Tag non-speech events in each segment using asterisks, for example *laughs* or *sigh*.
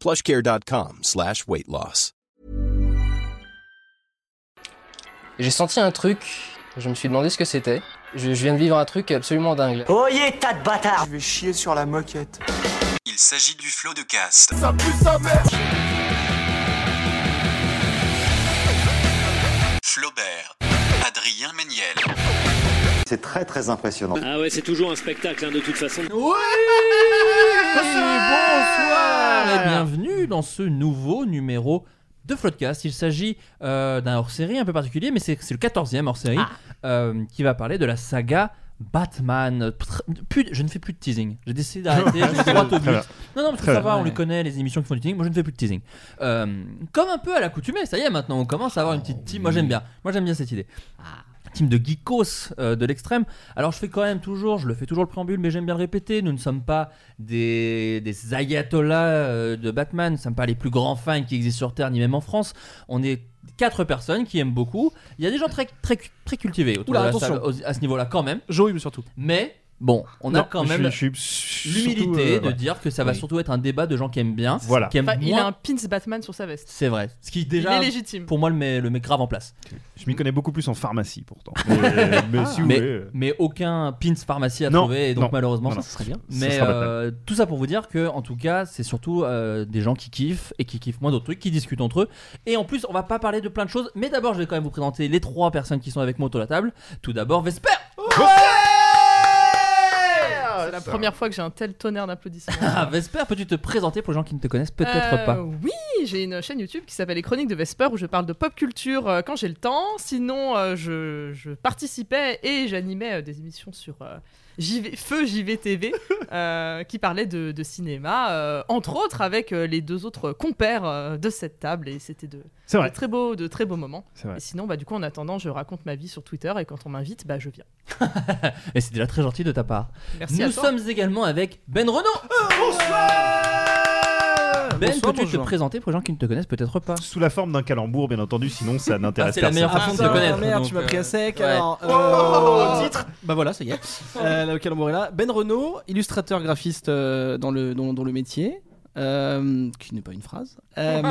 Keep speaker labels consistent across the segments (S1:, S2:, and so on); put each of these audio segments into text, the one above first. S1: plushcare.com slash weight loss.
S2: J'ai senti un truc, je me suis demandé ce que c'était. Je, je viens de vivre un truc absolument dingue.
S3: Oyez, tas de bâtards
S4: Je vais chier sur la moquette.
S5: Il s'agit du flot de cast. Flaubert, Adrien Méniel,
S6: C'est très très impressionnant.
S7: Ben,
S8: Ah ouais, c'est toujours un spectacle hein, de toute façon.
S7: Bonsoir et bienvenue dans ce nouveau numéro de Floodcast. Il s'agit euh, d'un hors-série un peu particulier, mais c'est c'est le 14e hors-série
S2: Ah.
S7: euh, qui va parler de la saga Batman. Tr- plus- je ne fais plus de teasing. J'ai décidé d'arrêter, je vais droit au but. Non, non, parce que ça va, on les connaît, les émissions qui font du teasing. Moi, je ne fais plus de teasing. Euh, comme un peu à l'accoutumée, ça y est, maintenant, on commence à avoir une
S9: Oh
S7: petite team. Moi, j'aime bien. Moi, j'aime bien cette idée. Team de geekos euh, de l'extrême. Alors, je fais quand même toujours, je le fais toujours le préambule, mais j'aime bien le répéter. Nous ne sommes pas des, des ayatollahs euh, de Batman, nous ne sommes pas les plus grands fans qui existent sur Terre, ni même en France. On est quatre personnes qui aiment beaucoup. Il y a des gens très, très, très cultivés autour
S9: Oula,
S7: de la salle,
S9: attention.
S7: au- à ce niveau-là, quand même.
S9: Joïm surtout.
S7: Mais bon, on a
S9: Non,
S7: quand
S9: je
S7: même
S9: suis- je suis surtout,
S7: l'humilité
S9: euh,
S7: de
S9: ouais.
S7: dire que ça va
S9: Oui.
S7: surtout être un débat de gens qui aiment bien,
S9: Voilà.
S7: qui aiment
S10: Enfin, il
S7: moins.
S10: a un pins Batman sur sa veste.
S7: C'est vrai. Ce qui
S10: il
S7: déjà,
S10: est légitime.
S7: pour moi, le met, le met grave en place.
S9: Je m'y connais beaucoup plus en pharmacie pourtant. *laughs* Mais, mais si vous
S7: mais,
S9: voulez, euh,
S7: mais aucun pins pharmacie à
S9: Non,
S7: trouver, et donc
S9: non.
S7: malheureusement,
S9: Non, non.
S7: ça serait bien.
S9: Ça
S7: Mais
S9: sera Batman.
S7: euh, tout ça pour vous dire que, en tout cas, c'est surtout euh, des gens qui kiffent et qui kiffent moins d'autres trucs, qui discutent entre eux. Et en plus, on va pas parler de plein de choses. Mais d'abord, je vais quand même vous présenter les trois personnes qui sont avec moi autour de la table. Tout d'abord, Vesper.
S10: C'est la première fois que j'ai un tel tonnerre d'applaudissements.
S7: Ah, Vesper, peux-tu te présenter pour les gens qui ne te connaissent *laughs* peut-être
S10: Euh,
S7: pas
S10: Oui, j'ai une chaîne YouTube qui s'appelle Les Chroniques de Vesper où je parle de pop culture euh, quand j'ai le temps. Sinon, euh, je, je participais et j'animais euh, des émissions sur euh, JV Feu JVTV
S7: *laughs*
S10: euh, qui parlaient de, de cinéma, euh, entre autres avec euh, les deux autres compères euh, de cette table et c'était de,
S9: C'est
S10: de
S9: vrai,
S10: très beaux de très beaux moments.
S9: c'est vrai.
S10: Et sinon, bah, du coup, en attendant, je raconte ma vie sur Twitter et quand on m'invite, bah, je viens.
S7: *laughs* Et c'est déjà très gentil de ta part.
S10: Merci à
S7: Nous
S10: toi.
S7: sommes également avec Ben Renault. ben,
S9: Bonsoir,
S7: peux-tu te
S9: bonjour.
S7: présenter pour les gens qui ne te connaissent peut-être pas
S9: Sous la forme d'un calembour, bien entendu, sinon
S7: *laughs*
S9: ça n'intéresse
S7: Ah, c'est la
S9: personne.
S7: meilleure
S9: Ah,
S7: façon de
S9: ça
S7: te
S9: va.
S7: connaître.
S9: Merde.
S4: Merde,
S7: donc,
S4: tu m'as
S7: euh,
S4: pris à sec.
S7: ouais.
S4: Alors,
S9: Oh,
S4: euh,
S9: titre
S4: Bah voilà, ça y est. *laughs* Euh, le calembour est là. Ben Renault, illustrateur graphiste euh, dans, le, dans, dans le métier. euh, qui n'est pas une *laughs* phrase. Euh,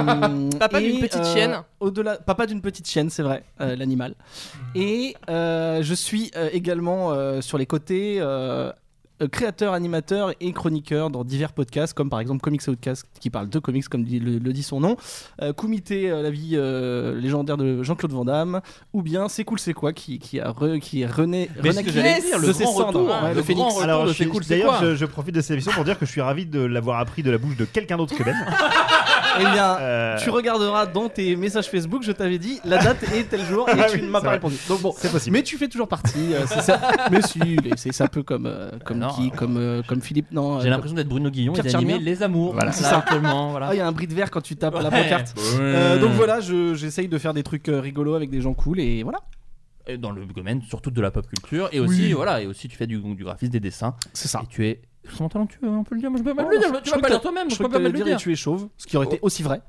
S10: Papa
S4: et,
S10: d'une petite
S4: euh,
S10: chienne.
S4: Au-delà, papa d'une petite chienne, c'est vrai, euh, l'animal. Et euh, je suis euh, également euh, sur les côtés euh, euh, créateur, animateur et chroniqueur dans divers podcasts, comme par exemple Comics Outcast, qui parle de comics, comme dit- le, le dit son nom. euh, Kumité, euh, la vie euh, légendaire de Jean-Claude Van Damme, ou bien C'est cool, c'est quoi, qui, qui a re- qui est rené,
S7: Mais ce que j'allais dire, le
S4: de ses
S7: grand
S4: cendres,
S7: retour,
S4: ouais, de
S7: le grand
S4: Phoenix.
S7: retour
S9: Alors,
S7: de
S9: je
S7: C'est
S9: suis-
S7: cool, c'est
S9: d'ailleurs,
S7: quoi
S9: je, je profite de cette émission pour dire que je suis ravi de l'avoir appris de la bouche de quelqu'un d'autre que Ben.
S4: Eh bien,
S9: Euh,
S4: tu regarderas dans tes messages Facebook, je t'avais dit, la date est tel jour,
S9: *laughs* Ah
S4: et tu
S9: oui,
S4: ne m'as
S9: c'est
S4: pas
S9: vrai.
S4: répondu. Donc bon,
S9: C'est possible.
S4: mais tu fais toujours partie, euh, *laughs* c'est ça. Mais si, les- c'est c'est un peu comme, euh, comme
S7: non,
S4: qui,
S7: euh,
S4: comme, euh, comme Philippe, non.
S7: J'ai
S4: euh,
S7: l'impression d'être Bruno Guillon et
S4: Pierre
S7: d'animer
S4: Charmier.
S7: Les Amours.
S9: Voilà,
S7: Là,
S4: c'est ça.
S7: actuellement,
S4: comme-
S7: voilà.
S4: Ah, il y a un bris de verre quand tu tapes à la
S7: Ouais.
S4: pancarte. Euh,
S7: Euh,
S4: donc voilà, je- j'essaye de faire des trucs euh, rigolos avec des gens cool et voilà.
S7: Et Dans le domaine surtout de la pop culture et aussi voilà et aussi tu fais du, du graphisme, des dessins
S4: C'est ça.
S7: et tu es extrêmement talentueux, on peut le dire. Moi, je peux pas
S4: Oh,
S7: le dire.
S4: je
S7: Tu
S4: crois que
S7: vas pas le
S4: t'as-
S7: dire toi-même.
S4: Je
S7: Je
S4: crois
S7: peux
S4: que
S7: pas
S4: t'allais
S7: mal
S4: dire
S7: le dire. Oh.
S4: et tu es chauve, ce qui aurait été aussi vrai.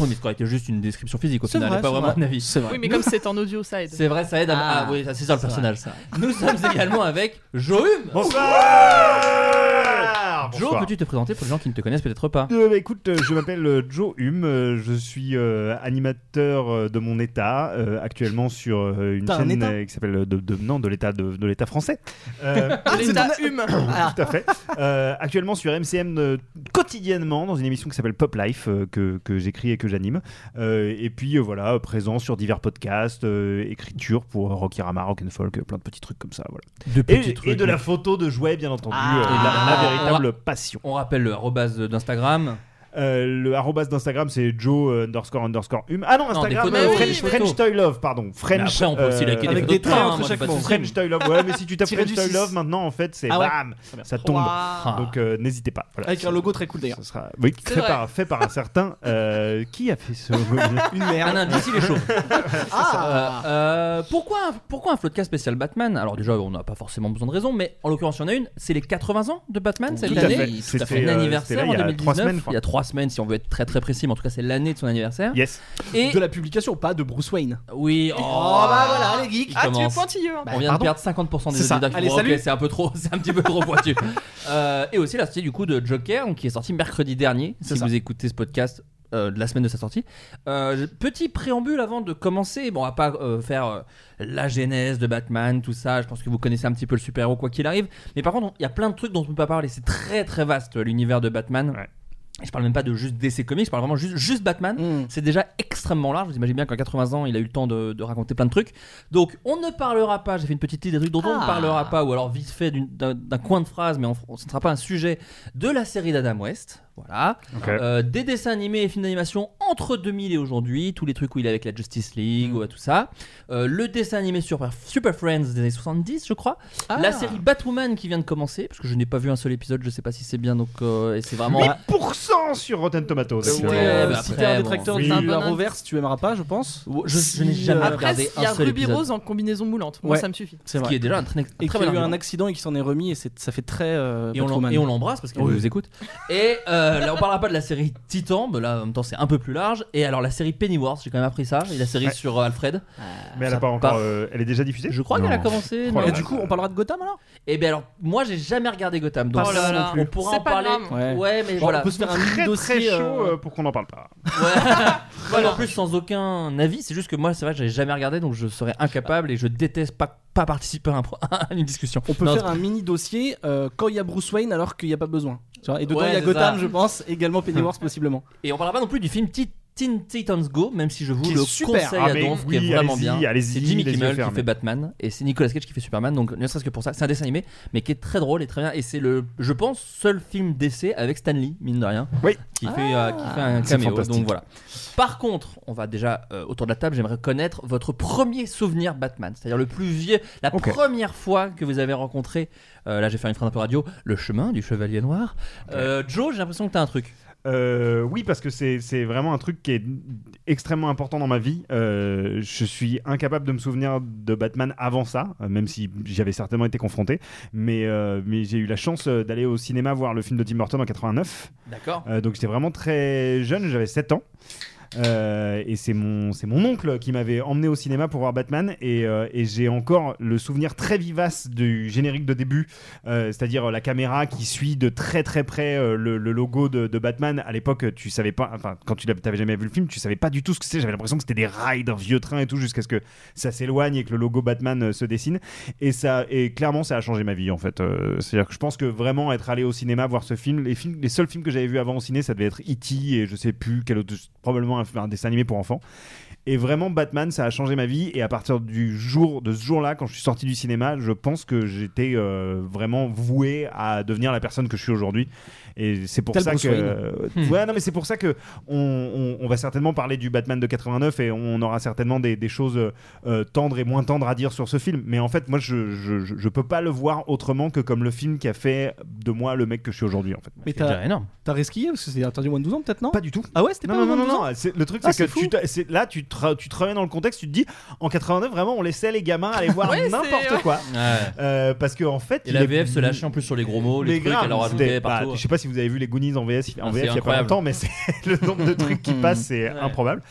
S7: Oui, mais ce qui aurait été juste une description physique au
S4: C'est
S7: final,
S4: vrai,
S7: et pas
S4: c'est
S7: vraiment
S4: vrai.
S7: un avis.
S4: C'est vrai.
S10: Oui, mais comme c'est en audio side.
S7: C'est vrai, ça aide à.
S4: Ah.
S7: Ah oui, ça, c'est ça le
S4: C'est vrai,
S7: *laughs* personnage.
S4: c'est vrai.
S7: Nous sommes également avec Joum.
S9: Bonsoir Bonsoir,
S7: Joe,
S9: bonsoir.
S7: peux-tu te présenter pour les gens qui ne te connaissent peut-être pas
S9: Euh, bah, écoute, euh, je m'appelle euh, Joe Hume, euh, je suis euh, animateur euh, de mon état, euh, actuellement sur euh, une
S4: T'as un
S9: chaîne
S4: état
S9: euh, qui s'appelle euh, de, de- non de l'état de, de l'état français. Euh,
S10: Ah, c'est
S9: Tout
S10: un hume.
S9: à fait. Euh, actuellement sur MCM euh, quotidiennement dans une émission qui s'appelle Pop Life euh, que, que j'écris et que j'anime. Euh, et puis euh, voilà, euh, présent sur divers podcasts, euh, écriture pour Rocky Rama, Rock and Folk, euh, plein de petits trucs comme ça. Voilà.
S7: De
S9: Et,
S7: petits trucs.
S9: et de la photo de jouets bien entendu,
S7: Ah.
S9: euh, la- la
S7: Et de la-
S9: véritable passion.
S7: On rappelle le arrobase d'Instagram.
S9: Euh, le arrobas d'Instagram c'est Joe euh, underscore underscore hum. Ah non,
S7: Non, des
S9: Instagram,
S7: photos,
S9: euh,
S7: oui,
S9: French,
S7: des
S9: French
S7: photos.
S9: Toy Love, pardon. French,
S7: Mais après,
S9: euh,
S7: on peut aussi liker des
S9: avec
S7: photos
S9: des
S7: de
S9: traits
S7: trains,
S9: entre
S7: moi, j'ai
S9: chaque
S7: pas de
S9: mot.
S7: soucis.
S9: French Toy Love, ouais, mais si tu tapes
S4: Tiré
S9: French
S4: du
S9: Toy
S4: six.
S9: Love maintenant, en fait, c'est
S4: Ah ouais.
S9: bam, ça tombe.
S10: Waouh.
S9: Donc euh, n'hésitez pas. Voilà.
S4: Avec un logo très cool d'ailleurs.
S9: Ça sera, oui,
S10: C'est
S9: fait
S10: vrai.
S9: par, fait par un certain. euh, qui a
S7: *laughs*
S9: fait ce. *laughs*
S4: Une
S7: Un
S4: merde.
S7: indice, il est chaud.
S4: Ah
S7: Euh, pourquoi, un- pourquoi un floodcast spécial Batman Alors déjà, on n'a pas forcément besoin de raison, mais en l'occurrence, il y en a une. C'est les 80 ans de Batman cette
S9: Tout à fait.
S7: année.
S9: C'était,
S7: fait un
S9: euh,
S7: anniversaire
S9: c'était là,
S7: en
S9: il y a
S7: 2019.
S9: trois semaines, je crois.
S7: il y a trois semaines, si on veut être très très précis, mais en tout cas, c'est l'année de son anniversaire.
S9: yes.
S7: Et
S4: De la publication, pas de Bruce Wayne. bah
S7: oui, oh,
S4: les geeks.
S7: Il
S10: Ah, tu es
S7: commence.
S10: pointilleux. hein.
S9: Bah,
S7: on vient
S4: pardon.
S7: de perdre 50% des
S4: C'est ça.
S7: auditeurs qui
S4: Allez,
S7: font, ok,
S4: salut.
S7: c'est un peu trop, *laughs* c'est un petit peu trop pointu. Euh, et aussi la sortie du coup de Joker, donc, qui est sorti mercredi dernier. Si
S4: C'est ça.
S7: vous écoutez ce podcast euh, de la semaine de sa sortie, Euh, petit préambule avant de commencer. Bon, on va pas euh, faire euh, la genèse de Batman, tout ça. Je pense que vous connaissez un petit peu le super héros quoi qu'il arrive. Mais par contre, on- il y a plein de trucs dont on peut pas parler. C'est très très vaste euh, l'univers de Batman.
S9: Ouais.
S7: Et Je parle même pas de juste DC Comics, je parle vraiment juste, juste Batman.
S4: Mm.
S7: C'est déjà extrêmement large. Vous imaginez bien qu'à 80 ans, il a eu le temps de, de raconter plein de trucs. Donc, on ne parlera pas. J'ai fait une petite liste des trucs dont on ne
S4: Ah.
S7: parlera pas, ou alors vite fait d'une- d'un d'un coin de phrase, mais on ne sera pas un sujet de la série d'Adam West. Voilà. Euh, des dessins animés et films d'animation entre 2000 et aujourd'hui. Tous les trucs où il est avec la Justice
S9: Hmm.
S7: League, ou tout ça. Euh, le dessin animé Super, Super Friends des années 70, je crois. La série Batwoman qui vient de commencer, parce que je n'ai pas vu un seul épisode. Je sais pas si c'est bien, donc euh, et c'est vraiment.
S9: 8% sur Rotten Tomatoes.
S4: Si t'es
S9: actuellement.
S7: Ouais,
S4: euh,
S7: bah
S4: si
S7: après,
S4: t'es un
S7: bon.
S4: détracteur
S9: Oui.
S4: du
S9: Un bon
S4: Arrowverse, tu aimeras pas, je pense.
S7: je, je n'ai
S4: Si,
S7: jamais
S4: euh,
S10: Après,
S7: regardé
S10: il
S7: un
S10: y a
S7: seul
S10: Ruby
S7: épisode.
S10: Rose en combinaison moulante. Moi,
S4: Ouais.
S10: ça me suffit.
S4: C'est
S7: Ce qui est déjà un très, très
S4: Et qu'il y
S7: bel
S4: a eu un
S7: argument.
S4: accident et qu'il s'en est remis et c'est- ça fait très euh,
S7: Et on l'en-
S4: Batwoman.
S7: et on l'embrasse parce qu'elle
S4: Oui.
S7: nous écoute. Et euh, là, on parlera pas de la série Titan, mais là, en même temps, c'est un peu plus large. Et alors, la série Pennyworth, j'ai quand même appris ça. Et la série
S9: Ouais.
S7: sur euh, Alfred,
S9: Mais elle a
S7: Ça
S9: pas encore.
S7: part.
S9: euh, elle est déjà diffusée
S7: je crois
S9: Non.
S7: qu'elle a commencé.
S9: Oh
S4: Et
S9: là
S7: non
S4: du coup, on parlera de Gotham alors
S7: Et bien alors, moi, j'ai jamais regardé Gotham, donc
S10: Oh là là.
S7: on pourra
S10: C'est
S7: en
S10: pas
S7: parler.
S10: grave.
S4: Ouais.
S7: Ouais, mais
S4: Genre,
S7: voilà.
S4: On peut se faire un mini
S9: Très très
S4: dossier.
S9: chaud
S4: euh,
S9: euh, pour qu'on n'en parle pas.
S7: Ouais.
S9: *laughs*
S7: en plus, sans aucun avis, c'est juste que moi, c'est vrai, j'avais jamais regardé, donc je serais incapable et je déteste pas, pas participer à, un pro- *laughs* à une discussion.
S4: On peut
S7: Non,
S4: faire un mini dossier euh, quand il y a Bruce Wayne alors qu'il n'y a pas besoin. Tu vois, et dedans, il
S7: Ouais,
S4: y a
S7: c'est
S4: Gotham,
S7: ça.
S4: je pense, également
S7: *laughs*
S4: Pennyworth possiblement.
S7: Et on parlera pas non plus du film Ti- Teen Titans Go, même si je vous
S4: Qui est
S7: le
S4: super.
S7: conseille
S9: Ah,
S7: à
S9: mais
S7: Donf,
S9: oui,
S7: qui est vraiment
S9: allez-y,
S7: bien.
S9: allez-y,
S7: C'est Jimmy
S9: les yeux
S7: Kimmel qui
S9: fermés.
S7: fait Batman et c'est Nicolas Cage qui fait Superman, donc ne serait-ce que pour ça. C'est un dessin animé, mais qui est très drôle et très bien. Et c'est le, je pense, seul film d'essai avec Stan Lee, mine de rien,
S9: Oui. Ah.
S7: qui, fait, euh, qui fait un
S9: C'est
S7: caméo.
S9: fantastique.
S7: Donc voilà. Par contre, on va déjà euh, autour de la table. J'aimerais connaître votre premier souvenir Batman, c'est-à-dire le plus vieux, la
S9: Ok.
S7: première fois que vous avez rencontré. euh, là, j'ai fait une phrase un peu radio. Le chemin du Chevalier Noir. Euh, Joe, j'ai l'impression que t'as un truc.
S9: Euh, oui, parce que c'est c'est vraiment un truc qui est extrêmement important dans ma vie. Euh, je suis incapable de me souvenir de Batman avant ça, euh, même si j'avais certainement été confronté. Mais, euh, mais j'ai eu la chance euh, d'aller au cinéma voir le film de Tim Burton en 89.
S7: D'accord.
S9: Euh, donc j'étais vraiment très jeune, j'avais 7 ans. Euh, et c'est mon, c'est mon oncle qui m'avait emmené au cinéma pour voir Batman. Et, euh, et j'ai encore le souvenir très vivace du générique de début, euh, c'est-à-dire la caméra qui suit de très très près euh, le, le logo de, de Batman. À l'époque, tu savais pas, enfin, quand tu n'avais jamais vu le film, tu savais pas du tout ce que c'est. J'avais l'impression que c'était des rails d'un vieux train et tout, jusqu'à ce que ça s'éloigne et que le logo Batman euh, se dessine. Et, ça, et clairement, ça a changé ma vie en fait. Euh, c'est-à-dire que je pense que vraiment être allé au cinéma voir ce film, les, films, les seuls films que j'avais vus avant au ciné, ça devait être E.T. et je sais plus quel autre, probablement un, un dessin animé pour enfants. Et vraiment, Batman, ça a changé ma vie. Et à partir du jour, de ce jour-là, quand je suis sorti du cinéma, je pense que j'étais euh, vraiment voué à devenir la personne que je suis aujourd'hui. Et c'est pour
S4: Tel
S9: ça
S4: Bruce
S9: que. euh,
S7: Hmm.
S9: Ouais, non, mais c'est pour ça que on, on- on va certainement parler du Batman de 89 et on aura certainement des, des choses euh, tendre et moins tendre à dire sur ce film. Mais en fait, moi, je, je, je- je peux pas le voir autrement que comme le film qui a fait de moi le mec que je suis aujourd'hui, en fait.
S4: Mais
S7: C'est
S4: t'as
S7: déjà énorme.
S4: t'as resquillé parce que c'est interdit moins de 12 ans peut-être, non
S9: Pas du tout.
S4: Ah ouais, c'était pas
S9: Non, non,
S4: moins
S9: non,
S4: de
S9: non,
S4: 12 ans
S9: non, c'est- Le truc,
S4: Ah,
S9: c'est
S4: c'est
S9: que
S4: fou.
S9: tu t'as- c'est- là, tu te re- tu te remets dans le contexte, tu te dis en 89 vraiment on laissait les gamins aller voir
S7: Ouais, c'est-
S9: n'importe
S7: ouais.
S9: quoi.
S7: Ouais.
S9: Euh, parce que en fait
S7: Et la
S9: il est-
S7: VF se lâchait en plus sur les gros mots, Oh, les
S9: Mais
S7: trucs,
S9: grave,
S7: elle en rajoutait
S9: c'était-
S7: partout.
S9: bah, je sais pas si vous avez vu les Goonies en VF, en
S7: Ah,
S9: VF il
S7: c'est
S9: y a pas
S7: incroyable.
S9: longtemps, mais c'est *laughs* le nombre de trucs qui passent, c'est
S7: Ouais.
S9: improbable.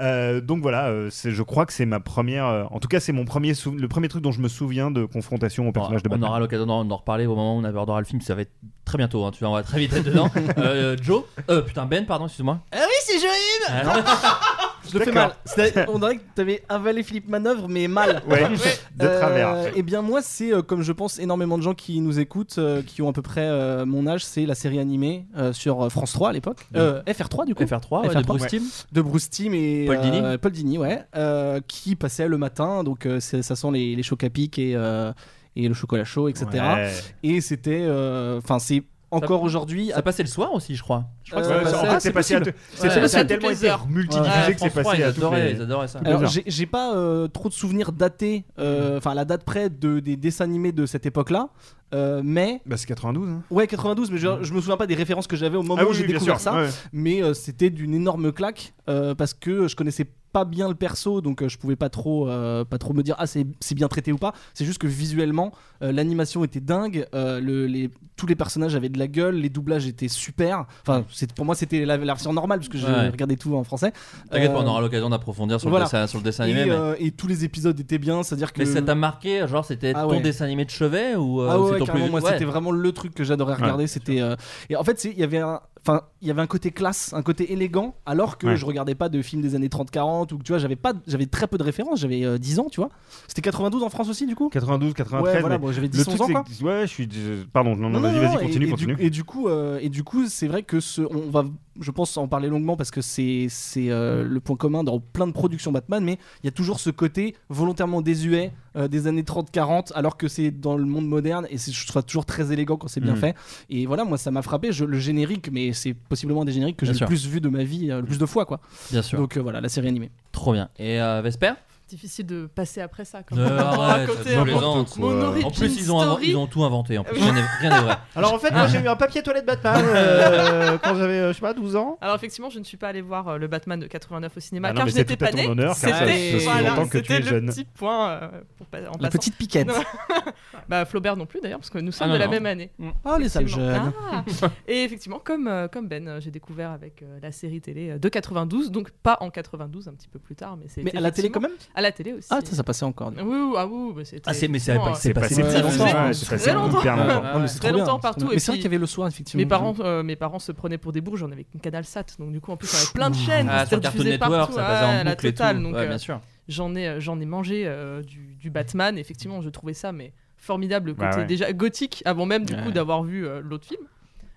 S9: Euh, donc voilà, euh, c'est- je crois que c'est ma première. euh, en tout cas, c'est mon premier sou- le premier truc dont je me souviens de confrontation au personnage de
S7: on
S9: Batman.
S7: aura l'occasion d'en d'en reparler au moment où on abordera le film, ça va être très bientôt, hein, tu vas on va très
S9: *laughs*
S7: vite être dedans. Euh, Joe, euh, putain Ben, pardon, excuse-moi.
S4: Ah oui, c'est Joachim
S7: Ah non.
S4: Je le fais mal.
S7: D'accord.
S4: C'est- On dirait que tu avais avalé Philippe Manœuvre, mais mal.
S9: *laughs* Ouais, de travers.
S4: Eh bien, moi, c'est euh, comme je pense énormément de gens qui nous écoutent, euh, qui ont à peu près euh, mon âge, c'est la série animée euh, sur euh, France 3 à l'époque. Euh, FR3 du coup.
S7: FR3, ouais, de Bruce Timm.
S4: De Bruce Timm et
S7: Paul Dini.
S4: euh, Paul Dini, ouais. euh, qui passait le matin, donc euh, c'est- ça sent les, les chocs à pic et, euh, et le chocolat chaud, etc.
S7: Ouais.
S4: Et c'était. euh, Enfin, c'est. Encore aujourd'hui.
S7: Ça passait le soir aussi, je crois. Je crois que
S4: Euh,
S7: ça passait-
S4: en fait, c'est passé à
S7: possible.
S4: tout- c'est-
S7: Ouais.
S4: c'est tellement
S7: toutes les heures.
S9: multidiffusé
S7: Ouais,
S9: que
S7: France
S9: c'est passé
S7: trois,
S9: à
S7: ils
S9: toutes
S7: adoraient,
S9: les-
S7: Ils adoraient ça.
S4: Alors, j'ai- j'ai pas euh, trop de souvenirs datés, euh, enfin à la date près de, des dessins animés de cette époque-là, euh, mais.
S9: Bah, c'est 92. Hein.
S4: Ouais, 92, mais je,
S7: Mm.
S4: je me souviens pas des références que j'avais au moment
S9: Ah oui,
S4: où j'ai
S9: oui, bien
S4: découvert
S9: sûr,
S4: ça,
S9: ouais.
S4: mais euh, c'était d'une énorme claque euh, parce que je connaissais pas bien le perso, donc euh, je pouvais pas trop, euh, pas trop me dire ah c'est c'est bien traité ou pas. C'est juste que visuellement, euh, l'animation était dingue, euh, le- les- tous les personnages avaient de la gueule, les doublages étaient super. Enfin, c'est- pour moi c'était la, la version normale parce que je
S7: Ouais.
S4: regardais tout en français.
S7: T'inquiète pas,
S4: Euh,
S7: on aura l'occasion d'approfondir sur,
S4: voilà.
S7: le dessin, sur le dessin
S4: et,
S7: animé. mais-
S4: euh, et tous les épisodes étaient bien, c'est-à-dire que.
S7: Mais ça t'a marqué Genre, c'était
S4: Ah
S7: ton
S4: ouais.
S7: dessin animé de chevet ou euh,
S4: Ah
S7: ou
S4: ouais,
S7: c'est ton
S4: carrément,
S7: plus-
S4: moi
S7: Ouais.
S4: c'était vraiment le truc que j'adorais regarder.
S7: Ouais.
S4: c'était euh, et en fait c'est- il y avait un, enfin il y avait un côté classe, un côté élégant, alors que
S7: Ouais.
S4: je regardais pas de films des années 30-40 ou que tu vois j'avais pas, j'avais très peu de références, j'avais euh, 10 ans, tu vois. C'était 92 en France aussi du coup.
S9: 92, 93.
S4: Ouais, voilà,
S9: mais
S4: bon, j'avais
S9: le
S4: 10
S9: truc,
S4: 11 ans
S9: c'est
S4: quoi.
S9: que- Ouais, je suis. je- Pardon, non, non,
S4: Non,
S9: vas-y,
S4: non,
S9: vas-y,
S4: non, et-
S9: continue,
S4: et,
S9: continue.
S4: Du, et du coup, euh, et du coup, c'est vrai que ce, on va, je pense, en parler longuement parce que c'est c'est euh, le point commun dans plein de productions Batman, mais il y a toujours ce côté volontairement désuet euh, des années 30-40, alors que c'est dans le monde moderne et c'est- je trouve ça toujours très élégant quand c'est bien
S7: Mhm.
S4: fait. Et voilà, moi, ça m'a frappé. Je, le générique, mais c'est possiblement un des génériques que
S7: Bien
S4: j'ai le
S7: sûr.
S4: plus vu de ma vie, euh, le plus de fois, quoi.
S7: Bien sûr.
S4: Donc euh, voilà, la série animée.
S7: Trop bien. Et euh, Vesper
S10: Difficile de passer après ça. Quand
S7: Non,
S10: même.
S7: arrête,
S10: Raconter
S7: ça
S10: un-
S7: plaisante. euh,
S10: mon origin
S7: En plus, ils ont, inven-
S10: story.
S7: ils ont tout inventé. En plus, rien n'est- rien n'est vrai.
S9: Alors en fait, moi j'ai eu un papier toilette
S10: *laughs*
S7: *laughs*
S9: Batman euh, quand j'avais, euh, je sais pas, 12 ans.
S10: Alors effectivement, je ne suis pas allé voir euh, le Batman de 89 au cinéma
S9: Bah non,
S10: car
S9: mais
S10: je
S9: c'est
S10: n'étais
S9: tout à
S10: pas
S9: ton
S10: né.
S9: honneur, car ça fait
S10: C'était
S9: aussi
S10: voilà,
S9: longtemps que tu
S10: c'était
S9: es
S10: le
S9: jeune.
S10: petit point euh, pour pas- en
S4: La
S10: passant.
S4: petite piquette.
S10: Non. *laughs* bah Flaubert non plus d'ailleurs parce que nous sommes
S4: Ah, non,
S10: de la
S4: non.
S10: même année.
S4: Ah, les sales
S10: Effectivement.
S4: jeunes.
S10: Ah. Et effectivement, comme euh, comme Ben, euh, j'ai découvert avec euh, la série télé euh, de 92, donc pas en 92, un petit peu plus tard, mais c'est.
S4: Mais à la télé, quand même
S10: À la télé aussi.
S4: Ah, ça, ça passait encore.
S10: Oui, oui, ah oui, mais c'était.
S7: Ah, c'est- mais c'est-
S10: effectivement,
S7: c'est
S10: euh,
S7: passé
S10: c'était
S7: très longtemps.
S10: diffusé
S7: Ouais, c'est passé
S10: très longtemps.
S7: hyper longtemps. Ah,
S4: ouais. Mais c'est
S10: Très
S4: trop
S10: longtemps
S4: bien, c'est trop
S10: partout.
S4: bien.
S10: et
S4: Mais c'est vrai
S10: puis,
S4: qu'il y avait le soir, effectivement.
S10: Mes parents, euh, mes parents se prenaient pour des bourges, on avait une canal sat, donc du coup, en plus, on avait plein de chaînes.
S7: Ah,
S10: c'était
S7: sur Cartoon
S10: diffusé
S7: Network,
S10: partout,
S7: ça passait en
S10: ouais, la
S7: boucle et tout.
S10: totale. Donc,
S7: Ouais,
S10: euh,
S7: bien sûr.
S10: J'en ai, j'en ai mangé euh, du, du Batman, effectivement, je trouvais ça, mais formidable, le
S7: Bah
S10: côté
S7: ouais.
S10: déjà gothique, avant même du
S7: Ouais.
S10: coup d'avoir vu euh, l'autre film.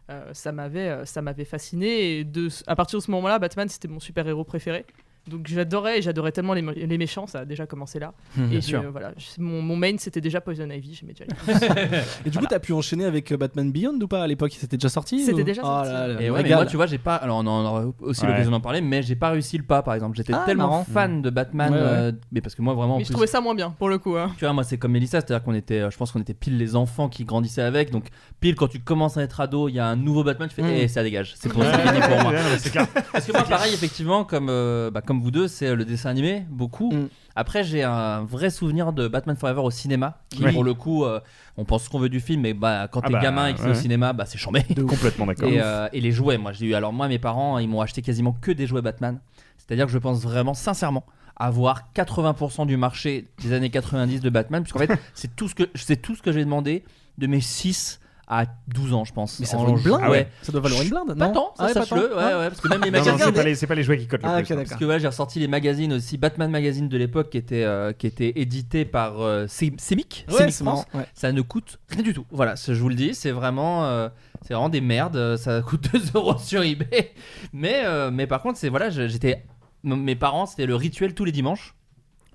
S10: Euh, ça m'avait euh, ça m'avait fasciné et de à partir de ce moment-là Batman c'était mon super-héros préféré donc j'adorais et j'adorais tellement les, mé- les méchants ça a déjà commencé là
S4: Mmh,
S7: Hum,
S10: et
S4: bien
S10: je-
S4: sûr.
S10: voilà je- mon, mon main c'était déjà Poison Ivy j'aimais
S7: *laughs*
S10: déjà
S4: Et du coup, t'as pu enchaîner avec euh, Batman Beyond ou pas à l'époque C'était déjà sorti
S10: C'était
S4: ou-
S10: déjà sorti.
S4: Oh là là,
S7: Et
S4: le
S7: ouais, mais
S4: régal.
S7: moi, tu vois, j'ai pas. Alors, on en aura aussi
S4: Ouais.
S7: l'occasion d'en parler, mais j'ai pas réussi le pas, par exemple. J'étais
S10: Ah,
S7: tellement
S10: marrant.
S7: fan de Batman,
S10: Ouais, ouais.
S7: euh, mais parce que moi, vraiment. en
S10: mais je
S7: plus-
S10: trouvais ça moins bien pour le coup hein.
S7: Tu vois, moi, c'est comme Elissa, c'est-à-dire qu'on était, euh, je pense qu'on était pile les enfants qui grandissaient avec. Donc, pile quand tu commences à être ado, il y a un nouveau Batman, tu fais,
S10: Mm.
S7: eh, ça dégage, c'est bon,
S10: Ouais,
S7: c'est fini
S10: ouais,
S7: pour moi.
S10: ouais, non, mais c'est clair.
S7: *laughs* Parce que moi, pareil, effectivement, comme, euh, bah, comme vous deux, c'est euh, le dessin animé, beaucoup.
S10: Mm.
S7: Après, j'ai un vrai souvenir de Batman Forever au cinéma, qui,
S9: Ouais.
S7: pour le coup, euh, on pense ce qu'on veut du film, mais bah, quand
S9: Ah
S7: t'es
S9: bah,
S7: gamin et que c'est
S9: ouais.
S7: au cinéma, bah, c'est chambé.
S9: Complètement d'accord.
S7: Et, euh, et les jouets, moi j'ai eu. Alors moi, mes parents, ils m'ont acheté quasiment que des jouets Batman. C'est-à-dire que je pense vraiment, sincèrement, avoir 80% du marché des années 90 de Batman,
S4: *laughs*
S7: puisqu'en fait, c'est tout ce que c'est tout ce que j'ai demandé de mes 6 à 12 ans, je pense.
S4: Mais ça
S7: En
S4: vaut une
S7: jeu-
S4: blinde,
S7: Ah ouais.
S4: Ça doit valoir une blinde,
S7: Pas
S4: non
S7: tant, ça,
S4: Ah ouais, pas
S7: sache-le. Ouais,
S4: tant.
S7: ouais, parce que même les
S9: Non, non,
S7: magazines. hein.
S9: c'est pas les- c'est pas les jouets qui cotent le
S4: Ah,
S9: plus,
S4: ok,
S9: hein.
S4: d'accord.
S7: Parce que ouais, j'ai ressorti les magazines aussi, Batman Magazine de l'époque, qui était, euh, qui était édité par euh, Cé- Cémic.
S4: Ouais,
S7: Cémic
S4: c'est
S7: France.
S4: marrant, ouais.
S7: Ça ne coûte rien du tout. Voilà, c'est- je vous le dis, c'est vraiment, euh, c'est vraiment des merdes. euh, Ça coûte *laughs* 2 euros sur eBay. Mais, euh, mais par contre, c'est voilà, je- j'étais, m- mes parents, c'était le rituel tous les dimanches.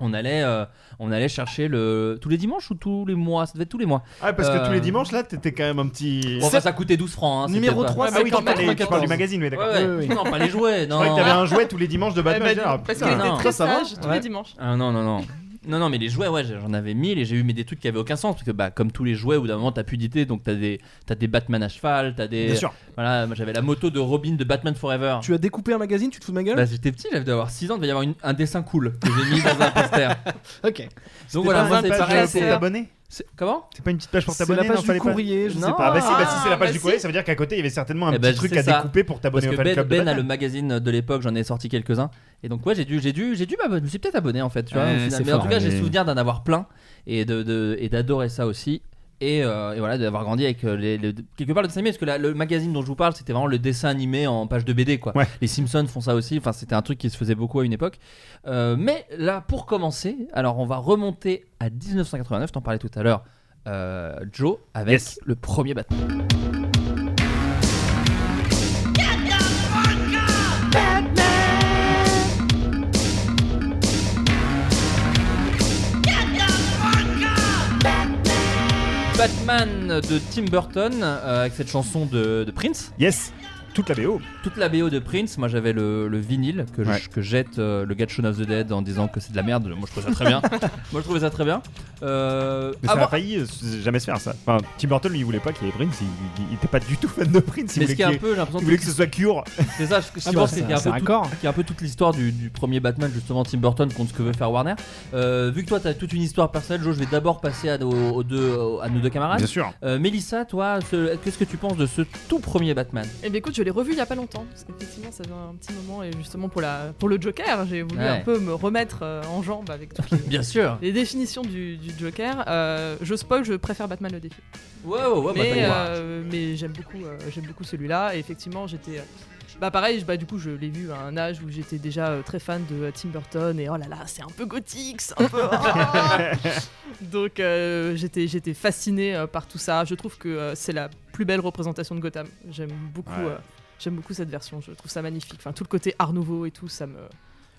S7: On allait, euh, on allait chercher le tous les dimanches ou tous les mois. Ça devait être tous les mois.
S9: Ah, parce que tous
S7: Euh,
S9: les dimanches là, t'étais quand même un petit.
S7: Bon, enfin, ça coûtait 12 francs. hein,
S9: Numéro
S7: c'était pas-
S9: 3, Ah oui, tu parles- tu parles du magazine, oui, d'accord.
S7: Ouais, ouais.
S9: Oui, oui.
S7: Non, pas les jouets.
S9: Je
S7: Non.
S9: croyais que t'avais un jouet tous les dimanches de
S7: Ouais,
S9: Batman.
S7: bah,
S9: Ah,
S7: parce
S9: putain.
S7: qu'il était très
S9: Ça va
S7: sage tous les
S9: Ouais.
S7: dimanches. Ah non, non, non. Non, non, mais les jouets, ouais, j'en avais mille et j'ai eu mais des trucs qui avaient aucun sens. Parce que, bah, comme tous les jouets, au bout d'un moment, t'as pudité, donc t'as des, t'as des Batman à cheval, t'as des.
S9: Bien sûr.
S7: Voilà, moi j'avais la moto de Robin de Batman Forever.
S4: Tu as découpé un magazine, tu te fous de ma gueule
S7: Bah, j'étais petit, j'avais dû avoir 6 ans, il devait y avoir une- un dessin cool que j'ai mis dans un
S9: *laughs*
S7: poster.
S4: Ok.
S7: Donc voilà, moi,
S9: pas
S7: c'est
S9: une page
S7: pareil.
S9: pour
S7: c'est-
S9: t'abonner
S7: c'est- Comment
S9: C'est pas une petite page pour
S4: C'est la
S9: t'abonner
S4: page
S9: non,
S4: du
S9: fallait pas-
S4: courrier, je
S9: Je
S4: sais
S9: sais
S4: pas.
S9: pas. Bah si, bah, si, c'est la
S10: Ah,
S9: page
S10: bah
S9: du courrier,
S10: si.
S9: ça veut dire qu'à côté il y avait certainement un
S7: Eh ben,
S9: petit truc
S7: c'est
S9: à
S7: ça.
S9: découper pour
S7: Parce
S9: t'abonner au
S7: que
S9: fan
S7: Ben,
S9: club de
S7: Ben a le
S9: Batman.
S7: magazine de l'époque, j'en ai sorti quelques-uns. Et donc, ouais, j'ai dû, j'ai dû, j'ai dû m'abonner. Je me suis peut-être abonné en fait, tu vois.
S4: Ouais,
S7: au final.
S4: c'est
S7: mais en
S4: fort,
S7: tout cas, j'ai
S9: mais-
S7: souvenir d'en avoir plein et de, de- et d'adorer ça aussi. Et, euh, et voilà, d'avoir grandi avec euh, les, les- quelque part le dessin animé, parce que la- le magazine dont je vous parle, c'était vraiment le dessin animé en page de BD, quoi.
S9: Ouais.
S7: Les Simpsons font ça aussi. Enfin, c'était un truc qui se faisait beaucoup à une époque. Euh, mais là, pour commencer, alors on va remonter à 1989. T'en parlais tout à l'heure, euh, Joe, avec
S9: Yes.
S7: le premier Batman. Batman de Tim Burton euh, avec cette chanson de, de Prince.
S9: Yes, toute la BO.
S7: Toute la BO de Prince, moi j'avais le, le vinyle que, je-
S9: Ouais.
S7: que jette euh, le gars de Shaun of the Dead en disant que c'est de la merde. Moi je trouvais ça très *laughs* bien. moi je trouvais ça très bien. Euh,
S9: *laughs* Mais
S7: avant-
S9: ça a failli euh, s- jamais se faire ça. Enfin, Tim Burton lui il voulait pas qu'il y ait Prince, il- il il était pas du tout fan de Prince, il
S7: mais ce
S9: voulait
S7: qui est un
S9: qu'il y ait-
S7: peu, j'ai l'impression
S9: il
S7: que
S9: voulait que ce soit Cure.
S7: c'est ça, ce que je
S4: Ah bah,
S7: pense,
S4: c'est
S7: c'est qu'il y a un
S4: c'est
S7: peu tout-
S4: raccord.
S7: qui est un peu toute l'histoire du, du premier Batman justement Tim Burton contre ce que veut faire Warner. Euh, vu que toi t'as toute une histoire personnelle, Joe, je vais d'abord passer à, nos- aux deux, à nos deux camarades.
S9: Bien sûr.
S7: Euh, Mélissa, toi, ce- qu'est-ce que tu penses de ce tout premier Batman
S10: Eh bien écoute, je l'ai revu il y a pas longtemps, parce qu'effectivement ça faisait un petit moment, et justement pour, la, pour le Joker, j'ai voulu
S7: Ouais.
S10: un peu me remettre euh, en jambe avec
S7: *laughs*
S10: toutes les,
S7: Bien sûr.
S10: les définitions du, du Joker. Euh, je spoil, je préfère Batman le défi.
S7: Ouais, ouais, ouais, bah,
S10: mais
S7: t'as-
S10: euh, mais j'aime beaucoup, euh, j'aime beaucoup celui-là, et effectivement j'étais... euh, Bah pareil, je- bah, du coup je l'ai vu à un âge où j'étais déjà euh, très fan de euh, Tim Burton, et oh là là, c'est un peu gothique, c'est un peu... oh Donc euh, j'étais j'étais fasciné euh, par tout ça. Je trouve que euh, c'est la plus belle représentation de Gotham. J'aime beaucoup
S9: Ouais.
S10: euh, j'aime beaucoup cette version. Je trouve ça magnifique. Enfin tout le côté Art nouveau et tout, ça me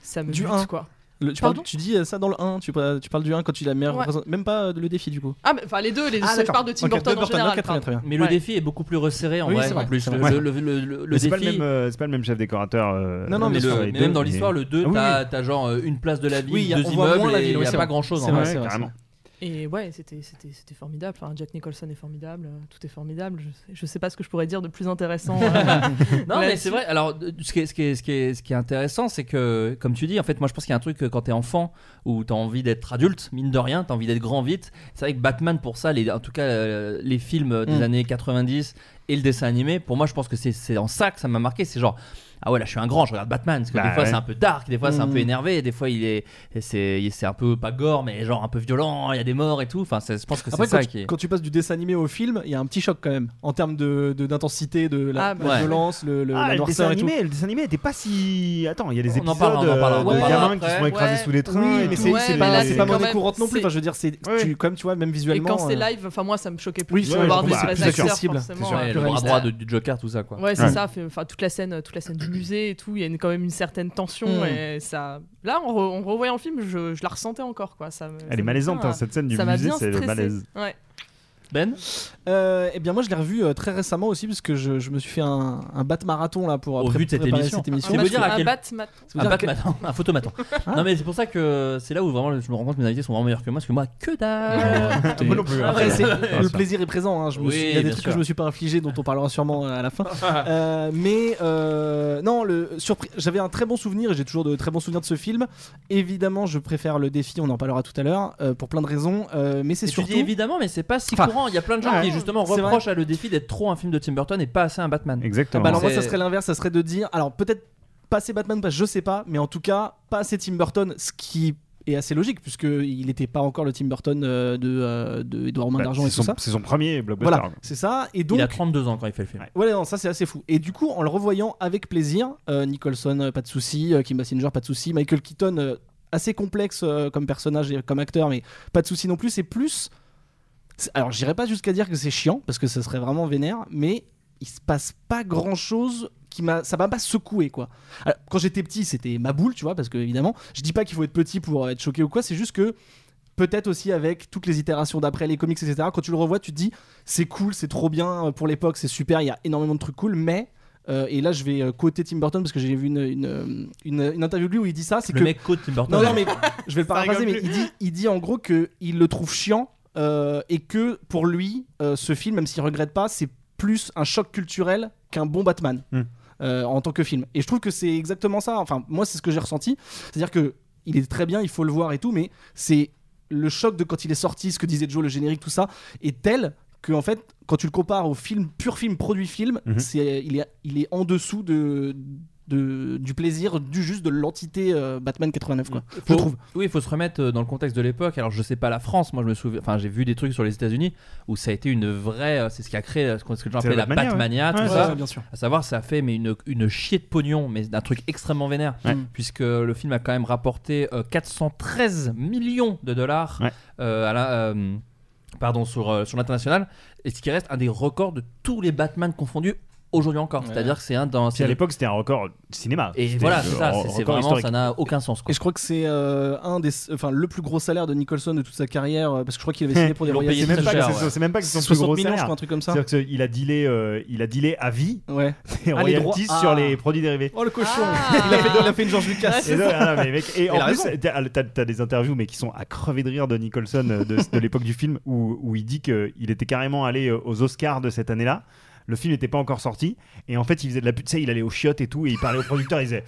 S10: ça me
S4: Du
S10: bute,
S4: un.
S10: quoi.
S4: Le- tu,
S10: Pardon
S4: parles, tu dis euh, ça dans le 1, tu, parles- tu parles du 1 quand il a meilleur
S10: Ouais.
S4: représent- Même pas euh, le défi du coup.
S10: Ah mais enfin les deux, les
S4: Ah,
S10: je
S4: d'accord.
S10: parle de Tim
S4: Ok,
S10: Burton,
S4: de
S10: en général.
S4: ok, très bien, très bien.
S7: Mais le
S10: Ouais.
S7: défi est beaucoup plus resserré en
S4: Oui,
S7: vrai.
S4: c'est vrai,
S7: En plus,
S4: c'est
S7: le,
S4: vrai.
S7: le- le- le- le
S9: Mais
S7: défi.
S9: c'est pas le même, euh, c'est pas le même chef décorateur. euh,
S4: Non, non, mais
S7: mais,
S9: sur
S7: le-
S9: les
S7: mais
S9: deux,
S7: même dans
S9: mais-
S7: l'histoire, le 2,
S9: Ah oui,
S7: t'as t'as genre euh, une place de la ville,
S4: Oui, y a- hein.
S7: deux
S4: on voit moins
S7: immeubles,
S4: la
S7: et
S4: ville,
S7: il
S4: oui,
S7: n'y a
S4: c'est
S7: pas
S4: vrai.
S7: grand chose.
S4: C'est vrai,
S9: Ouais, carrément.
S10: Et ouais, c'était c'était c'était formidable. Enfin Jack Nicholson est formidable, euh, tout est formidable. Je sais, je sais pas ce que je pourrais dire de plus *laughs* intéressant. euh, *laughs*
S7: *laughs* Non, mais
S10: Là-dessus.
S7: c'est vrai. Alors, de- ce qui est, ce qui est- ce qui est- ce qui est intéressant, c'est que, comme tu dis, en fait, moi, je pense qu'il y a un truc euh, quand t'es enfant où t'as envie d'être adulte, mine de rien, t'as envie d'être grand vite. C'est vrai que Batman, pour ça, les, en tout cas, euh, les films euh, des
S4: Mm.
S7: années 90 et le dessin animé, pour moi, je pense que c'est- c'est en ça que ça m'a marqué. C'est genre. Ah ouais, là je suis un grand, je regarde Batman, parce que
S9: Bah
S7: des fois
S9: ouais.
S7: c'est un peu dark, des fois c'est un peu
S4: Mm.
S7: énervé, des fois il est, et c'est il- c'est un peu pas gore, mais genre un peu violent, il y a des morts et tout. Enfin, c'est- je pense que c'est
S4: Après, quand,
S7: ça
S4: tu-
S7: qui est.
S4: quand tu passes du dessin animé au film, il y a un petit choc quand même en termes de de- d'intensité, de, la,
S10: Ah, bah,
S4: la
S7: ouais.
S4: violence, le, le-
S9: Ah,
S4: la
S9: le dessin
S4: noirceur et tout.
S9: animé, le dessin animé était pas si. Attends, il y a des
S7: On en
S9: épisodes
S7: parlera, on en parlera, on en
S9: euh, de
S7: parlera
S9: gamins qui
S7: après.
S9: se font écraser
S10: Ouais.
S9: sous les trains.
S4: Oui,
S9: et
S4: mais
S9: c'est-
S10: ouais,
S9: c'est
S10: mais
S9: les-
S10: là,
S4: C'est
S10: c'est
S4: pas
S10: quand
S4: monnaie
S10: même-
S4: courante non plus.
S10: c'est-
S4: Enfin, je veux dire, c'est
S9: Ouais.
S4: tu- comme tu vois, même
S10: et
S4: visuellement.
S10: quand c'est
S4: euh,
S10: live, enfin moi ça me choquait plus
S4: Oui,
S10: de
S4: c'est
S10: voir
S9: vrai,
S10: des
S9: bah,
S10: images
S9: c'est sûr.
S10: accessibles,
S4: Sensible.
S10: forcément,
S7: Ouais,
S10: ouais.
S7: le bras
S4: réaliste.
S7: droit de- du Joker, tout ça quoi.
S10: Ouais, c'est
S9: Ouais.
S10: ça. fait- Enfin, toute la scène, toute la scène du musée et tout. Il y a une- quand même une certaine tension
S4: Mm.
S10: et ça. Là, en, re- en revoyant le film, je, je la ressentais encore quoi. Ça. me- ça
S9: Elle est
S10: me-
S9: malaisante,
S10: ah,
S9: hein, cette scène du
S10: ça m'a
S9: musée,
S10: bien
S9: c'est
S10: stressé.
S9: malaise.
S10: Ouais.
S7: Ben
S4: Euh, eh bien, moi, je l'ai revu euh, très récemment aussi, parce que je, je me suis fait un, un bat marathon là pour euh,
S7: Au
S4: pré-
S7: vu de cette
S4: préparer
S7: émission. Ah,
S4: cette émission.
S7: C'est
S10: Un
S7: vous dire à
S10: bat-
S7: quel-
S10: un Batman.
S4: Ça veut
S7: Un
S4: dire que-
S7: batmaton, un photomaton.
S4: Hein
S7: non mais c'est pour ça que c'est là où vraiment je me rends compte que mes invités sont vraiment meilleurs que moi parce que moi que
S4: Ah,
S7: dalle. Ah,
S4: Euh,
S7: *laughs*
S9: Moi non plus. hein.
S4: Après, c'est- le
S9: sûr.
S4: plaisir est présent. hein, je me
S7: Oui,
S4: suis- il y a des
S7: bien
S4: trucs
S7: sûr.
S4: que je me suis pas infligé, dont on parlera sûrement euh, à la
S7: *laughs*
S4: fin. Euh, mais euh, non, le surpris. J'avais un très bon souvenir et j'ai toujours de très bons souvenirs de ce film. Évidemment, je préfère le défi. On en parlera tout à l'heure euh, pour plein de raisons. euh, mais c'est
S7: Et tu
S4: surtout.
S7: dis évidemment mais c'est pas si
S4: Enfin,
S7: courant. Il y a plein de gens
S9: ouais.
S7: qui justement
S4: C'est vrai.
S7: reprochent à le défi d'être trop un film de Tim Burton et pas assez un Batman.
S4: Ah
S9: Exactement.
S4: bah alors moi
S7: C'est-
S4: ça serait l'inverse, ça serait de dire alors peut-être pas assez Batman pas je sais pas, mais en tout cas pas assez Tim Burton, ce qui est assez logique puisque il n'était pas encore le Tim Burton euh, de, euh, de Edouard Main
S9: Bah,
S4: d'argent
S9: c'est
S4: et tout
S9: son-
S4: ça.
S9: C'est son premier blockbuster.
S4: Voilà, c'est ça. Et donc
S7: Il a 32 ans quand il fait le film.
S9: Ouais.
S4: Ouais, non, ça c'est assez fou. Et du coup, en le revoyant avec plaisir, euh, Nicholson, euh, pas de souci, euh, Kim Basinger, pas de souci, Michael Keaton, euh, assez complexe euh, comme personnage et comme acteur, mais pas de souci non plus. C'est plus. c'est- Alors, j'irai pas jusqu'à dire que c'est chiant, parce que ça serait vraiment vénère, mais il se passe pas grand chose qui m'a. Ça m'a pas secoué, quoi. Alors, quand j'étais petit, c'était ma boule, tu vois, parce que évidemment, je dis pas qu'il faut être petit pour euh, être choqué ou quoi, c'est juste que. Peut-être aussi avec toutes les itérations d'après, les comics, etc. Quand tu le revois, tu te dis, c'est cool, c'est trop bien euh, pour l'époque, c'est super, il y a énormément de trucs cool, mais Euh, et là, je vais euh, quoter Tim Burton parce que j'ai vu une, une, une- une interview de lui où il dit ça. C'est
S7: Le
S4: que...
S7: mec quote Tim Burton.
S4: Non, non, mais je vais le
S7: Ça
S4: paraphraser, mais
S7: rigole
S4: il
S7: plus.
S4: dit, il dit en gros que il le trouve chiant euh, et que pour lui, euh, ce film, même s'il regrette pas, c'est plus un choc culturel qu'un bon Batman
S9: Hmm.
S4: euh, en tant que film. Et je trouve que c'est exactement ça. Enfin, moi, c'est ce que j'ai ressenti. C'est-à-dire que il est très bien, il faut le voir et tout, mais c'est le choc de quand il est sorti, ce que disait Joe, le générique, tout ça, est tel que en fait, quand tu le compares au film pur film produit film,
S9: Mhm.
S4: c'est il est il est en dessous de, de- du plaisir du juste de l'entité euh, Batman 89 quoi. Je
S7: Faut-
S4: trouve.
S7: Oui, il faut se remettre euh, dans le contexte de l'époque. Alors, je sais pas la France, moi je me souviens, enfin, j'ai vu des trucs sur les États-Unis où ça a été une vraie. euh, C'est ce qui a créé euh, ce qu'on- ce que les gens
S9: C'est
S7: appelaient
S9: la
S7: la Batmania,
S9: Batmania, ouais.
S7: tout
S9: Ouais,
S7: ça.
S4: ouais, bien sûr.
S7: À savoir, ça a fait mais une, une chier de pognon, mais un truc extrêmement vénère, Mm.
S9: Ouais.
S7: puisque le film a quand même rapporté euh, 413 millions de dollars
S9: Ouais.
S7: euh, à la. euh, Pardon, sur, euh, sur l'international, et ce qui reste un des records de tous les Batman confondus aujourd'hui encore. C'est-à-dire que c'est un dans.
S9: Puis à l'époque, c'était un record cinéma.
S7: Et
S9: C'était
S7: voilà,
S9: le
S7: c'est ça,
S9: re-
S7: c'est- c'est
S9: record
S7: vraiment,
S9: historique.
S7: ça n'a aucun sens. quoi.
S4: Et je crois que c'est euh, un des, enfin le plus gros salaire de Nicholson de toute sa carrière, euh, parce que je crois qu'il avait
S7: *laughs*
S9: *laughs*
S4: signé pour des
S7: Ils l'ont
S4: royalties.
S7: payé
S9: C'est même,
S7: très
S9: pas que
S7: cher,
S9: c'est-
S7: ouais.
S9: c'est même pas que son plus
S4: 60
S9: gros
S4: millions, je
S9: salaire.
S4: crois, un truc comme ça.
S9: C'est-à-dire qu'il a dealé, euh, il a dealé à vie *laughs*
S4: Ouais.
S9: les
S4: Ah, les droits.
S9: royalties
S4: Ah.
S9: sur les produits dérivés.
S4: Oh le cochon
S9: *laughs*
S10: Ah.
S4: il, a fait, il a fait une George Lucas.
S9: Et, non, non, mais mec, et
S4: elle
S9: en
S4: a
S9: plus, euh,
S4: raison.
S9: t'as t'as- t'as des interviews mais qui sont à crever de rire de Nicholson euh, de, de l'époque du film où, où il dit qu'il était carrément allé euh, aux Oscars de cette année-là. Le film n'était pas encore sorti et en fait il faisait de la pute, tu sais, il allait aux chiottes et tout et il parlait au producteur, il disait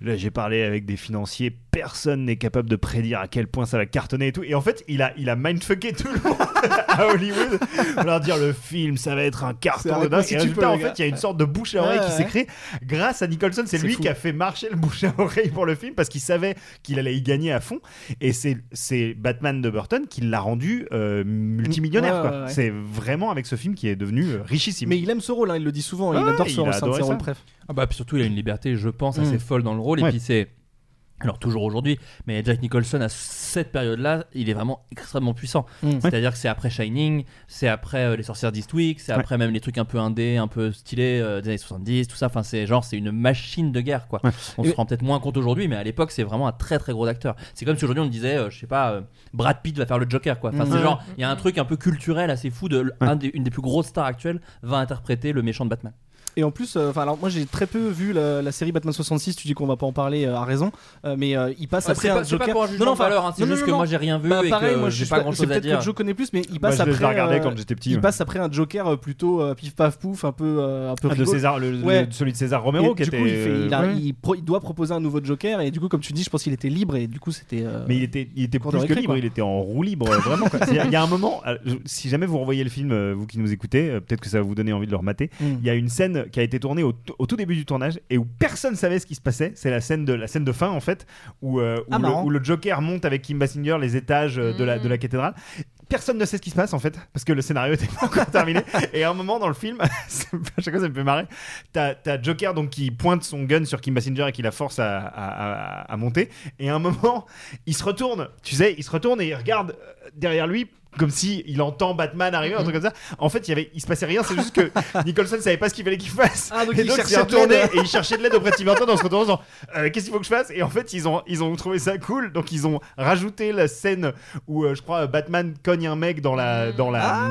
S9: là j'ai parlé avec des financiers, personne n'est capable de prédire à quel point ça va cartonner et tout et en fait il a il a mindfucké tout le monde *laughs* à Hollywood pour leur dire le film ça va être un
S4: C'est
S9: carton
S4: un
S9: de dingue
S4: si
S9: et
S4: tu
S9: résultat
S4: peux,
S9: en
S4: le gars.
S9: fait il y a une sorte de bouche à oreille
S4: Ouais,
S9: qui
S4: ouais.
S9: s'est créée grâce à Nicholson, c'est
S4: C'est
S9: lui
S4: fou.
S9: qui a fait marcher le bouche à oreille pour le film parce qu'il savait qu'il allait y gagner à fond. Et c'est c'est Batman de Burton qui l'a rendu euh, multimillionnaire.
S4: Ouais,
S9: quoi.
S4: ouais, ouais.
S9: C'est vraiment avec ce film qui est devenu euh, richissime.
S4: Mais il aime ce rôle, hein, il le dit souvent, il
S9: Ouais,
S4: adore ce
S9: Ah, il a
S4: rôle, c'est un de
S9: adoré
S4: ses
S9: ça.
S4: rôles préf.
S7: Ah bah puis surtout il a une liberté je pense
S4: Mm.
S7: assez folle dans le rôle
S9: Ouais.
S7: et puis c'est alors toujours aujourd'hui mais Jack Nicholson à cette période là il est vraiment extrêmement puissant
S4: Mm.
S7: c'est-à-dire que c'est après Shining c'est après euh, les sorcières d'Eastwick c'est après même les trucs un peu indés un peu stylés euh, des années 70 tout ça enfin c'est genre c'est une machine de guerre quoi
S9: Ouais.
S7: on
S4: Et-
S7: se rend peut-être moins compte aujourd'hui mais à l'époque c'est vraiment un très très gros acteur c'est comme si aujourd'hui on disait euh, je sais pas euh, Brad Pitt va faire le Joker quoi enfin
S4: Mm.
S7: c'est genre il y a un truc un peu culturel assez fou de un des- une des plus grosses stars actuelles va interpréter le méchant de Batman
S4: Et en plus, euh, enfin alors moi j'ai très peu vu la, la série Batman 66, tu dis qu'on va pas en parler euh, à raison, euh, mais euh, il passe
S7: Ouais,
S4: après
S7: c'est
S4: un
S7: pas- c'est pas
S4: Joker.
S7: pour un jugement de
S4: enfin,
S7: valeur, hein, c'est
S4: non,
S7: juste
S4: non,
S7: que
S4: non.
S7: moi j'ai rien vu
S4: Bah,
S7: et
S4: pareil,
S7: que
S4: moi je
S7: j'ai
S4: suis
S7: pas grand
S4: c'est
S7: chose à
S4: peut-être
S7: dire.
S4: que Joe connaît plus, mais il
S9: Moi,
S4: passe
S9: je
S4: après.
S9: l'ai regardé
S4: euh,
S9: quand j'étais petit.
S4: Il
S9: ouais.
S4: passe après un Joker euh, plutôt euh, pif paf pouf, un peu euh, un peu
S9: Ah, de
S4: rigolo.
S9: César, le- le-
S4: Ouais.
S9: celui de César Romero
S4: Et
S9: qui
S4: du
S9: était. euh,
S4: coup, il, fait- il a-
S9: ouais.
S4: il pro- il doit proposer un nouveau Joker et du coup, comme tu dis, je pense qu'il était libre et du coup, c'était. euh,
S9: Mais il était, il était
S4: Cours
S9: plus
S4: de
S9: que
S4: récré,
S9: libre,
S4: quoi.
S9: il était en roue libre, euh, vraiment. quoi. C'est-à-dire, Il y a un moment, euh, je- si jamais vous revoyez le film, euh, vous qui nous écoutez, euh, peut-être que ça va vous donner envie de le remater.
S4: Mm.
S9: Il y a une scène qui a été tournée au, t- au tout début du tournage et où personne savait ce qui se passait. C'est la scène de la scène de fin en fait où, euh, où
S4: Ah,
S9: le,
S4: marrant.
S9: où le Joker monte avec Kim Basinger les étages euh, de la
S4: Mm.
S9: de la cathédrale. Personne ne sait ce qui se passe en fait parce que le scénario *laughs* était pas encore terminé. Et à un moment dans le film, *laughs* ça me fait- à chaque fois ça me fait marrer. T'as t'as Joker donc qui pointe son gun sur Kim Basinger et qui la force à, à- à- à monter. Et à un moment, il se retourne. Tu sais, il se retourne et il regarde euh, derrière lui comme si il entend Batman arriver,
S4: Mm-hmm.
S9: un truc comme ça. En fait, il y avait, il se passait rien.
S4: *laughs*
S9: C'est juste que Nicholson savait pas ce qu'il fallait qu'il fasse.
S4: Ah, donc
S9: et
S4: il
S9: donc il
S4: cherchait
S9: s'est
S4: de l'aide.
S9: retourné et il cherchait de l'aide auprès de Tim Burton en se retournant en disant Euh, qu'est-ce qu'il faut que je fasse Et en fait, ils ont, ils ont trouvé ça cool. Donc ils ont rajouté la scène où euh, je crois Batman cogne un mec dans la dans la *laughs*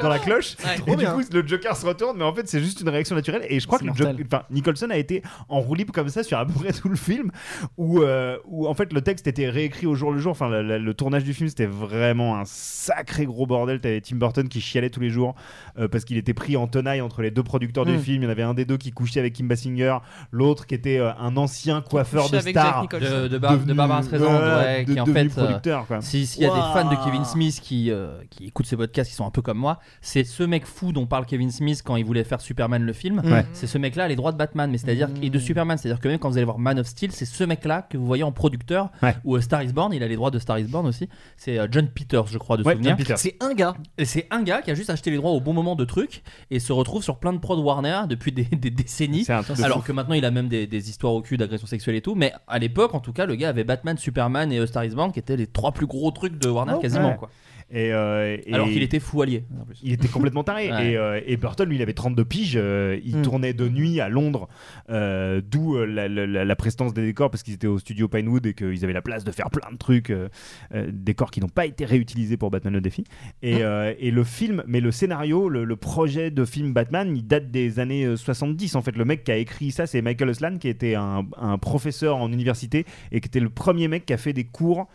S9: dans Ah, la cloche.
S10: Ouais.
S9: Et
S4: Mmh. Trop
S9: du
S4: bien.
S9: coup, le Joker se retourne, mais en fait, c'est juste une réaction naturelle. Et je crois
S4: Hein. C'est
S9: que le
S4: mortel.
S9: Joker- enfin, Nicholson a été en roue libre comme ça sur à peu près *laughs* tout le film, où, euh, où en fait le texte était réécrit au jour le jour. Enfin, la- la- le tournage du film, c'était vraiment un sacré gros bordel. T'avais Tim Burton qui chialait tous les jours euh, parce qu'il était pris en tenaille entre les deux producteurs du
S4: Mm.
S9: film. Il y en avait un des deux qui couchait avec Kim Basinger, l'autre qui était euh, un ancien coiffeur de
S10: Couché avec Jack
S9: star.
S10: Nicholson.
S7: de, de, Bar- de
S9: devenu-
S7: Barbara Streisand,
S9: Ouais,
S7: ouais,
S9: de-
S7: qui en
S9: devenu
S7: fait. euh,
S9: producteur, quoi.
S7: si- S'il y a
S4: Ouah.
S7: des fans de Kevin Smith qui, euh, qui écoutent ces podcasts, qui sont un peu comme moi, c'est ce mec fou dont parle Kevin Smith quand il voulait faire Superman le film.
S10: Mm-hmm.
S9: Ouais.
S7: C'est ce mec-là, les droits de Batman, mais c'est-à-dire et
S10: Mm.
S7: de Superman, c'est-à-dire que même quand vous allez voir Man of Steel, c'est ce mec-là que vous voyez en producteur
S9: Ouais.
S7: ou euh, Star Is Born, il a les droits de Star Is Born aussi. C'est euh, John Peters, je crois, de
S9: Ouais, John
S7: souvenir.
S9: Peters.
S4: C'est un gars.
S7: Et c'est un gars qui a juste acheté les droits au bon moment de trucs et se retrouve sur plein de prod Warner depuis des, des décennies.
S9: C'est un truc de
S7: Alors que maintenant il a même des, des histoires au cul d'agression sexuelle et tout, mais à l'époque en tout cas le gars avait Batman, Superman et euh, Star is Born qui étaient les trois plus gros trucs de Warner
S9: Oh,
S7: quasiment
S9: ouais.
S7: quoi.
S9: Et, euh, et-
S7: Alors qu'il était fou allié.
S9: Il était complètement taré.
S7: *laughs* Ouais.
S9: et, euh, et Burton, lui, il avait 32 piges. euh, il tournait de nuit à Londres, euh, d'où euh, la, la- la- la prestance des décors, parce qu'ils étaient au studio Pinewood et qu'ils avaient la place de faire plein de trucs, euh, euh, décors qui n'ont pas été réutilisés pour Batman le défi. Et, euh, et le film, mais le scénario, le, le projet de film Batman, il date des années euh, 70. En fait, le mec qui a écrit ça, c'est Michael Uslan, qui était un, un professeur en université et qui était le premier mec qui a fait des cours.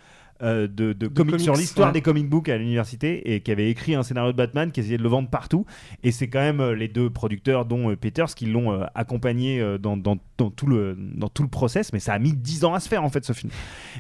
S9: euh, de, de comics, sur
S4: comics,
S9: l'histoire
S4: ouais.
S9: des comic books à l'université et qui avait écrit un scénario de Batman qui essayait de le vendre partout et c'est quand même euh, les deux producteurs dont euh, Peters qui l'ont euh, accompagné euh, dans, dans- dans tout le, dans tout le process mais ça a mis 10 ans à se faire en fait ce film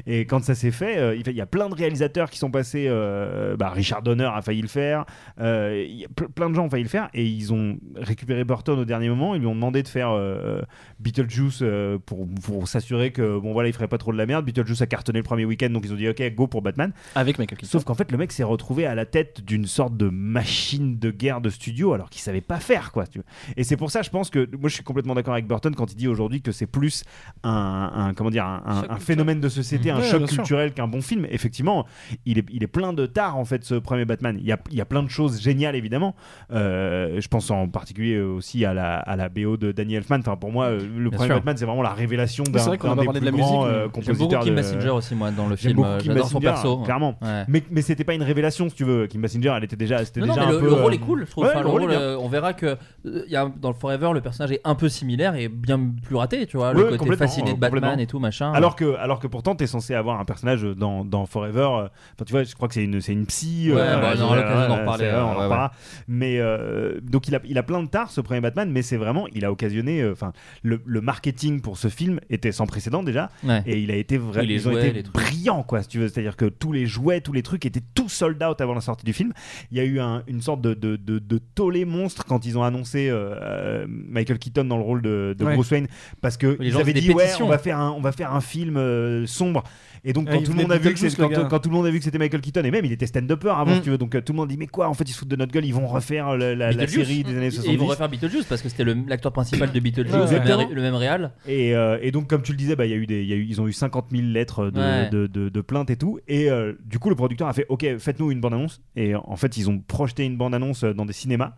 S9: et quand ça s'est fait euh, il fait- il y a plein de réalisateurs qui sont passés euh, bah, Richard Donner a failli le faire euh, il y a ple- plein de gens ont failli le faire et ils ont récupéré Burton au dernier moment ils lui ont demandé de faire euh, Beetlejuice euh, pour, pour s'assurer que bon voilà il ferait pas trop de la merde Beetlejuice a cartonné le premier week-end donc ils ont dit ok go pour Batman
S4: Avec Michael
S9: Sauf qu'en fait, le mec s'est retrouvé à la tête d'une sorte de machine de guerre de studio alors qu'il savait pas faire quoi. tu vois. Et c'est pour ça, je pense que moi, je suis complètement d'accord avec Burton quand il dit aujourd'hui que c'est plus un, un- comment dire un, un- un phénomène de société, un
S4: Ouais,
S9: choc
S4: bien sûr.
S9: culturel qu'un bon film. Effectivement, il est, il est plein de tares en fait ce premier Batman. Il y a, il y a plein de choses géniales évidemment. Euh, je pense en particulier euh, aussi à la, à la BO de Danny Elfman. Enfin, pour moi, euh, le premier
S7: sûr.
S9: Batman, c'est vraiment la révélation d'un
S7: C'est vrai qu'on
S9: d'un
S7: en a
S9: des
S7: parlé de
S9: plus
S7: la musique,
S9: grands,
S7: mais
S9: euh,
S7: j'aime
S9: compositeurs
S7: beaucoup Kim
S9: de-
S7: Basinger aussi, moi, dans le
S9: J'aime
S7: film,
S9: beaucoup
S7: euh,
S9: Kim
S7: j'adore son
S9: Basinger,
S7: perso, hein.
S9: clairement
S7: Ouais.
S9: mais, mais c'était pas une révélation si tu veux Kim Basinger elle était déjà c'était
S7: Non, non,
S9: déjà
S7: mais
S9: un
S7: le,
S9: peu
S7: le rôle
S9: euh,
S7: est cool, je trouve.
S9: ouais,
S7: Enfin,
S9: le
S7: le
S9: rôle est
S7: rôle,
S9: bien.
S7: euh, on verra que euh, y a, dans le Forever, le personnage est un peu similaire et bien plus raté, tu vois.
S9: Ouais,
S7: le côté
S9: complètement,
S7: fasciné
S9: euh,
S7: de Batman
S9: complètement.
S7: et tout, machin.
S9: Alors que, alors que pourtant, t'es censé avoir un personnage dans, dans Forever. euh, Enfin, tu vois, je crois que c'est une, c'est une psy.
S7: Ouais, bah, on aura
S9: euh,
S7: l'occasion d'en
S9: euh,
S7: reparler,
S9: c'est-
S7: euh,
S9: on en
S7: ouais,
S9: reparlera.
S7: ouais.
S9: Mais euh, donc, il a, il a plein de tares ce premier Batman, mais c'est vraiment, il a occasionné. euh, Enfin, le, le marketing pour ce film était sans précédent déjà,
S7: Ouais.
S9: et il a été
S7: Oui,
S9: vraiment,
S7: les
S9: ils ont
S7: jouets,
S9: été
S7: les trucs.
S9: brillants, quoi. Si tu veux, c'est-à-dire que tous les jouets, tous les trucs étaient tous sold out avant la sortie du film. Il y a eu un- une sorte de, de, de, de tollé monstre quand ils ont annoncé euh, euh, Michael Keaton dans le rôle de, de
S4: Ouais.
S9: Bruce Wayne, parce que
S7: Les
S9: ils
S7: gens
S9: avaient
S7: faisaient
S9: dit
S7: des
S9: ouais,
S7: pétitions.
S9: on va faire un, on va faire un film euh, sombre. Et donc
S4: Ah,
S9: quand
S4: il
S9: tout le
S4: venait
S9: monde a
S4: de
S9: vu que c'est-
S4: Beetlejuice, le
S9: quand,
S4: gars.
S9: quand tout le monde a vu que c'était Michael Keaton et même il était stand-upper avant,
S4: Mm.
S9: si tu veux. Donc euh, tout le monde dit mais quoi, en fait ils se foutent de notre gueule, ils vont refaire euh, la, la- la
S7: Beetlejuice.
S9: série des années 70.
S7: Et ils vont refaire Beetlejuice parce que c'était le- l'acteur principal de Beetlejuice,
S9: Ouais,
S7: le,
S9: exactement.
S7: même, le même réal.
S9: Et, euh, et donc, comme tu le disais, bah, il y a eu des, il y a eu, ils ont eu 50 000 lettres de,
S7: Ouais.
S9: de- de- de plaintes et tout. Et euh, du coup, le producteur a fait Ok, faites-nous une bande-annonce. Et en fait, ils ont projeté une bande-annonce euh, dans des cinémas.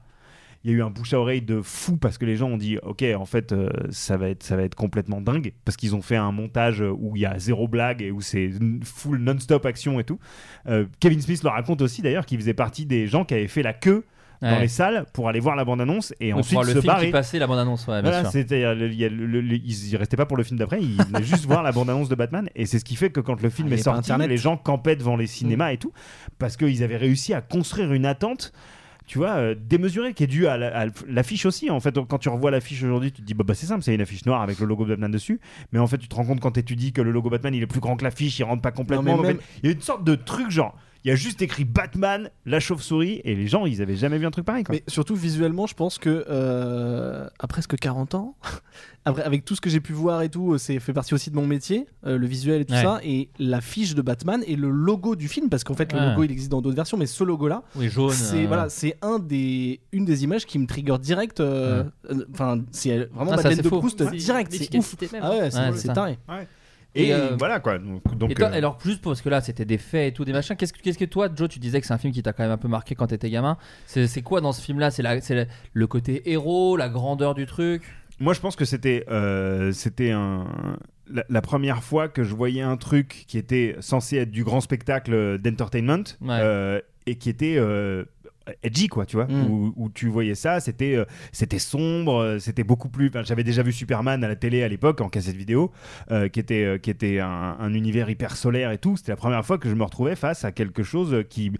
S9: Il y a eu un bouche à oreille de fou parce que les gens ont dit Ok, en fait, euh, ça, va être, ça va être complètement dingue. Parce qu'ils ont fait un montage où il y a zéro blague et où c'est n- full non-stop action et tout. Euh, Kevin Smith le raconte aussi d'ailleurs qu'il faisait partie des gens qui avaient fait la queue dans
S7: Ouais.
S9: les salles pour aller voir la bande-annonce et
S7: Donc,
S9: ensuite
S7: pour
S9: se
S7: le film
S9: barrer.
S7: qui passait la bande-annonce, ouais, bien
S9: Voilà,
S7: sûr.
S9: c'est-à-dire, le- il y a le- le- le- ils y restaient pas pour le film d'après, ils
S4: *laughs*
S9: venaient juste voir la bande-annonce de Batman, et c'est ce qui fait que quand le film
S4: Ah, il y
S9: est
S4: avait pas
S9: sorti,
S4: Internet. Mm.
S9: les gens campaient devant les cinémas et tout, parce qu'ils avaient réussi à construire une attente. Tu vois, euh, démesurée qui est due à la- à l'affiche aussi. En fait, quand tu revois l'affiche aujourd'hui, tu te dis, bah, bah, c'est simple, c'est une affiche noire avec le logo Batman dessus. Mais en fait, tu te rends compte quand tu étudies que le logo Batman, il est plus grand que l'affiche, il rentre pas complètement.
S4: Non,
S9: Donc,
S4: mais
S9: en fait,
S4: même-
S9: Il y a une sorte de truc genre, il y a juste écrit Batman, la chauve-souris, et les gens, ils avaient jamais vu un truc
S7: Ah
S9: pareil. Quoi.
S4: Mais surtout visuellement, je pense que euh, à presque 40 ans, *laughs* après, avec tout ce que j'ai pu voir et tout, euh, c'est fait partie aussi de mon métier, euh, le visuel et tout
S7: Ouais.
S4: ça, et l'affiche de Batman et le logo du film, parce qu'en fait
S7: Ouais.
S4: le logo il existe dans d'autres versions, mais ce logo-là,
S7: Ah. Oui, jaune.
S4: c'est
S7: euh,
S4: voilà, c'est un des une des images qui me trigger direct. euh, euh, Enfin, c'est vraiment
S7: Ah, ça,
S4: Madeleine
S7: c'est
S4: de
S7: faux.
S4: Proust direct, c'est ouf.
S10: L'efficacité même.
S4: Ah ouais,
S7: Ouais,
S4: c'est
S7: c'est
S4: c'est
S7: ça.
S4: taré.
S9: hein. Et,
S7: Et, euh,
S9: voilà quoi. Donc,
S7: Et
S9: donc,
S7: toi,
S9: euh,
S7: alors plus parce que là c'était des faits et tout, des machins. Qu'est-ce que, qu'est-ce que toi, Joe, tu disais que c'est un film qui t'a quand même un peu marqué quand t'étais gamin C'est c'est quoi dans ce film-là C'est la- c'est la- le côté héros, la grandeur du truc
S9: Moi, je pense que c'était euh, c'était un la, la première fois que je voyais un truc qui était censé être du grand spectacle d'entertainment
S7: Ouais.
S9: euh, et qui était euh, edgy quoi tu vois
S4: Mm.
S9: où, où tu voyais ça c'était euh, c'était sombre euh, c'était beaucoup plus enfin, j'avais déjà vu Superman à la télé à l'époque en cassette vidéo euh, qui était euh, qui était un, un univers hyper solaire et tout c'était la première fois que je me retrouvais face à quelque chose qui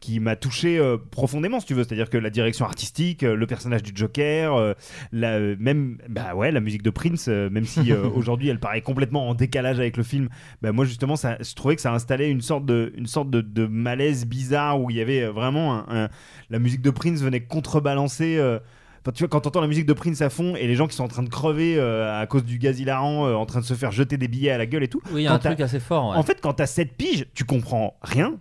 S9: qui m'a touché euh, profondément si tu veux c'est à dire que la direction artistique euh, le personnage du Joker euh, la euh, même bah ouais la musique de Prince euh, même si euh, aujourd'hui elle paraît complètement en décalage avec le film bah moi justement ça, je trouvais que ça installait une sorte de une sorte de, de malaise bizarre où il y avait euh, vraiment un- un- la musique de Prince venait contrebalancer euh, Enfin, tu vois, quand t'entends la musique de Prince à fond et les gens qui sont en train de crever euh, à cause du gaz hilarant, euh, en train de se faire jeter des billets à la gueule et tout.
S7: Oui, il y a
S9: quand
S7: un
S9: t'as-
S7: truc assez fort. ouais.
S9: en fait, quand t'as 7 piges, tu comprends rien,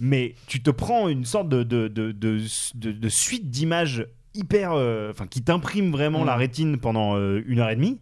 S9: mais tu te prends une sorte de, de, de, de- de- de suite d'images hyper. euh, Enfin, qui t'imprime vraiment
S7: Mm.
S9: la rétine pendant euh, une heure et demie.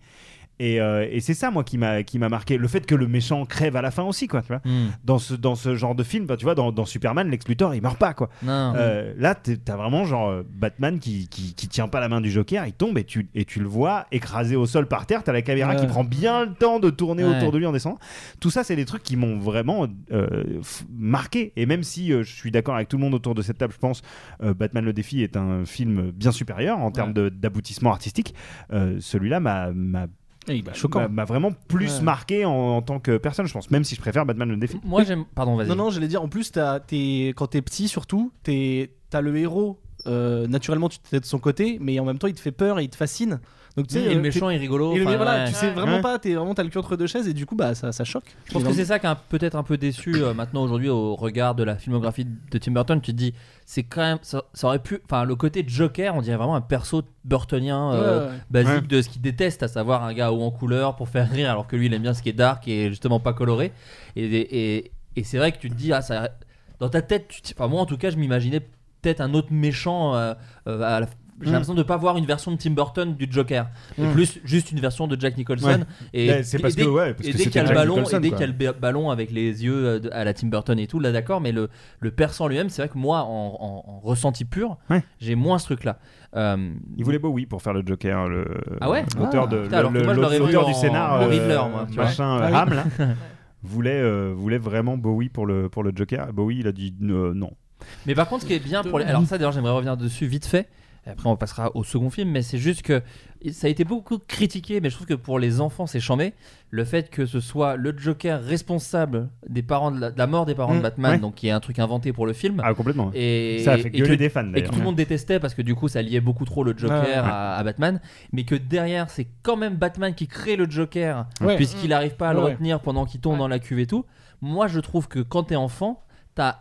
S9: Et, euh, et c'est ça, moi, qui m'a qui m'a marqué. Le fait que le méchant crève à la fin aussi, quoi. Tu vois
S7: Hmm.
S9: dans, ce, dans ce genre de film, bah, tu vois, dans, dans Superman, Lex Luthor, il meurt pas, quoi.
S7: Non.
S9: Euh, là, t'es- t'as vraiment genre euh, Batman qui, qui, qui tient pas la main du Joker, il tombe et tu, et tu le vois écrasé au sol par terre. T'as la caméra
S7: Ouais.
S9: qui prend bien le temps de tourner
S7: Ouais.
S9: autour de lui en descendant. Tout ça, c'est des trucs qui m'ont vraiment euh, f- marqué. Et même si euh, je suis d'accord avec tout le monde autour de cette table, je pense euh, Batman le défi est un film bien supérieur en termes de- d'aboutissement artistique. euh, Celui-là m'a m'a-
S4: bah,
S7: bah,
S4: choquant.
S9: m'a- m'a vraiment plus
S4: Ouais.
S9: marqué en, en tant que personne, je pense. Même si je préfère Batman le défi.
S7: Moi, j'aime. Pardon, vas-y.
S4: Non, non, j'allais dire, en plus, t'as- t'es- quand t'es petit, surtout, t'es- t'as le héros. euh, naturellement, tu t'es de son côté, mais en même temps, il te fait peur et il te fascine. Donc, tu sais,
S7: Et
S4: euh,
S7: le
S4: t'es-
S7: méchant est rigolo.
S4: et le-
S7: enfin,
S4: voilà,
S7: ouais.
S4: tu sais
S10: Ouais.
S4: vraiment
S9: Ouais.
S4: pas, t'es vraiment t'as le cul entre deux chaises et du coup bah ça, ça choque.
S7: Je pense que c'est ça qui a peut-être un peu déçu euh, maintenant aujourd'hui au regard de la filmographie de Tim Burton. Tu te dis, c'est quand même. Ça, ça aurait pu. Enfin, le côté de Joker, on dirait vraiment un perso burtonien euh,
S4: Ouais, ouais.
S7: basique
S9: Ouais.
S7: de ce qu'il déteste, à savoir un gars haut en couleur pour faire rire, alors que lui, il aime bien ce qui est dark et justement pas coloré. Et, et- et c'est vrai que tu te dis, ah, ça. Dans ta tête, tu te- enfin, moi en tout cas, je m'imaginais peut-être un autre méchant. euh, euh, à la- J'ai
S9: Mm.
S7: l'impression de ne pas voir une version de Tim Burton du Joker, mais
S9: Mm.
S7: plus juste une version de Jack Nicholson.
S9: Ouais.
S7: Et,
S9: Ouais, c'est parce
S7: et dès-
S9: que- ouais, parce
S7: et
S9: que
S7: dès qu'il y a
S9: c'était
S7: le
S9: Jack
S7: ballon, et
S9: Nicholson,
S7: dès
S9: quoi.
S7: qu'il y a le ba- ballon avec les yeux euh, de- à la Tim Burton et tout, là d'accord, mais le, le persan lui-même, c'est vrai que moi, en, en- en ressenti pur,
S9: Ouais.
S7: j'ai moins ce truc-là. Euh,
S9: Il voulait Bowie pour faire le Joker, le
S7: Ah ouais
S9: Euh, l'auteur
S7: Ah.
S9: de
S7: Putain, alors que
S9: le-
S7: moi, je l'aurais vu
S9: l'auteur du
S7: en-
S9: scénar,
S7: en
S9: euh,
S7: Riddler, moi, tu vois.
S9: machin
S4: Ah
S9: euh,
S4: oui.
S9: Ham,
S7: *laughs*
S9: là, voulait euh, voulait vraiment Bowie pour le pour le Joker. Bowie, il a dit euh, non.
S7: Mais par contre, ce qui est bien pour les... Alors ça, d'ailleurs, j'aimerais revenir dessus vite fait. Et Après, on passera au second film, mais c'est juste que ça a été beaucoup critiqué, mais je trouve que pour les enfants, c'est chambé. Le fait que ce soit le Joker responsable des parents de la, de la mort des parents de
S9: Mm,
S7: Batman,
S9: ouais.
S7: donc qui est un truc inventé pour le film.
S9: Ah complètement.
S7: Et,
S9: ça a fait
S7: et
S9: gueuler
S7: que-
S9: des fans
S7: et que
S9: d'ailleurs. Ah,
S7: tout le monde détestait parce que du coup ça liait beaucoup trop le Joker
S4: Ouais.
S7: à, à Batman, mais que derrière c'est quand même Batman qui crée le Joker
S4: Ouais.
S7: puisqu'il n'arrive pas à le
S4: Ouais.
S7: retenir pendant qu'il tombe
S10: Ouais.
S7: dans la cuve et tout. Moi je trouve que quand t'es enfant, t'as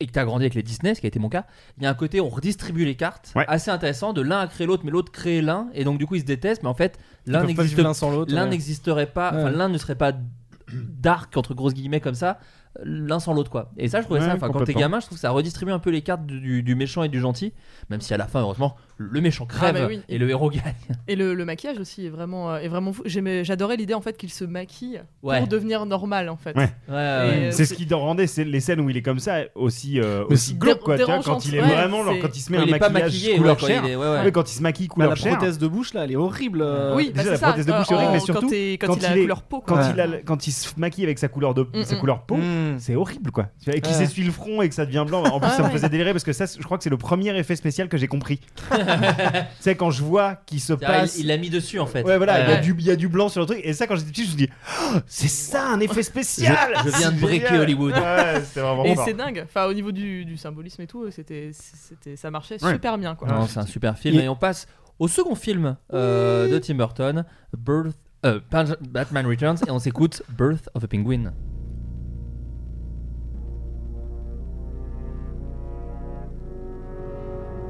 S7: et que t'as grandi avec les Disney, ce qui a été mon cas, il y a un côté on redistribue les cartes,
S9: Ouais.
S7: assez intéressant, de l'un à créer l'autre, mais l'autre crée l'un, et donc du coup ils se détestent, mais en fait l'un
S4: Ils peuvent pas
S7: n'existe
S4: vivre l'un sans l'autre.
S7: l'un
S4: ouais.
S7: n'existerait pas, enfin
S4: Ouais.
S7: l'un ne serait pas dark entre grosses guillemets comme ça, l'un sans l'autre quoi. Et ça, je trouvais ça,
S9: Ouais,
S7: enfin quand t'es
S9: complètement.
S7: gamin, je trouve que ça redistribue un peu les cartes du, du méchant et du gentil, même si à la fin, heureusement, le méchant crève
S4: Ah, bah
S10: mais Ah, bah oui.
S7: et le héros gagne.
S10: Et le, le maquillage aussi est vraiment, euh, est vraiment fou. J'aimais- J'adorais l'idée en fait qu'il se maquille
S7: Ouais.
S10: pour devenir normal en fait.
S9: Ouais.
S7: Ouais,
S10: ouais.
S7: euh,
S9: C'est ce qui en rendait c'est les scènes où il est comme ça aussi euh, aussi
S10: dé-
S9: glauque quoi. tu vois,
S10: dérangeante,
S9: quand il est
S10: ouais,
S9: vraiment genre,
S10: c'est-
S9: quand il se met
S7: Quand
S9: un
S7: il est pas
S9: maquillage
S7: maquillé,
S9: couleur
S7: ouais, quand
S9: chair.
S7: il est- ouais, ouais.
S9: Ouais, quand il se maquille
S4: Bah,
S9: couleur
S4: la
S9: chair.
S4: prothèse de bouche là, elle est horrible. euh.
S10: Oui, bah,
S9: Déjà, la
S10: c'est ça.
S9: prothèse de bouche est horrible,
S10: en-
S9: mais surtout,
S10: quand, t'es- quand
S9: quand
S10: il a
S9: il est-
S10: la couleur peau.
S9: Quand
S10: quoi.
S9: il a- quand il se maquille avec sa couleur de sa
S10: Mm,
S9: couleur peau.
S4: Mm.
S9: C'est horrible quoi. Tu vois, Et qu'il
S4: Ouais.
S9: s'essuie le front et que ça devient blanc. En plus,
S10: Ouais,
S9: ça me
S10: ouais.
S9: faisait délirer parce que ça, je crois que c'est le premier effet spécial que
S10: *laughs*
S9: j'ai compris. tu sais, quand je vois qu'il se
S7: Ah,
S9: passe.
S7: il il l'a mis dessus en fait.
S9: Ouais, voilà, il y a
S10: Ouais.
S9: du- il y, a du blanc sur le truc. Et ça, quand j'étais petit, je me dis, Oh, *gasps* c'est ça un effet spécial
S7: Je- je viens de
S9: C'est
S7: breaker
S9: génial.
S7: Hollywood.
S9: Ouais, c'était vraiment
S10: Et
S9: fort.
S10: c'est dingue. Enfin, au niveau du, du symbolisme et tout, euh, c'était, c'était, ça marchait
S9: Ouais.
S10: super bien quoi.
S7: Non, c'est un super film.
S4: Il-
S7: Et on passe au second film euh, de Tim Burton, Birth, euh, Pan- Batman Returns, et on s'écoute Birth of a Penguin.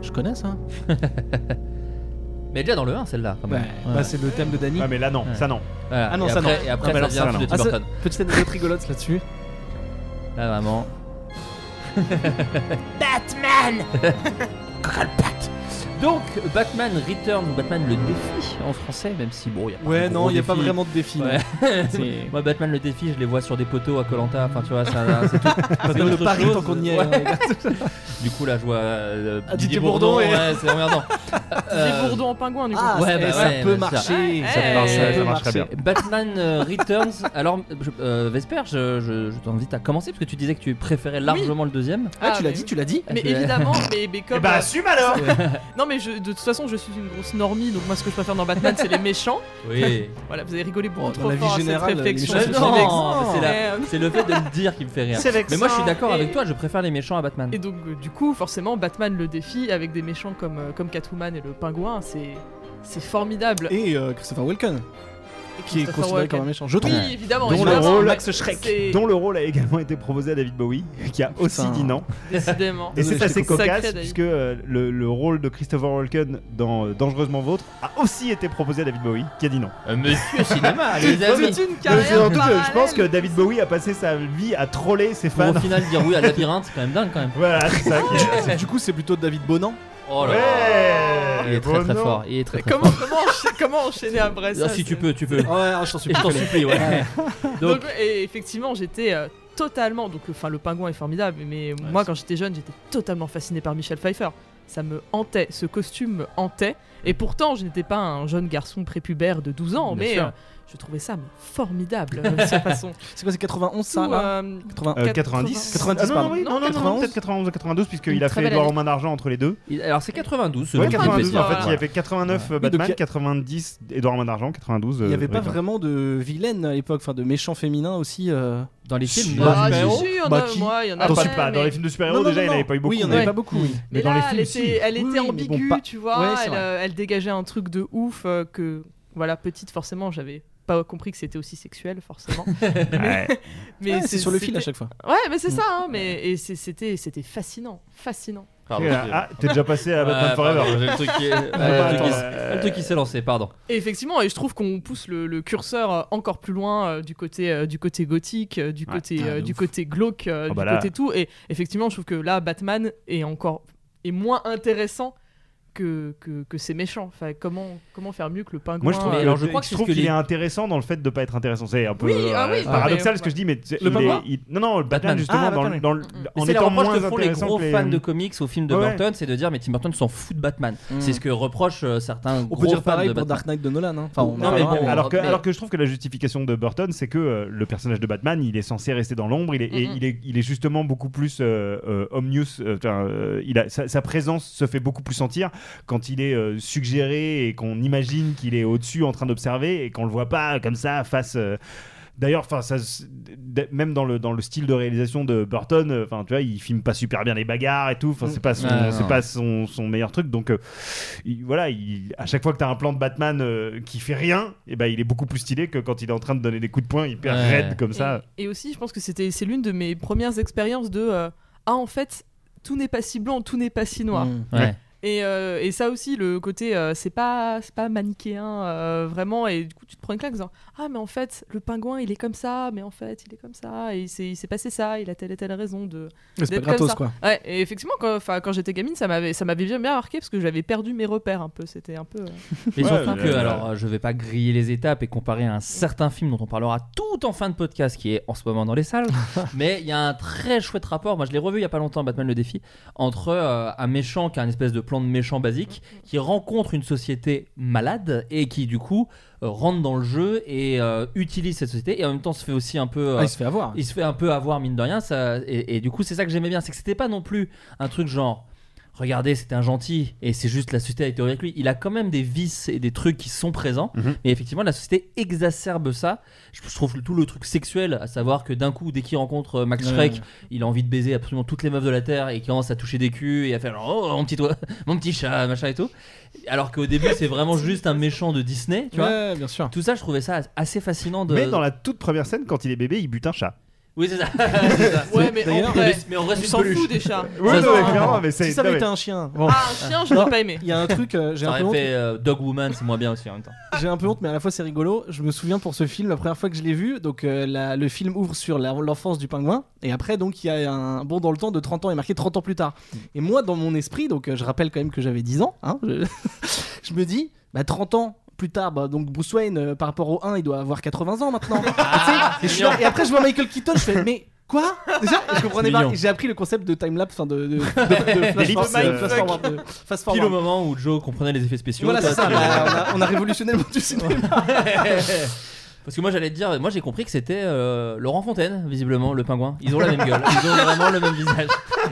S4: Je connais ça.
S7: Mais déjà dans le 1, celle-là. quand
S4: Bah,
S7: même. Ouais.
S4: bah, c'est le thème de Danny.
S9: Ouais, mais là, non,
S7: Ouais.
S9: ça, non.
S7: Voilà.
S4: Ah non,
S7: et
S4: ça,
S7: après,
S4: non.
S7: Et
S9: Ah,
S7: après,
S9: bah, alors,
S7: ça
S9: ça,
S7: vient de
S9: non.
S7: Tim
S4: Ah, ça-
S7: Burton.
S4: Petite anecdote rigolote là-dessus.
S7: Là, vraiment. Batman Donc, Batman Return ou Batman le défi en français, même si bon, il a pas
S4: Ouais,
S7: de
S4: non,
S7: gros
S4: il n'y a pas
S7: défi.
S4: vraiment de défi. non. *laughs*
S7: *laughs* Ouais.
S4: C'est-
S7: Moi, Batman le défi, je les vois sur des poteaux à Colanta. Enfin, tu vois, ça- c'est
S4: *laughs*
S7: tout. c'est
S4: Comme le
S7: autre
S4: pari
S7: chose.
S4: tant qu'on y est.
S7: Ouais.
S4: hein.
S7: Du coup, là, je vois euh,
S4: Ah,
S7: Didier
S4: Didier Bourdon
S7: Bourdon.
S4: et-
S7: Ouais,
S10: *laughs*
S7: c'est emmerdant.
S10: J'ai
S7: Euh,
S10: Bourdon en pingouin du coup.
S4: Ah,
S7: Ouais,
S4: c'est-
S7: bah
S4: ça
S7: ouais,
S4: peut
S7: mais ça-
S4: marcher.
S10: Ça peut marcher,
S4: peut
S9: ça marche très
S4: marcher.
S9: bien.
S7: Batman euh, Returns. Alors, je- euh, Vesper, je, je, je t'invite à commencer parce que tu disais que tu préférais largement le deuxième.
S4: Ah, tu l'as
S10: mais
S4: dit,
S10: oui.
S4: tu l'as dit. Eh ben,
S10: Mais
S7: Je-
S10: évidemment, mais, mais
S9: Et
S10: comme.
S9: bah,
S10: euh,
S9: assume alors
S4: *laughs*
S10: non, mais je- de toute façon, je suis une grosse normie, donc moi, ce que je préfère dans Batman, c'est les méchants. *laughs*
S7: Oui. Euh,
S10: Voilà, vous avez rigolé beaucoup
S4: Oh, dans
S10: trop
S4: la vie
S10: fort à cette
S4: générale, les
S10: réflexion.
S4: méchants,
S10: sur
S4: c'est
S10: Lex.
S7: Non, mais c'est la-
S10: Mais, euh, hein,
S7: C'est le fait de le dire qui me fait rire.
S9: C'est
S7: Mais moi je suis d'accord
S10: Et-
S7: avec toi, je préfère les méchants à Batman.
S10: Et donc, euh, du coup, forcément, Batman le défie avec des méchants comme, euh, comme Catwoman et le pingouin, c'est. C'est formidable.
S4: Et euh, Christopher Walken,
S10: Et
S4: qui est
S10: Christopher
S4: considéré
S10: Walken.
S4: comme un méchant. Je trouve.
S10: Oui, évidemment.
S9: Dont le
S10: évidemment.
S9: rôle-
S10: Max C'est-
S9: Dont le rôle a également été proposé à David Bowie, qui a aussi
S4: Putain.
S9: dit non.
S10: Décidément.
S9: Et c'est
S4: Désolé,
S9: assez
S4: je t'ai coupé.
S9: cocasse,
S10: Sacré David.
S9: puisque euh, le, le rôle de Christopher Walken dans euh, Dangereusement Vôtre a aussi été proposé à David Bowie, qui a dit non.
S7: Euh, monsieur
S9: *laughs*
S7: cinéma, les amis.
S10: C'est une
S9: Mais c'est
S10: carrière
S9: en tout cas, je pense que
S10: parallèle.
S9: David Bowie a passé sa vie à troller ses
S7: Pour
S9: fans.
S7: au final dire oui à Labyrinthe, c'est quand même dingue quand même.
S9: Voilà, c'est ça. qui est-
S4: Du coup, c'est plutôt David Bonan
S7: Oh là
S9: là.
S7: Il est très très fort. Il est très très
S10: Comment,
S7: fort.
S10: comment, encha- comment enchaîner après ça
S7: Ah, si
S10: c'est-
S7: tu peux, tu peux.
S4: Ouais, je t'en
S7: Et
S4: supplie.
S7: je t'en
S4: fais-le.
S7: supplie, ouais. *laughs* Donc,
S10: Donc, et effectivement, j'étais euh, totalement. Donc, enfin, le pingouin est formidable, mais moi, quand j'étais jeune, j'étais totalement fasciné par Michel Pfeiffer. Ça me hantait, ce costume me hantait. Et pourtant, je n'étais pas un jeune garçon prépubère de 12 ans,
S7: Bien
S10: mais
S7: sûr.
S10: euh, je trouvais ça mais, formidable euh, de
S4: *laughs*
S10: cette façon.
S4: C'est quoi, c'est 91 ça
S10: Tout,
S4: là
S10: euh,
S4: 80.
S9: Euh, 90
S4: 90,
S9: Ah non, non,
S4: pardon.
S9: oui, non, non, non,
S4: 91.
S9: peut-être 91 ou 92,
S10: Une
S9: puisqu'il a
S10: très
S9: fait
S10: belle
S9: Edouard
S10: année.
S9: Romain d'Argent entre les deux.
S7: il- alors c'est 92.
S9: Ouais,
S7: ce film
S9: 92, en
S7: spécial.
S9: fait, il y
S7: Ouais.
S9: avait 89
S4: donc,
S9: Batman,
S4: il y a-
S9: 90 Edouard Romain d'Argent, 92.
S4: Il n'y
S9: euh,
S4: avait pas
S9: Ritter.
S4: vraiment de vilaines à l'époque, enfin de méchants féminins aussi. euh.
S7: Dans les films,
S9: Bah,
S7: de
S9: si,
S7: super-héros,
S10: si,
S4: oh,
S10: il y en a,
S9: Bah, qui
S10: moi, il y en a
S9: Attends,
S10: plein,
S9: c'est pas,
S10: mais-
S9: dans les films de
S4: Non,
S9: super-héros,
S4: non, non,
S9: déjà, il n'y en
S4: non.
S9: avait pas eu beaucoup.
S4: Oui, il n'y en
S9: mais-
S4: avait pas beaucoup. oui.
S9: Mais
S10: Mais
S9: dans les
S10: là,
S9: films,
S10: elle
S9: si.
S10: était, elle
S4: Oui,
S10: était
S4: oui, mais bon,
S10: ambiguë,
S4: pas-
S10: tu vois.
S4: Ouais, c'est
S10: elle,
S4: vrai.
S10: euh, elle dégageait un truc de ouf euh, que, voilà, petite, forcément, j'avais pas compris que c'était aussi sexuel,
S4: *laughs*
S10: forcément.
S9: Ouais.
S10: Mais
S4: Ouais, c'est sur le fil à
S10: c'était-
S4: chaque fois.
S10: Ouais, mais c'est
S4: Mm.
S10: ça, hein, mais et c'est- c'était c'était fascinant, fascinant.
S7: Pardon, j'ai-
S9: Ah, t'es déjà passé à Batman
S7: Ouais,
S9: Forever.
S7: pardon, j'ai le truc qui est- ouais,
S9: Attends,
S7: le truc qui s-
S9: euh,
S7: le truc qui s'est lancé, pardon.
S10: Et effectivement, et je trouve qu'on pousse le, le curseur euh, encore plus loin euh, du côté euh, du côté gothique, euh, du
S9: Ouais,
S10: côté
S4: ah,
S10: euh,
S4: de
S10: du
S4: ouf.
S10: côté glauque, euh,
S9: Ah
S10: du
S9: bah là.
S10: côté tout. Et effectivement, je trouve que là, Batman est encore est moins intéressant que que, que ses méchants. Enfin, comment comment faire mieux que le pingouin euh,
S9: Moi, je trouve,
S7: Mais
S9: que,
S7: alors, je crois que
S9: je
S7: c'est
S9: trouve
S7: ce que
S9: qu'il
S7: les-
S9: est intéressant dans le fait de pas être intéressant. C'est un peu
S10: Oui,
S9: euh,
S10: ah oui, non,
S7: bah
S9: paradoxal
S10: mais-
S9: ce que je dis, mais tu sais,
S4: Le
S9: il
S4: Batman
S9: est- il- non, non, le Batman
S7: Batman. Mm.
S9: justement,
S4: Ah,
S9: dans, le-
S4: Batman,
S9: dans le-
S7: Mais
S9: en
S7: c'est la
S9: étant moins
S7: reproche que font les
S9: intéressant
S7: gros
S9: que les- euh,
S7: fans de comics au film de
S9: Ouais.
S7: Burton, c'est de dire mais Tim Burton s'en fout de Batman.
S4: Mm.
S7: C'est ce que reprochent euh, certains
S4: On
S7: gros
S4: peut dire
S7: fans
S4: pareil
S7: de
S4: pour
S7: Batman.
S4: Dark Knight de Nolan. hein. Enfin, on
S7: Non,
S4: en
S7: mais
S4: parlera,
S7: bon,
S4: mais-
S9: alors, que,
S7: mais-
S9: alors que je trouve que la justification de Burton, c'est que euh, le personnage de Batman, il est censé rester dans l'ombre, il est, et
S10: Mhm.
S9: il est, il est justement beaucoup plus euh, euh, omnius. euh, enfin, euh, il a, sa, sa présence se fait beaucoup plus sentir quand il est euh, suggéré et qu'on imagine qu'il est au-dessus en train d'observer et qu'on le voit pas comme ça face. euh, D'ailleurs, enfin, ça, se- d- même dans le dans le style de réalisation de Burton, euh, enfin, tu vois, il filme pas super bien les bagarres et tout. Enfin, c'est pas son,
S7: Ah, non.
S9: c'est pas son, son meilleur truc. Donc, euh, il- voilà, il- à chaque fois que tu as un plan de Batman euh, qui fait rien, et ben il est beaucoup plus stylé que quand il est en train de donner des coups de poing hyper
S7: Ouais.
S9: raide comme ça.
S10: Et, et aussi, je pense que c'était c'est l'une de mes premières expériences de euh, ah en fait tout n'est pas si blanc, tout n'est pas si noir.
S4: Mm.
S7: Ouais.
S10: Et, euh, et ça aussi, le côté euh, c'est pas c'est pas manichéen euh, vraiment. Et du coup, tu te prends une claque en disant ah mais en fait le pingouin il est comme ça, mais en fait il est comme ça. Et il s'est il s'est passé ça, il a telle et telle raison de.
S4: C'est pas
S10: d'être comme
S4: gratos
S10: ça.
S4: quoi.
S10: Ouais. Et effectivement, quand enfin, quand j'étais gamine, ça m'avait ça m'avait bien bien marqué parce que j'avais perdu mes repères un peu. C'était un peu. euh,
S7: *laughs* Mais
S9: Ouais,
S7: surtout
S9: mais,
S7: que,
S9: euh,
S7: alors, euh, je vais pas griller les étapes et comparer à un certain film dont on parlera tout en fin de podcast qui est en ce moment dans les salles. mais il y a un très chouette rapport, moi je l'ai revu il y a pas longtemps, Batman le défi, entre euh, un méchant qui a un espèce de plan de méchant basique, qui rencontre une société malade et qui du coup euh, rentre dans le jeu et euh, utilise cette société et en même temps se fait aussi un peu. euh,
S4: Ah, il se fait avoir.
S7: il se fait un peu avoir mine de rien ça et, et du coup c'est ça que j'aimais bien c'est que c'était pas non plus un truc genre regardez c'était un gentil et c'est juste la société a été avec lui il a quand même des vices et des trucs qui sont présents
S9: Mhm.
S7: mais effectivement la société exacerbe ça je je trouve tout le truc sexuel à savoir que d'un coup dès qu'il rencontre euh, Max
S4: Ouais.
S7: Schreck il a envie de baiser absolument toutes les meufs de la terre et il commence à toucher des culs et à faire genre, oh mon petit doigt, *laughs* mon petit chat machin et tout alors qu'au début
S4: *laughs*
S7: c'est vraiment juste un méchant de Disney tu vois
S4: Ouais, bien sûr.
S7: tout ça je trouvais ça assez fascinant de
S9: Mais dans la toute première scène, quand il est bébé, il bute un chat.
S7: oui c'est ça,
S4: *laughs*
S7: C'est ça.
S10: Ouais, mais en
S4: D'ailleurs,
S10: vrai,
S7: Mais en vrai,
S10: on
S7: c'est une
S10: s'en
S7: peluche.
S10: fout des chats.
S9: Oui,
S7: Ça,
S9: non,
S7: c'est-
S9: mais clairement, mais c'est.
S4: Si ça avait
S9: non, mais-
S4: été un chien. Bon.
S10: Ah un chien, je
S4: Non.
S10: l'aurais pas aimé.
S4: Il y a un truc, euh, j'ai un peu
S7: J'aurais
S4: honte.
S7: fait euh, Dog Woman, c'est moins bien aussi en *laughs* même temps.
S4: J'ai un peu honte, mais à la fois c'est rigolo. Je me souviens pour ce film, la première fois que je l'ai vu, donc euh, la- le film ouvre sur la- l'enfance du pingouin, et après donc il y a un bond dans le temps de 30 ans, il est marqué 30 ans plus tard.
S7: Mm.
S4: Et moi dans mon esprit, donc euh, je rappelle quand même que j'avais 10 ans, hein, je... *laughs* je me dis, bah 30 ans plus tard, bah, donc Bruce Wayne euh, par rapport au 1, il doit avoir 80 ans maintenant.
S7: Ah,
S4: Tu sais, et, je suis là- et après je vois Michael Keaton, je fais, mais... Quoi Déjà, Et je comprenais
S7: C'est
S4: pas.
S7: mignon.
S4: Et J'ai appris le concept de timelapse, enfin de, de, de-
S7: *laughs*
S4: de flash,
S9: Des
S4: force,
S9: lips,
S4: euh,
S9: euh,
S4: flash forward, de- fast
S7: Pile
S4: forward.
S7: au moment où Joe comprenait les effets spéciaux.
S4: Voilà,
S7: toi,
S4: c'est ça.
S7: tu-
S4: bah, on, a, on a révolutionné le monde du cinéma.
S7: *laughs* Parce que moi j'allais te dire, moi j'ai compris que c'était euh, Laurent Fontaine, visiblement, le pingouin. Ils ont la même gueule, ils ont vraiment le même visage.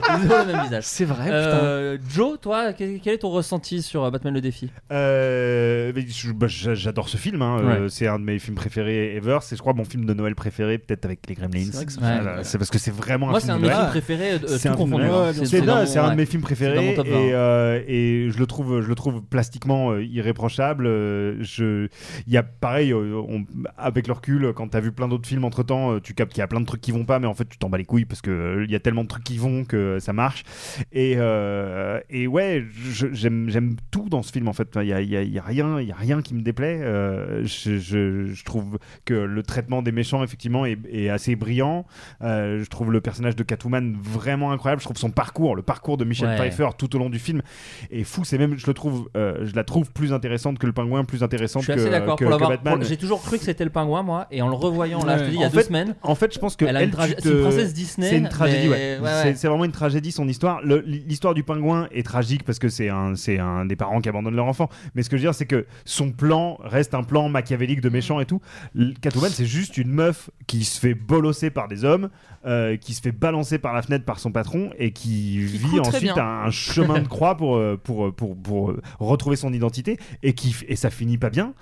S7: Ils ont le même visage.
S4: C'est vrai, putain.
S7: Euh, Joe, toi, quel, quel est ton ressenti sur euh, Batman le défi
S9: Euh, mais je- bah, j'a- J'adore ce film. hein. Euh, C'est un de mes films préférés ever. C'est, je crois, mon film de Noël préféré, peut-être avec les Gremlins.
S4: C'est vrai que ça-
S9: Voilà, C'est parce que c'est vraiment
S7: Moi
S9: un
S7: c'est
S9: film
S7: un
S9: de
S7: de mes
S9: Noël.
S7: films préférés, euh,
S9: C'est
S7: tout
S9: un film de
S7: confondu.
S9: Noël.
S7: hein.
S9: C'est
S7: dans
S9: dingue,
S7: mon-
S9: c'est un de
S7: ouais.
S9: mes films préférés
S7: C'est dans mon top
S9: et, euh, et je le trouve, je le trouve plastiquement euh, irréprochable. Euh, je, il y a pareil, euh, on- à- avec le recul, quand t'as vu plein d'autres films entre temps, euh, tu captes qu'il y a plein de trucs qui vont pas, mais en fait, tu t'en bats les couilles parce qu'il il y a tellement de trucs qui vont que euh, ça marche. Et, euh, et ouais, je- j'aime j'aime tout dans ce film en fait. Il y a, il y a- il y a rien, il y a rien qui me déplaît. Euh, je, je- je trouve que le traitement des méchants effectivement est, est assez brillant. Euh, je trouve le personnage de Catwoman vraiment incroyable. Je trouve son parcours, le parcours de Michel
S7: Ouais.
S9: Pfeiffer tout au long du film est fou. C'est même, je le trouve, euh, je la trouve plus intéressante que le Pingouin, plus
S7: Je
S9: intéressante
S7: suis
S9: que,
S7: assez d'accord
S9: que-
S7: pour
S9: que
S7: l'avoir.
S9: Batman.
S7: pour- J'ai toujours cru que c'était le pingouin, moi, et en le revoyant là, je te dis, il y a
S9: En
S7: deux
S9: fait-
S7: semaines.
S9: En fait, je pense que
S7: Elle a une
S9: tu
S7: traje-
S9: te-
S7: c'est une princesse Disney,
S9: C'est une tragédie,
S7: mais-
S9: ouais.
S7: ouais, ouais.
S9: C'est- C'est vraiment une tragédie son histoire. Le- L'histoire du pingouin est tragique parce que c'est un, c'est un des parents qui abandonnent leur enfant. Mais ce que je veux dire, c'est que son plan reste un plan machiavélique de méchant et tout. L- Catwoman, c'est juste une meuf qui se fait bolosser par des hommes, euh, qui se fait balancer par la fenêtre par son patron et qui, vit
S10: coud très
S9: ensuite
S10: bien.
S9: un, un chemin de croix pour, euh, pour, pour, pour, euh, retrouver son identité et qui f- et ça finit pas bien.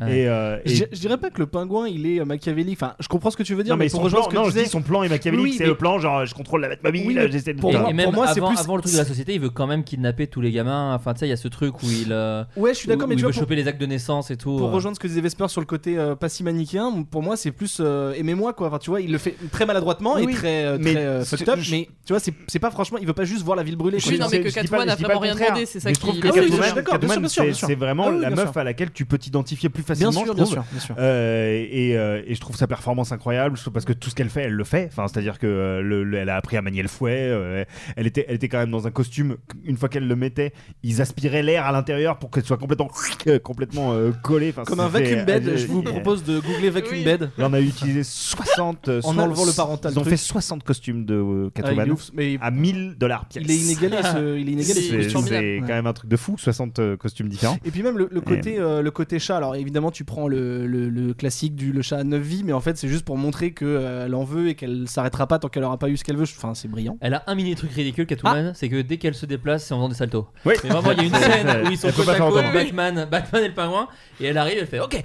S7: Ouais.
S9: Et, euh, et-
S4: Je, je dirais pas que le pingouin il est euh, machiavélique. Enfin, je comprends ce que tu veux dire,
S9: non, mais,
S4: pour
S9: son
S4: rejoindre
S9: plan,
S4: ce que
S9: non,
S4: tu
S9: je dis
S4: disais-
S9: son plan est machiavélique,
S4: Oui,
S9: c'est
S4: mais-
S9: le plan, genre je contrôle la Batmobile,
S4: Oui, mais
S9: j'essaie de
S4: pour
S7: et,
S9: faire-
S4: moi-
S7: et même
S4: moi, c'est
S7: avant,
S4: plus-
S7: avant le truc de la société, il veut quand même kidnapper tous les gamins. Enfin, tu sais, il y a ce truc où il, euh,
S4: Ouais, je suis d'accord,
S7: où-
S4: mais
S7: où
S4: tu
S7: il
S4: vois,
S7: veut
S4: pour,
S7: choper les actes de naissance et tout.
S4: pour
S7: euh.
S4: rejoindre ce que disait Vesper sur le côté euh, pas si manichéen, pour moi c'est plus euh, aimez-moi quoi. Enfin, tu vois, il le fait très maladroitement et
S9: Oui,
S4: très, euh,
S9: mais
S4: très euh,
S9: c'est-
S4: fucked up,
S9: je-
S4: mais tu vois, c'est c'est pas franchement, il veut pas juste voir la ville brûler. quoi.
S10: Oui,
S4: Il
S10: non, mais
S4: veut-
S9: je-
S10: que
S9: je dis pas-
S10: Catwoman
S9: je
S10: a
S9: dis pas
S10: vraiment
S9: le
S10: rien
S9: contraire.
S10: demandé, c'est ça
S9: Mais je
S10: qui-
S9: trouve que
S4: Ah oui,
S9: Catwoman-
S4: je suis d'accord, bien sûr,
S9: Catwoman,
S4: bien sûr, bien
S9: c'est-
S4: sûr.
S9: c'est vraiment
S4: Ah oui,
S9: la
S4: bien
S9: meuf
S4: sûr.
S9: à laquelle tu peux t'identifier plus
S4: bien
S9: facilement,
S4: sûr,
S9: je
S4: bien
S9: trouve.
S4: sûr, bien sûr.
S9: Euh, et, euh, et je trouve sa performance incroyable je trouve, parce que tout ce qu'elle fait, elle le fait. Enfin, c'est-à-dire que euh, le- le- elle a appris à manier le fouet. euh, elle était, elle était quand même dans un costume. Une fois qu'elle le mettait, ils aspiraient l'air à l'intérieur pour qu'elle soit complètement, *laughs* euh, complètement euh, collée. Enfin,
S4: Comme un
S9: c'était-
S4: vacuum bed,
S9: elle-
S4: je
S9: *laughs*
S4: vous
S9: elle-
S4: propose de googler vacuum
S10: Oui.
S4: bed.
S9: elle en a utilisé 60 euh,
S4: En
S9: 60
S4: enlevant le parental
S9: Ils ont
S4: truc.
S9: fait 60 costumes de euh,
S4: Ah, il est
S9: Catwoman
S4: ouf, mais il-
S9: à 1000 dollars pièce.
S4: il est
S9: *laughs*
S4: inégalé, ce, il est inégalé. ce
S10: C'est-
S4: costume.
S9: C'est
S10: formidable.
S9: quand même un truc de fou, 60 euh, costumes différents.
S4: Et puis même le, le côté euh, le côté chat. Alors évidemment tu prends le, le- le classique du le chat à 9 vies, mais en fait c'est juste pour montrer que euh, elle en veut et qu'elle s'arrêtera pas tant qu'elle aura pas eu ce qu'elle veut. Enfin c'est brillant.
S7: Elle a un mini truc ridicule,
S4: Ah.
S7: Catwoman, c'est que dès qu'elle se déplace, c'est en faisant des saltos.
S9: Oui.
S7: Mais vraiment, il y a une
S9: *laughs* C'est-
S7: scène
S9: c'est-
S7: où ils sont
S9: elle peut
S7: côte
S9: pas
S7: à
S9: faire
S7: côte,
S9: autrement.
S7: Batman, Batman et le pingouin, et elle arrive, elle fait OK.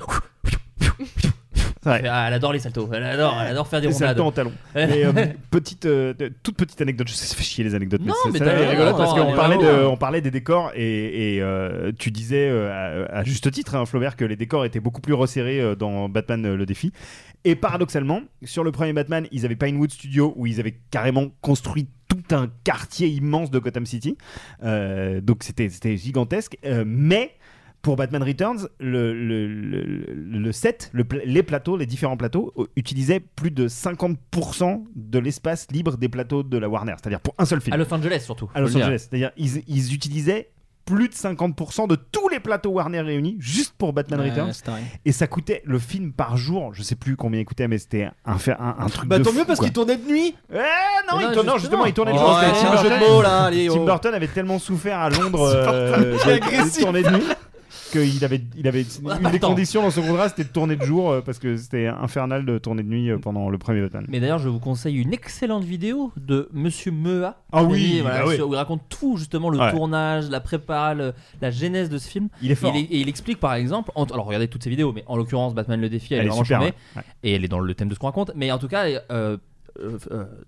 S9: C'est vrai.
S7: Ah, elle adore les saltos, elle adore, elle adore faire des
S9: Et C'est un
S7: rondades.
S9: temps en talon. Mais,
S7: *laughs*
S9: euh,
S4: *laughs*
S9: petite, euh, de- toute petite anecdote, je sais, ça fait chier les anecdotes.
S7: Non,
S9: c'est-
S7: mais
S9: ça,
S7: t'as
S9: elle est
S7: raison,
S9: rigolote
S4: hein,
S9: parce
S7: attends,
S9: qu'on
S7: on
S9: parlait,
S7: est
S9: de-
S7: là-haut.
S9: on parlait des décors et, et, euh, tu disais euh, à, à juste titre, hein, Flaubert, que les décors étaient beaucoup plus resserrés euh, dans Batman euh, le défi. Et paradoxalement, sur le premier Batman, ils avaient Pinewood Studio où ils avaient carrément construit tout un quartier immense de Gotham City. Euh, donc c'était c'était gigantesque. Euh, mais pour Batman Returns, le, le, le- le set, le pla- les plateaux, les différents plateaux, euh, utilisaient plus de 50% de l'espace libre des plateaux de la Warner, c'est-à-dire pour un seul film.
S7: À Los Angeles surtout.
S9: à
S7: faut
S9: Los
S7: le dire.
S9: Angeles. C'est-à-dire ils, ils utilisaient plus de 50% de tous les plateaux Warner réunis juste pour Batman
S4: Ouais,
S9: Returns.
S4: c'est dingue.
S9: Et ça coûtait le film par jour, je sais plus combien il coûtait, mais c'était un, fer- un, un truc
S4: Bah
S9: de
S4: tant
S9: fou,
S4: mieux parce
S9: quoi.
S4: qu'il tournait de nuit.
S9: Eh, non, il
S7: non,
S9: tournait- non, justement, il tournait le
S4: Oh,
S9: jour.
S4: ouais,
S9: c'était
S4: tiens,
S9: Tim
S4: un jeu de
S9: Burton.
S4: mots là, allez.
S9: Tim
S4: oh.
S9: Burton avait tellement
S4: *laughs*
S9: souffert à Londres euh,
S4: C'est
S9: de- de
S4: agressif.
S9: tourner de
S4: *laughs*
S9: nuit qu'il avait, il avait une des
S7: Attends.
S9: conditions dans son contrat, c'était de tourner de jour euh, parce que c'était infernal de tourner de nuit euh, pendant le premier Batman.
S7: Mais d'ailleurs, je vous conseille une excellente vidéo de Monsieur Mea.
S9: Ah oui,
S7: Et voilà,
S9: bah oui.
S7: sur- où il raconte tout justement le
S9: Ouais.
S7: tournage, la prépa, le- la genèse de ce film.
S9: Il est fort.
S7: Il est- et il explique par exemple, en- alors regardez toutes ces vidéos, mais en l'occurrence Batman le défi, elle,
S9: Elle
S7: est
S9: est
S7: vraiment
S9: super,
S7: chambée.
S9: ouais. Ouais.
S7: et elle est dans le thème de ce qu'on raconte. Mais en tout cas, euh, euh, euh,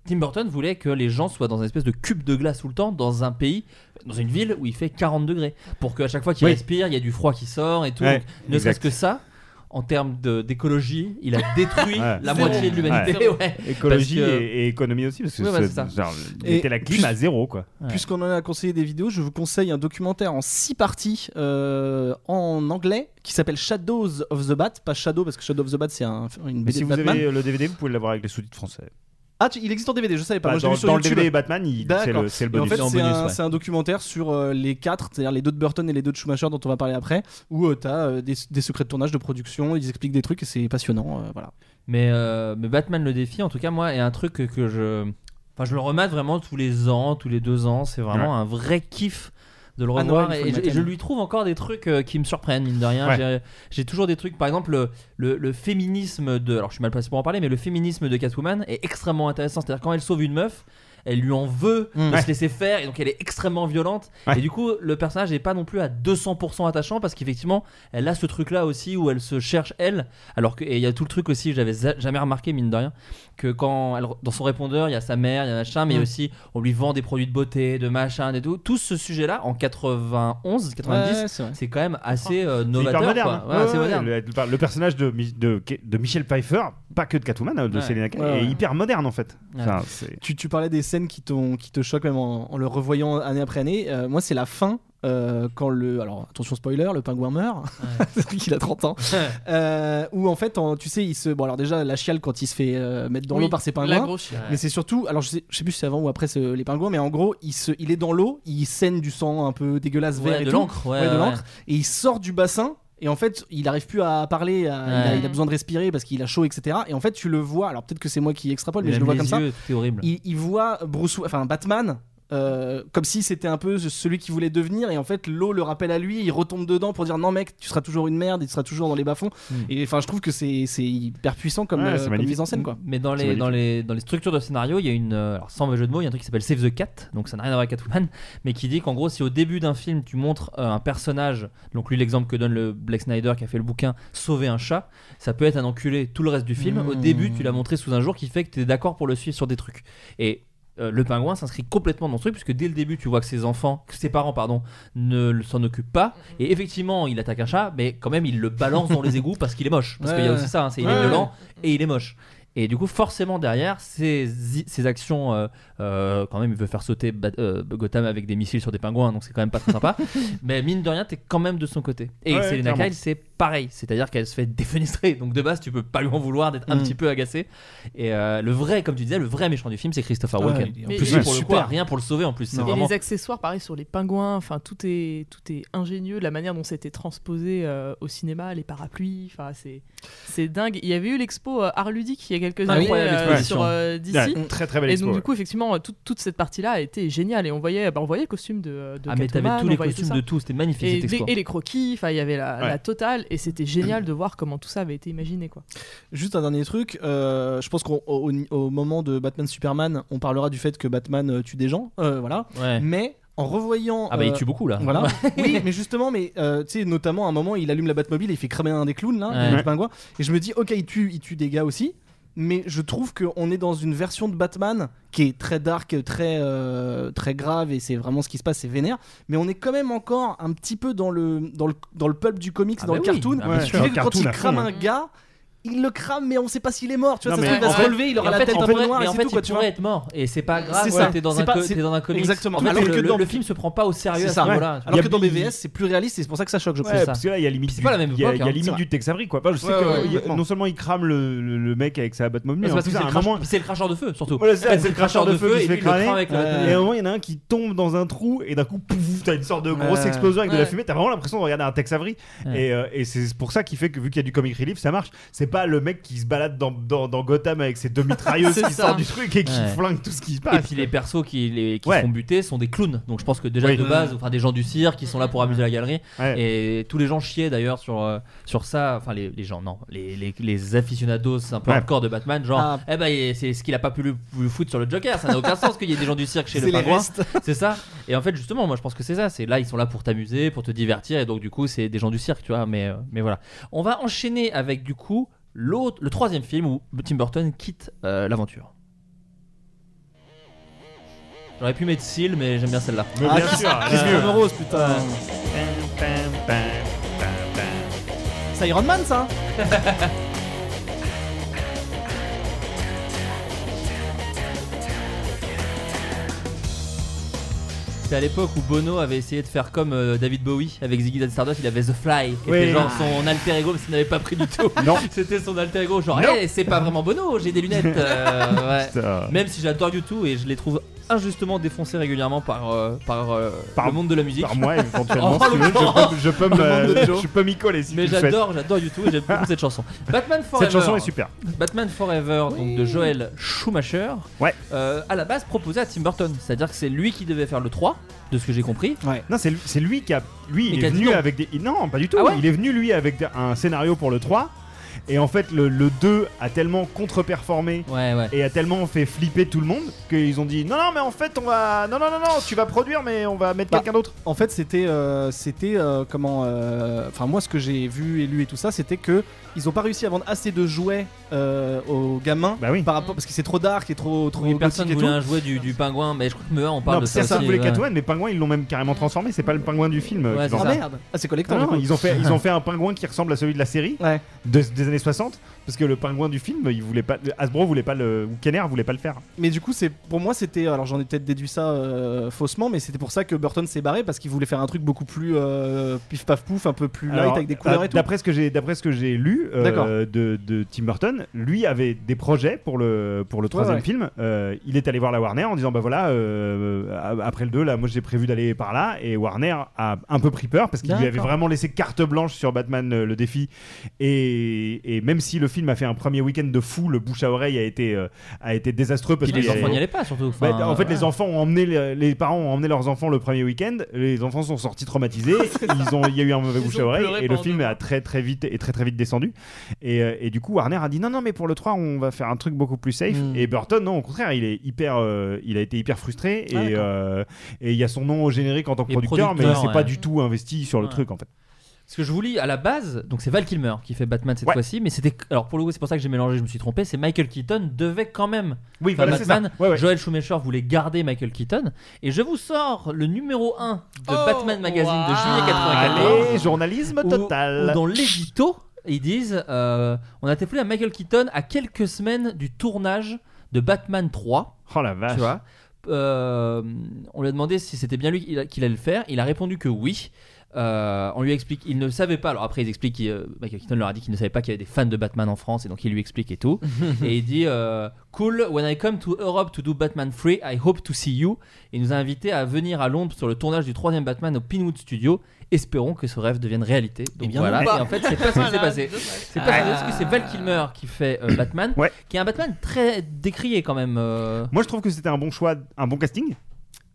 S7: Tim Burton voulait que les gens soient dans une espèce de cube de glace tout le temps, dans un pays, dans une ville où il fait 40 degrés, pour qu'à chaque fois qu'il
S9: Oui.
S7: respire, il y a du froid qui sort et tout.
S9: Ouais,
S7: Donc, ne
S9: exact.
S7: serait-ce que ça. En termes de- d'écologie, il
S9: *laughs*
S7: a détruit
S9: Ouais.
S7: la
S10: Zéro.
S7: moitié de l'humanité. Ouais.
S9: Écologie
S7: Parce que-
S9: et, et économie aussi, parce que
S7: Ouais, ouais,
S9: ce-
S7: c'est ça.
S9: genre, il
S4: bah, Et
S9: était la clim
S4: puis-
S9: à zéro quoi.
S7: Ouais.
S4: Puisqu'on en a conseillé des vidéos, je vous conseille un documentaire en six parties euh, en anglais qui s'appelle Shadows of the Bat, pas Shadow parce que Shadow of the Bat c'est un, une
S9: Mais
S4: BD
S9: si
S4: de
S9: vous
S4: Batman.
S9: avez euh, le DVD, vous pouvez l'avoir avec les sous-titres français.
S4: Ah, tu- il existe en DVD, je savais pas.
S9: Bah,
S4: Moi, je l'ai
S9: dans
S4: vu sur
S9: dans le
S4: YouTube.
S9: DVD Batman, il- c'est
S4: D'accord.
S9: le, c'est le
S4: Et en
S9: bonus.
S4: fait,
S7: en
S4: c'est
S7: bonus,
S4: un,
S7: ouais.
S4: c'est un documentaire sur euh, les quatre, c'est-à-dire les deux de Burton et les deux de Schumacher dont on va parler après, où tu as des, des secrets de tournage, de production, ils expliquent des trucs et c'est passionnant. euh, voilà.
S7: Mais, euh, mais Batman le défi, en tout cas, moi, est un truc que, que je. Enfin, je le remate vraiment tous les ans, tous les deux ans. C'est vraiment un vrai kiff de le
S4: Ah,
S7: revoir.
S4: Noël, il faut
S7: et,
S4: le
S7: je,
S4: mater.
S7: et je lui trouve encore des trucs euh, qui me surprennent, mine de rien.
S9: Ouais.
S7: J'ai- J'ai toujours des trucs, par exemple, le, le, le féminisme de. Alors, je suis mal placé pour en parler, mais le féminisme de Catwoman est extrêmement intéressant. C'est-à-dire, quand elle sauve une meuf. elle lui en veut de
S9: Ouais.
S7: se laisser faire, et donc elle est extrêmement violente.
S9: Ouais.
S7: Et du coup, le personnage n'est pas non plus à 200% attachant parce qu'effectivement, elle a ce truc-là aussi où elle se cherche elle. Alors que et il y a tout le truc aussi, j'avais za- jamais remarqué mine de rien, que quand elle- dans son répondeur, il y a sa mère, il y a machin, mais il y a
S4: Mm.
S7: aussi on lui vend des produits de beauté, de machin et tout. Tout ce sujet-là en 91, 90,
S4: Ouais, c'est vrai.
S7: c'est quand même assez euh,
S9: C'est hyper
S7: novateur.
S9: moderne,
S7: quoi.
S9: hein.
S7: Ouais,
S9: Ouais,
S7: c'est
S9: ouais,
S7: moderne.
S9: Le, le- le personnage de, Mi- de, de Michel Pfeiffer, pas que de Catwoman, hein, de
S7: Ouais.
S9: Selena Kyle,
S4: Ouais,
S9: est
S4: ouais.
S9: hyper moderne en fait.
S7: Ouais.
S9: Enfin, c'est-
S4: Tu, tu parlais des scènes qui, t'ont- qui te choquent même en, en le revoyant année après année. Euh, moi, c'est la fin. euh, quand le alors attention spoiler le pingouin meurt *laughs* il a 30
S7: *laughs*
S4: ans Euh, où en fait en- tu sais il se bon alors déjà la chiale quand il se fait euh, mettre dans
S10: Oui,
S4: l'eau par ses
S10: La
S4: pingouins
S10: grosse.
S4: mais c'est surtout alors je sais, je sais plus si c'est avant ou après ce- les pingouins mais en gros il se il est dans l'eau il saigne du sang un peu dégueulasse
S7: Ouais,
S4: vert et
S7: de
S4: tout.
S7: l'encre, ouais,
S4: Ouais, de
S7: ouais.
S4: l'encre. Et il sort du bassin. Et en fait, il arrive plus à parler. à- il, a,
S7: Ouais.
S4: il a besoin de respirer parce qu'il a chaud, etc. Et en fait, tu le vois. Alors peut-être que c'est moi qui extrapole, mais
S7: Même
S4: je le vois
S7: les
S4: comme ça.
S7: yeux, C'est horrible.
S4: Il, il voit Bruce, enfin Batman. euh, comme si c'était un peu celui qui voulait devenir et en fait l'eau le rappelle à lui il retombe dedans pour dire non mec tu seras toujours une merde il sera toujours dans les bas-fonds
S7: Mm.
S4: et enfin je trouve que c'est c'est hyper puissant comme,
S9: Ouais,
S4: euh,
S9: c'est
S4: comme
S9: magnifique.
S4: mise en scène quoi
S7: Mais dans
S9: C'est
S7: les,
S9: magnifique.
S7: dans, les, dans les structures de scénario, il y a une. euh, alors, sans mauvais jeu de mots, il y a un truc qui s'appelle Save the Cat, donc ça n'a rien à voir avec Catwoman, mais qui dit qu'en gros, si au début d'un film, tu montres euh, un personnage, donc lui, l'exemple que donne le Black Snyder qui a fait le bouquin Sauver un chat, ça peut être un enculé tout le reste du film. Au
S4: Mmh.
S7: début, tu l'as montré sous un jour qui fait que tu es d'accord pour le suivre sur des trucs. Et. euh, le pingouin s'inscrit complètement dans ce truc puisque dès le début tu vois que ses enfants, que ses parents pardon, ne le- s'en occupent pas et effectivement il attaque un chat mais quand même il le balance dans les égouts parce qu'il est moche parce qu'il y a
S4: Ouais.
S7: aussi ça hein, c'est il
S4: Ouais.
S7: est violent et il est moche et du coup, forcément, derrière, ces, ces actions, euh, euh, quand même, il veut faire sauter Bat- euh, Gotham avec des missiles sur des pingouins, donc c'est quand même pas très sympa. Mais mine de rien, t'es quand même de son côté. Et
S9: Ouais,
S7: Selena
S9: clairement.
S7: Kyle, c'est pareil. C'est-à-dire qu'elle se fait défenestrer. Donc de base, tu peux pas lui en vouloir d'être un
S4: Mm.
S7: petit peu agacé. Et euh, le vrai, comme tu disais, le vrai méchant du film, c'est Christopher
S4: Ouais,
S9: Ah,
S7: Walken.
S4: il est-
S7: en
S10: Mais
S7: plus,
S10: Ah, il est
S7: pour le coup,
S4: super.
S7: il y a rien pour le sauver. En plus, c'est
S4: Non.
S10: Et
S7: vraiment.
S10: les accessoires, pareil, sur les pingouins, enfin, tout est, tout est ingénieux, la manière dont c'était transposé euh, au cinéma, les parapluies, enfin, c'est, c'est dingue. Il y avait eu l'expo euh, Art Ludique il y a quelques années
S7: Incroyable
S10: euh,
S7: exposition.
S10: sur euh, DC.
S9: Ouais, très très belle
S10: Et
S9: expo,
S10: donc,
S9: ouais.
S10: du coup, effectivement, euh, toute- toute cette partie-là a été géniale. Et on voyait, bah, on voyait les costumes de, de
S7: Ah, mais
S10: Catwoman,
S7: t'avais tous
S10: on
S7: les
S10: voyait tout
S7: costumes
S10: ça.
S7: de tous. C'était magnifique
S10: et,
S7: cet
S10: les-
S7: exploit.
S10: et les croquis, enfin, il y avait la,
S9: Ouais.
S10: la totale. Et c'était
S7: *clears throat*
S10: génial de voir comment tout ça avait été imaginé, quoi.
S4: Juste un dernier truc, euh, je pense qu'au au- au moment de Batman Superman, on parlera du fait que Batman euh, tue des gens, euh, voilà.
S7: Ouais.
S4: Mais en revoyant.
S7: Ah, bah, il
S4: euh,
S7: tue beaucoup là. *laughs*
S4: Voilà. oui, mais justement, mais euh, tu sais, notamment à un moment, il allume la Batmobile et il fait cramer un des clowns là,
S7: Ouais.
S4: du pingouin. Et je me dis, ok, il tue, il tue des gars aussi. Mais je trouve qu'on est dans une version de Batman qui est très dark, très, euh, très grave, et c'est vraiment ce qui se passe, c'est vénère. Mais on est quand même encore un petit peu dans le, dans le, dans le pulp du comics,
S7: Ah
S4: dans
S7: bah
S4: le
S7: oui.
S4: cartoon.
S7: Ah, bien
S9: Ouais.
S7: sûr.
S4: Tu sais que
S9: Un
S4: quand il
S9: cartoon à
S4: crame
S9: fond,
S4: un
S10: hein.
S4: gars, il le crame, mais on sait pas s'il est mort. Tu vois,
S9: Non,
S4: ça se
S9: mais
S4: trouve, il va
S9: en
S4: se
S9: fait-
S4: relever, il
S7: Et
S4: aura
S7: en
S4: la
S7: fait,
S4: tête
S7: il
S4: un peu
S7: pourrait-
S4: noire
S7: mais
S4: et
S7: en
S4: c'est
S7: fait,
S4: tout.
S7: il
S4: Quoi, tu vois.
S7: pourrait être mort et c'est pas grave.
S4: C'est
S7: ouais,
S4: ça.
S7: T'es dans,
S4: C'est
S7: un
S4: pas-
S7: co-
S4: c'est-
S7: t'es dans un comics.
S4: Exactement.
S7: En fait,
S4: Alors
S7: le,
S4: que
S7: le-
S4: dans-
S7: le film se prend pas au sérieux
S4: C'est
S7: à ce
S4: ça.
S7: moment-là.
S4: Alors
S9: Y a
S4: que dans
S9: Bill-
S4: BVS, c'est plus réaliste et c'est pour ça que ça choque, je
S9: Ouais,
S4: trouve.
S7: ça.
S9: parce que là, il y a limite.
S7: C'est
S9: du-
S7: pas la même
S9: il y a-
S7: époque,
S9: Il y a
S7: hein,
S4: c'est
S9: limite
S4: vrai.
S9: du Tex Avery, quoi. Enfin, je sais
S4: Ouais,
S9: que
S4: ouais,
S9: euh, il-
S4: complètement.
S9: non seulement il crame le, le- le mec avec sa Batmobile,
S7: Mais
S9: mais
S7: c'est
S9: en
S7: parce que
S9: plus,
S7: c'est
S9: hein. à
S7: le,
S9: un
S7: crache-
S9: moment.
S7: c'est le cracheur de feu surtout.
S9: Voilà, c'est
S7: Ouais,
S9: c'est le cracheur de feu qui se fait
S7: et lui, le
S9: cramer.
S7: crame avec la
S4: Ouais.
S7: batte.
S9: Et à un moment, il y en a un qui tombe dans un trou, et d'un coup, pouf, t'as une sorte de grosse
S4: Ouais.
S9: explosion avec de la
S10: Ouais.
S9: fumée. T'as vraiment l'impression de regarder un Tex Avery.
S7: Ouais.
S9: Et, euh, et c'est pour ça qu'il fait que, vu qu'il y a du comic relief, ça marche. C'est pas le mec qui se balade dans, dans, dans Gotham avec ses deux
S7: *laughs*
S9: mitrailleuses
S10: C'est
S9: qui
S10: ça.
S9: sort du truc et qui
S7: Ouais.
S9: flingue tout ce qui se
S7: Et
S9: passe.
S7: puis les persos qui, les, qui
S9: Ouais.
S7: se font buter sont des clowns. Donc je pense que déjà
S9: Oui.
S7: de
S4: Mm.
S7: base, enfin des gens du cirque qui sont là pour amuser la galerie.
S9: Ouais.
S7: Et tous les gens chiaient d'ailleurs sur, euh, sur ça. Enfin les, les gens, non. Les, les, les aficionados un peu
S9: Ouais.
S7: hardcore de Batman, genre,
S4: Ah.
S7: eh ben il- c'est ce qu'il a pas pu lui, lui foutre sur le Joker. Ça n'a aucun sens qu'il y ait des gens du cirque chez
S4: *laughs*
S7: le
S4: C'est les
S7: pingouin.
S4: restes.
S7: *laughs* C'est ça. Et en fait, justement, moi, je pense que c'est ça. C'est là, ils sont là pour t'amuser, pour te divertir. Et donc, du coup, c'est des gens du cirque, tu vois. Mais, euh, mais voilà. On va enchaîner avec, du coup, l'autre, le troisième film où Tim Burton quitte euh, l'aventure. J'aurais pu mettre Seal, mais j'aime bien celle-là.
S9: Mais
S4: Ah,
S9: bien
S4: Chris-
S9: sûr,
S4: Chris
S9: euh,
S4: Cornell Rose, putain. C'est Iron Man, ça
S7: C'était à l'époque où Bono avait essayé de faire comme euh, David Bowie avec Ziggy Dan Stardust. Il avait The Fly, qui
S9: Oui. Ah.
S7: était genre son alter ego, mais ça n'avait pas pris du tout.
S9: Non.
S7: *laughs* C'était son alter ego, genre,
S9: Non.
S7: Eh, c'est pas vraiment Bono, j'ai des lunettes.
S9: *laughs*
S7: Euh, ouais.
S9: Putain.
S7: Même si j'adore YouTube et je les trouve injustement défoncés régulièrement par, euh, par, euh,
S9: Par-
S7: le monde de la musique.
S9: Par moi, éventuellement,
S7: Oh,
S9: si tu veux,
S7: le
S9: je peux, je peux me-
S4: Le monde de Joe.
S9: je peux m'y coller si
S7: mais
S9: tu le souhaites.
S7: j'adore, j'adore YouTube et j'aime beaucoup cette
S9: *laughs*
S7: chanson. Batman Forever.
S9: Cette chanson est super.
S7: Batman Forever, donc de Joel Schumacher.
S9: Ouais.
S7: euh, à la base proposé à Tim Burton, c'est-à-dire que c'est lui qui devait faire le 3, de ce que j'ai compris.
S9: Non, c'est lui- c'est lui qui a. Lui,
S7: Mais
S9: il
S7: qui a
S9: est
S7: dit
S9: venu
S7: non.
S9: avec des. Non, pas du tout.
S7: Ah ouais
S9: il est venu, lui, avec un scénario pour le 3. Et en fait, le, le 2 a tellement contre-performé et a tellement fait flipper tout le monde qu'ils ont dit non, non, mais en fait, on va. Non, non, non, non, tu vas produire, mais on va mettre
S4: Bah,
S9: quelqu'un d'autre.
S4: *laughs* En fait, c'était euh, c'était euh, comment euh, Enfin, moi, ce que j'ai vu et lu et tout ça, c'était que ils ont pas réussi à vendre assez de jouets euh, aux gamins
S9: bah oui.
S4: par rapport parce que c'est trop dark et trop trop
S7: Oui,
S4: gothique
S7: personne
S4: et
S7: voulait
S4: tout.
S7: un jouet du, du pingouin, mais je crois que Mea on parle
S9: Non,
S7: de ça.
S9: c'est ça
S7: aussi,
S9: vous les
S7: ouais.
S9: Catwoman, mais pingouin, ils l'ont même carrément transformé. C'est pas le pingouin du film. euh,
S7: Ouais,
S9: qu'ils
S7: c'est
S9: ont
S7: ça.
S9: fait.
S4: Merde Ah, c'est collector.
S9: Non,
S4: du
S9: non,
S4: coup.
S9: ils ont fait
S7: *laughs*
S9: ils ont fait un pingouin qui ressemble à celui de la série
S4: Ouais.
S9: de- des années 60 parce que le pingouin du film il voulait pas Hasbro voulait pas le ou Kenner voulait pas le faire
S4: Mais du coup, c'est pour moi, c'était alors j'en ai peut-être déduit ça euh, faussement, mais c'était pour ça que Burton s'est barré parce qu'il voulait faire un truc beaucoup plus euh, pif paf pouf, un peu plus light
S9: Alors, euh,
S4: avec des couleurs
S9: à-
S4: et tout.
S9: d'après ce que j'ai d'après ce que j'ai lu euh,
S4: D'accord.
S9: de, de Tim Burton lui avait des projets pour le pour le troisième
S4: ouais.
S9: film Euh, il est allé voir la Warner en disant bah voilà euh, a- après le 2 là moi j'ai prévu d'aller par là et Warner a un peu pris peur parce qu'il lui avait
S4: D'accord.
S9: vraiment laissé carte blanche sur Batman euh, le défi et, et même si le film a fait un premier week-end de fou le bouche à oreille a été euh, a été désastreux parce
S7: Puis
S9: que
S7: les enfants n'y allaient pas surtout.
S9: Bah,
S7: enfin,
S9: en fait,
S7: euh,
S9: les enfants ont emmené les, les parents ont emmené leurs enfants le premier week-end. Les enfants sont
S10: *laughs*
S9: sortis traumatisés. ils ont, il y a eu un mauvais
S10: Ils
S9: bouche
S10: ont
S9: à oreille
S10: pleuré
S9: et le
S10: pendant
S9: film
S10: deux
S9: a
S10: mois.
S9: très très vite est très très vite descendu. Et, euh, et du coup, Warner a dit non non mais pour le 3 on va faire un truc beaucoup plus safe.
S10: Hmm.
S7: Mm.
S9: Et Burton non au contraire il est hyper, euh, il a été hyper frustré et
S4: Ah, d'accord.
S9: euh, et il y a son nom au générique en tant que
S7: Et
S9: producteur, mais il
S7: producteur,
S9: s'est pas
S7: ouais.
S9: du tout investi sur le
S7: Ouais.
S9: truc en fait.
S7: Ce que je vous lis à la base, donc c'est Val Kilmer qui fait Batman cette
S9: Ouais.
S7: fois-ci, mais c'était alors pour le coup c'est pour ça que j'ai mélangé, je me suis trompé, c'est Michael Keaton devait quand même
S9: Oui
S7: faire
S9: voilà c'est ça.
S7: Batman.
S9: Ouais, ouais.
S7: Joel Schumacher voulait garder Michael Keaton et je vous sors le numéro 1 de
S10: Oh,
S7: Batman Magazine de juillet
S10: wow.
S7: 94.
S9: Allez journalisme
S7: Ou-
S9: total.
S7: ou dans l'édito, ils disent euh, On a téléphone à Michael Keaton à quelques semaines du tournage de Batman 3.
S9: Oh la vache.
S7: Tu vois Euh, on lui a demandé si c'était bien lui qu'il qu'il allait le faire. Il a répondu que oui. Euh, on lui explique, il ne savait pas. Alors après, ils expliquent, qu'il- euh, Michael Keaton leur a dit qu'il ne savait pas qu'il y avait des fans de Batman en France et donc il lui explique et
S9: *laughs*
S7: tout. et il dit euh, Cool, when I come to Europe to do Batman 3, I hope to see you. Et il nous a invités à venir à Londres sur le tournage du troisième Batman au Pinwood Studio. Espérons que ce rêve devienne réalité. Donc
S4: bien
S7: voilà.
S10: non.
S7: Et en fait, c'est pas ce qui s'est
S10: Voilà,
S7: passé.
S10: dommage.
S7: C'est pas ça, parce que c'est Val Kilmer qui fait euh, Batman,
S9: Ah. Ouais.
S7: qui est un Batman très décrié quand même. euh.
S9: Moi, je trouve que c'était un bon choix, un bon casting.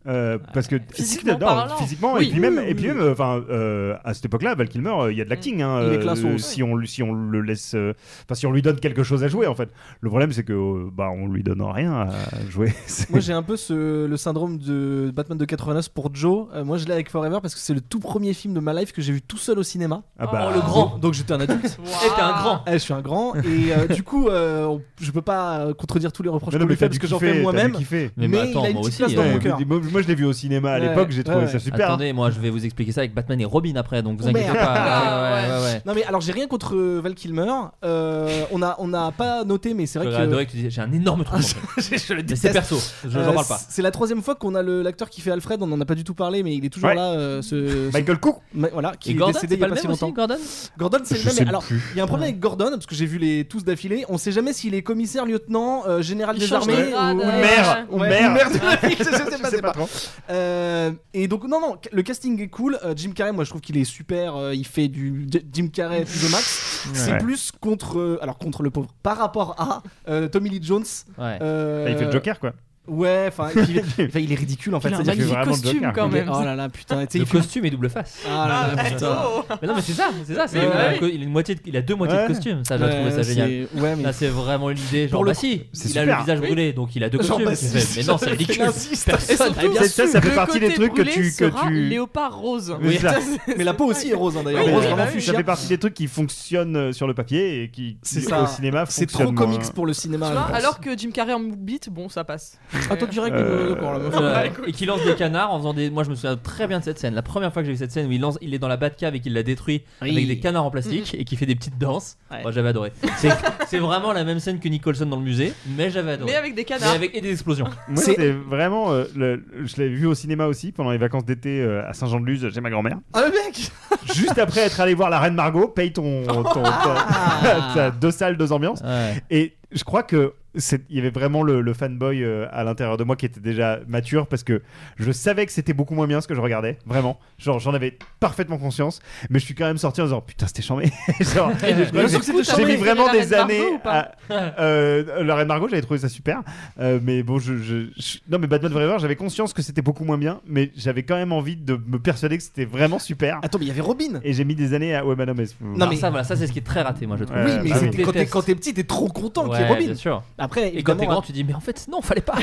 S9: Euh, parce que
S10: Physiquement
S9: non,
S10: parlant.
S9: physiquement
S10: Oui.
S9: et puis même
S10: Oui,
S9: et puis
S10: oui.
S9: même euh, enfin euh, à cette époque-là Val Kilmer euh, il y a de l'acting hein,
S4: Il est
S9: euh,
S4: classe aussi.
S9: si on lui- si on le laisse euh, enfin si on lui donne quelque chose à jouer en fait le problème c'est que euh, bah on lui donne rien à jouer *laughs* C'est-
S4: Moi j'ai un peu ce, le syndrome de Batman de 89 pour Joe. Euh, moi je l'ai avec Forever parce que c'est le tout premier film de ma life que j'ai vu tout seul au cinéma.
S9: ah
S7: Oh, le grand.
S4: Donc j'étais un
S7: *laughs*
S4: adulte.
S7: Eh, t'es un grand.
S4: Eh, je suis un grand et euh, *laughs* du coup euh, on- je peux pas euh, contredire tous les reproches
S9: Non,
S4: qu'on
S9: non,
S4: lui fait
S9: mais t'as
S4: parce
S9: dû
S4: que j'en
S9: kiffer,
S4: fais
S9: t'as
S4: moi-même.
S9: dû kiffer.
S7: Mais,
S4: Mais il
S7: attends,
S4: a une
S7: moi
S4: petite place
S7: aussi.
S4: dans
S7: euh,
S4: mon
S9: Ouais,
S4: cœur.
S9: mais moi, moi, je l'ai vu au cinéma Bah, à
S4: Ouais,
S9: l'époque j'ai trouvé
S4: ouais.
S9: ça super hein.
S7: Attendez, moi je vais vous expliquer ça avec Batman et Robin après, donc vous
S4: Oh,
S7: inquiétez
S4: merde.
S7: pas.
S10: Ah,
S7: Ouais, ouais, ouais, ouais.
S4: Non mais alors j'ai rien contre Val Kilmer. Euh, on a on n'a pas noté mais c'est vrai
S7: J'aurais
S4: que
S7: adoré que tu dises, J'ai un
S4: *laughs*
S7: énorme trou.
S4: je le
S7: Mais c'est perso, je j'en
S4: Euh,
S7: parle pas.
S4: C'est la troisième fois qu'on a le- l'acteur qui fait Alfred, on en a pas du tout parlé, mais il est toujours
S9: Ouais.
S4: là, euh, ce, ce-
S9: Michael Cook
S4: ma- voilà, qui
S7: Et
S4: est
S7: Gordon,
S4: décédé il
S7: c'est
S4: y
S7: pas
S4: a
S7: le
S4: pas si
S7: même aussi,
S4: longtemps.
S7: Gordon
S4: Gordon, c'est le
S9: Je
S4: même.
S9: sais
S4: mais alors,
S9: plus.
S4: il y a un problème avec Gordon parce que j'ai vu les tous d'affilée. On sait jamais s'il est commissaire, lieutenant, euh, général
S10: Il
S4: des
S10: change de
S4: armées
S10: grade,
S4: ou
S10: euh,
S9: Mère
S4: Ouais,
S9: Mère
S4: ou maire de la ville,
S9: *laughs*
S4: je sais pas,
S9: je
S4: c'est
S9: sais pas
S4: pas.
S9: trop
S4: Euh, et donc non non, le casting est cool. Euh, Jim Carrey, moi je trouve qu'il est super. euh, il fait du J- Jim Carrey plus de max. C'est
S9: Ouais.
S4: plus contre euh, alors contre le pauvre par rapport à euh, Tommy Lee Jones.
S7: Ouais.
S4: euh,
S9: Bah, il fait le Joker quoi
S4: Ouais, enfin et puis- *laughs* enfin, il est ridicule en fait.
S10: Il a un
S4: C'est-à-dire que-
S9: fait
S10: magnifique
S9: vraiment le
S10: costume
S9: Joker.
S10: quand
S4: Il est-
S10: même.
S4: Oh là là, putain, tu sais,
S7: Le
S4: il fait-
S7: costume est double face.
S4: Ah là là, putain.
S7: Mais non, mais c'est ça, c'est ça. c'est-
S10: Ouais,
S7: il, a,
S10: ouais.
S7: co- il a une moitié, de- il a deux moitiés
S9: Ouais.
S7: de costume. Ça, j'ai trouvé ça
S4: Ouais,
S7: génial.
S4: c'est- Ouais, mais.
S7: Là, c'est vraiment une idée. Genre,
S4: Pour le
S7: bah si,
S9: c'est
S7: il a le
S9: super.
S7: visage
S10: Oui.
S7: brûlé, donc il a deux
S4: Genre,
S7: costumes.
S4: bah,
S7: Tu fais, Mais non, c'est ridicule.
S10: Et
S7: Personne.
S10: surtout,
S9: bien sûr, ça fait
S10: le
S9: partie des
S10: côté
S9: trucs que
S10: brûlé
S9: tu- que
S10: sera
S9: tu-
S10: léopard rose.
S9: Oui, c'est ça.
S4: Mais la peau aussi est rose hein, d'ailleurs.
S10: Oui,
S4: Rose
S10: oui,
S4: vraiment
S10: bah oui.
S4: fuchsia.
S9: ça fait partie des trucs qui fonctionnent euh, sur le papier et qui,
S4: C'est
S9: qui,
S4: ça.
S9: au cinéma
S4: C'est trop
S9: fonctionnent moins.
S4: comics pour le cinéma.
S10: Tu
S4: je
S10: vois,
S4: pense.
S10: alors que Jim Carrey en beat, bon, ça passe.
S4: *laughs* Ah, toi, tu dirais que.
S9: Euh,
S4: d'accord, là, meuf.
S7: Euh, et qui lance des canards en faisant des. Moi, je me souviens très bien de cette scène. La première fois que j'ai vu cette scène où il lance, il est dans la Batcave et qu'il la détruit avec des canards en plastique et qui fait des petites danses.
S4: Ouais.
S7: Moi, j'avais adoré. C'est- C'est vraiment la même scène que Nicholson dans le musée, mais j'avais adoré.
S10: Mais avec des
S7: Mais
S10: canards.
S7: avec et des explosions.
S9: Moi,
S4: C'est-
S9: c'était vraiment. euh, le- le- je l'ai vu au cinéma aussi pendant les vacances d'été euh, à Saint-Jean-de-Luz chez ma grand-mère.
S4: Ah, le mec
S9: *laughs* Juste après être allé voir la
S4: *laughs*
S9: Reine Margot, paye ton. ton- ton-
S4: Ah.
S9: *laughs* t'as deux salles, deux ambiances.
S7: Ouais.
S9: Et je crois que c'est- il y avait vraiment le, le fanboy euh, à l'intérieur de moi qui était déjà mature parce que je savais que c'était beaucoup moins bien ce que je regardais, vraiment. Genre, j'en avais parfaitement conscience, mais je suis quand même sorti en disant putain, c'était chambé. *laughs* Genre,
S7: *laughs*
S4: Et
S9: je
S4: j'ai
S9: crois Bah, que
S4: l'impression que c'était
S9: j'ai
S4: chambé.
S9: mis vraiment
S4: T'avais la
S9: des
S4: reine Margot
S9: années.
S4: ou pas
S9: à- euh, la reine Margot, j'avais trouvé ça super, euh, mais bon, je, je- je- non, mais Batman Forever, j'avais conscience que c'était beaucoup moins bien, mais j'avais quand même envie de me persuader que c'était vraiment super.
S4: Attends, mais il y avait Robin.
S9: Et j'ai mis des années à ouais, mais non, mais
S7: Non, mais Ah, ça, voilà, ça c'est ce qui est très raté, moi je trouve. Ah,
S9: Oui, mais
S7: Je
S9: c'est-
S4: quand t'es-
S7: déteste.
S4: quand t'es petit, t'es trop content qu'il y ait
S7: Ouais,
S4: Robin.
S7: Bien sûr.
S4: Après,
S7: et quand
S4: évidemment,
S7: t'es grand,
S4: à-
S7: tu dis mais en fait non, fallait pas.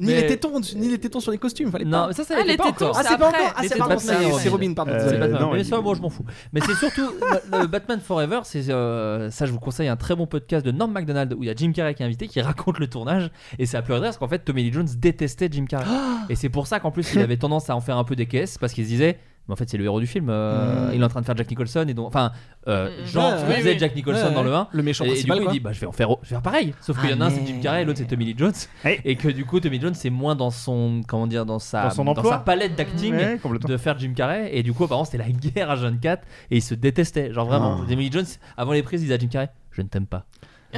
S4: Ni
S7: Mais-
S4: les tétons, ni les tétons sur les costumes, fallait
S7: Non,
S4: pas.
S7: mais ça, ça
S4: ah,
S7: l'était
S4: les
S7: pas
S4: tétons,
S7: encore.
S4: c'est
S7: Ah,
S4: pas encore.
S7: c'est
S4: Ah,
S7: après.
S4: c'est
S7: Les
S4: pardon,
S7: tétons, c'est
S4: c'est c'est
S7: Robin.
S4: Robin, pardon.
S9: Euh,
S4: désolé.
S7: C'est Batman,
S9: non,
S7: mais
S9: il-
S7: ça, moi, je m'en fous. Mais
S4: *laughs*
S7: c'est surtout bah, le Batman Forever. C'est euh, ça, je vous conseille un très bon podcast de Norm Macdonald où il y a Jim Carrey qui est invité, qui *laughs* raconte le tournage. Et c'est à pleurer parce qu'en fait, Tommy Lee Jones détestait Jim
S4: *gasps*
S7: Carrey. et c'est pour ça qu'en plus, il avait tendance à en faire un peu des caisses parce qu'il se disait. Mais en fait, c'est le héros du film. euh,
S4: Mm.
S7: Il est en train de faire Jack Nicholson et donc, enfin, euh,
S10: Mm, mm.
S7: genre,
S4: Ouais,
S7: ce que
S4: ouais,
S7: faisait
S10: oui.
S7: Jack Nicholson
S4: Ouais,
S7: dans
S4: ouais.
S7: le 1
S4: Le
S7: et,
S4: méchant
S7: et du
S4: principal,
S7: coup, il
S4: quoi. Ah,
S7: dit bah, je, vais en faire, je vais faire pareil. Sauf qu'il y en a un, c'est Jim Carrey, et l'autre, c'est Tommy Lee Jones.
S9: Ouais.
S7: Et que du coup, Tommy Lee Jones, c'est moins dans son, comment dire, dans sa,
S9: Dans son emploi.
S7: sa palette d'acting
S9: Ouais, complètement.
S7: de faire Jim Carrey. Et du coup, apparemment, c'était la *laughs* guerre à John 4 et ils se détestaient. Genre vraiment,
S9: Ah.
S7: Tommy Lee Jones, avant les prises, il disait à Jim Carrey Je ne t'aime pas.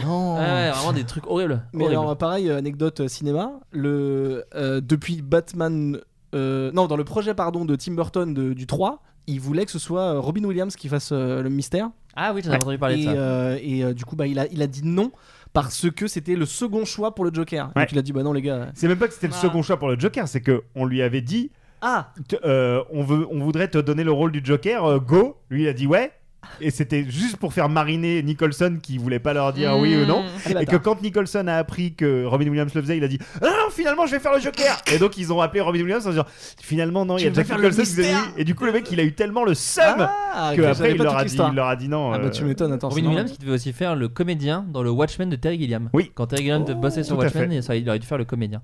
S4: Non.
S7: Ouais, Ah ouais, vraiment des trucs horribles.
S4: Mais
S7: horribles.
S4: alors, pareil, euh, anecdote euh, cinéma. Le, euh, depuis Batman. euh, non, dans le projet pardon, de Tim Burton de- du 3, il voulait que ce soit euh, Robin Williams qui fasse euh, le mystère.
S7: ah oui, j'en avais entendu parler
S4: et
S7: de ça.
S4: euh, et, euh, du coup, bah, il, a, il a dit non parce que c'était le second choix pour le Joker.
S9: Ouais.
S4: Donc il a dit bah non, les gars.
S9: C'est même pas que c'était le
S10: Ah.
S9: second choix pour le Joker, c'est que on lui avait dit
S4: Ah
S9: t- euh, on, veut, on voudrait te donner le rôle du Joker, euh, go. Lui, il a dit ouais. Et c'était juste pour faire mariner Nicholson qui voulait pas leur dire oui ou non.
S4: les
S9: Et que
S4: bâtards.
S9: quand Nicholson a appris que Robin Williams le faisait, il a dit Ah non, finalement je vais faire le Joker Et donc ils ont appelé Robin Williams en disant Finalement non, il y a
S4: Tu veux
S9: Jack
S4: faire le
S9: Nicholson qui faisait oui.
S4: mystère
S9: Et du coup le mec il a eu tellement le seum
S4: Ah,
S9: que
S4: ok,
S9: après
S4: j'avais
S9: il
S4: pas
S9: leur,
S4: toute
S9: a dit,
S4: l'histoire.
S9: il leur a dit non.
S4: Ah bah tu
S9: euh,
S4: m'étonnes, attends.
S7: Robin
S4: sinon-
S7: Williams qui devait aussi faire le comédien dans le Watchmen de Terry Gilliam.
S9: Oui.
S7: Quand Terry
S4: Oh,
S7: Gilliam bossait sur
S9: tout à
S7: Watchmen,
S9: fait.
S7: et ça, il aurait dû faire le comédien.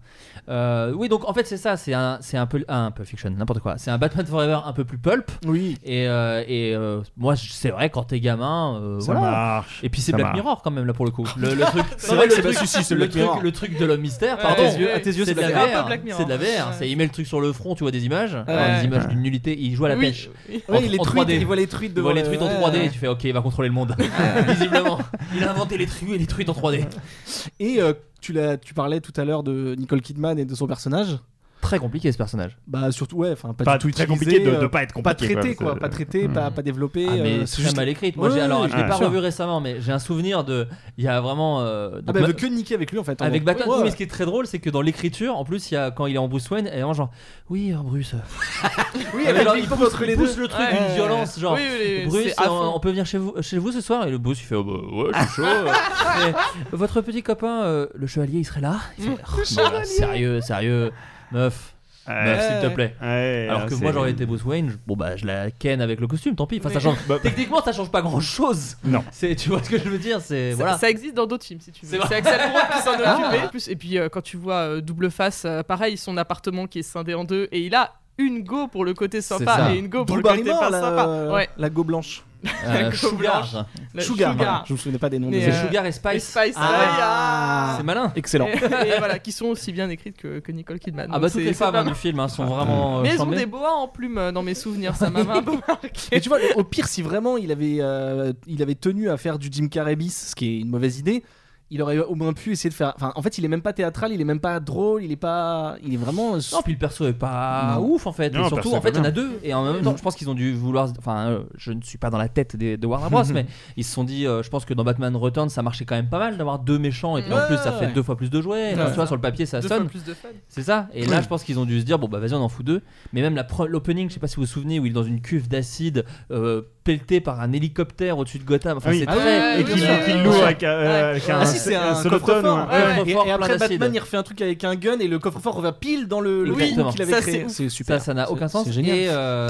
S7: Euh, oui, donc en fait, c'est ça. C'est un, c'est un peu, ah, un peu fiction, n'importe quoi. C'est un Batman Forever un peu plus pulp.
S4: Oui.
S7: Et, euh, et euh, moi, je- c'est vrai, quand t'es gamin, euh,
S9: Ça
S7: voilà.
S9: marche.
S7: Et puis c'est
S9: Ça
S7: Black
S9: marche.
S7: Mirror quand même là pour le coup. Le, le truc,
S4: C'est vrai que
S7: le
S4: c'est
S7: truc-
S4: pas- si, si, c'est
S7: le
S4: Black
S7: truc-
S4: Mirror.
S7: le truc de l'homme mystère,
S10: Ouais,
S7: pardon.
S10: à tes yeux- à tes
S4: yeux,
S7: c'est de la
S10: Mirror. Un
S7: VR.
S10: peu Black Mirror,
S7: C'est de la VR.
S10: ouais.
S7: C'est il met le truc sur le front, tu vois des images,
S4: Ouais.
S7: des images d'une nullité. Il joue à la pêche. En-
S4: Oui, les
S7: en
S4: truites,
S7: 3D.
S4: il voit les truites
S7: Tu vois
S4: devant
S7: les
S4: le-
S7: truites en
S4: ouais,
S7: 3D
S4: ouais.
S7: et tu fais ok, il va contrôler le monde. *laughs* Visiblement, il a inventé les trucs et les truites en 3D.
S4: *laughs* Et euh, tu, l'as- tu parlais tout à l'heure de Nicole Kidman et de son personnage.
S7: Très compliqué ce personnage.
S4: Bah surtout, ouais, enfin pas, du
S9: Pas
S4: tout
S9: très
S4: utilisé,
S9: compliqué de,
S4: euh,
S9: de pas être
S4: pas
S9: compliqué.
S4: traité
S9: quoi.
S4: quoi, pas traité,
S7: Hmm.
S4: pas, pas développé.
S7: Ah, mais
S4: euh,
S7: c'est
S4: c'est
S7: très
S4: juste-
S7: mal écrite. Moi,
S4: Ouais,
S7: j'ai- alors,
S4: ouais,
S7: je l'ai
S9: ouais,
S7: pas
S9: sûr.
S7: revu récemment, mais j'ai un souvenir de. Il y a vraiment. euh,
S4: Ah
S7: donc
S4: bah elle
S7: ma-
S4: veut que niquer avec lui en fait. en
S7: Avec
S4: gros.
S7: Batman,
S4: Ouais,
S7: oui, mais
S4: ouais.
S7: ce qui est très drôle, c'est que dans l'écriture, en plus, il y a, quand il est en Bruce Wayne, elle est vraiment genre, oui, alors Bruce. euh.
S4: *laughs* Oui,
S7: Ah, mais
S4: avec
S7: genre,
S4: Big
S7: il
S4: Bob
S7: pousse,
S4: entre
S7: il
S4: les deux.
S7: pousse le truc
S10: Ouais.
S7: d'une violence, genre,
S10: Oui, oui, oui,
S7: Bruce,
S10: c'est à
S7: on-
S10: fond.
S7: on peut venir chez vous, chez vous ce soir Et le Bruce, il fait, oh, bah, ouais, je
S4: *laughs*
S7: suis chaud. euh. Mais votre petit copain, euh, le chevalier, il serait là Il fait,
S4: Mmh.
S7: Oh, non, Sérieux, sérieux, meuf, meuf,
S9: Ouais.
S7: s'il te plaît.
S9: Ouais,
S7: Alors que
S9: c'est-
S7: moi j'aurais été Bruce Wayne, je- bon bah je la ken avec le costume, tant pis. Enfin ça change.
S9: Bah,
S7: Techniquement ça change pas grand chose.
S9: Non.
S7: C'est tu vois ce que je veux dire, c'est
S10: Ça,
S7: voilà.
S10: ça existe dans d'autres films si tu veux.
S7: C'est vrai. Ah.
S10: C'est Axel Rose
S7: *laughs*
S10: qui s'en est occupé. En plus, Et puis euh, quand tu vois euh, Double Face, euh, pareil, son appartement qui est scindé en deux et il a une go pour le côté
S7: C'est
S10: sympa
S7: ça.
S10: et une go pour
S4: Drew
S10: le côté
S4: Barrymore,
S10: pas
S4: la,
S10: sympa. Ouais,
S4: la go blanche.
S10: *laughs*
S7: Euh,
S10: Go
S7: Sugar.
S10: blanche. la
S4: Sugar. pardon. Je me souvenais pas des noms.
S10: Mais,
S7: C'est
S4: désolé.
S10: euh,
S7: Sugar et Spice.
S10: Et Spice.
S4: Ah.
S10: ouais, ah.
S7: C'est malin.
S10: *laughs*
S4: Excellent.
S10: Et, et voilà, qui sont aussi bien écrites que, que Nicole Kidman.
S7: Ah
S10: Donc
S7: bah toutes
S10: c'est-
S7: les
S10: c'est pas
S7: femmes hein,
S10: mal.
S7: du film hein, sont vraiment. euh,
S10: Mais elles ont
S7: chambrées.
S10: des boas en plume euh, dans mes souvenirs, ça m'a un peu marqué.
S4: Et tu vois, le- au pire, si vraiment il avait, euh, il avait tenu à faire du Jim Carrey bis, ce qui est une mauvaise idée, il aurait au moins pu essayer de faire. Enfin, en fait, il est même pas théâtral, il est même pas drôle, il est pas. Il est vraiment.
S7: Non, puis le perso est pas
S4: Non.
S7: ouf en fait.
S9: Non,
S7: et surtout,
S9: perso
S7: en fait,
S9: est
S7: il
S9: pas
S7: y en a deux. Et en même temps, je pense qu'ils ont dû vouloir. Enfin, euh, je ne suis pas dans la tête des- de Warner Bros. mais ils se sont dit, euh, je pense que dans Batman Returns, ça marchait quand même pas mal d'avoir deux méchants. Et puis en
S4: Ouais,
S7: plus, ça fait
S4: ouais.
S7: deux fois plus de jouets. Enfin,
S4: Ouais.
S7: tu vois, sur le papier, ça
S10: Deux fois
S7: sonne.
S10: plus de fun.
S7: C'est ça. Et là, je pense qu'ils ont dû se dire, bon, bah vas-y, on en fout deux. Mais même la pre- l'opening, je sais pas si vous vous souvenez, où il est dans une cuve d'acide euh, pelleté par un hélicoptère au-dessus de Gotham. Enfin,
S9: Oui.
S7: c'est
S9: Ah
S7: très.
S10: ouais, oui,
S9: Et qu'il
S10: oui, oui,
S9: qu'il
S10: oui.
S9: loue avec, euh,
S10: Ouais.
S9: avec
S4: Ah
S9: un,
S4: si, c'est un
S9: solotone,
S4: coffre-fort.
S9: ouais.
S4: ouais.
S7: Un
S4: Et,
S7: coffre-fort
S4: et
S7: plein
S4: après,
S7: d'acide.
S4: Batman, il refait un truc avec un gun et le coffre-fort revient pile dans le, le
S7: Oui,
S4: trou qu'il
S7: ça,
S4: avait créé.
S10: c'est ouf.
S4: C'est
S7: Ça,
S4: super.
S7: ça n'a
S4: C'est-
S7: aucun sens.
S4: C'est génial.
S7: Et euh,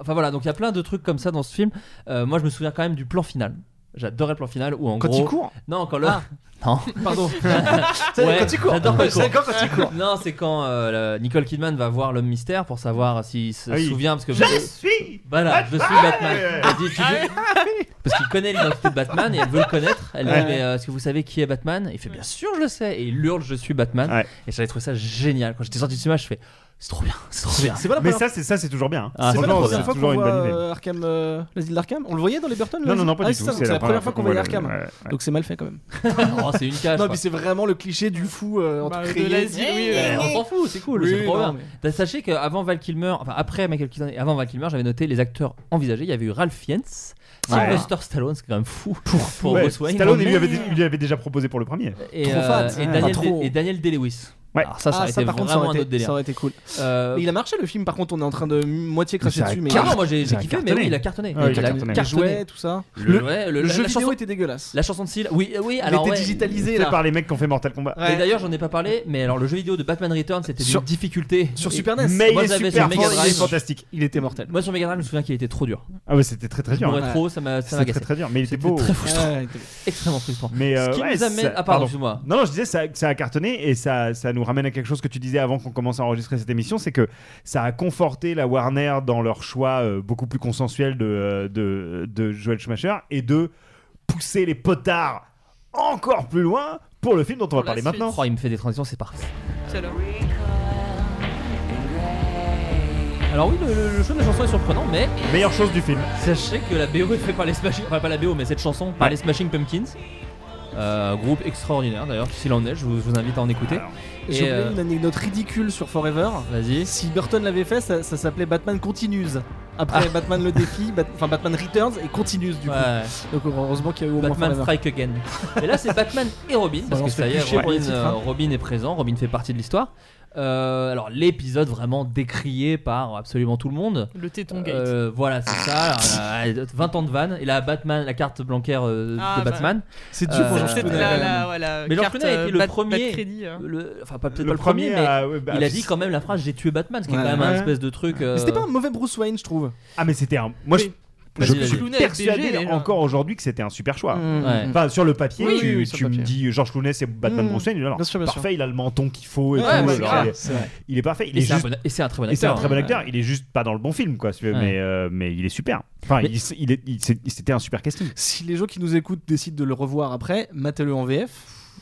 S7: enfin voilà, donc il y a plein de trucs comme ça dans ce film. Euh, moi, je me souviens quand même du plan final. J'adorais le plan final où en
S4: Quand
S7: gros.
S4: il court
S7: Non, quand le. *laughs* Non.
S4: Ah. *laughs* Pardon.
S7: *laughs*
S4: C'est
S7: Ouais,
S4: quand il court.
S7: J'adore quand il
S4: C'est
S7: court.
S4: quand quand il court.
S7: Non, c'est quand euh, le- Nicole Kidman va voir l'homme mystère pour savoir s'il se
S9: Ah oui.
S7: souvient parce que
S9: Je suis
S4: Ah
S7: voilà, je suis Batman. Elle dit, tu veux- Parce qu'il connaît l'identité de Batman et elle veut le connaître. lettre. Elle lui
S9: Ouais.
S7: dit mais, euh, Est-ce que vous savez qui est Batman Il fait Bien sûr, je le sais. Et il hurle Je suis Batman. Et j'avais trouvé ça génial. Quand j'étais sorti du cinéma, je fais C'est trop bien, c'est trop bien.
S4: C'est pas la
S9: Mais
S4: première-
S9: ça, c'est ça, c'est toujours bien. hein.
S7: Ah,
S4: c'est pas la
S9: Franchement,
S4: première
S9: c'est
S4: fois qu'on
S9: toujours une bonne
S4: voit
S9: idée.
S4: euh, Arkham, euh, l'asile d'Arkham. On le voyait dans les Burton
S9: Non, non, non, pas
S4: Ah,
S9: du
S4: c'est
S9: tout,
S4: ça, donc C'est la première fois qu'on voyait
S9: le-
S4: Arkham.
S9: ouais, ouais.
S4: Donc c'est mal fait quand même.
S7: *laughs* Oh, c'est une cage.
S4: Non,
S7: quoi.
S4: mais c'est vraiment le cliché du fou euh, en
S10: Bah,
S4: tout
S10: de
S4: créé.
S10: l'asile, oui,
S7: Eh, on s'en fout, c'est cool,
S4: Oui,
S7: c'est trop
S4: non,
S7: bien.
S4: mais-
S7: Bah, Sachez qu'avant Val Kilmer, enfin après Michael Keaton et avant Val Kilmer, j'avais noté les acteurs envisagés. Il y avait eu Ralph Fiennes, Sylvester Stallone, c'est quand même fou pour, pour
S9: Ouais,
S7: Bruce Wayne.
S9: Stallone, il lui,
S7: Merde.
S9: avait, il lui avait déjà proposé pour le premier.
S7: et,
S4: Trop
S7: euh,
S4: fat. Ouais.
S7: et Daniel,
S4: Pas trop.
S7: Day- et Daniel Day-Lewis.
S9: Ouais.
S7: Alors ça, ça
S4: Ah,
S7: aurait été
S4: par contre, ça aurait
S7: vraiment un
S4: été-
S7: autre délire.
S4: Ça aurait été cool.
S7: Euh,
S4: Mais il a marché le film, par contre, on est en train de moitié cracher
S9: ça a
S4: dessus. Mais
S7: ah non, moi j'ai j'ai
S9: a
S7: kiffé, mais
S9: cartonné.
S7: oui, il a cartonné.
S9: Ah, il a
S7: Il a
S9: cartonné.
S4: les
S7: cartonné.
S4: jouets, tout ça.
S7: Le, ouais, le-
S4: Le
S7: la,
S4: jeu
S7: la
S4: vidéo
S7: chanson,
S4: était dégueulasse.
S7: la chanson de Seal, oui, euh, oui.
S4: Il
S7: Alors
S4: était
S7: ouais.
S4: digitalisé
S9: Fait
S4: là.
S9: par les mecs qui ont fait Mortal Kombat.
S7: Mais d'ailleurs, j'en ai pas parlé, mais alors le jeu vidéo de Batman Returns, c'était
S4: Sur-
S7: une difficulté.
S4: Sur
S7: Et-
S4: Super NES.
S9: Mais il
S7: Moi,
S9: est
S7: j'avais
S9: super
S7: sur
S9: fort,
S7: Mega
S9: il est
S7: Drive.
S9: fantastique.
S4: Il était mortel.
S7: Moi sur Mega Drive, je me souviens qu'il était trop dur.
S9: Ah ouais, c'était très très
S7: Je
S9: dur. hein.
S7: bourrais trop, ça m'a ça m'a agacé.
S9: C'était très très dur, mais il était
S7: C'était
S9: beau.
S7: très frustrant,
S4: Ouais, il était-
S7: extrêmement frustrant.
S9: Mais
S7: Ce qui
S9: euh, ouais,
S7: nous amène.
S9: ça-
S7: Ah,
S9: pardon.
S7: pardon, moi
S9: Non, non, je disais, ça, ça a cartonné et ça, ça nous ramène à quelque chose que tu disais avant qu'on commence à enregistrer cette émission, c'est que ça a conforté la Warner dans leur choix euh, beaucoup plus consensuel de, euh, de, de Joel Schumacher et de pousser les potards encore plus loin pour le film dont on va
S10: la
S9: parler
S10: suite.
S9: maintenant.
S7: Oh, il me fait des transitions, c'est parfait.
S10: Quel homme.
S7: Alors oui, le, le- le choix de la chanson est surprenant, mais
S9: Meilleure chose du film.
S7: sachez que la BO est faite par les Smashing, enfin pas la BO, mais cette chanson par
S9: Ouais.
S7: les Smashing Pumpkins, Euh, groupe extraordinaire d'ailleurs. S'il en est, je vous, je vous invite à en écouter.
S9: Alors,
S7: Et,
S4: J'ai oublié
S7: euh,
S4: une anecdote ridicule sur Forever.
S7: Vas-y.
S4: Si Burton l'avait fait, ça, ça s'appelait Batman Continues. Après Batman le défi, Bat- enfin Batman Returns et Continues du coup.
S7: Ah. Ouais.
S4: Donc heureusement qu'il y a eu au moins
S7: Batman
S4: Forever.
S7: Strike
S4: *laughs*
S7: Again. Mais là, c'est Batman et Robin, parce
S4: Bon, on
S7: que
S4: se fait
S7: ça y est,
S4: plus chier pour les
S7: Robin,
S4: titres,
S7: euh,
S4: hein.
S7: Robin est présent, Robin fait partie de l'histoire. Euh, alors, l'épisode vraiment décrié par absolument tout le monde.
S10: Le téton gate.
S7: Euh, voilà, c'est ça. Alors, là, 20 ans de vanne. Et la Batman, la carte blancaire euh,
S10: Ah,
S7: de
S10: bah.
S7: Batman.
S4: C'est dur pour
S7: Euh,
S4: Jean
S10: C'est
S4: Clooney.
S10: la, la, ouais, la
S7: Mais Jean
S10: carte,
S7: Clooney a été
S10: euh,
S7: le
S10: bat-
S7: premier-
S10: bat crédit, hein.
S7: Le- enfin, pas- peut-être pas le premier, mais
S9: ah, ouais, bah,
S7: il a dit quand même la phrase J'ai tué Batman, ce qui est
S4: Ouais.
S7: quand même un
S9: Ouais.
S7: espèce de truc. euh,
S4: Mais C'était pas un mauvais Bruce Wayne, je trouve.
S9: Ah, mais c'était un. Moi, je-
S10: Oui.
S9: je,
S7: Vas-y, vas-y.
S9: suis
S10: Clooney avec BG,
S9: persuadé
S10: déjà.
S9: encore aujourd'hui que c'était un super choix.
S7: Ouais.
S9: Enfin, sur le papier,
S4: Mmh. Oui,
S9: tu,
S4: oui, sur
S9: tu
S4: le
S9: me
S4: papier.
S9: dis George Clooney, c'est Batman
S4: Mmh.
S9: Bruce Wayne. Alors,
S4: Bien sûr, bien sûr.
S9: parfait, il a le menton qu'il faut et
S4: Ouais,
S9: tout.
S4: mais
S9: alors,
S4: grave,
S9: il, est,
S4: c'est vrai.
S9: il est parfait. Il
S7: Et
S9: est
S7: c'est un
S9: juste-
S7: bon- et c'est un très bon
S9: et c'est un
S7: acteur.
S9: très bon
S7: hein.
S9: acteur. Il est juste pas dans le bon film, quoi. si tu veux,
S7: Ouais.
S9: Mais, euh, mais il est super. Enfin,
S7: Mais-
S9: il s- il est- il- c'est- c'était un super casting.
S4: Si les gens qui nous écoutent décident de le revoir après, matez-le en VF.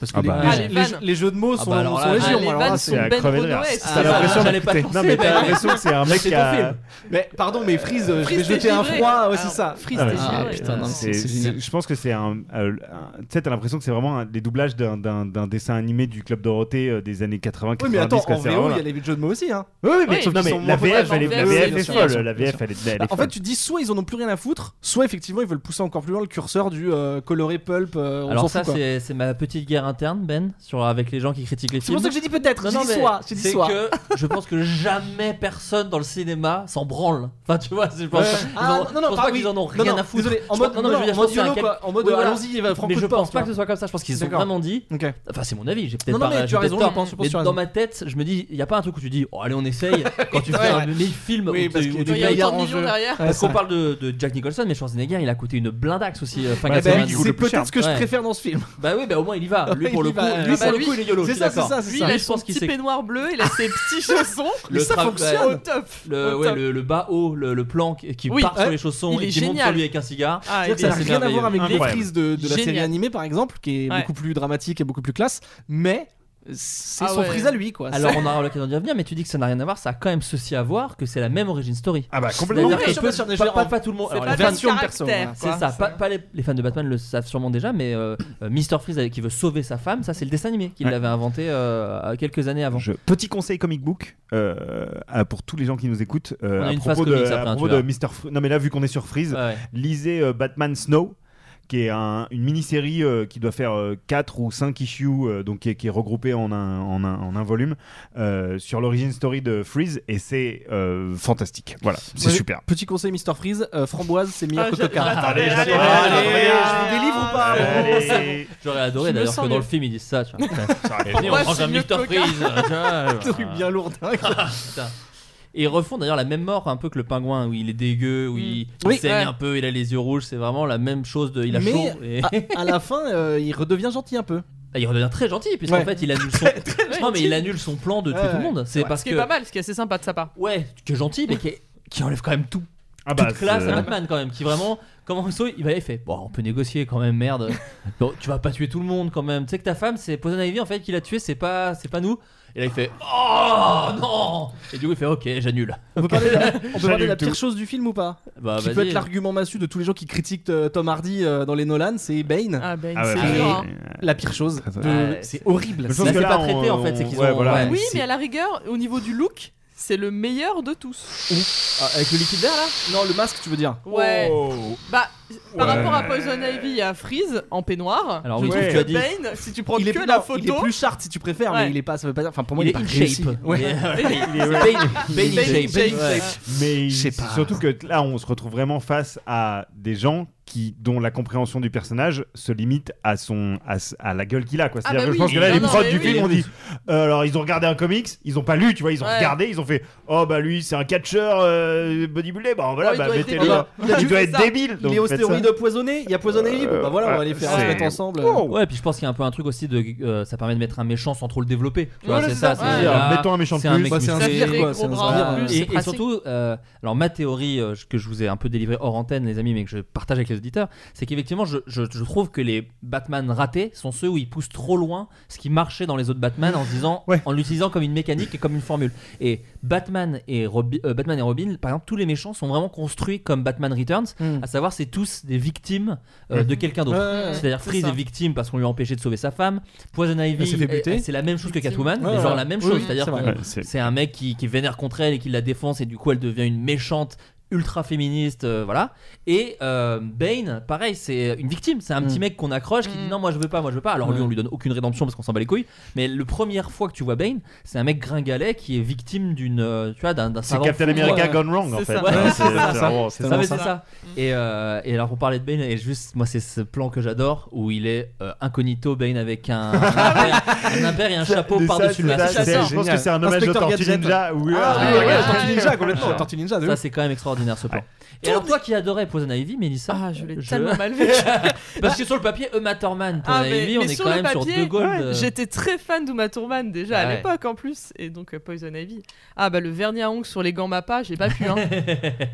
S4: Parce que
S9: Ah
S4: les,
S9: bah.
S4: les-
S10: Ah, les
S4: les-
S10: vannes.
S4: les jeux de mots
S7: Ah
S4: sont,
S7: bah alors
S4: sont
S7: là,
S10: Ah,
S4: légions.
S10: les
S4: alors là,
S10: vannes
S4: c'est-
S10: sont
S9: à
S10: Ben
S9: crever de rire.
S10: Renaud et
S9: T'as
S7: Ah,
S9: l'impression
S7: j'allais pas
S9: t'es-
S7: penser,
S9: non, mais
S7: mais-
S9: t'as l'impression que c'est un mec
S7: c'est
S9: qui
S7: ton
S9: a-
S7: film.
S4: Mais pardon, mais Freeze, euh, je vais
S10: Freeze
S4: jeter un
S10: dégivré.
S4: froid,
S10: Ah,
S4: ouais, c'est ça.
S10: Freeze
S9: Ah ouais,
S10: dégivré.
S4: Ah,
S9: c'est-
S4: putain, non, c'est
S9: c'est-
S4: c'est
S9: c'est-
S4: génial.
S9: Je pense que c'est un. euh, un- Tu sais, t'as l'impression que c'est vraiment un- des doublages d'un- d'un d'un dessin animé du Club Dorothée euh, des années 80.
S4: Oui, mais attends,
S9: 90, quoi,
S4: en
S9: c'est vraiment
S4: VO, il y
S9: là.
S4: a les jeux de mots aussi. Hein.
S9: Oui, oui, mais,
S10: Oui,
S9: sauf- non,
S4: qui
S9: mais
S4: sont
S9: la
S4: moins
S9: VF, elle est,
S10: populaires,
S9: la
S10: bien
S9: VF,
S10: sûr,
S9: est
S10: bien
S9: folle.
S10: sûr.
S9: La VF, elle est, elle est
S4: Bah, en
S9: folle.
S4: fait, tu te dis soit ils en ont plus rien à foutre, soit effectivement ils veulent pousser encore plus loin le curseur du euh, coloré pulp. euh, on s'en
S7: Alors, ça,
S4: fout, quoi.
S7: c'est c'est ma petite guerre interne, Ben, sur, avec les gens qui critiquent les
S4: C'est
S7: films.
S4: pour ça que j'ai dit peut-être,
S7: Non,
S4: j'ai
S7: non,
S4: dit
S7: mais
S4: soit, j'ai dit
S7: c'est
S4: soit.
S7: que je pense que jamais personne dans le cinéma s'en branle. Enfin, tu vois, je pense,
S4: Ouais.
S7: ils
S4: Ah,
S7: en-
S4: non, non,
S7: je pense
S4: pardon,
S7: pas qu'ils en ont
S4: Non,
S7: rien
S4: non,
S7: à foutre.
S4: Désolé, en
S7: Je
S4: mode,
S7: pense- non,
S4: non,
S7: mais
S4: non,
S7: je veux dire,
S4: en
S7: je pense
S4: mode
S7: qu'il y a
S4: YOLO,
S7: un
S4: quoi, en mode
S7: Oui,
S4: euh,
S7: voilà.
S4: allons-y, il va franco
S7: mais
S4: de
S7: je
S4: porte,
S7: pense pas
S4: tu
S7: que ce soit comme ça. Je pense qu'ils ont
S4: D'accord.
S7: vraiment dit.
S4: vois. Ok.
S7: Enfin, c'est mon avis. J'ai
S4: Non,
S7: peut-être
S4: non,
S7: pas.
S4: mais tu
S7: j'ai
S4: as
S7: peut-être
S4: raison,
S7: tort,
S4: je pense- je pense
S7: mais
S4: que tu as
S7: dans
S4: raison.
S7: ma tête, je me dis, il y a pas un truc où tu dis, oh, allez,
S4: *laughs*
S7: on essaye. Quand tu
S4: Ouais,
S7: fais un
S4: ouais.
S7: mille-film,
S4: Oui,
S7: où
S4: parce
S7: tu-
S4: qu'il
S7: où
S4: y
S7: tu
S4: a
S10: Il y
S7: vas
S10: a
S4: eu
S7: y
S4: un
S10: autant de
S4: en
S10: millions
S4: jeu.
S10: derrière.
S7: Parce
S4: Ouais,
S7: qu'on parle de, de Jack Nicholson, mais Schwarzenegger, il a coûté une blindaxe aussi. euh, Fin
S9: Eh
S4: Eh ben,
S7: 90.
S9: coûte
S4: c'est
S9: le plus cher.
S4: peut-être ce que je
S7: Ouais.
S4: préfère dans ce film.
S7: Bah oui, bah au moins il y va.
S4: *laughs*
S7: Lui
S4: Il
S7: pour le
S4: y
S7: coup,
S4: va, euh,
S7: lui,
S4: bah
S7: pour le
S4: lui,
S7: coup, il est yolo. je
S4: C'est
S7: suis
S4: ça, c'est
S7: d'accord.
S4: ça, c'est
S10: Lui,
S4: ça.
S10: il a
S7: je pense
S10: son
S7: qu'il
S10: petit
S7: sait-
S10: peignoir bleu, il a ses
S7: *laughs*
S10: petits chaussons.
S4: Mais ça
S7: tra-
S4: fonctionne.
S10: Au top.
S7: Le,
S10: au
S7: ouais,
S10: top.
S7: le, le bas haut, le, le plan qui qui
S10: Oui,
S7: part
S4: ouais.
S7: sur les chaussons
S10: Il
S7: et
S10: est
S7: qui monte sur
S10: génial.
S7: lui avec un cigare.
S10: Ah,
S7: C'est-à-dire
S10: il est-
S4: Ça n'a
S7: c'est
S4: rien à
S7: merveilleux.
S4: voir avec les
S9: Incroyable.
S4: prises de, de la série
S10: Génial.
S4: animée par exemple, qui est
S10: Ouais.
S4: beaucoup plus dramatique et beaucoup plus classe, mais c'est
S10: Ah
S4: son
S10: ouais.
S4: frise à lui quoi.
S7: Alors on aura l'occasion d'y revenir, mais tu dis que ça n'a rien à voir, ça a quand même ceci à voir que c'est la même origin story.
S9: Ah bah complètement.
S7: C'est-à-dire
S4: oui,
S7: que
S4: je
S7: peu-
S4: me souviens déjà
S7: pas, pas,
S4: en-
S7: pas tout le monde.
S10: c'est
S7: alors,
S10: pas
S7: les
S10: la
S7: fans-
S10: même
S4: version perso.
S10: caractère,
S4: voilà.
S10: quoi.
S7: c'est ça, pas, pas les, les fans de Batman le savent sûrement déjà, mais euh, euh, Mr. Freeze euh, qui veut sauver sa femme, ça c'est le dessin animé qu'il
S9: Ouais.
S7: avait inventé euh, quelques années avant.
S9: Je- Petit conseil comic book euh, à- pour tous les gens qui nous écoutent euh,
S7: On a
S9: à
S7: une
S9: propos
S7: phase
S9: de,
S7: comics
S9: à
S7: après, hein,
S9: propos
S7: tu
S9: de
S7: vois.
S9: Mr. Fr- Non mais là vu qu'on est sur Freeze,
S7: Ouais.
S9: lisez euh, Batman Snow qui est un- une mini-série euh, qui doit faire 4 ou 5 issues, euh, donc qui est, qui est regroupée en un, en un- en un volume, euh, sur l'origine story de Freeze, et c'est euh, fantastique. Voilà, c'est
S4: Ouais.
S9: super.
S4: Petit conseil, Mister Freeze, euh, framboise c'est meilleur
S10: Ah,
S4: que
S10: j'ai-
S4: coca.
S9: Attendez,
S10: Allez,
S9: j'attendais,
S10: allez,
S9: j'attendais.
S4: allez, je vous délivre ou pas
S9: Allez.
S7: J'aurais adoré
S10: Je me
S7: d'ailleurs
S10: sens
S7: que dans
S10: mieux.
S7: le film ils disent ça. Tu vois. Venez, on
S10: Moi,
S7: mange
S10: c'est
S7: un
S10: mieux
S7: Mr.
S10: que Coca.
S4: *laughs*
S7: Freeze. euh, tu vois,
S4: Un truc
S7: voilà.
S4: bien lourd, hein. dingue.
S7: Et ils refont d'ailleurs la même mort un peu que le pingouin où il est dégueu, où il, il
S4: Mm. Oui,
S7: saigne
S10: ouais.
S7: un peu, il a les yeux rouges, c'est vraiment la même chose de il a
S4: Mais-
S7: chaud et
S4: À la fin, euh, il redevient gentil un peu.
S7: *laughs* Ah, il redevient très gentil puisqu'en
S4: Ouais.
S7: fait
S4: *laughs*
S7: il annule son non mais il annule son plan de tuer
S4: Ouais,
S7: tout le monde, c'est parce
S10: Ce qui
S7: que
S10: est pas mal, ce qui est assez sympa de sa part.
S7: ouais, qui est gentil mais qui, est- qui enlève quand même tout
S9: Ah bah,
S7: toute classe
S9: c'est-
S7: à Batman quand même, qui vraiment, comme Rousseau, il va il fait Bon, on peut négocier quand même,
S9: *laughs*
S7: merde. Bon, tu vas pas tuer tout le monde quand même. Tu sais que ta femme, c'est Poison Ivy en fait qui l'a tué, c'est pas, c'est pas nous. Et là, il fait Oh non Et du coup, il fait Ok, j'annule.
S4: On peut parler de la, on peut parler de la
S7: J'annule
S4: pire
S7: tout.
S4: chose du film ou pas
S7: Bah,
S4: Qui peut
S7: vas-y.
S4: être l'argument massu de tous les gens qui critiquent euh, Tom Hardy euh, dans les Nolan, c'est Bane.
S10: Ah, Bane,
S9: Ah ouais,
S4: c'est
S9: c'est bah, dur, hein.
S4: la pire chose.
S9: Très, très-
S4: de-
S7: Ouais,
S4: c'est
S7: c'est-
S4: horrible.
S9: Je
S4: C'est
S9: pense que
S7: c'est
S9: là,
S7: pas
S9: on-
S7: traité en fait, c'est qu'ils
S9: ouais,
S7: ont.
S9: voilà.
S7: ouais,
S10: Oui,
S7: c'est-
S10: mais à la rigueur, au niveau du look, c'est le meilleur de tous.
S7: Ah, avec le liquide vert là
S4: Non, le masque, tu veux dire
S10: Ouais.
S9: Oh.
S10: Bah, par
S9: Ouais.
S10: rapport à Poison Ivy et à Freeze en peignoir,
S7: Alors
S10: je
S7: oui,
S10: trouve
S9: ouais.
S10: que
S7: tu as dit.
S10: Bane, si tu prends
S4: il est,
S10: que
S4: non,
S10: la
S4: il est
S10: photo,
S4: plus chart si tu préfères,
S10: Ouais.
S4: mais il est pas, ça veut pas dire. Enfin, pour moi,
S7: Il
S4: il,
S7: est
S4: pas
S7: in
S4: réussi.
S7: shape.
S4: Ouais.
S7: Il est-
S9: Il est- ouais.
S7: Bane- Bane
S10: Bane
S7: in
S10: in shape,
S7: shape.
S10: ouais.
S9: Mais
S4: Je sais
S9: c'est
S4: pas.
S9: surtout que là, on se retrouve vraiment face à des gens qui dont la compréhension du personnage se limite à son à, s- à la gueule qu'il a quoi.
S10: Ah
S9: C'est-à-dire
S10: bah
S9: que je
S10: oui,
S9: pense que là
S10: non,
S9: les
S10: non,
S9: prods
S10: mais
S9: du
S10: oui.
S9: film ont dit euh, alors ils ont regardé un comics, ils ont pas lu, tu vois, ils ont
S10: Ouais.
S9: regardé, ils ont fait oh bah lui c'est un catcheur euh, bodybuildé, bah voilà,
S10: Ouais, Oh, il
S9: bah
S10: doit être
S9: mettez-le.
S10: débile.
S9: là.
S10: Il a dû
S9: Il doit
S10: faire
S9: être
S10: ça.
S9: débile.
S4: Il
S9: donc
S4: est aux
S9: faites ça.
S4: stéroïdes empoisonnés, il y a poisonné, bon bah voilà, on va les
S7: Euh,
S4: faire se
S9: Ah, c'est-
S4: mettre ensemble.
S9: Oh.
S7: Ouais, puis je pense qu'il y a un peu un truc aussi de. euh, ça permet de mettre un méchant sans trop le développer. Tu vois,
S10: Voilà,
S7: c'est
S10: c'est
S7: ça.
S10: ça.
S7: c'est
S10: Ouais.
S7: dire, ah,
S9: Mettons un méchant de
S7: c'est un
S9: plus.
S7: mec
S4: Bah, c'est un
S7: musclé.
S4: sbire,
S10: viré,
S4: quoi,
S10: gros
S4: c'est un
S10: bras en
S4: sbire.
S10: plus,
S7: et,
S10: c'est
S7: et
S10: pratique.
S7: surtout, euh, alors ma théorie euh, que je vous ai un peu délivrée hors antenne, les amis, mais que je partage avec les auditeurs, c'est qu'effectivement, je, je- je trouve que les Batman ratés sont ceux où ils poussent trop loin ce qui marchait dans les autres Batman en se disant,
S9: Ouais.
S7: en l'utilisant comme une mécanique et comme une formule. Et Batman et Robi- euh, Batman et Robin, par exemple, tous les méchants sont vraiment construits comme Batman Returns,
S4: Hmm.
S7: à savoir c'est tous des victimes euh, de quelqu'un d'autre.
S4: Ouais,
S7: C'est-à-dire
S4: c'est
S7: Freeze
S4: ça.
S7: est victime parce qu'on lui a empêché de sauver sa femme. Poison Ivy,
S4: Elle s'est fait buter.
S7: eh, eh, c'est la même chose que Catwoman,
S4: Ouais,
S7: mais genre
S4: ouais.
S7: la même
S4: Oui,
S7: chose.
S4: oui,
S7: C'est-à-dire
S4: c'est
S7: qu'on-
S4: vrai.
S9: Ouais, c'est-
S7: c'est un mec qui, qui vénère contre elle et qui la défonce et du coup elle devient une méchante ultra féministe, euh, voilà. Et euh, Bane, pareil, c'est une victime, c'est un petit
S4: Mm.
S7: mec qu'on accroche qui dit
S10: Mm.
S7: non moi je veux pas, moi je veux pas. Alors lui
S4: Ouais.
S7: on lui donne aucune rédemption parce qu'on s'en bat les couilles. Mais la première fois que tu vois Bane, c'est un mec gringalet qui est victime d'une, euh, tu vois, d'un d'un
S9: C'est
S7: savant
S9: Captain
S7: fou.
S9: America
S4: Ouais.
S9: gone wrong en
S10: C'est
S9: fait.
S10: ça.
S7: *laughs* Ouais,
S9: Ouais,
S7: c'est ça,
S9: c'est
S7: ça.
S9: vraiment- c'est
S7: Ah, mais
S9: ça.
S7: c'est ça. Et, euh, et alors pour parler de Bane, et juste moi c'est ce plan que j'adore où il est euh, incognito Bane avec un, un,
S9: *laughs*
S7: impair, un impair et un chapeau
S9: Mais ça,
S7: par-dessus le
S9: c'est-
S7: masque.
S9: c'est-
S4: ça,
S9: Je pense que
S4: génial.
S9: c'est un hommage de
S4: Inspecteur
S9: Tortue
S4: Gadget.
S9: Ninja. Oui,
S4: Ah,
S9: ah,
S4: oui,
S9: oui,
S4: ouais,
S9: oui.
S4: Tortue
S10: ouais.
S4: Ninja complètement,
S7: Ouais.
S4: Tortue Ninja de
S7: Ça
S4: ouf.
S7: c'est quand même extraordinaire ce plan. Et alors toi qui adorais Poison Ivy, Mélissa
S10: ah, je l'ai tellement
S7: *laughs*
S10: mal vécu.
S7: Parce que sur le papier, Emma Thurman, Poison
S10: Ah, mais-
S7: Ivy, on
S10: mais
S7: est
S10: sur
S7: quand
S10: le
S7: même sur
S10: papier,
S7: deux Gold.
S10: J'étais très fan d'Uma Thurman déjà à
S7: Ouais.
S10: l'époque en plus, et donc euh, Poison Ivy. Ah bah le vernis à ongles sur les gants Mappa, j'ai pas pu.
S7: *laughs*
S10: Hein.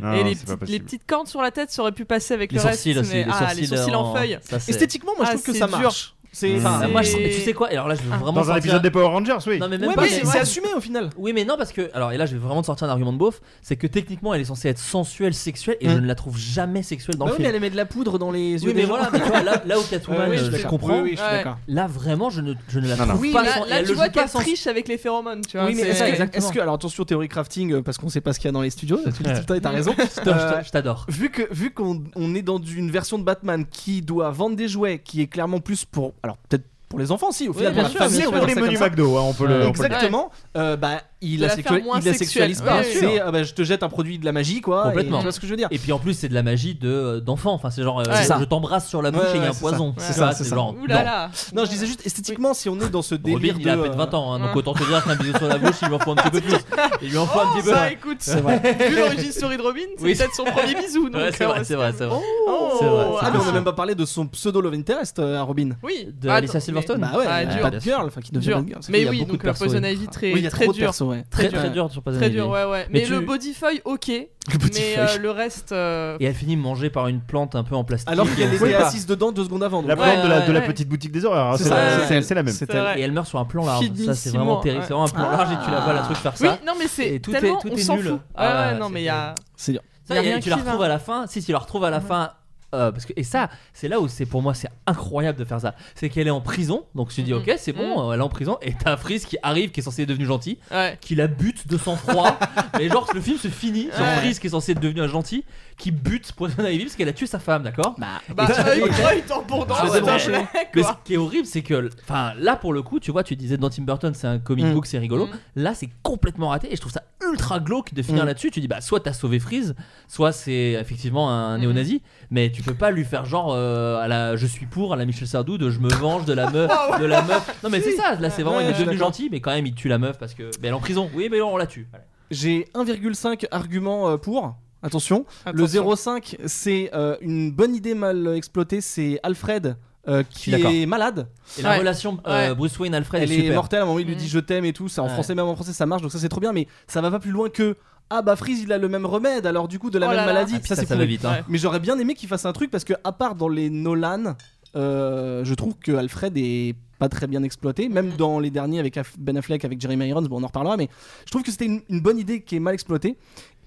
S9: Non,
S10: et les
S9: c'est pas
S10: petites, les
S9: possible.
S10: petites cornes sur la tête, ça aurait pu passer avec
S7: les
S10: le reste.
S7: sourcils aussi,
S10: mais-
S7: les
S10: ah,
S7: sourcils,
S10: les sourcils en feuille.
S7: ça, c'est-
S4: Esthétiquement, moi je
S10: Ah,
S4: trouve que
S10: c'est
S4: ça
S10: dur.
S4: marche. C'est
S7: Enfin,
S4: enfin,
S10: c'est-
S7: moi, je- tu sais quoi Alors là, je veux vraiment
S9: Dans un
S7: sortir-
S9: épisode des Power Rangers, oui.
S7: Non mais même
S4: Ah. Ouais,
S7: pas.
S4: mais
S7: mais-
S4: c'est c'est assumé au final.
S7: Oui, mais non, parce que. Alors, et là, je vais vraiment te sortir un argument de beauf. C'est que techniquement, elle est censée être sensuelle, sexuelle, et
S4: Mm.
S7: je ne la trouve jamais sexuelle dans
S4: Bah
S7: le
S4: oui, mais
S7: film.
S4: elle met de la poudre dans les yeux. des
S7: Oui, mais
S4: gens.
S7: voilà, mais tu vois, là, là où Catwoman,
S4: Ouais, oui,
S7: euh,
S4: je
S7: je
S4: suis
S7: comprends.
S4: Oui, oui, je suis
S10: Ouais.
S4: d'accord.
S7: Là, vraiment, je ne, je ne la
S9: Non, non.
S7: trouve
S10: Oui,
S7: pas.
S10: là,
S7: sens-
S10: là,
S7: elle
S10: tu
S7: le
S10: vois
S7: joue pas
S10: qu'elle
S7: sans-
S10: triche avec les phéromones, tu vois.
S4: Oui, mais
S10: c'est-
S4: est-ce que,
S7: exactement.
S4: est-ce que- alors attention théorie crafting euh, parce qu'on sait pas ce qu'il y a dans les studios, tu le dis tout le temps et t'as raison.
S7: Putain, je
S4: Euh,
S7: t'a- je t'adore.
S4: vu que vu qu'on on est dans une version de Batman qui doit vendre des jouets, qui est clairement plus pour alors peut-être pour les enfants si au final
S10: bien
S4: pour la
S10: sûr,
S4: famille,
S9: C'est
S4: on va
S9: pour
S4: dire
S9: les
S4: ça comme
S9: menus
S4: ça.
S9: McDo, hein, on peut le. on peut le-
S4: Exactement. Euh, bah, il
S10: De
S4: la,
S10: la
S4: sexua-
S10: faire moins
S4: il la sexualise
S10: sexuelle.
S4: pas.
S10: Oui, oui,
S4: c'est
S10: oui.
S4: ah bah, je te jette un produit de la magie, quoi. et
S7: Complètement.
S4: tu vois ce que je veux dire
S7: Et puis en plus, c'est de la magie de euh, d'enfant. Enfin, c'est genre, euh,
S10: Ouais.
S7: je t'embrasse sur la bouche
S4: Ouais,
S7: et il y a un
S4: ouais, c'est
S7: poison.
S10: ça.
S7: C'est
S10: C'est
S4: ça,
S7: ça, c'est
S4: c'est
S7: genre.
S10: Ouh là
S7: non.
S10: là.
S4: Non, je disais juste esthétiquement, si on est dans ce
S7: Robin,
S4: délire
S7: il a à
S4: de,
S7: peine 20 ans, hein, donc
S10: euh,
S7: autant te dire qu'un bisou sur la bouche, il lui en faut un petit peu plus. Il lui en faut un petit peu.
S10: Ça,
S7: ouais.
S10: Oh, bah, écoute,
S4: C'est vrai.
S10: *laughs* vu l'origine story de Robin, c'est
S7: Oui.
S10: peut-être son
S7: *laughs*
S10: premier bisou. donc,
S7: Ouais, c'est
S10: euh,
S7: vrai,
S10: on
S7: c'est vrai, c'est vrai.
S10: Oh,
S7: C'est vrai, c'est
S4: Ah, mais on
S7: vrai.
S4: a même pas parlé de son pseudo love interest, euh, à Robin.
S10: Oui. Ah,
S7: De
S10: Attends,
S7: Alicia
S10: mais-
S7: Silverstone.
S4: Bah ouais,
S10: Ah,
S4: elle est
S10: dur.
S4: pas de girl, enfin qui devient
S10: Dur.
S4: bad girl. C'est
S10: Mais
S4: qu'il y a
S10: oui,
S4: beaucoup
S10: donc euh,
S4: de
S10: la
S4: persos,
S10: Poison
S4: ouais.
S10: Ivy très,
S4: Oui, il y a
S10: très
S4: trop de
S10: dur.
S4: persos, ouais.
S7: Très
S4: Ouais.
S7: très dur sur Poison
S10: Très
S7: Ivy.
S10: dur, ouais, ouais.
S7: Mais
S10: Mais,
S7: tu-
S10: le body feuille, ok.
S4: Le petit
S10: mais
S4: feuille.
S10: euh, le reste. euh,
S7: Et elle finit mangée par une plante un peu en plastique.
S4: Alors
S7: et on
S4: qu'elle
S7: sait
S4: est
S7: pas.
S4: assise dedans deux secondes avant. donc.
S9: La plante de la, de la
S10: ouais.
S9: petite boutique des horreurs, hein,
S4: C'est
S9: c'est
S10: ça,
S9: la,
S10: ouais.
S9: c'est- c'est la même.
S4: C'est
S10: c'est vrai.
S7: Et elle meurt sur un plan large. Ça, c'est
S10: Finissement,
S7: vraiment terrible.
S10: ouais.
S7: C'est vraiment un plan
S4: Ah.
S7: large et tu la vois, la truc faire
S10: Oui,
S7: ça.
S10: non, mais c'est
S7: Et tout
S10: tellement,
S7: est- tout
S10: on
S7: est
S10: s'en
S7: nul.
S10: fout.
S7: Ah,
S10: Ah,
S7: ouais,
S10: ouais, non,
S7: c'est
S10: mais il y a.
S4: C'est dur.
S7: Ça,
S10: Y a
S7: et
S10: rien
S7: tu la
S10: qui va.
S7: retrouves à la fin. Si, tu la retrouves à la fin. euh, parce que, et ça, c'est là où c'est pour moi c'est incroyable de faire ça. C'est qu'elle est en prison, donc tu te dis
S10: Mhm.
S7: ok c'est bon, elle est en prison et t'as Freeze qui arrive qui est censé être devenu gentil,
S10: Ouais.
S7: qui la bute de sang
S10: *laughs*
S7: froid. et genre le film se finit sur
S10: Ouais.
S7: Freeze qui est censé être devenu un gentil, qui bute Poison Ivy parce qu'elle a tué sa femme, d'accord
S4: Bah,
S10: *laughs* Bah,
S7: tu-
S10: œil
S7: ok.
S10: pour œil, dent pour dent,
S7: Je
S10: ouais,
S7: sais
S10: dans
S7: pas.
S10: le mec,
S7: Mais ce
S10: quoi.
S7: qui est horrible, c'est que, enfin, là pour le coup, tu vois, tu disais dans Tim Burton, c'est un comic
S4: Mm.
S7: book, c'est rigolo.
S10: Mm.
S7: Là, c'est complètement raté et je trouve ça ultra glauque de finir
S4: Mm.
S7: là-dessus. Tu dis, bah, soit t'as sauvé Freeze, soit c'est effectivement un
S10: Mm.
S7: néo-nazi, mais tu peux pas lui faire genre euh, à la je suis pour, à la Michel Sardou, de je me venge de
S10: *laughs*
S7: la meuf,
S10: Ah
S7: de la meuf. Non, mais c'est ça, là, c'est vraiment,
S4: Ouais,
S7: il est
S4: ouais,
S7: devenu
S4: d'accord.
S7: gentil, mais quand même, il tue la meuf parce que, ben, mais elle est en prison. Oui, mais on la tue. Voilà.
S4: j'ai 1,5 argument euh, pour. Attention, le
S10: Attention.
S4: 0,5 c'est euh, une bonne idée mal exploitée, c'est Alfred euh, qui
S7: D'accord.
S4: est malade.
S7: Et la
S10: Ouais.
S7: relation euh,
S10: Ouais.
S7: Bruce Wayne-Alfred
S4: Elle
S7: est
S4: est,
S7: super.
S4: mortelle, à un moment il lui
S10: Mhm.
S4: dit je t'aime et tout, ça en
S7: Ouais.
S4: français, même en français ça marche donc ça c'est trop bien, mais ça va pas plus loin que ah bah Freeze il a le même remède alors du coup de la
S10: Oh
S4: même
S10: là là.
S4: maladie
S10: Ah,
S7: puis
S4: ça
S7: ça,
S4: c'est
S7: ça va
S4: pourri.
S7: vite, hein. Ouais.
S4: mais j'aurais bien aimé qu'il fasse un truc parce que à part dans les Nolan euh, je trouve que Alfred est pas très bien exploité même
S7: Mm.
S4: dans les derniers avec Aff- Ben Affleck avec Jeremy Irons bon on en reparlera mais je trouve que c'était une, une bonne idée qui est mal exploitée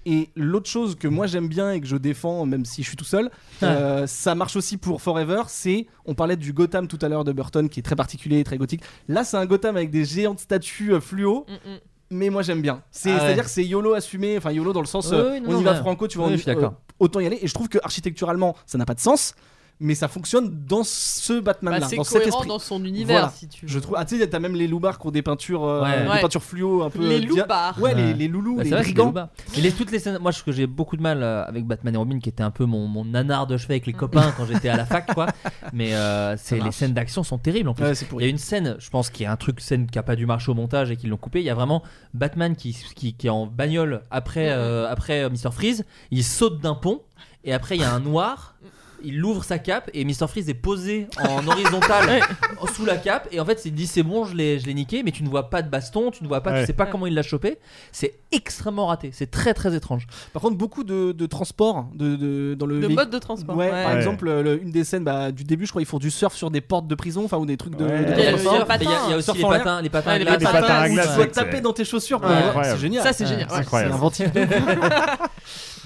S4: et l'autre chose que moi j'aime bien et que je défends même si je suis tout seul
S7: Ah.
S4: euh, ça marche aussi pour Forever c'est on parlait du Gotham tout à l'heure de Burton qui est très particulier et très gothique là c'est un Gotham avec des géantes statues euh, fluo mais moi j'aime bien. C'est
S7: Mm, Ah ouais.
S4: à dire que c'est YOLO assumé, enfin YOLO dans le sens
S7: Ouais,
S4: euh,
S7: ouais, non,
S4: on y
S7: non,
S4: va
S7: mais-
S4: franco, tu vois,
S7: ouais,
S4: on y-
S7: je suis d'accord.
S4: euh, autant y aller. Et je trouve que architecturalement ça n'a pas de sens, mais ça fonctionne dans ce Batman
S10: Bah,
S4: là,
S10: c'est
S4: dans cet
S10: cohérent
S4: esprit.
S10: dans son univers,
S4: Voilà.
S10: si tu veux.
S4: Je trouve. Ah tu sais, t'as même les loupards qui ont des peintures, euh,
S7: Ouais.
S4: des
S10: Ouais.
S4: peintures fluo un peu.
S10: Les
S4: dia-
S10: loupards.
S4: Ouais, Les,
S7: Ouais.
S4: les loulous,
S7: Bah,
S4: les
S7: c'est vrai, c'est des
S4: brigands.
S7: loupards. Et les, toutes les scènes, moi, ce que j'ai beaucoup de mal euh, avec Batman et Robin, qui était un peu mon, mon nanar de chevet avec les copains quand j'étais à la fac, quoi. Mais euh, c'est- les
S4: marche.
S7: scènes d'action sont terribles en plus.
S4: Ouais, c'est
S7: Il y
S4: pourri.
S7: a une scène, je pense qu'il y a un truc, scène qui a pas dû marcher au montage et qu'ils l'ont coupé. Il y a vraiment Batman qui, qui, qui est en bagnole après, euh, après euh, Mr. Freeze. Il saute d'un pont et après il y a un noir. Il ouvre sa cape et Mr. Freeze est posé en horizontal *laughs* sous la cape. Et en fait, il dit c'est bon, je l'ai je l'ai niqué, mais tu ne vois pas de baston, tu ne vois pas,
S9: Ouais.
S7: tu sais pas comment il l'a chopé. C'est extrêmement raté, c'est très très étrange.
S4: Par contre, beaucoup de, de transports de, de- dans le.
S10: De
S4: véhicule.
S10: mode de transport.
S4: Ouais,
S10: Ouais.
S4: par
S9: Ouais.
S4: exemple, euh, le- une des scènes bah, du début, je crois, ils font du surf sur des portes de prison, enfin, ou des trucs de.
S9: Ouais.
S4: de
S10: Il y a le
S4: transport.
S10: surf,
S7: Et il y a, il y a aussi
S4: Surf
S7: les
S4: en l'air.
S7: patins, les patins, à
S10: Ouais, les
S7: glace.
S9: Les patins
S4: Patins,
S9: à
S4: où
S9: glace,
S4: tu dois
S9: c'est-
S4: taper dans tes chaussures. pour
S7: Ouais.
S4: voir.
S9: Incroyable.
S4: C'est génial.
S10: Ça, c'est génial. Ouais.
S4: C'est
S9: incroyable.
S4: inventif.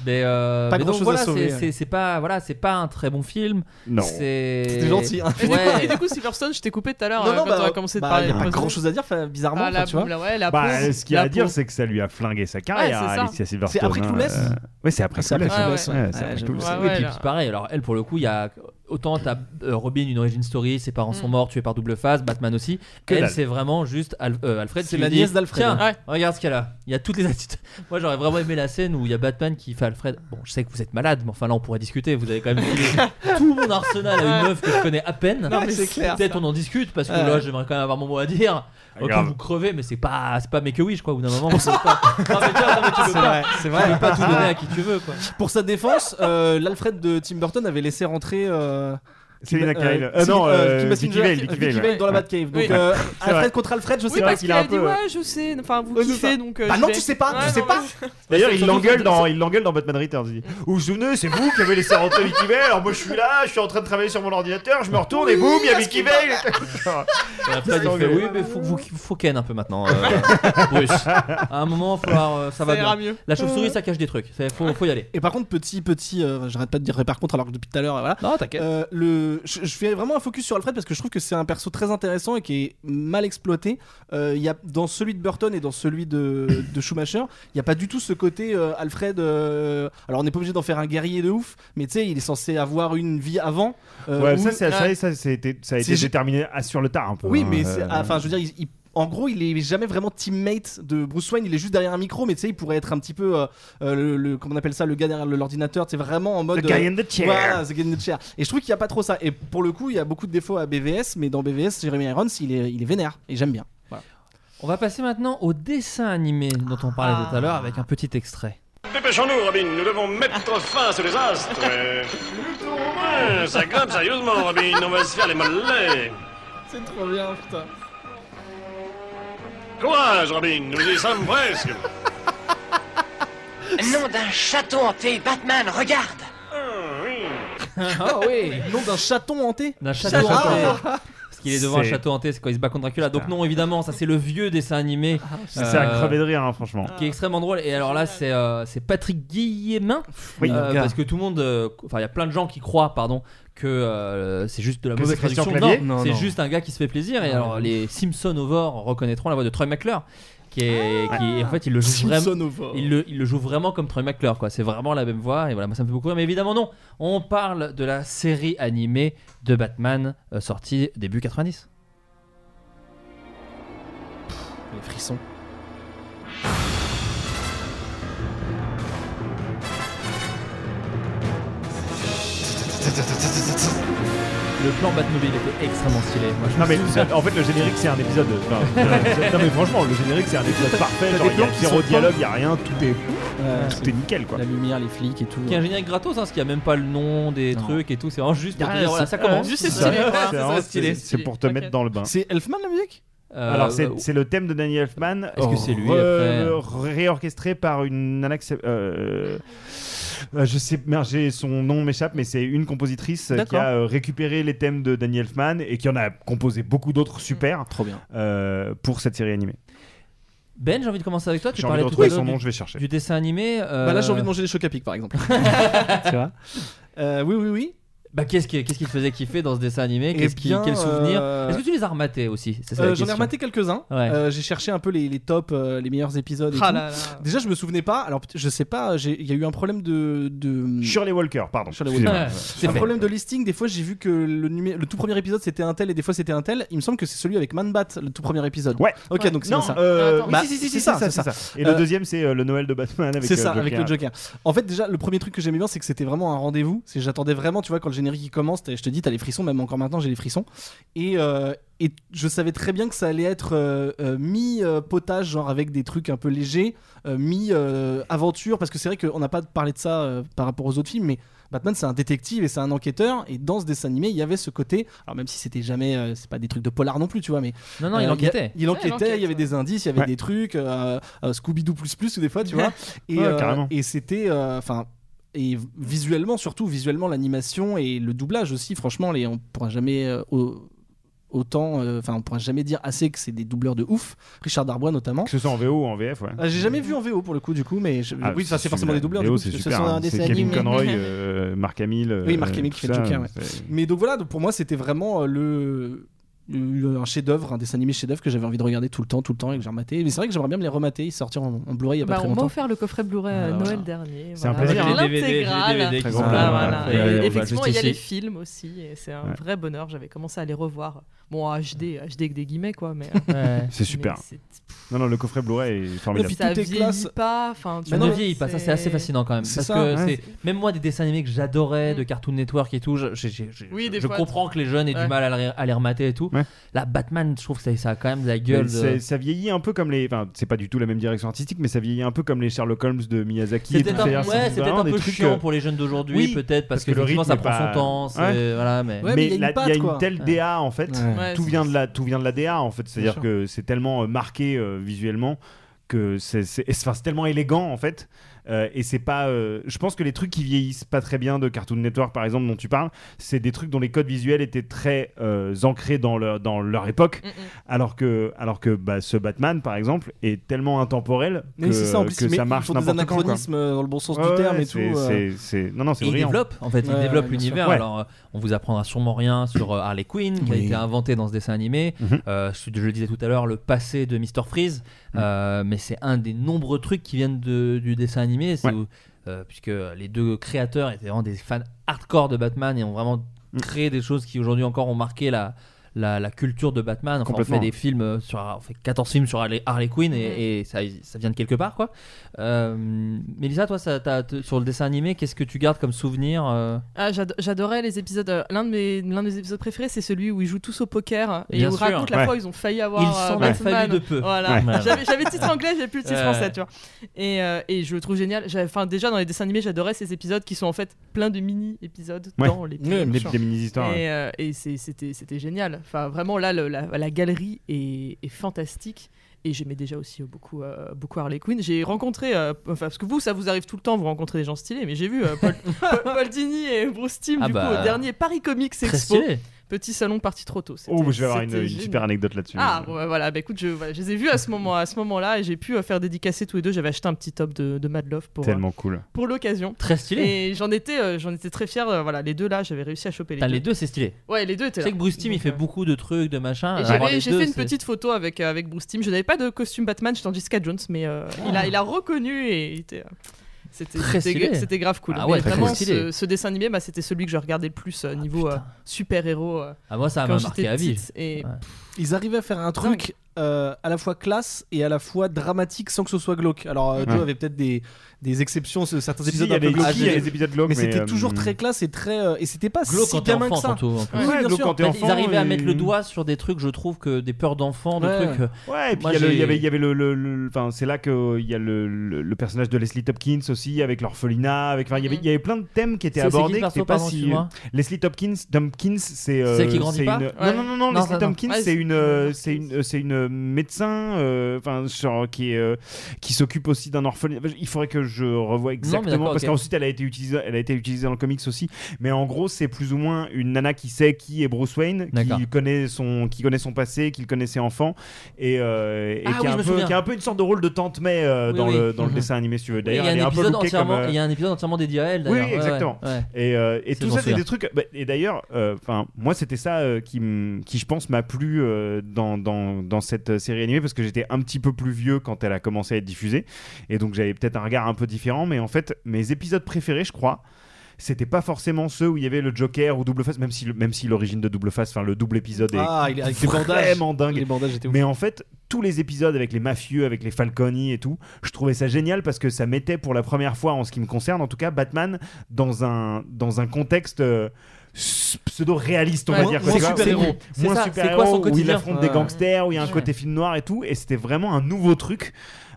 S7: Mais, euh,
S4: Pas
S7: mais
S4: grand-chose
S7: donc voilà,
S4: à sauver.
S7: c'est- c'est- c'est pas, voilà, c'est pas un très bon film.
S9: Non.
S7: C'est-
S4: C'était gentil. hein.
S10: Et, du coup,
S4: *laughs*
S7: Ouais.
S10: et du coup, Silverstone, je t'ai coupé tout à l'heure euh, quand on a commencé de
S4: bah,
S10: parler
S4: y
S10: de
S4: a pas
S10: prison.
S4: grand chose à dire, enfin, bizarrement,
S10: Ah,
S4: enfin,
S10: la
S4: tu vois.
S10: boule, ouais, la
S9: Bah,
S10: pauvre,
S9: ce qu'il y
S10: la
S9: a à dire,
S10: pauvre.
S9: c'est que ça lui a flingué sa carrière,
S10: Ouais, c'est ça.
S9: Alicia Silverstone.
S4: C'est après
S9: hein,
S4: Clueless
S9: euh, Ouais, c'est après
S4: C'est après
S9: Clueless.
S10: Ah,
S4: Clueless,
S9: ouais.
S4: ouais.
S9: Ouais, c'est après
S4: Ouais,
S9: Clueless.
S10: j'avoue.
S7: Et
S10: Ouais,
S7: puis,
S10: là.
S7: puis pareil, alors elle pour le coup, il y a autant t'as euh, Robin une origin story, ses parents
S4: Mm.
S7: sont morts, tués par double phase, Batman aussi.
S9: Que
S7: elle
S9: dalle.
S7: c'est vraiment juste Al- euh, Alfred.
S4: C'est
S7: qui
S4: la
S7: lui dit,
S4: nièce d'Alfred.
S7: Tiens,
S10: Ouais.
S7: regarde ce qu'elle a. Il y a toutes les attitudes. *laughs* Moi j'aurais vraiment aimé la scène où il y a Batman qui fait Alfred. Bon, je sais que vous êtes malade, mais enfin là on pourrait discuter. Vous avez quand même
S4: *laughs*
S7: filé tout mon arsenal à une meuf que je connais à peine.
S4: mais c'est clair.
S7: Peut-être on en discute parce que
S4: Ouais.
S7: là j'aimerais quand même avoir mon mot à dire. Ok,
S9: grave.
S7: vous crevez, mais c'est pas c'est pas make a wish quoi. Au bout
S4: *laughs*
S7: d'un moment, on sait pas. Non, mais tiens, non, mais tu peux pas-
S4: c'est
S7: tu peux pas tout donner à qui tu veux quoi.
S4: Pour sa défense, euh, l'alfred de Tim Burton avait laissé rentrer. euh,
S9: Selina
S4: euh,
S9: Kyle.
S4: Sylvie-
S9: Euh, non,
S4: euh,
S9: euh,
S4: Kim
S9: Vicky
S4: Basinger,
S9: Vale.
S4: Vicky
S9: Vicky Vale,
S4: Vale
S9: ouais.
S4: dans la Batcave. Donc,
S10: Oui.
S9: *laughs*
S4: euh,
S9: vrai.
S4: Alfred contre Alfred, je sais
S10: Oui,
S4: pas.
S10: parce
S9: qu'il
S10: qu'il
S9: a
S10: a
S9: un
S10: dit
S9: peu,
S10: ouais, je sais, enfin vous
S4: Ouais, c'est ça.
S10: kiffez donc. euh,
S4: Bah
S10: j'y
S4: non,
S10: vais.
S4: tu sais pas,
S10: Ouais,
S4: tu sais
S10: non,
S4: pas.
S10: mais-
S9: D'ailleurs, il
S4: Surtout
S9: l'engueule
S4: que-
S9: dans, il l'engueule dans Batman Returns. Il dit *laughs* Vous vous souvenez, c'est vous qui avez laissé rentrer Vicky Vale. Alors moi, je suis là, je suis en train de travailler sur mon ordinateur, je me retourne et boum, il y a Vicky *laughs* Vale.
S7: Et après, il
S9: C'est
S7: fait
S9: anglais.
S7: oui, mais faut, vous, faut ken un peu maintenant, euh, Bruce. À un moment, faut avoir, euh, ça, va
S10: Ça
S7: bien.
S10: ira mieux.
S7: La chauve-souris, ça cache des trucs. Faut, faut, faut y aller.
S4: Et par contre, petit, petit, euh, j'arrête pas de dire par contre, alors que depuis tout à l'heure, euh, voilà.
S7: Non, t'inquiète.
S4: Euh, le, je, je fais vraiment un focus sur Alfred parce que je trouve que c'est un perso très intéressant et qui est mal exploité. Euh, Il y a, dans celui de Burton et dans celui de, de Schumacher, il n'y a pas du tout ce côté euh, Alfred. euh, alors on n'est pas obligé d'en faire un guerrier de ouf, mais tu sais, il est censé avoir une vie avant. euh,
S9: Ouais,
S4: où-
S9: ça, c'est- ça,
S10: Ouais.
S9: ça, c'était- ça a
S4: C'est
S9: été
S4: ju-
S9: déterminé à- sur le tard un peu.
S4: oui,
S9: hein,
S4: mais
S9: euh,
S4: c'est- ah, enfin, je veux dire, il- il- en gros, il est jamais vraiment teammate de Bruce Wayne. Il est juste derrière un micro, mais tu sais, il pourrait être un petit peu euh, euh, le, le- comment on appelle ça, le gars derrière le- l'ordinateur. C'est vraiment en mode.
S9: The guy
S4: euh,
S9: in the chair.
S4: Voilà, The Guy in the Chair. Et je trouve qu'il n'y a pas trop ça. Et pour le coup, il y a beaucoup de défauts à BVS, mais dans BVS, Jeremy Irons, il est, il est vénère. Et j'aime bien. Voilà.
S7: On va passer maintenant au dessin animé dont on parlait tout à l'heure avec un petit extrait.
S9: hein.
S3: Dépêchons-nous, Robin, nous devons mettre fin à ce désastre. Ouais. Ouais, ça grimpe sérieusement, Robin, on va se faire les mollets.
S4: C'est trop bien, putain.
S3: Courage, Robin, nous y sommes presque.
S11: Nom d'un chaton hanté, Batman,
S4: *laughs*
S11: regarde
S3: Hum, oui.
S7: Ah oui
S4: Nom d'un chaton hanté
S7: D'un château
S4: Chaton.
S7: hanté. Parce qu'il est devant un
S9: C'est-
S7: château hanté, c'est quand il se bat contre Dracula. Donc, non, évidemment, ça c'est le vieux dessin animé.
S9: C'est à
S7: euh,
S9: crever de rire, hein, franchement.
S7: qui est extrêmement drôle. Et alors là, c'est euh, c'est Patrick Guillemin.
S9: Oui,
S7: Euh,
S9: gars.
S7: parce que tout le monde, euh, enfin, il y a plein de gens qui croient, pardon, que euh, c'est juste de la
S9: Que
S7: mauvaise
S9: c'est Christian
S7: traduction.
S9: Clavier
S7: Non,
S4: Non,
S7: c'est
S4: non.
S7: juste un gars qui se fait plaisir. Et
S4: Non,
S7: alors,
S4: non.
S7: les Simpson au Vore reconnaîtront la voix de Troy McClure, qui est, qui, et en fait, il le joue vraiment.
S4: Simpson Ah. au fort.
S7: Il le, il le joue vraiment comme Troy McClure, quoi. C'est vraiment la même voix, et voilà, moi ça me fait beaucoup rire. Mais évidemment, non, on parle de la série animée de Batman euh, sortie début 90.
S4: Les frissons.
S7: Le plan Batmobile était extrêmement stylé. Moi, je me
S9: Non mais
S7: souviens-
S9: en fait le générique c'est un épisode.
S7: *laughs*
S9: Enfin, non mais franchement le générique c'est un épisode parfait. Genre, il y a zéro dialogue, il y a rien, tout est
S4: Ouais,
S9: tout est nickel quoi.
S4: la lumière, les flics et tout.
S7: qui est un générique gratos, hein, ce qui a même pas le nom des
S4: Non.
S7: trucs et tout, c'est vraiment juste pour
S4: Y a
S7: te
S4: rien,
S7: dire, voilà,
S4: c'est-
S7: ça commence.
S10: Juste c'est
S9: Ça,
S10: stylé.
S9: c'est
S10: quoi.
S9: vraiment-
S10: C'est ça,
S9: C'est c'est pour te
S10: Ok.
S9: mettre dans le bain.
S4: C'est Elfman la musique
S7: Euh,
S9: Alors, c'est c'est le thème de Daniel Elfman.
S7: Est-ce que c'est lui,
S4: euh
S9: re- Réorchestré par une nana qui s'appelle- euh, euh, je sais, merde, j'ai- son nom m'échappe, mais c'est une compositrice euh, qui
S4: D'accord.
S9: a euh, récupéré les thèmes de Daniel Elfman et qui en a composé beaucoup d'autres super. euh,
S4: Trop bien.
S9: pour cette série animée.
S7: Ben, j'ai envie de commencer avec toi. Tu
S9: J'ai envie
S7: parlais
S9: de
S7: tout à
S9: retrouver
S7: l'heure
S9: son
S7: du-
S9: nom, je vais chercher.
S7: Du dessin animé. euh,
S4: Bah là, j'ai envie de manger des chocs à pic, par
S7: *laughs*
S4: exemple. tu vois Euh, Oui, oui, oui.
S7: Bah, qu'est-ce qui, qu'est-ce qui te faisait kiffer dans ce dessin animé
S4: Eh
S7: Qu'est-ce qui,
S4: bien,
S7: Quel souvenir
S4: euh,
S7: Est-ce que tu les as rematés aussi C'est ça la
S4: Euh, J'en ai
S7: question.
S4: rematé quelques-uns.
S7: Ouais.
S4: Euh, j'ai cherché un peu les, les tops, euh, les meilleurs épisodes. et
S10: Ah
S4: tout.
S10: là là.
S4: Déjà, je me souvenais pas. Alors, peut- je sais pas. j'ai- Il y a eu un problème de. de...
S9: Shirley Walker, pardon.
S4: Shirley
S9: Excusez-moi.
S4: Walker.
S9: C'est
S4: un
S9: fait.
S4: problème de listing. Des fois, j'ai vu que le, numé- le tout premier épisode c'était un tel et des fois c'était un tel. Il me semble que c'est celui avec Manbat, le tout premier épisode.
S9: Ouais.
S4: Ok, donc c'est
S9: non,
S4: bien ça.
S9: euh,
S4: Bah,
S9: oui, si, si, si,
S4: c'est
S9: si,
S4: ça,
S9: c'est ça, c'est ça. Et le
S4: Euh,
S9: deuxième, c'est euh, le Noël de Batman avec
S4: c'est
S9: euh,
S4: ça, avec le Joker. En fait, déjà, le premier truc que j'aimais bien, c'est que c'était vraiment un rendez-vous. C'est j'attendais vraiment, tu vois, quand le générique il commence, t'as- je te dis, t'as les frissons, même encore maintenant, j'ai les frissons. Et, euh, et je savais très bien que ça allait être euh, euh, mi-potage, genre avec des trucs un peu légers, euh, mi-aventure, parce que c'est vrai qu'on n'a pas parlé de ça euh, par rapport aux autres films, mais. Batman, c'est un détective et c'est un enquêteur, et dans ce dessin animé, il y avait ce côté. Alors, même si c'était jamais. euh, c'est pas des trucs de polar non plus, tu vois, mais.
S7: Non, non, il
S4: y a-
S7: enquêtait.
S4: Il
S7: Ouais,
S4: enquêtait,
S7: l'enquête,
S4: il y avait des indices, il y avait
S7: Ouais.
S4: des trucs, euh, euh, Scooby-Doo plus plus, des fois, tu vois. Et,
S9: Ouais,
S4: euh,
S9: carrément.
S4: et c'était euh, enfin et visuellement surtout visuellement l'animation et le doublage aussi franchement les on pourra jamais euh, au- autant euh, enfin on pourra jamais dire assez que c'est des doubleurs de ouf Richard Darbois notamment
S9: Que ce soit en VO ou en VF, ouais.
S4: Ah, j'ai jamais vu en VO pour le coup du coup mais je-
S9: Ah,
S4: Euh, oui ça c'est forcément
S9: la
S4: des doubleurs
S9: VO,
S4: du coup,
S9: c'est
S4: parce que
S9: super.
S4: ce sont
S9: hein.
S4: un
S9: C'est
S4: dessin
S9: Kevin
S4: animé. *laughs*
S9: Conroy, euh, Mark Hamill. euh,
S4: oui Mark Hamill qui
S9: tout
S4: fait le
S9: ça,
S4: Joker ouais.
S9: c'est-
S4: mais donc voilà donc pour moi c'était vraiment euh, le le- un chef-d'œuvre, un dessin animé chef-d'œuvre que j'avais envie de regarder tout le temps, tout le temps et que j'ai rematé. Mais c'est vrai que j'aimerais bien me les remater, ils sortiront en, en Blu-ray il y a pas
S10: Bah,
S4: très
S10: on m'a
S4: longtemps.
S10: offert le coffret Blu-ray à
S4: Ah,
S10: Noël
S4: voilà.
S10: dernier.
S4: C'est un
S10: voilà,
S4: plaisir.
S10: avec
S4: Avec les DVD,
S10: l'intégrale.
S4: les DVD qui
S10: Ah,
S4: sont
S10: voilà.
S4: là, voilà.
S10: Et
S4: Ouais, on va
S10: Effectivement,
S4: juste
S10: il y a les
S4: ici.
S10: films aussi, et c'est un
S9: Ouais.
S10: vrai bonheur. J'avais commencé à les revoir. Bon, en HD, HD avec des guillemets, quoi, mais. *laughs*
S9: C'est super. Non, non, le coffret Blu-ray est
S10: Mais
S9: formidable.
S10: ça
S4: tout est
S10: vieillit
S4: classe.
S10: pas. Enfin, tu
S7: Ça
S10: vois,
S7: ne vieillit pas, ça c'est assez fascinant quand même.
S4: C'est
S7: Parce
S4: ça,
S7: que
S4: ouais.
S7: c'est- même moi, des dessins animés que j'adorais, de Cartoon Network et tout, je, je- je- je-
S10: Mm. Oui, des
S7: je
S10: fois,
S7: comprends que les jeunes aient
S10: ouais.
S7: du mal à, les- à les remater et tout. Là, Batman, je trouve que ça, ça a quand même de la gueule.
S9: Mais c'est-
S7: de-
S9: Ça vieillit un peu comme les. Enfin, c'est pas du tout la même direction artistique, mais ça vieillit un peu comme les Sherlock Holmes de Miyazaki.
S7: C'est
S9: et
S7: peut-être
S9: tout.
S7: un,
S9: C'est-à-dire,
S7: ouais,
S9: c'est
S7: c'est peut-être
S9: vraiment
S7: un
S9: des
S7: peu
S9: trucs,
S7: chiant
S9: euh,
S7: pour les jeunes d'aujourd'hui,
S9: oui,
S7: peut-être, parce,
S9: que
S7: que,
S9: le
S7: effectivement,
S9: rythme
S7: ça
S9: est
S7: prend
S9: pas-
S7: son temps. c'est-
S9: Ouais.
S7: Voilà, mais...
S9: mais la- il y a une telle DA en fait.
S7: Ouais,
S9: tout, vient de la, tout vient de la DA en fait. C'est-à-dire
S7: sûr.
S9: que c'est tellement euh, marqué euh, visuellement que c'est c'est- et c'est- enfin, c'est tellement élégant en fait. Euh, et c'est pas. euh, je pense que les trucs qui vieillissent pas très bien de Cartoon Network par exemple dont tu parles, c'est des trucs dont les codes visuels étaient très euh, ancrés dans leur, dans leur époque. Alors que, alors que bah, ce Batman par exemple est tellement intemporel
S4: Mais
S9: que,
S4: c'est ça en plus,
S9: que
S4: mais
S9: ça
S4: ils
S9: marche
S4: font des
S9: n'importe quand. quoi.
S4: anachronismes, euh, dans le bon sens du
S9: Ouais,
S4: terme et
S9: c'est-
S4: tout, euh.
S9: c'est- c'est- Non, non, c'est
S7: il
S9: brillant.
S7: développe en fait, il
S4: Ouais,
S7: développe
S4: ouais, bien sûr.
S7: l'univers.
S4: Ouais.
S7: Alors, euh, on vous apprendra sûrement rien sur euh, Harley Quinn qui a
S4: Oui.
S7: été inventé dans ce dessin animé.
S9: Mhm.
S7: Euh, je, je le disais tout à l'heure, le passé de Mister Freeze, Euh, mais c'est un des nombreux trucs qui viennent de- du dessin animé, c'est où- euh, puisque les deux créateurs étaient vraiment des fans hardcore de Batman et ont vraiment
S9: Mhm.
S7: créé des choses qui aujourd'hui encore ont marqué la la, la culture de Batman. Enfin, on
S9: Complètement.
S7: fait des films euh, sur, on fait 14 films sur Harley, Harley Quinn et, et ça, ça vient de quelque part quoi. Euh, Mélissa, toi, ça, t'as- t- sur le dessin animé, qu'est-ce que tu gardes comme souvenir euh
S10: Ah, j'ado- j'adorais les épisodes. euh, L'un de mes, l'un de mes épisodes préférés, c'est celui où ils jouent tous au poker hein, et
S7: Bien
S10: où ils
S7: sûr.
S10: racontent la
S7: Ouais.
S10: fois où ils ont failli avoir.
S7: Il
S10: euh,
S7: s'en a
S10: Batman.
S7: fallu de peu.
S10: Voilà.
S7: Ouais.
S10: J'avais, j'avais le titre anglais, j'avais plus le titre
S7: Ouais.
S10: français, tu vois. Et, euh, et je le trouve génial. J'avais- Enfin, déjà dans les dessins animés, j'adorais ces épisodes qui sont en fait plein de mini épisodes
S9: Ouais.
S10: dans les
S9: Oui, bien Des- sûr. des mini-histoires,
S10: Et, euh, et c'est- c'était, c'était génial. Enfin, vraiment là, le- la, la galerie est, est fantastique. Et j'aimais déjà aussi beaucoup, euh, beaucoup Harley Quinn. J'ai rencontré, euh, enfin, parce que vous, ça vous arrive tout le temps, vous rencontrez des gens stylés, mais j'ai vu euh, Paul, Paul- Paul Dini et Bruce Timm
S9: Ah
S10: du coup,
S9: bah,
S10: au dernier Paris Comics
S9: très
S10: Expo.
S9: stylé.
S10: Petit salon parti trop tôt. C'était-
S9: Oh, je vais avoir une,
S10: c'était
S9: une
S10: génial.
S9: super anecdote là-dessus.
S10: Ah bon, bah, voilà, bah, écoute, je, voilà, je les ai vus à ce moment, à ce moment-là, et j'ai pu euh, faire dédicacer tous les deux. J'avais acheté un petit top de, de Mad Love pour euh,
S9: Tellement cool.
S10: pour l'occasion.
S7: Très stylé.
S10: Et j'en étais, euh, j'en étais très fier. euh, voilà, les deux là, j'avais réussi à choper les
S7: T'as
S10: deux.
S7: les deux, c'est stylé.
S10: Ouais, les deux étaient
S7: Tu sais
S10: là. euh,
S7: que Bruce Timm, il fait beaucoup de trucs, de machin.
S10: Et
S7: Alors,
S10: j'avais-
S7: les
S10: J'ai
S7: deux,
S10: fait une
S7: c'est-
S10: petite photo avec, euh, avec Bruce Timm. Je n'avais pas de costume Batman, j'étais en Jessica Jones, mais euh, il, a, il a reconnu et il était. euh, C'était,
S7: Ah. Très
S10: c'était-
S7: stylé.
S10: c'était grave cool.
S7: Ah ouais,
S10: Mais
S7: très
S10: vraiment,
S7: cool.
S10: ce,
S7: stylé.
S10: ce dessin animé, bah, c'était celui que je regardais le plus euh, niveau euh, super-héros. euh,
S7: Ah, moi, ça
S10: quand
S7: m'a
S10: j'étais
S7: marqué à vie.
S10: petite. Et
S7: Ouais.
S4: *laughs* Ils arrivaient à faire un truc euh, à la fois classe et à la fois dramatique sans que ce soit glauque. Alors, euh, Joe
S9: Ouais.
S4: avait peut-être des, des exceptions, ce- certains
S9: Si,
S4: épisodes
S9: il y a
S4: un peu
S9: des-
S4: glauques,
S9: ah, il y a des épisodes glauques,
S4: mais,
S9: mais,
S4: c'était
S9: euh,
S4: toujours très classe et très. euh, et c'était pas
S7: Glauque
S4: si
S7: quand t'es
S4: gamin
S7: enfant,
S4: que ça.
S7: surtout. en plus.
S4: Oui, bien sûr.
S7: En fait, ils arrivaient à mettre le doigt sur des trucs, je trouve, que des peurs d'enfants, des
S4: Ouais.
S7: trucs. euh,
S9: Ouais, et puis
S7: moi,
S9: il y a le- il y
S7: j'ai-
S9: avait, il y avait le, le- le- enfin, c'est là que euh, il y a le, le- le personnage de Leslie Topkins aussi avec l'orphelinat, avec, enfin, il y avait, il y avait plein de thèmes qui étaient
S7: C'est- c'est qui le
S9: abordés, qui
S7: perso,
S9: étaient pas
S7: pardon,
S9: si.
S7: excuse-moi
S9: Leslie Topkins, Tompkins, c'est. euh,
S7: Celle qui grandit
S9: c'est
S7: pas
S9: une-
S7: Ouais.
S9: Non, non, non, non,
S7: Non,
S9: Leslie
S7: ça, non.
S9: Tompkins,
S7: Ouais,
S9: c'est une, euh, c'est une, euh, c'est une, euh, médecin, euh, enfin sur- qui est, euh, qui s'occupe aussi d'un orphelin. Il faudrait que je revoie exactement
S7: d'accord,
S9: parce
S7: ok.
S9: qu'ensuite elle a été utilisée, elle a été utilisée dans le comics aussi. Mais en gros, c'est plus ou moins une nana qui sait qui est Bruce Wayne,
S7: D'accord.
S9: qui connaît son, qui connaît son passé, qui le connaissait enfant et, euh, et
S7: Ah
S9: qui,
S7: oui,
S9: a
S7: je
S9: un
S7: me
S9: peu,
S7: souviens.
S9: qui a un peu une sorte de rôle de tante May euh,
S7: Oui,
S9: dans,
S7: oui.
S9: Le, dans
S7: *laughs*
S9: le
S7: Mhm.
S9: dessin animé, si tu veux.
S7: Il y,
S9: D'ailleurs,
S7: a
S9: elle est
S7: un
S9: un peu
S7: épisode
S9: lookée comme,
S7: entièrement-
S9: euh,
S7: il y a un épisode entièrement dédié à elle.
S9: oui,
S7: d'ailleurs. Ouais,
S9: exactement.
S7: ouais, ouais.
S9: Et, euh, et
S7: C'est
S9: tout
S7: bon,
S9: ça,
S7: c'est
S9: c'est
S7: bien.
S9: des trucs. bah, et d'ailleurs, euh, enfin, moi, c'était ça euh, qui, m- qui, je pense, m'a plu euh, dans, dans, dans cette euh, série animée parce que j'étais un petit peu plus vieux quand elle a commencé à être diffusée, et donc j'avais peut-être un regard un peu différent. Mais en fait, mes épisodes préférés, je crois. C'était pas forcément ceux où il y avait le Joker ou Double Face, même si, le- même si l'origine de Double Face, enfin le double épisode est
S4: Ah, il est avec les bandages.
S9: vraiment dingue.
S4: Les bandages étaient ouf.
S9: Mais en fait, tous les épisodes avec les mafieux, avec les Falconi et tout, je trouvais ça génial parce que ça mettait pour la première fois, en ce qui me concerne en tout cas, Batman dans un, dans un contexte euh, s- pseudo-réaliste, on
S7: Ouais,
S9: va dire.
S7: moins
S9: quoi, tu vois.
S7: super-héros.
S9: C'est-
S7: C'est
S9: Moins
S7: ça, c'est quoi son
S9: super-héros, où il
S7: quotidien
S9: affronte
S7: Ouais.
S9: des gangsters, où il y a un
S7: Ouais.
S9: côté film noir et tout. Et c'était vraiment un nouveau truc.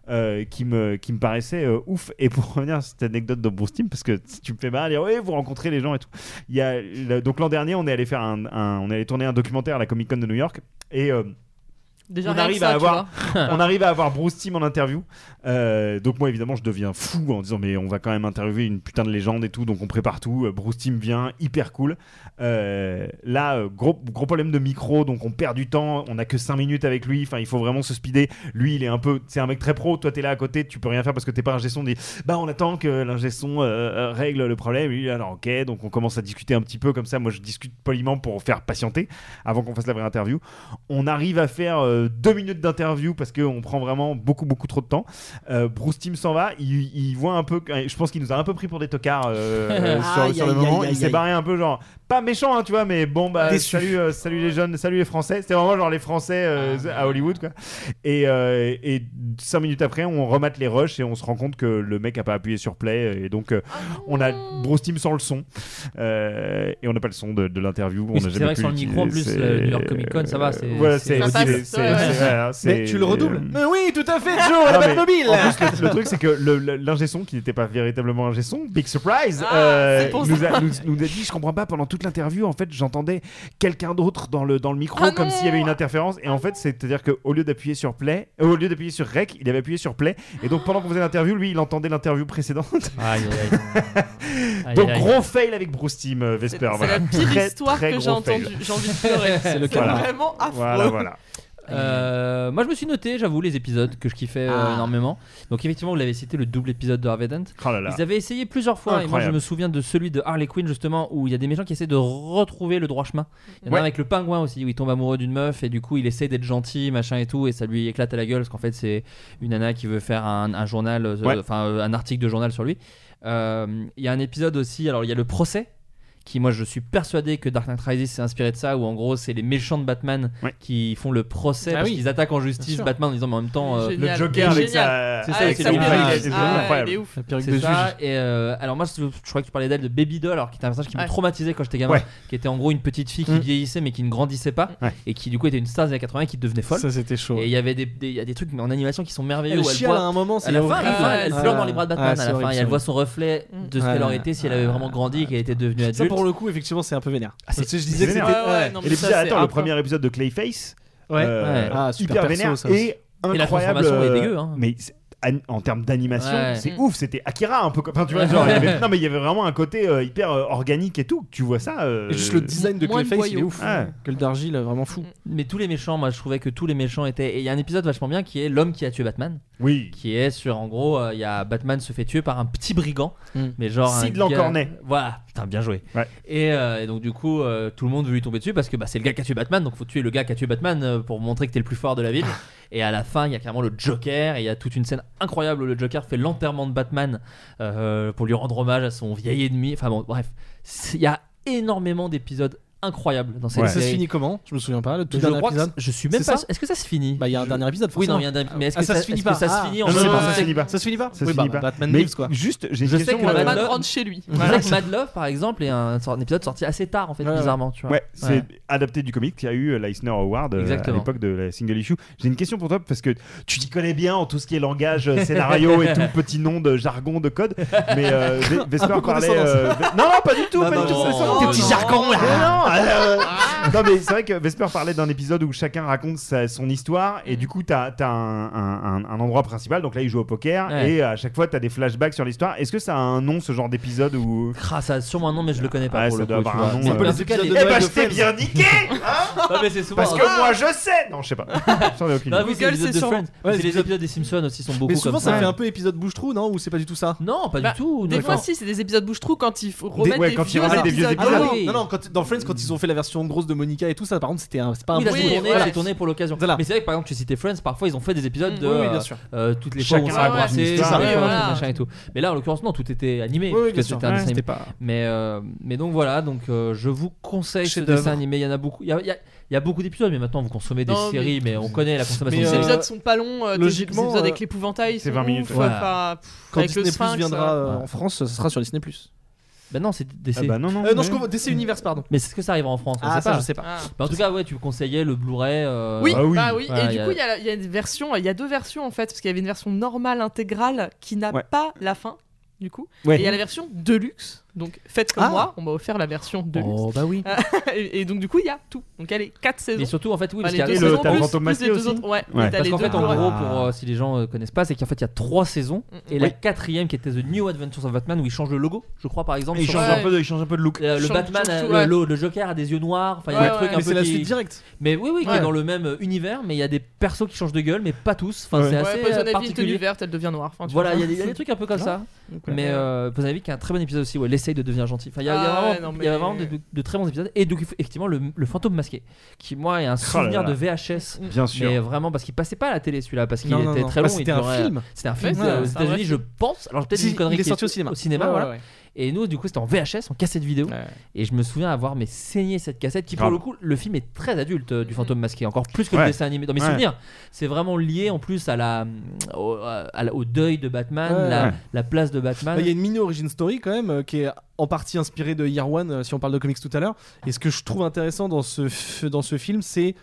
S9: euh, qui, me, qui me paraissait euh, ouf. Et pour *laughs* revenir à cette anecdote de Bruce Timm, parce que si tu me fais mal, dire ouais, vous rencontrez les gens et tout. Il y a, le- donc l'an dernier, on est allé faire un, un- on est allé tourner un documentaire à la Comic Con de New York et euh,
S10: Déjà,
S9: on
S10: rien que
S9: arrive
S10: ça,
S9: à
S10: tu
S9: avoir,
S4: *laughs*
S10: vois.
S9: *laughs* on arrive à avoir Bruce Timm en interview. Euh, donc moi évidemment je deviens fou en disant mais on va quand même interviewer une putain de légende et tout, donc on prépare tout. Euh, Bruce Timm vient, hyper cool. Euh, là euh, gros gros problème de micro, donc on perd du temps, on a que 5 minutes avec lui. Enfin il faut vraiment se speeder. Lui il est un peu, c'est un mec très pro. Toi t'es là à côté, tu peux rien faire parce que t'es pas un gestion. Dit bah on attend que l'ingé son euh, euh, règle le problème. Lui alors ok, donc on commence à discuter un petit peu comme ça. Moi je discute poliment pour faire patienter avant qu'on fasse la vraie interview. On arrive à faire euh, deux minutes d'interview parce qu'on prend vraiment beaucoup beaucoup trop de temps. Euh, Bruce Timm s'en va, il, il voit un peu, je pense qu'il nous a un peu pris pour des
S4: *laughs*
S9: tocards euh, euh, sur,
S4: Aïe,
S9: sur le
S4: aïe,
S9: moment.
S4: aïe,
S9: il s'est
S4: aïe.
S9: barré un peu genre pas méchant hein, tu vois, mais bon bah
S4: Déçu.
S9: salut euh, salut les jeunes, salut les Français. C'était vraiment genre les Français euh,
S7: Ah.
S9: à Hollywood quoi. Et, euh, et cinq minutes après, on remate les rushs et on se rend compte que le mec a pas appuyé sur play et donc euh, on a Bruce Timm sans le son Euh, et on n'a pas le son de, de l'interview.
S7: Oui,
S9: on a
S7: c'est
S9: jamais
S7: vrai que
S9: pu
S7: sur le micro, en
S9: l'utiliser.
S7: plus, le
S9: C'est-
S7: New York Comic Con, ça va, c'est-
S9: Voilà,
S7: c'est-
S9: c'est-
S7: Ça passe,
S9: c'est- c'est-
S7: ouais.
S9: c'est- voilà, c'est-
S4: Mais tu le redoubles.
S9: euh, Ah,
S4: Mais oui, tout à fait, Joe, à la
S9: non,
S4: balle
S9: mais
S4: mobile.
S9: En plus, le, le truc, c'est que le- le- l'ingé son, qui n'était pas véritablement ingé son, big surprise, euh,
S4: Ah, c'est pour
S9: nous,
S4: ça.
S9: a, nous- nous a dit Je comprends pas, pendant toute l'interview, en fait, j'entendais quelqu'un d'autre dans le, dans le micro,
S4: Ah
S9: comme
S4: non
S9: s'il y avait une interférence. Et en fait, c'est-à-dire qu'au lieu d'appuyer sur play, euh, au lieu d'appuyer sur rec, il avait appuyé sur play. Et donc, pendant qu'on faisait l'interview, lui, il entendait l'interview précédente. *laughs*
S7: aïe.
S9: donc,
S7: Aïe, aïe.
S9: gros fail avec Bruce Team, Vesper.
S10: C'est
S9: voilà.
S10: la pire
S9: Très,
S10: histoire
S9: très
S10: que j'ai
S9: gros fail.
S10: entendue. J'ai envie de
S7: *laughs*
S10: pleurer.
S9: C'est le
S10: C'est
S9: cas.
S10: vraiment affreux.
S9: Voilà, voilà.
S7: Euh, moi je me suis noté, j'avoue, les épisodes que je kiffais euh,
S9: Ah.
S7: énormément. Donc effectivement, vous l'avez cité, le double épisode de Harvey Dent.
S9: Oh là.
S7: Ils avaient essayé plusieurs fois, et moi je
S9: Incroyable.
S7: me souviens de celui de Harley Quinn justement, où il y a des méchants qui essaient de retrouver le droit chemin. Il y en a
S9: Ouais.
S7: un avec le pingouin aussi, où il tombe amoureux d'une meuf, et du coup il essaie d'être gentil, machin et tout, et ça lui éclate à la gueule, parce qu'en fait c'est une nana qui veut faire un, un journal, euh,
S9: Ouais.
S7: enfin euh, un article de journal sur lui. Euh, Il y a un épisode aussi, alors il y a le procès qui moi je suis persuadé que Dark Knight Rises s'est inspiré de ça où en gros c'est les méchants de Batman qui font le procès
S9: Ah
S7: parce
S9: oui.
S7: qu'ils attaquent en
S9: Bien
S7: justice
S9: sûr.
S7: Batman en disant mais en même temps euh,
S9: Génial. Le Joker Il est avec génial. sa-
S7: c'est ça
S9: avec
S7: c'est
S9: sa
S7: lui.
S9: perruque.
S7: Ah,
S9: Il est
S7: c'est
S9: incroyable.
S7: incroyable.
S9: Il est ouf. La perruque
S7: C'est
S9: de
S7: ça,
S9: juge.
S7: et euh, alors moi je, je crois que tu parlais d'elle de Baby Doll alors qui était un personnage qui me
S9: Ouais.
S7: traumatisait quand j'étais gamin
S9: Ouais.
S7: qui était en gros une petite fille qui
S9: Mm.
S7: vieillissait mais qui ne grandissait pas et qui du coup était une star des années 80 qui devenait folle
S4: Ça, c'était chaud.
S7: et il y avait des, des- il y a des trucs mais en animation qui sont merveilleux
S4: Elle
S7: où elle
S4: chiale
S7: voit-
S4: à un moment, c'est
S7: à la fin, à la
S4: horrible.
S7: fin, Ah, elle
S4: Ouais,
S7: pleure
S4: ouais.
S7: dans les bras de
S4: Ah,
S7: Batman
S4: c'est
S7: à la fin
S4: horrible,
S7: et
S4: c'est
S7: elle voit
S4: horrible.
S7: son reflet de ce
S4: Ouais.
S7: qu'elle aurait été si elle avait vraiment grandi et qu'elle était devenue adulte Ah,
S4: Ça, pour le coup, effectivement, c'est un peu vénère. Parce que je disais que c'était.
S9: Vénère.
S4: ouais.
S9: Et l'épisode- attends, le premier épisode de Clayface,
S4: Ouais.
S9: euh,
S4: Ouais. Ah, super
S9: hyper
S4: perso,
S9: vénère
S4: ça aussi.
S9: et
S4: Et la
S9: incroyable.
S4: transformation est
S9: euh,
S4: dégueu, hein.
S9: Mais c'est- an- en termes d'animation,
S4: Ouais.
S9: c'est
S4: Mm.
S9: ouf. C'était Akira un peu. comme- Enfin, tu vois, genre, il
S4: *laughs*
S9: y avait- non, mais il y avait vraiment un côté euh, hyper euh, organique et tout. Tu vois ça. euh,
S4: Et juste le design de Clayface, il est ouf.
S9: Ouais.
S4: Que le d'argile, euh, vraiment fou.
S7: Mais tous les méchants, moi je trouvais que tous les méchants étaient. Et il y a un épisode vachement bien qui est l'homme qui a tué Batman.
S9: Oui.
S7: Qui est sur, en gros, euh, il y a Batman se fait tuer par un petit brigand.
S4: Mm.
S7: Mais genre. un
S9: Sid
S7: gars-
S9: Lancornet.
S7: Voilà, putain, bien joué. Et, euh, et donc du coup, euh, tout le monde veut lui tomber dessus parce que bah, c'est le gars qui a tué Batman, donc faut tuer le gars qui a tué Batman euh, pour montrer que t'es le plus fort de la
S9: *laughs*
S7: ville. Et à la fin, il y a carrément le Joker, et il y a toute une scène incroyable où le Joker fait l'enterrement de Batman euh, pour lui rendre hommage à son vieil ennemi. Enfin bon, bref, C'est- il y a énormément d'épisodes incroyables dans cette
S4: Ça se
S7: série.
S4: finit comment Je me souviens pas. Le tout
S7: Je
S4: dernier
S7: crois que
S4: épisode.
S7: c'est- je suis même
S4: C'est
S7: pas-
S4: ça
S7: est-ce que ça se finit
S4: Bah, il y a un dernier épisode.
S7: Oui, non,
S4: forcément.
S7: il y a un dernier- mais est-ce
S4: Ah,
S7: que
S4: ça
S7: ça-
S4: se finit
S7: est-ce que
S4: pas
S7: ça se
S4: Ah.
S7: finit en-
S4: Non,
S7: Je
S4: non,
S7: sais
S4: non,
S7: pas.
S4: ça
S7: Ça
S4: se
S7: se
S4: finit pas.
S7: finit
S4: Ça se finit pas.
S7: Ça se
S4: Oui, bah,
S7: finit pas.
S4: Batman
S7: Mais
S4: Lives, quoi.
S7: juste,
S9: j'ai une
S7: Je sais
S9: question,
S7: que Mad
S9: Batman
S7: Love-
S9: rentre
S10: chez lui.
S7: Je sais que Mad Love, par exemple, est un, sort- un épisode sorti assez tard, en fait,
S9: Ouais,
S7: bizarrement.
S9: ouais.
S7: Tu vois.
S9: Ouais, c'est adapté du comic. Il y a eu euh, l'Eisner Award euh, à
S7: Exactement.
S9: l'époque de la single issue. J'ai une question pour toi parce que tu t'y connais bien en tout ce qui est langage, euh, scénario
S4: *laughs*
S9: et tout, petit nom de jargon, de code. Mais *laughs* euh, Ve- Vesper
S4: Un peu
S9: parlait.
S4: condescendance.
S9: euh, Ve- non, non, pas du tout,
S4: Non,
S9: pas
S4: non,
S9: du tout.
S4: non,
S9: Vesper. Ah.
S4: non, Tes petits non. jargons, là.
S9: Mais non, euh, non, mais c'est vrai que Vesper parlait d'un épisode où chacun raconte sa- son histoire et du coup, t'as as un, un- un- un endroit principal. Donc là, il joue au poker
S7: Ouais.
S9: et à chaque fois, t'as des flashbacks sur l'histoire. Est-ce que ça a un nom ce genre d'épisode où
S7: Ah, ça a sûrement un nom, mais je le connais pas.
S9: Ouais,
S7: pour
S9: ça
S7: le
S9: doit
S7: coup,
S9: avoir
S7: tu
S9: un
S7: vois.
S9: nom,
S7: Mais
S9: euh,
S7: en tout cas,
S9: épisode
S7: les
S9: de
S7: notes
S9: Noël
S7: de
S9: de
S7: Friends.
S9: t'es bien niqué,
S7: *laughs* Non, mais c'est souvent. hein.
S9: Parce que moi, je sais. Non, je sais pas. J'en ai aucune idée.
S7: Bah oui, c'est les épisodes de Friends. Mais c'est les
S4: épisodes-
S7: épisodes des Simpsons aussi sont beaucoup
S4: Mais souvent,
S7: comme ça.
S4: ça fait un peu épisode bouche-trou, non Ou c'est pas du tout ça
S7: Non, pas
S10: Bah,
S7: du tout.
S10: Des
S7: non.
S10: fois, si, c'est des épisodes bouche-trou quand il faut
S4: Des-
S10: remettre
S4: ouais,
S10: des,
S4: quand ils
S10: vieux
S4: remettent des vieux
S10: épisodes.
S4: épisodes.
S10: Ah,
S4: Ah,
S10: oui.
S4: non, non, quand, dans Friends, quand ils ont fait la version grosse de Monica et tout ça, par contre, c'était un, c'est pas un
S7: Oui, là,
S4: bon
S7: c'est
S4: truc.
S7: tourné,
S4: Voilà. Mm.
S7: c'est tourné pour l'occasion. Mais c'est vrai que par exemple, tu citais Friends, parfois ils ont fait des épisodes de
S4: Oui, oui, bien
S7: euh,
S4: sûr.
S7: euh, toutes les fois où on
S4: Chacun
S7: s'est
S4: raconte
S7: embrassé,
S4: une histoire.
S7: chacun
S4: Oui,
S7: raconte
S4: voilà.
S7: un machin et tout. Mais là, en l'occurrence, non, tout était animé.
S4: Oui, oui,
S7: parce
S4: bien
S7: que
S4: sûr.
S7: c'était un
S4: Ouais,
S7: dessin
S4: c'était
S7: animé.
S4: pas-
S7: Mais, euh, mais donc voilà, donc euh, je vous conseille ce
S4: Chef-d'œuvre.
S7: dessin animé. Il y en a beaucoup. Il y a, il y a- il y a beaucoup d'épisodes, mais maintenant vous consommez des
S10: Non, mais-
S7: séries, mais... on connaît la consommation
S10: Mais les
S7: de séries.
S10: épisodes sont pas longs, euh,
S4: euh, logiquement,
S10: les épisodes avec
S4: euh,
S10: l'épouvantail, ils
S4: c'est
S10: sont
S4: 20 minutes.
S10: ouf,
S4: Ouais.
S10: enfin, pff,
S4: Quand
S10: avec le
S4: Disney Plus
S10: sphinx,
S4: viendra
S10: euh,
S4: euh, en France, ça sera sur Disney Plus.
S7: Bah non, c'est DC.
S9: Ah bah non, non,
S4: Euh, non,
S9: mais-
S4: je comprends. DC Universe, pardon.
S7: Mais c'est ce que ça arrivera en France on
S4: Ah,
S7: sait
S4: ça,
S7: pas.
S4: je sais pas. Ah.
S7: Mais en tout cas, ouais, tu conseillais le Blu-ray. euh,
S9: Ah
S10: Oui,
S7: voilà.
S10: bah oui.
S7: Voilà,
S10: et
S7: il
S10: du
S7: y a-
S10: coup, il y, a la- il y a une version, il y a deux versions en fait, parce qu'il y avait une version normale intégrale qui n'a
S7: Ouais.
S10: pas la fin, du coup.
S7: Ouais.
S10: Et il y a la version deluxe. Donc faites comme
S7: Ah.
S10: moi, on m'a offert la version deluxe.
S7: Oh, bah oui.
S10: *laughs* et, et donc du coup, il y a tout. Donc elle est quatre saisons.
S7: Mais surtout, en fait, oui, parce
S10: Enfin,
S7: qu'il y
S10: les
S7: a
S10: deux
S7: le
S10: saisons
S7: t'as le
S10: plus-
S7: fantôme
S10: plus
S7: masqué
S10: les deux
S7: aussi.
S10: autres. Ouais.
S7: Ouais.
S10: et t'as
S7: Parce
S10: les
S7: qu'en
S10: deux
S7: fait, en
S10: Blu-ray.
S7: gros, pour euh, si les gens euh, connaissent pas, c'est qu'en fait, il y a trois saisons et la
S9: Oui.
S7: quatrième qui était The New Adventures of Batman où il change le logo, je crois, par exemple.
S9: Et il
S7: sur-
S9: change un peu de- il change un peu de look.
S7: Euh,
S9: Il
S7: Le
S9: change-
S7: Batman,
S9: change
S7: a-
S9: tout,
S7: le,
S9: ouais.
S7: le- le Joker a des yeux noirs. Enfin, il y a
S9: Ouais,
S7: un truc
S9: ouais.
S7: un
S9: Mais
S7: peu
S9: c'est la
S7: qui-
S9: suite directe.
S7: Mais oui, oui, qui est
S9: Ouais.
S7: dans le même euh, univers, mais il y a des persos qui changent de gueule, mais pas tous. Enfin,
S9: Ouais.
S7: c'est
S9: Ouais,
S7: assez
S10: Poison
S7: euh,
S10: Ivy,
S7: particulier.
S10: tenue verte, elle devient noire. Enfin, tu
S7: voilà,
S10: vois.
S7: il y, a des- il y a des trucs un peu comme
S10: Non.
S7: ça.
S10: Ok.
S7: Mais euh, vous avez vu qu'il y a un très bon épisode aussi, ouais, l'essaye de devenir gentil. Enfin, il y a, il y a
S10: Ah
S7: vraiment,
S10: ouais, non,
S7: il y a
S10: mais-
S7: vraiment de, de- de très bons épisodes. Et donc, effectivement, le, le fantôme masqué, qui moi est un souvenir
S9: Oh là.
S7: de VHS.
S9: Bien sûr.
S7: Mais vraiment, parce qu'il passait pas à la télé celui-là, parce qu'il
S4: Non, non,
S7: était
S4: non.
S7: très
S4: Bah,
S7: long.
S4: c'était
S7: il
S4: un
S7: durait-
S4: film.
S7: C'était un
S4: Ouais,
S7: film
S4: c'est
S7: euh,
S4: un
S7: aux
S4: vrai
S7: États-Unis, je
S4: film.
S7: pense. Alors, peut-être
S4: Si,
S7: une connerie
S4: il est
S7: qui
S4: sorti au cinéma.
S7: Au cinéma,
S4: Ouais,
S7: voilà.
S4: ouais, ouais.
S7: Et nous, du coup, c'était en VHS, en cassette vidéo. Et je me souviens avoir mais saigné cette cassette qui, pour
S9: Grave.
S7: le coup, le film est très adulte euh, du fantôme masqué, encore plus que le
S9: Ouais.
S7: dessin animé. Dans mes
S9: Ouais.
S7: souvenirs, c'est vraiment lié en plus à la, au, à la- au deuil de Batman,
S4: Ouais.
S7: la,
S4: Ouais.
S7: la place de Batman.
S4: Bah, Il y a une mini origin story quand même euh, qui est en partie inspirée de Year One, euh, si on parle de comics tout à l'heure. Et ce que je trouve intéressant dans ce, f- dans ce film, c'est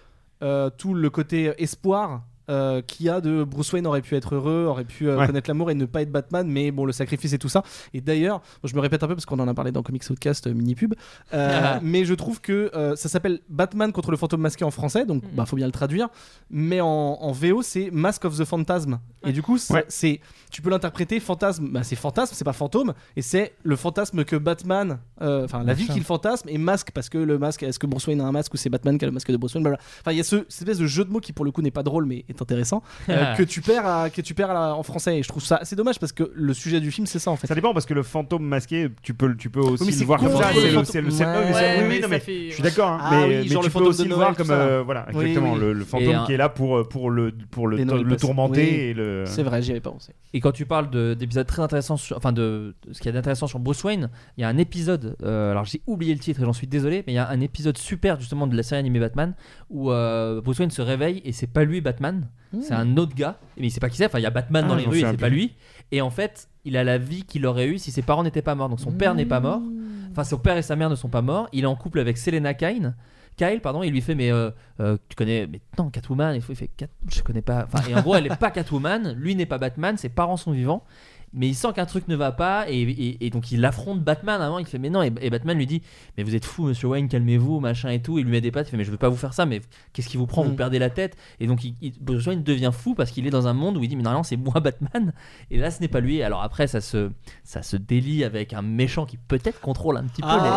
S4: euh, tout le côté espoir euh, qu'il y a de Bruce Wayne aurait pu être heureux, aurait pu euh,
S9: Ouais.
S4: connaître l'amour et ne pas être Batman, mais bon, le sacrifice et tout ça. Et d'ailleurs, bon, je me répète un peu parce qu'on en a parlé dans Comics Outcast euh, mini pub,
S7: *laughs*
S4: euh, mais je trouve que euh, ça s'appelle Batman contre le fantôme masqué en français, donc bah, faut bien le traduire, mais en, en VO c'est Mask of the Phantasm. Et du coup, ça- c'est tu peux l'interpréter fantasme, bah, c'est fantasme, c'est pas fantôme, et c'est le fantasme que Batman, euh, enfin la vie
S7: Machin.
S4: qu'il fantasme, et masque, parce que le masque, est-ce que Bruce Wayne a un masque ou c'est Batman qui a le masque de Bruce Wayne blablabla. Enfin, il y a ce, cette espèce de jeu de mots qui pour le coup n'est pas drôle mais est intéressant, euh, que tu perds, à- que tu perds à la- en français, et je trouve ça assez dommage parce que le sujet du film c'est ça en fait.
S9: Ça dépend parce que le fantôme masqué, tu peux, le- tu peux aussi
S4: mais
S9: le
S4: c'est
S9: voir comme
S4: contre
S9: ça.
S4: le
S9: C'est le,
S4: fantôme.
S9: c'est le- c'est-
S4: Ouais.
S9: ouais, mais c'est-
S4: Ouais,
S9: oui,
S4: mais
S9: oui, non,
S4: ça
S9: mais
S4: fait-
S9: je suis d'accord. hein,
S4: Ah
S9: mais
S4: oui,
S9: mais
S4: genre
S9: tu
S4: le
S9: peux
S4: fantôme
S9: aussi
S4: de
S9: le
S4: Noël,
S9: voir
S4: tout
S9: comme
S4: ça.
S9: euh, voilà,
S4: Oui,
S9: exactement
S4: oui.
S9: le, le
S4: Et
S9: fantôme
S4: un-
S9: qui est là pour euh, pour le pour le,
S4: Et non,
S9: to-
S4: il
S9: le
S4: passe.
S9: tourmenter
S4: Oui.
S9: et le.
S4: C'est vrai, j'y avais pas pensé.
S7: Et quand tu parles de- d'épisodes très intéressants, sur- enfin de, de ce qu'il y a d'intéressant sur Bruce Wayne, il y a un épisode, euh, alors j'ai oublié le titre et j'en suis désolé, mais il y a un épisode super justement de la série animée Batman où euh, Bruce Wayne se réveille et c'est pas lui Batman,
S4: Mmh.
S7: c'est un autre gars, mais il sait pas qui c'est, enfin il y a Batman
S9: Ah,
S7: dans les
S9: j'en
S7: rues et
S9: sais
S7: c'est
S9: un
S7: pas
S9: peu.
S7: lui. Et en fait, il a la vie qu'il aurait eue si ses parents n'étaient pas morts, donc son père n'est pas mort,
S4: Mmh.
S7: enfin son père et sa mère ne sont pas morts, il est en couple avec Selena Kyle. Kyle, pardon, il lui fait mais euh, euh, tu connais mais non Catwoman, il faut il fait Cat- je connais pas. Enfin, et en gros, elle est pas Catwoman, lui n'est pas Batman, ses parents sont vivants, mais il sent qu'un truc ne va pas et, et- et donc il affronte Batman avant. Il fait mais non et, et Batman lui dit mais vous êtes fou Monsieur Wayne, calmez-vous machin et tout. Il lui met des pattes, il fait mais je veux pas vous faire ça, mais qu'est-ce qui vous prend, vous
S4: Mm.
S7: perdez la tête. Et donc il, il- Bruce Wayne devient fou parce qu'il est dans un monde où il dit mais non, non, c'est moi Batman et là ce n'est pas lui. Alors après ça se ça se délie avec un méchant qui peut-être contrôle un petit
S4: Ah
S7: peu les-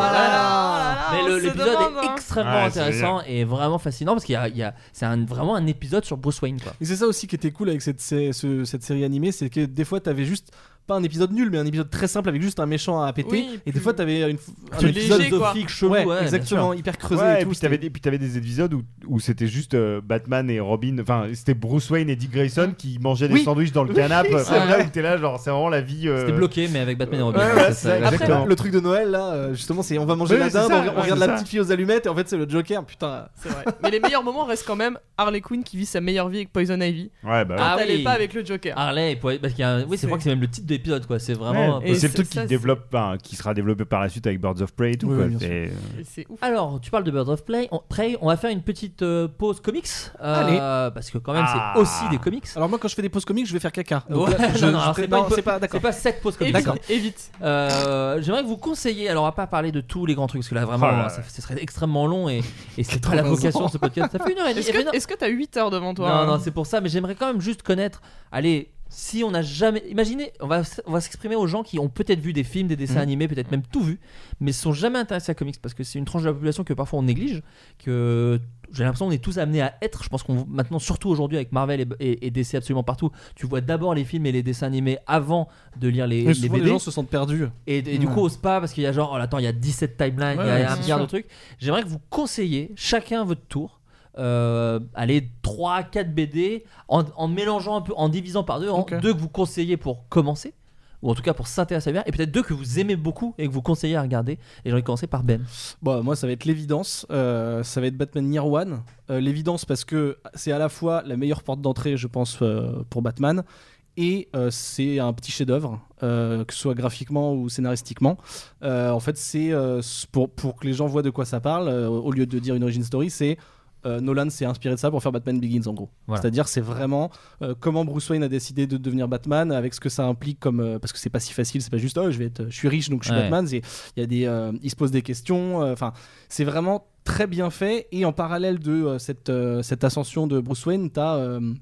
S10: Ah,
S7: mais
S10: on
S7: le-
S10: se
S7: l'épisode
S10: demande,
S7: est
S10: hein.
S7: extrêmement
S4: Ouais, c'est
S7: intéressant et vraiment fascinant parce qu'il y a, il y a- c'est un- vraiment un épisode sur Bruce Wayne quoi.
S4: Et c'est ça aussi qui était cool avec cette, sé- ce- cette série animée, c'est que des fois t'avais juste pas un épisode nul, mais un épisode très simple avec juste un méchant à péter,
S10: Oui,
S4: et des fois t'avais une, f- un
S7: plus
S4: épisode
S7: léger, quoi. chelou,
S4: ouais,
S7: ouais, bien
S4: exactement,
S7: sûr.
S4: hyper creusé
S9: Ouais,
S4: et
S9: et
S4: tout.
S9: puis t'avais des, puis t'avais des épisodes où, où c'était juste euh, Batman et Robin, enfin c'était Bruce Wayne et Dick Grayson qui mangeaient des
S4: Oui.
S9: sandwichs dans le
S4: Oui,
S9: canapé.
S4: c'est
S9: Enfin, là
S4: vrai.
S9: où t'es Ah, là, genre c'est vraiment la vie. euh,
S7: C'était bloqué mais avec Batman et Robin.
S9: ouais,
S7: hein,
S9: ouais,
S7: ça,
S9: c'est
S7: ça,
S9: ça,
S7: là,
S4: Après,
S9: exactement.
S4: le truc de Noël là, euh, justement, c'est on va manger
S9: Oui,
S4: la
S9: c'est ça,
S4: dinde, on, re- on
S9: ouais,
S4: regarde la
S9: c'est ça.
S4: petite fille aux allumettes, et en fait c'est le Joker, putain.
S10: C'est vrai. Mais les meilleurs moments restent quand même Harley Quinn qui vit sa meilleure vie avec Poison Ivy.
S9: Ouais, bah
S10: Quand
S7: Ah
S10: elle est
S7: oui. Ah
S10: pas avec le Joker.
S7: Harley, et Poison- parce qu'il y a un- oui, c'est je crois que c'est même le titre de l'épisode, quoi. C'est vraiment.
S9: Ouais, et c'est le truc qui, développe, enfin, qui sera développé par la suite avec Birds of Prey et tout.
S7: Oui,
S9: quoi.
S7: oui, bien
S9: C'est-
S4: euh,
S7: Alors, tu parles de Bird of Play. On, Prey, on va faire une petite euh, pause comics. euh,
S4: Allez.
S7: Parce que quand même,
S4: Ah.
S7: c'est aussi des comics.
S4: Alors moi quand je fais des pauses comiques, je vais faire caca. Donc
S7: Ouais,
S4: là, je-
S7: *laughs* euh, non, non,
S4: je-
S7: alors, c'est pas
S4: non,
S7: une pause-
S4: c'est pas d'accord.
S7: C'est pas cette pause comics.
S4: D'accord.
S10: Évite.
S7: Euh, J'aimerais que vous conseilliez. Alors, on va pas parler de tous les grands trucs parce que là, vraiment,
S4: Oh là là.
S7: ça, ce serait extrêmement long et, et c'est pas la
S10: 80
S7: vocation
S10: ans.
S7: de ce podcast. Ça fait une heure et demie.
S10: Est-ce
S7: Eh ben non.
S10: que- est-ce que t'as 8 heures devant toi
S7: Non,
S10: hein
S7: non, c'est pour ça, mais j'aimerais quand même juste connaître. Allez, si on n'a jamais. Imaginez, on va, s- on va s'exprimer aux gens qui ont peut-être vu des films, des
S10: Mm.
S7: dessins
S4: Mhm.
S7: animés, peut-être même tout vu, mais sont jamais intéressés à comics parce que c'est une tranche de la population que parfois on néglige, que j'ai l'impression qu'on est tous amenés à être. Je pense qu'on maintenant, surtout aujourd'hui avec Marvel et, et- et DC absolument partout, tu vois d'abord les films et les dessins animés avant de lire les,
S4: Mais souvent,
S7: les
S4: les
S7: BD.
S4: gens se sentent perdus.
S7: Et, et du
S10: Mm.
S4: Ouais.
S7: coup, osent pas parce qu'il y a genre, oh, attends, il y a 17
S4: Ouais,
S7: timelines, il y
S4: ouais,
S7: a un
S4: c'est
S7: milliard de
S4: sûr.
S7: trucs. J'aimerais que vous conseilliez chacun à votre tour. euh, allez 3 4 BD en, en mélangeant un peu en divisant par deux en
S4: Ok.
S7: deux que vous conseillez pour commencer ou en tout cas pour s'intéresser à bien et peut-être deux que vous aimez beaucoup et que vous conseillez à regarder et j'ai envie de commencer par Ben
S4: Bon, moi, ça va être l'évidence. Euh, ça va être Batman Year One. Euh, l'évidence parce que c'est à la fois la meilleure porte d'entrée, je pense, euh, pour Batman, et euh, c'est un petit chef-d'œuvre, euh, que ce soit graphiquement ou scénaristiquement. Euh, en fait, c'est euh, s- pour, pour que les gens voient de quoi ça parle, euh, au lieu de dire une origin story, c'est euh, Nolan s'est inspiré de ça pour faire Batman Begins en gros.
S7: Voilà.
S4: C'est-à-dire c'est vraiment euh, comment Bruce Wayne a décidé de devenir Batman avec ce que ça implique comme euh, parce que c'est pas si facile, c'est pas juste oh, je vais être je suis riche donc je suis
S7: Ouais.
S4: Batman, c'est- il y a des euh, il se pose des questions euh, enfin c'est vraiment très bien fait et en parallèle de euh, cette euh, cette ascension de Bruce Wayne, tu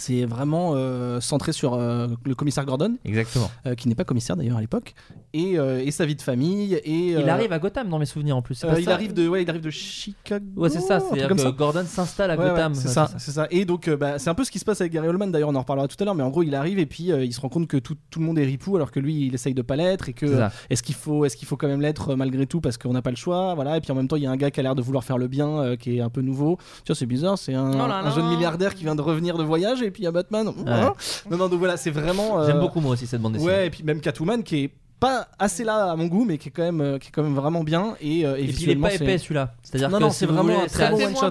S4: c'est vraiment euh, centré sur euh, le commissaire Gordon,
S7: Exactement.
S4: euh, qui n'est pas commissaire d'ailleurs à l'époque, et, euh, et sa vie de famille. Et,
S7: il
S4: euh,
S7: arrive à Gotham dans mes souvenirs en plus c'est
S4: euh,
S7: pas
S4: il
S7: ça
S4: arrive de ouais, il arrive de Chicago.
S7: ouais c'est ça
S4: Oh, un truc
S7: c'est
S4: comme
S7: que
S4: ça.
S7: Gordon s'installe à
S4: Ouais, ouais,
S7: Gotham
S4: c'est
S7: Ouais,
S4: ça, c'est ça. Et donc, euh, bah, c'est un peu ce qui se passe avec Gary Oldman. D'ailleurs, on en reparlera tout à l'heure. Mais en gros, il arrive et puis euh, il se rend compte que tout, tout le monde est ripou, alors que lui, il essaye de pas l'être. Et que
S7: C'est ça.
S4: euh, est-ce qu'il faut, est-ce qu'il faut quand même l'être euh, malgré tout parce qu'on n'a pas le choix, voilà. Et puis en même temps, il y a un gars qui a l'air de vouloir faire le bien, euh, qui est un peu nouveau. Tu vois, c'est bizarre. C'est un,
S7: Oh là là.
S4: un jeune milliardaire qui vient de revenir de voyage et puis il y a Batman. Voilà. Non, non. Donc voilà, c'est vraiment. euh,
S7: j'aime beaucoup moi aussi cette bande dessinée
S4: Ouais, et puis même Catwoman qui est pas assez là à mon goût, mais qui est quand même, euh, qui est quand même vraiment bien. Et, euh, et
S7: Et puis il est
S4: visuellement,
S7: pas
S4: c'est-
S7: épais celui-là. C'est-à-dire
S4: Non,
S7: que
S4: non,
S7: si
S4: c'est
S7: vous
S4: vraiment
S7: voulez,
S4: un très
S7: à-
S4: bon one-shot.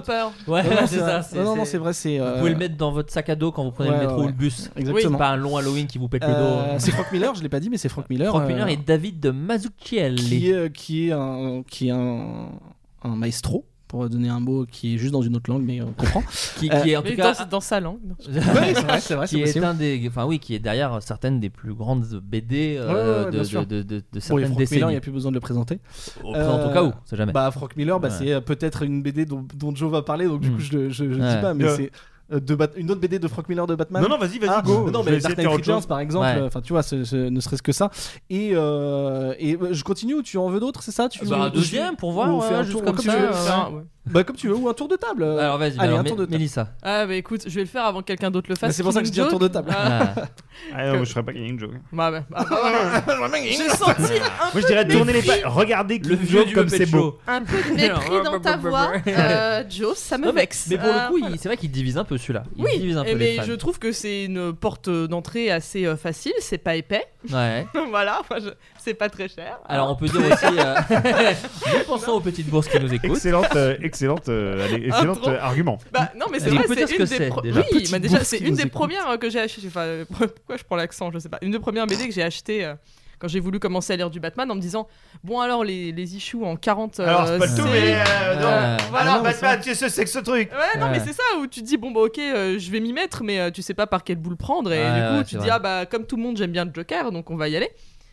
S7: Ouais,
S4: Non, non,
S7: c'est ça. c'est-
S4: Non, non, non, c'est vrai, c'est.
S7: Vous
S4: euh,
S7: pouvez le mettre dans votre sac à dos quand vous prenez le
S4: Ouais,
S7: métro
S4: ouais.
S7: ou le bus.
S4: Exactement.
S7: C'est pas un long Halloween qui vous pète le
S4: Euh,
S7: dos.
S4: c'est Frank Miller, je l'ai pas dit, mais c'est Frank Miller.
S7: Frank
S4: euh,
S7: Miller et David de Mazzucchelli.
S4: qui est, euh, qui est un qui est un, un maestro pour donner un mot qui est juste dans une autre langue, mais on comprend.
S7: *laughs*
S4: Euh,
S7: Qui, qui est en
S10: Mais
S7: tout cas.
S10: dans, dans sa
S7: *laughs*
S10: langue. non.
S4: Ouais, c'est vrai, c'est vrai,
S7: qui
S4: c'est
S7: est,
S4: possible.
S7: un des, enfin oui, qui est derrière certaines des plus grandes BD euh,
S4: Ouais, ouais,
S7: de,
S4: bien sûr.
S7: de- de- de- de
S4: Bon, et
S7: certaines
S4: Frank
S7: décennies.
S4: Miller, il n'y a plus besoin de le présenter.
S7: On le présente au cas où, on sait jamais.
S4: Bah, Frank Miller, bah,
S7: Ouais.
S4: c'est euh, peut-être une BD dont, dont Joe va parler, donc du
S7: Mm.
S4: coup, je ne
S7: Ouais.
S4: dis pas, mais
S7: Euh.
S4: c'est. euh, de Bat- une autre BD de Frank Miller de Batman
S9: Non, non, vas-y, vas-y,
S4: Ah,
S9: go.
S4: non
S9: Je vais
S4: mais
S9: essayer
S4: Dark
S9: de faire
S4: Knight
S9: autre chose.
S4: Returns par exemple
S7: Ouais.
S4: euh, enfin tu vois ce- ce- ne serait-ce que ça et, euh, et euh, je continue ou tu en veux d'autres c'est ça tu
S7: Bah, un deuxième pour voir,
S4: ou on
S7: ouais,
S4: fait un
S7: juste
S4: tour-
S7: comme
S4: tu
S7: ça,
S4: veux.
S7: euh,
S10: Enfin, ouais.
S4: bah comme tu veux ou un tour de table
S7: Alors vas-y,
S4: allez
S7: alors,
S4: un
S7: Mé-
S4: tour de table
S7: Mélissa.
S10: Ah bah écoute, je vais le faire avant que quelqu'un d'autre le
S4: Bah,
S10: fasse.
S4: c'est pour ça que je dis un tour de table.
S10: Ah.
S9: Ah, non, moi, je serais pas Killing Joke.
S10: Bah, bah, bah,
S4: *laughs*
S10: bah, bah, bah. J'ai senti un
S9: Moi je dirais
S10: peu de
S9: tourner les
S10: mépris-
S9: pages. Regardez
S7: Le
S9: Killing
S7: vieux
S9: Joke
S7: du
S9: comme
S7: Muppet
S9: c'est beau.
S10: Un peu de
S7: Alors, *laughs*
S10: mépris dans ta voix, euh, Joe, ça me
S7: Non, mais-
S10: vexe.
S7: Mais pour
S10: Euh,
S7: le coup, il-
S10: voilà.
S7: c'est vrai qu'il divise un peu celui-là. Il
S10: Oui,
S7: divise un peu
S10: eh,
S7: les
S10: mais
S7: fans.
S10: je trouve que c'est une porte d'entrée assez euh, facile, c'est pas épais.
S7: Ouais.
S10: *laughs* voilà, moi, je- c'est pas très cher.
S7: Alors on peut dire aussi, euh,
S10: *laughs*
S7: nous pensons aux petites bourses qui nous écoutent.
S9: Excellente, euh, excellente, euh, allez, excellente
S10: Intro.
S9: euh, argument.
S10: Bah non mais c'est
S7: Et
S10: vrai,
S7: on peut dire
S10: c'est
S7: ce
S10: une
S7: que
S10: des
S7: c'est,
S10: pro-
S7: déjà.
S10: Oui,
S7: Petite
S10: mais déjà
S7: bourse
S10: c'est
S7: qui
S10: une
S7: nous
S10: des
S7: écoute.
S10: premières euh, que j'ai achetées. Enfin, euh, *laughs* pourquoi je prends l'accent, je sais pas. Une des premières BD que j'ai achetées euh, quand j'ai voulu commencer à lire du Batman en me disant bon alors les, les issues en 40 euh,
S9: Alors, c'est pas le tout,
S10: séries-
S9: mais, euh,
S7: Euh,
S9: non. Voilà,
S10: ah non, mais
S9: Batman, tu sais, c'est que ce truc.
S10: Ouais, non, mais
S7: Ouais.
S10: c'est ça où tu te dis, bon, bah, ok, euh, je vais m'y mettre, mais euh, tu sais pas par quelle boule prendre. Et
S7: Ouais,
S10: du coup,
S7: ouais,
S10: tu te
S7: c'est vrai.
S10: dis, ah, bah, comme tout le monde, j'aime bien le Joker, donc on va y aller.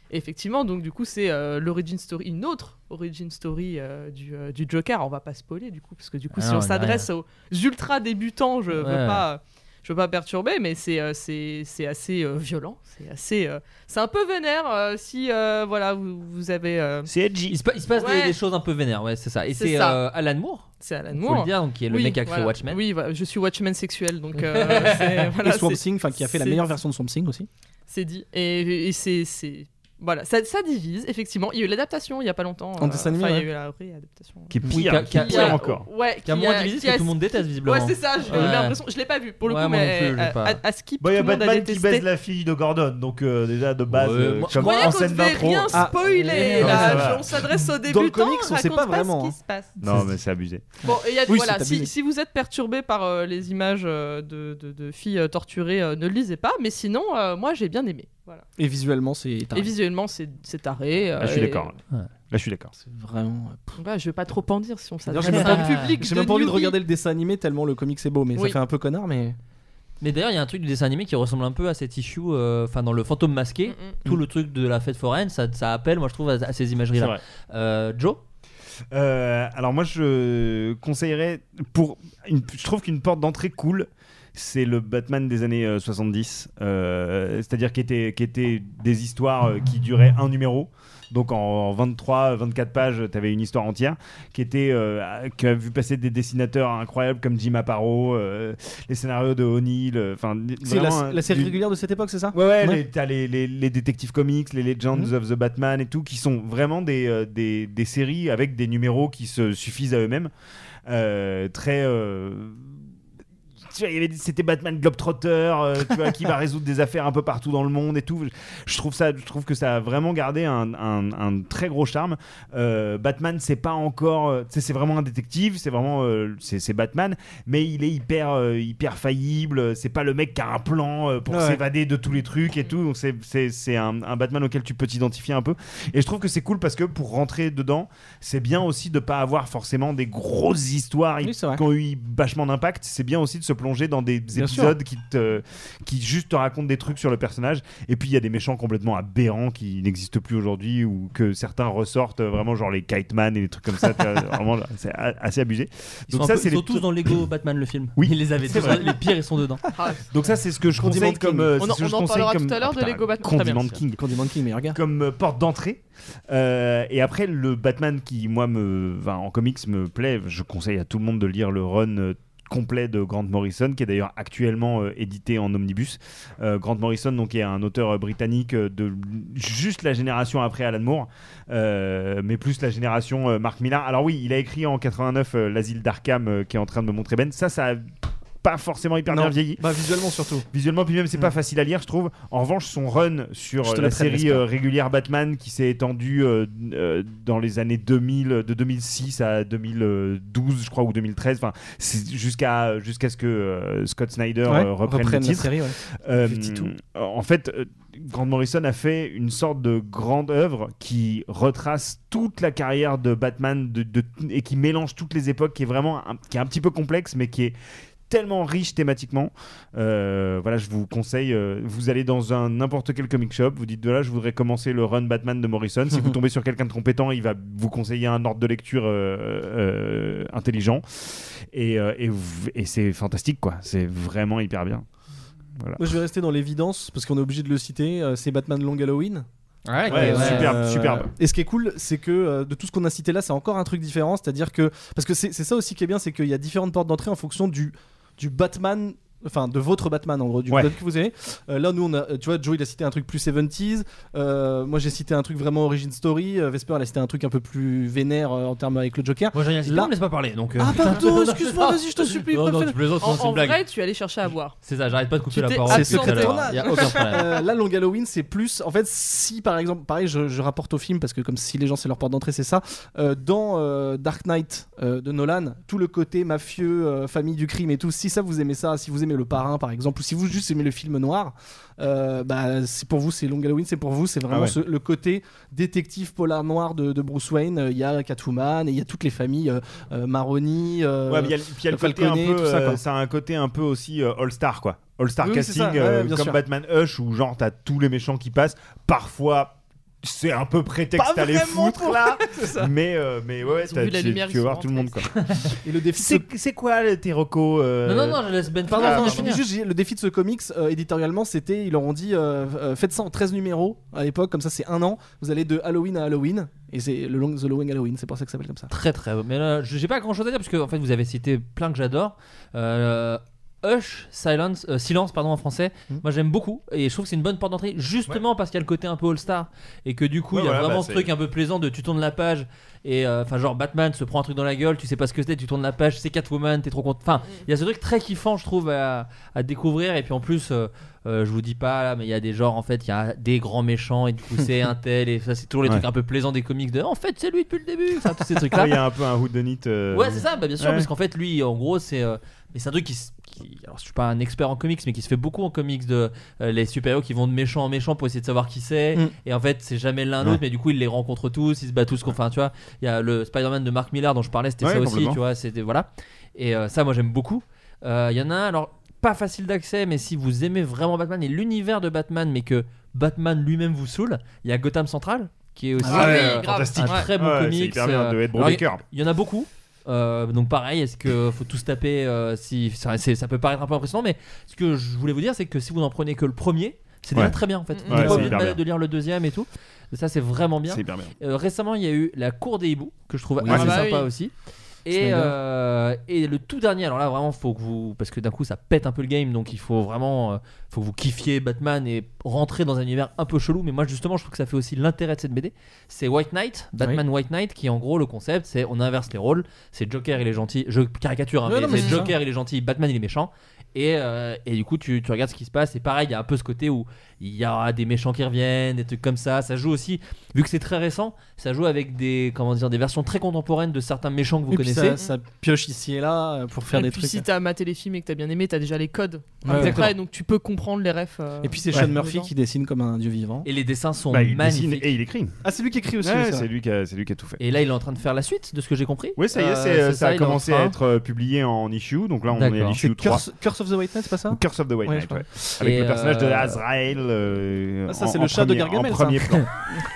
S10: Et effectivement, donc, du coup, c'est euh, l'origin story, une autre origin story euh, du, euh, du Joker. On va pas spoiler, du coup, parce que du coup,
S7: Ah
S10: si
S7: non,
S10: on
S7: mais
S10: s'adresse aux ultra débutants, je
S7: Ouais.
S10: veux pas. euh, je veux pas perturber, mais c'est euh, c'est c'est assez euh, violent, c'est assez euh, c'est un peu vénère euh, si euh, voilà vous, vous avez euh,
S9: C'est edgy.
S7: Il se, pa- il se passe des-
S10: Ouais.
S7: des, choses un peu vénères, ouais, c'est ça. Et
S10: C'est
S7: c'est
S10: ça.
S7: euh, Alan Moore,
S10: c'est Alan
S7: faut le
S10: Moore.
S7: dire, donc, qui est le
S10: Oui,
S7: mec qui a créé
S10: voilà.
S7: Watchmen.
S10: Oui, voilà, je suis Watchmen sexuel,
S7: *laughs*
S10: donc euh, c'est- voilà,
S4: et Swamp
S10: c'est-
S4: Thing enfin, qui a fait la
S10: c'est-
S4: meilleure version de Swamp Thing aussi
S10: C'est dit. Et, et c'est. c'est- Voilà, ça, ça divise, effectivement. Il y a eu l'adaptation il y a pas longtemps.
S4: En dessin animé,
S10: enfin, Il y
S4: ouais.
S10: a eu la réadaptation.
S9: Qui est
S7: Oui,
S9: pire,
S7: qui a-
S9: qui est
S10: qui a-
S9: pire encore.
S10: Ouais,
S7: Qui a moins divisé, parce que tout le monde déteste, visiblement.
S10: Ouais, c'est ça, j'ai
S7: Ouais.
S10: l'impression. Je l'ai pas vu pour le
S7: Ouais,
S10: coup,
S7: moi non
S10: mais
S7: plus, je l'ai
S10: euh,
S7: pas.
S10: à, à Skip,
S9: Bah, il y
S10: tout
S9: a
S10: le monde a
S9: Batman qui
S10: détesté.
S9: baise la fille de Gordon, donc euh, déjà de base,
S7: Ouais,
S9: euh,
S7: moi-
S9: comme
S7: moi,
S10: Voyez
S9: en
S10: qu'on
S9: scène
S10: devait
S9: d'intro.
S10: rien
S4: Ah.
S10: spoiler,
S4: Ah,
S9: ça
S10: là,
S9: va.
S10: on s'adresse aux débutants,
S4: comics, on sait
S10: raconte
S4: pas vraiment,
S10: ce
S4: hein.
S10: qui se passe.
S9: Non, mais c'est abusé.
S10: Bon, et il y a-
S4: Oui,
S10: voilà,
S4: c'est
S10: si,
S4: abusé.
S10: si vous êtes perturbé par euh, les images euh, de, de- de filles euh, torturées, euh, ne le lisez pas, mais sinon, euh, moi j'ai bien aimé. Voilà.
S4: Et visuellement, c'est
S10: Et visuellement, c'est c'est taré. euh,
S4: Ah,
S9: Là, je suis
S10: et-
S9: d'accord. Là, je suis d'accord.
S4: C'est vraiment. euh,
S10: Ouais, je vais pas trop en dire si on
S4: D'ailleurs,
S10: s'adresse
S4: j'ai même
S10: à
S4: pas,
S10: un public.
S4: j'ai même pas envie de
S10: newbies.
S4: regarder le dessin animé tellement le comic c'est beau, mais
S10: Oui.
S4: ça fait un peu connard, mais.
S7: Mais d'ailleurs, il y a un truc du dessin animé qui ressemble un peu à cet issue, euh, enfin dans le fantôme
S10: Mm,
S7: masqué, tout le truc de la fête foraine, ça, ça appelle, moi je trouve, à, à ces
S9: C'est
S7: imageries-là.
S9: vrai.
S7: Euh, Joe
S9: Euh, alors moi je conseillerais pour une- je trouve qu'une porte d'entrée cool c'est le Batman des années euh, 70 euh, c'est-à-dire qui était qui était des histoires euh, qui duraient un numéro donc en, en 23 24 pages tu avais une histoire entière qui était euh, à- qui a vu passer des dessinateurs incroyables comme Jim Aparo euh, les scénarios de O'Neill euh, enfin
S4: C'est la,
S9: vraiment,
S4: la série
S9: du-
S4: régulière de cette époque, c'est ça
S9: Ouais, ouais, les- t'as les, les, les Detective Comics, les Legends
S4: Mhm.
S9: of the Batman et tout, qui sont vraiment des, euh, des, des séries avec des numéros qui se suffisent à eux-mêmes. Euh, très. euh, tu vois, il y avait des- c'était Batman Globetrotter, euh, tu vois,
S4: *laughs*
S9: qui va résoudre des affaires un peu partout dans le monde et tout. Je trouve ça, je trouve que ça a vraiment gardé un, un- un très gros charme. Euh, Batman, c'est pas encore, euh, tu sais, c'est vraiment un détective, c'est vraiment, euh, c'est c'est Batman, mais il est hyper, euh, hyper faillible. C'est pas le mec qui a un plan euh, pour
S4: Ouais.
S9: s'évader de tous les trucs
S4: Mm.
S9: et tout. Donc c'est- c'est c'est un, un Batman auquel tu peux t'identifier un peu. Et je trouve que c'est cool parce que pour rentrer dedans, c'est bien aussi de pas avoir forcément des grosses histoires
S4: Oui, c'est vrai.
S9: qui ont eu vachement d'impact. C'est bien aussi de se plonger dans des
S4: Bien sûr.
S9: épisodes qui te, qui juste te racontent des trucs sur le personnage. Et puis il y a des méchants complètement aberrants qui n'existent plus aujourd'hui ou que certains ressortent euh, vraiment genre les Kite Man et des trucs comme ça. t'as- *laughs* vraiment, c'est a- assez abusé.
S7: Ils sont, un peu- ils
S9: les
S7: sont tous dans Lego Batman le film.
S9: Oui,
S7: ils les avaient
S9: c'est
S7: tous,
S9: vrai.
S7: les pires ils
S10: *laughs*
S7: sont dedans.
S10: Ah,
S9: Donc ça, c'est ce que je
S4: Condiment
S9: conseille
S4: King.
S9: comme. euh,
S10: On
S9: c'est ce
S10: en-
S9: que je
S10: on en
S9: conseille
S10: parlera
S9: comme-
S10: tout à l'heure
S9: Ah,
S10: de
S9: putain,
S10: Lego Batman.
S9: Condiment
S10: Très bien,
S9: King.
S4: Condiment King, meilleur gars.
S9: Comme euh, porte d'entrée. Euh, et après, le Batman qui, moi, me, enfin, en comics me plaît, je conseille à tout le monde de lire le run euh, complet de Grant Morrison, qui est d'ailleurs actuellement euh, édité en omnibus. Euh, Grant Morrison, donc, est un auteur euh, britannique euh, de l- juste la génération après Alan Moore, euh, mais plus la génération euh, Mark Millar. Alors oui, il a écrit en 89 euh, l'asile d'Arkham, euh, qui est en train de me montrer Ben. Ça, ça a pas forcément hyper
S4: Non.
S9: bien vieilli.
S4: Bah, visuellement surtout. Hmm.
S9: Visuellement, puis même, c'est pas facile à lire, je trouve. En revanche, son run sur
S4: Je te
S9: euh,
S4: la
S9: la
S4: prête,
S9: série
S4: j'espère.
S9: euh, régulière Batman qui s'est étendue euh, euh, dans les années 2000, euh, de 2006 à 2012, je crois, ou 2013, enfin, c'est jusqu'à jusqu'à ce que euh, Scott Snyder
S4: Ouais,
S9: euh, reprenne,
S4: reprenne
S9: le
S4: la
S9: titre.
S4: série, ouais.
S9: Euh,
S4: Le petit tout.
S9: en fait, euh, Grant Morrison a fait une sorte de grande œuvre qui retrace toute la carrière de Batman de- de- et qui mélange toutes les époques, qui est vraiment un, qui est un petit peu complexe, mais qui est tellement riche thématiquement. Euh, voilà, je vous conseille, euh, vous allez dans un n'importe quel comic shop, vous dites de là, je voudrais commencer le run Batman de Morrison. Si vous tombez sur quelqu'un de compétent, il va vous conseiller un ordre de lecture euh, euh, intelligent. Et, euh, et vous- et c'est fantastique, quoi. C'est vraiment hyper bien. Voilà.
S4: Moi, je vais rester dans l'évidence parce qu'on est obligé de le citer. euh, c'est Batman Long Halloween. Euh,
S7: Ouais, Ouais, ouais. superbe, superbe.
S4: Et ce qui est cool, c'est que euh, de tout ce qu'on a cité là, c'est encore un truc différent. C'est-à-dire que. Parce que c'est c'est ça aussi qui est bien, c'est qu'il y a différentes portes d'entrée en fonction du, du Batman. Enfin, de votre Batman, en gros, du
S9: Ouais.
S4: Batman que vous avez. Euh, là, nous, on a, euh, tu vois, Joe, il a cité un truc plus 70s. euh, moi, j'ai cité un truc vraiment Origin Story. euh, Vesper, il a cité un truc un peu plus vénère euh, en termes avec le Joker.
S7: Moi, j'ai rien cité,
S4: Là-
S7: on me laisse pas parler. Donc, euh,
S4: Ah,
S7: *laughs*
S4: pardon, excuse-moi, vas-y, je te supplie.
S7: Non, non,
S4: préfère-
S7: tu plaisantes,
S10: En,
S7: non, c'est
S10: en
S7: une blague.
S10: vrai, tu es allé chercher à boire.
S7: C'est ça, j'arrête pas de couper la
S10: t'es
S7: parole.
S4: C'est
S7: depuis
S4: ce
S7: tout à
S4: que
S7: l'heure.
S4: t'en as.
S7: Y a aucun problème.
S9: *laughs*
S4: Euh, là, Long Halloween, c'est plus. En fait, si par exemple, pareil, je, je rapporte au film parce que comme si les gens c'est leur porte d'entrée, c'est ça. Euh, dans euh, Dark Knight euh, de Nolan, tout le côté mafieux, euh, famille du crime et tout. Si ça vous aimez ça, si vous aimez le parrain par exemple, ou si vous juste aimez le film noir, euh, bah c'est pour vous, c'est Long Halloween, c'est pour vous, c'est vraiment
S9: Ah ouais.
S4: ce- le côté détective polar noir de, de Bruce Wayne. Euh, Il y a Catwoman et il y a toutes les familles euh, euh, Maroni, euh,
S9: Ouais, mais il y a, le- puis il y a le côté un
S4: Falconet,
S9: peu,
S4: tout ça,
S9: euh,
S4: quoi.
S9: ça, a un côté un peu aussi euh, all-star quoi.
S4: *laughs*
S9: All-star
S4: Oui, oui, c'est
S9: casting
S4: ça, ouais,
S9: euh,
S4: bien
S9: comme
S4: sûr.
S9: Batman Hush où genre t'as tous les méchants qui passent. Parfois c'est un peu prétexte
S4: Pas
S9: à les
S4: vraiment,
S9: foutre là,
S4: *laughs*
S9: mais euh, mais ouais,
S10: ont
S9: t'as-
S10: vu la
S9: tu,
S10: lumière,
S9: tu
S10: ils
S9: vas
S10: sont
S9: voir tout le monde quoi.
S4: Et le défi,
S9: C'est c'est quoi le Terroco euh,
S7: Non, non, non, je laisse Ben
S4: Pardon,
S7: finir.
S4: pardon,
S7: Ah,
S4: je finis juste, j'ai- le défi de ce comics euh, éditorialement, c'était, ils leur ont dit, euh, euh, faites ça en 13 numéros à l'époque, comme ça c'est un an, vous allez de Halloween à Halloween, et c'est le long The Long Halloween, c'est pour ça que ça s'appelle comme ça.
S7: Très très. Mais là, je- j'ai pas grand chose à dire parce que en fait, vous avez cité plein que j'adore. Euh, Hush, Silence, euh, Silence, pardon en français. Moi, j'aime beaucoup et je trouve que c'est une bonne porte d'entrée, justement parce qu'il y a le côté un peu All Star et que du coup,
S9: Ouais,
S7: il y a
S9: voilà,
S7: vraiment
S9: bah,
S7: ce
S9: c'est-
S7: truc un peu plaisant de tu tournes la page et euh, enfin genre Batman se prend un truc dans la gueule, tu sais pas ce que c'est, tu tournes la page, c'est Catwoman, t'es trop content. Enfin, il y a ce truc très kiffant, je trouve, à, à découvrir et puis en plus. euh, euh, je vous dis pas là, mais il y a des genres en fait, il y a des grands méchants et du coup c'est *laughs* un tel et ça c'est toujours les
S9: Ouais.
S7: trucs un peu plaisants des comics de en fait c'est lui depuis le début, enfin tous ces trucs là.
S9: Ouais, Il y a un peu un hood de
S7: Ouais, c'est ça, bah, bien sûr, parce qu'en fait, lui, en gros, c'est euh, mais c'est un truc qui, s- qui, alors je suis pas un expert en comics, mais qui se fait beaucoup en comics de euh, les super-héros qui vont de méchant en méchant pour essayer de savoir qui c'est.
S4: Mm.
S7: Et en fait, c'est jamais l'un l'autre, mais du coup, ils les rencontrent tous, ils se battent tous. contre- Enfin, tu vois, il y a le Spider-Man de Mark Millar dont je parlais, c'était
S9: Ouais,
S7: ça aussi,
S9: complètement.
S7: tu vois. C'était voilà. Et euh, ça, moi, j'aime beaucoup. Euh, Il y en a un, alors pas facile d'accès, mais si vous aimez vraiment Batman et l'univers de Batman, mais que Batman lui-même vous saoule, il y a Gotham Central qui est aussi
S9: Ah ouais,
S7: euh,
S9: fantastique.
S7: un très bon
S9: Ouais, c'est
S7: comics. euh,
S9: hyper bien, de Ed
S7: alors, il-
S9: Brubaker.
S7: Il y en a beaucoup. Euh, donc pareil, est-ce que faut tous taper euh, si ça, c'est- ça peut paraître un peu impressionnant, mais ce que je voulais vous dire, c'est que si vous n'en prenez que le premier, c'est déjà
S9: Ouais.
S7: très bien en fait.
S9: Ouais,
S7: n'est
S9: c'est
S7: pas obligé
S9: hyper
S7: de,
S9: bien.
S7: de lire le deuxième et tout. Ça c'est vraiment bien.
S9: C'est hyper bien.
S7: Euh, récemment, il y a eu la cour des hiboux que je trouve
S9: Oui.
S7: assez
S9: Ah bah
S7: sympa
S9: oui.
S7: aussi.
S9: Snyder.
S7: Et, euh, et le tout dernier, alors là vraiment faut que vous, parce que d'un coup ça pète un peu le game, donc il faut vraiment, euh, faut que vous kiffiez Batman et rentrer dans un univers un peu chelou. Mais moi justement, je trouve que ça fait aussi l'intérêt de cette BD. C'est White Knight, Batman White Knight, qui en gros le concept, c'est on inverse les rôles. C'est Joker il est gentil, je caricature, hein,
S4: Ouais,
S7: mais
S4: non, mais
S7: c'est
S4: c'est ça.
S7: Joker il est gentil, Batman il est méchant. Et, euh, et du coup, tu, tu regardes ce qui se passe. Et pareil, il y a un peu ce côté où il y a des méchants qui reviennent, des trucs comme ça. Ça joue aussi, vu que c'est très récent, ça joue avec des comment dire, des versions très contemporaines de certains méchants que vous
S4: Et puis
S7: connaissez.
S4: ça, ça pioche ici et là euh, pour faire
S10: et
S4: des
S10: puis
S4: trucs.
S10: si t'as maté les films et que t'as bien aimé, t'as déjà les codes.
S4: Ouais,
S10: à peu
S4: exactement.
S10: près, donc tu peux comprendre les refs. euh,
S4: Et puis c'est
S10: dedans.
S4: Sean Murphy qui dessine comme un dieu vivant.
S7: Et les dessins sont
S9: Bah, il
S7: magnifiques.
S9: dessine et il écrit.
S4: Ah, c'est lui qui écrit aussi.
S9: Ouais,
S4: oui,
S9: c'est
S4: vrai.
S9: lui, qui a- c'est lui qui a tout fait.
S7: Et là, il est en train de faire la suite, de ce que j'ai compris.
S9: Oui, ça y est,
S7: Euh,
S9: c'est-
S7: c'est
S9: ça a
S7: il est en
S9: commencé
S7: train.
S9: à être euh, publié en issue, donc là on est à
S7: D'accord.
S9: l'issue 3.
S4: Curse, Curse of the White Knight, c'est pas ça
S9: Curse of the White
S4: Ouais, je
S9: Knight,
S4: crois.
S9: ouais. Avec
S7: Et,
S9: le personnage de
S7: euh,
S9: Azrael. euh,
S4: Ah, ça,
S9: en-
S4: c'est
S9: en
S4: le chat de
S9: premier-
S4: Gargamel,
S9: En
S4: ça.
S9: premier plan.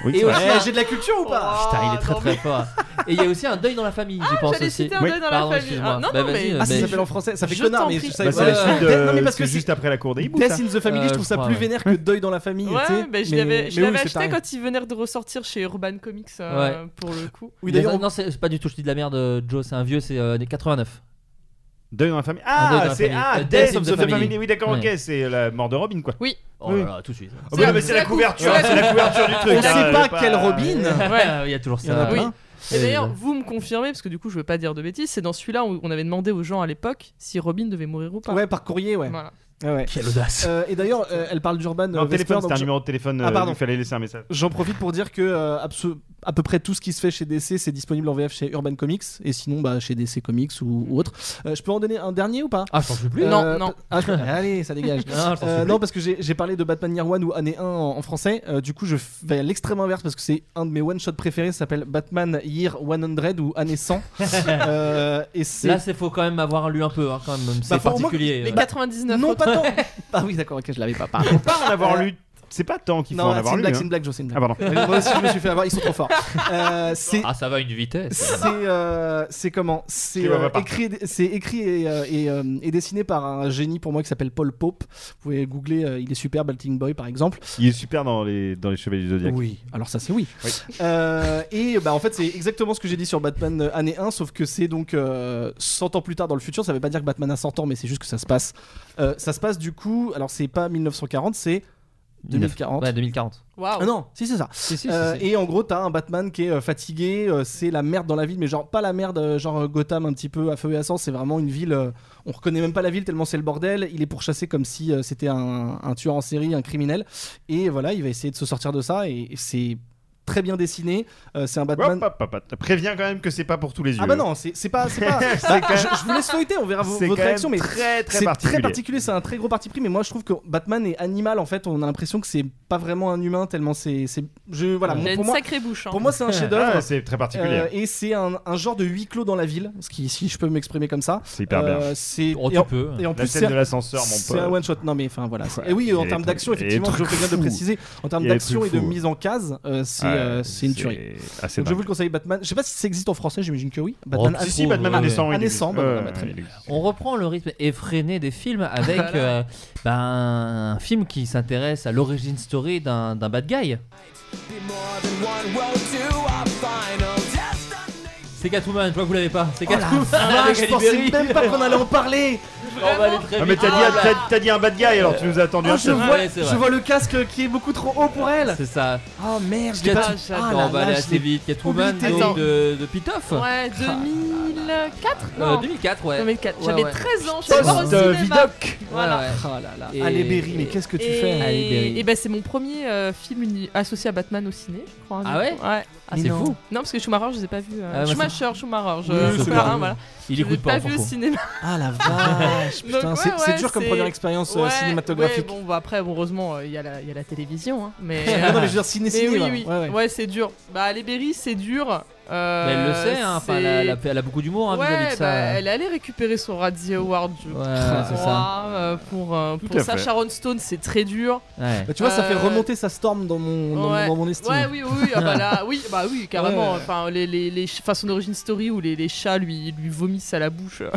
S9: Oui,
S7: Et
S9: c'est vrai.
S7: aussi un-
S4: J'ai de la culture ou pas
S7: Putain, il est très très fort. Et il y a aussi un deuil dans la famille, je pense
S10: Ah, j'allais
S7: aussi.
S10: citer un deuil dans la
S7: Pardon,
S10: famille.
S7: excuse-moi.
S10: Ah, non,
S7: Bah,
S10: non,
S7: vas-y,
S10: mais-
S7: euh,
S4: Ah, ça
S7: mais-
S4: s'appelle en français, ça fait
S10: Je
S4: connard,
S10: t'en
S4: mais
S10: prie.
S4: je savais
S9: Bah, c'est la
S4: pas.
S9: suite
S4: Non, mais
S9: de.
S4: parce
S9: C'est
S4: que
S9: juste
S4: c'est-
S9: après la cour des hiboux. ça.
S4: Death in the Family,
S7: Euh,
S4: je trouve
S7: je
S4: ça
S7: crois,
S4: plus
S7: ouais.
S4: vénère que Deuil dans la famille.
S10: Ouais,
S4: tu sais,
S10: bah, je
S4: mais-
S10: l'avais je
S4: mais oui,
S10: l'avais
S4: c'est
S10: acheté
S4: pareil.
S10: quand il venait de ressortir chez Urban Comics euh, pour le coup.
S4: Oui,
S7: Mais
S4: d'ailleurs,
S7: non, non, c'est c'est pas du tout, je dis de la merde, euh, Joe, c'est un vieux, c'est euh, des 89.
S9: Deuil dans la famille.
S7: Un deuil dans
S9: Ah,
S7: la
S9: c'est
S7: famille.
S9: ah,
S7: Euh,
S9: Death of the Family. Oui, d'accord, ok, c'est la mort de Robin, quoi.
S10: Oui.
S7: Oh
S9: Oui.
S7: là là, tout de suite.
S9: Oh, mais non, mais c'est la couverture, c'est la couverture du truc.
S4: On
S9: hein,
S4: sait
S9: j'ai
S4: pas quelle Robin.
S7: Ouais, il y a toujours
S4: Il y en a
S7: ça.
S4: plein.
S10: Et d'ailleurs, vous me confirmez, parce que du coup, je veux pas dire de bêtises, c'est dans celui-là où on avait demandé aux gens à l'époque si Robin devait mourir ou pas.
S4: Ouais, par courrier, ouais.
S10: Voilà.
S4: Ah ouais.
S7: Quelle audace.
S4: Euh, et d'ailleurs, euh, elle parle d'Urban. euh,
S9: Non,
S4: Vesper,
S9: téléphone,
S4: donc
S9: c'était un
S4: je-
S9: numéro de téléphone.
S4: Ah,
S9: euh,
S4: pardon.
S9: Il fallait laisser un message.
S4: J'en profite pour dire que euh, abso- à peu près tout ce qui se fait chez DC, c'est disponible en VF chez Urban Comics et sinon bah, chez DC Comics ou, ou autre. Euh, je peux en donner un dernier ou pas
S7: Ah, je t'en veux plus.
S10: Non,
S4: Euh,
S10: non.
S4: ah, je- Allez, ça dégage.
S7: *laughs* Non, je t'en supplie.
S4: Euh, non, parce que j'ai j'ai parlé de Batman Year One ou année 1 en, en français. Euh, du coup, je vais à l'extrême inverse parce que c'est un de mes one-shots préférés. Ça s'appelle Batman Year 100 ou année
S7: *laughs*
S4: 100. Euh, et c'est. Bah,
S7: Là, c'est faut quand même avoir lu un peu, hein, quand même. C'est
S4: faut au moins-
S7: particulier.
S10: Les
S7: euh.
S10: 99
S4: Non,
S10: autres.
S4: pas tant *laughs* Ah oui, d'accord, ok, je l'avais pas. Pardon.
S9: Pas en avoir lu. C'est pas tant qu'il faut
S4: Non,
S9: en
S4: c'est
S9: avoir
S4: une
S9: lu.
S4: blague,
S9: hein.
S4: c'est une blague, Jo, c'est une blague.
S9: Ah, pardon.
S4: Moi aussi, je me suis fait avoir, ils sont trop forts. *laughs* Euh, c'est
S7: Ah, ça va à une vitesse.
S4: c'est euh, c'est comment c'est
S9: Tu vas
S4: euh,
S9: pas
S4: écrit et- c'est écrit et, euh, et, euh, et dessiné par un génie pour moi qui s'appelle Paul Pope vous pouvez googler euh, il est super Balting Boy par exemple
S9: Il est super dans les dans les Chevaliers du Zodiac.
S4: oui alors ça c'est oui,
S9: Oui.
S4: Euh, et bah en fait c'est exactement ce que j'ai dit sur Batman euh, année 1 sauf que c'est donc euh, 100 ans plus tard dans le futur ça veut pas dire que Batman a 100 ans mais c'est juste que ça se passe Euh, ça se passe du coup alors c'est pas 1940 c'est 2040
S7: Ouais, 2040.
S10: Waouh.
S4: ah non, si c'est ça.
S7: Si, si, si,
S4: Euh,
S7: si.
S4: Et en gros, t'as un Batman qui est euh, fatigué, euh, c'est la merde dans la ville, mais genre pas la merde, euh, genre euh, Gotham un petit peu à feu et à sang, c'est vraiment une ville, euh, on reconnaît même pas la ville tellement c'est le bordel, il est pourchassé comme si euh, c'était un, un tueur en série, un criminel, et voilà, il va essayer de se sortir de ça, et, et c'est très bien dessiné, Euh, c'est un Batman...
S9: Hop, hop, hop, hop. Préviens quand même que c'est pas pour tous les yeux.
S4: Ah bah non, c'est c'est pas. c'est
S9: *laughs*
S4: pas-
S9: C'est
S4: Bah,
S9: quand
S4: je,
S9: même-
S4: je vous laisse feuilleter, on verra vo-
S9: C'est
S4: votre
S9: quand
S4: réaction.
S9: même
S4: Mais
S9: très, très
S4: c'est
S9: particulier.
S4: particulier, c'est un très gros parti pris. Mais moi, je trouve que Batman est animal en fait. On a l'impression que c'est pas vraiment un humain tellement c'est. c'est- Je voilà.
S10: Il a
S4: Pour,
S10: une
S4: moi,
S10: sacrée bouche. hein.
S4: pour moi, c'est un chef-d'œuvre.
S9: Ah, c'est très particulier.
S4: Euh, et c'est un, un genre de huis clos dans la ville, ce qui, si je peux m'exprimer comme ça.
S9: C'est hyper bien.
S4: Euh, c'est
S7: Oh,
S4: et
S7: tu
S4: en,
S7: peux.
S4: et en
S9: La
S4: plus
S9: scène
S4: c'est
S9: de l'ascenseur, mon pote.
S4: c'est un one shot. Non mais enfin voilà. c'est-
S9: Ouais.
S4: Et oui, en
S9: Il y a
S4: termes
S9: des
S4: d'action,
S9: trucs- il y a des
S4: effectivement, je
S9: trucs
S4: fais bien de
S9: fous.
S4: préciser. En termes
S9: Il y a des
S4: d'action et
S9: trucs
S4: de
S9: fous.
S4: mise en case, euh, c'est
S9: Ouais,
S4: euh, c'est une tuerie.
S9: c'est Assez
S4: Donc je vous
S9: dingue.
S4: le conseille Batman. Je sais pas si ça existe en français, j'imagine que oui.
S7: Oh,
S4: Batman
S7: si,
S9: Si,
S4: Astro-
S9: si, Batman
S7: Ouais.
S9: année 100.
S4: Année
S9: il est-
S4: 100, bah,
S9: Ouais,
S4: voilà, bah, très
S9: il est-
S7: On reprend le rythme effréné des films avec euh, ben, un film qui s'intéresse à l'origine story d'un d'un bad guy. C'est Catwoman, je vois que vous l'avez pas. C'est Catwoman.
S4: Ah, je pensais
S7: Calibéri.
S4: même pas qu'on allait en parler.
S7: On
S10: Oh, bah,
S7: va aller très
S9: Ah, mais
S7: vite.
S9: t'as dit,
S7: Ah,
S9: t'as- t'as dit un bad guy alors tu nous as attendu
S4: Oh,
S9: un
S4: je
S9: peu.
S4: vois,
S7: Ouais, c'est vrai.
S4: je vois le casque qui est beaucoup trop haut pour elle.
S7: C'est ça.
S4: Oh merde, je l'ai pas.
S7: Cat-
S4: Ah,
S7: on
S4: là,
S7: va
S4: là,
S7: aller
S4: je
S7: assez
S4: l'ai-
S7: vite. Catwoman
S4: oublié.
S7: donc,
S4: Attends.
S7: de, de Pitoff.
S10: Ouais, 2004
S7: Euh,
S10: Non,
S7: 2004, ouais.
S10: 2004.
S7: Ouais,
S10: J'avais
S7: ouais.
S10: 13 ans, je suis voir au
S9: Post euh,
S10: cinéma.
S9: Vidoc.
S10: Voilà.
S7: Ouais, ouais.
S4: Ah là là.
S7: Et-
S4: Allez Berry, mais qu'est-ce que tu
S10: et...
S4: fais
S7: Halle Berry.
S10: Et ben c'est mon premier euh, film uni- associé à Batman au ciné, je crois. hein,
S7: Ah ouais
S10: Ouais.
S7: Ah,
S4: Mais
S7: c'est
S4: non.
S7: fou.
S10: Non, parce que Schumacher, je les ai pas vus. euh,
S7: Ah, moi,
S10: Schumacher, Schumacher, je-
S7: Oui, c'est
S10: Schumacher,
S7: pas-
S10: voilà.
S7: Il
S10: Je les ai
S7: écoute pas,
S10: pas
S7: on s'en
S10: vu au
S7: fout.
S10: cinéma.
S4: Ah la vache.
S10: *laughs* Donc,
S4: vache, putain,
S10: ouais,
S4: c'est- c'est
S10: ouais,
S4: dur comme
S10: c'est-
S4: première expérience euh,
S10: Ouais,
S4: cinématographique.
S10: ouais, bon, bah, après, bon, heureusement, euh, il y, a la- il y a la télévision. hein, mais,
S4: *laughs* Ah Non, mais je veux dire,
S10: Mais
S4: ciné-ciné,
S10: oui,
S4: là.
S10: oui.
S4: Ouais, ouais.
S10: c'est dur. Bah, les Berry, c'est dur. Euh,
S7: Mais elle le sait, hein, enfin,
S10: c'est-
S7: elle, a, elle a- elle a beaucoup d'humour hein,
S10: ouais,
S7: vis-à-vis de ça.
S10: bah, elle allait récupérer son Razzie Award, je
S7: Ouais,
S10: crois,
S7: c'est ça.
S10: euh, pour, euh,
S7: Tout
S10: pour
S7: à
S10: ça.
S7: fait.
S10: Sharon Stone, c'est très dur.
S7: Ouais.
S4: Bah, tu vois, ça fait
S10: Euh,
S4: remonter sa storm dans mon, dans, mon-
S10: ouais.
S4: dans mon estime.
S10: Ouais, oui, oui, oui, ah bah
S4: *laughs*
S10: là, oui, bah oui, carrément.
S4: Ouais.
S10: Enfin, les, les, les, enfin, son origin story où les, les chats lui, lui vomissent à la bouche. *laughs*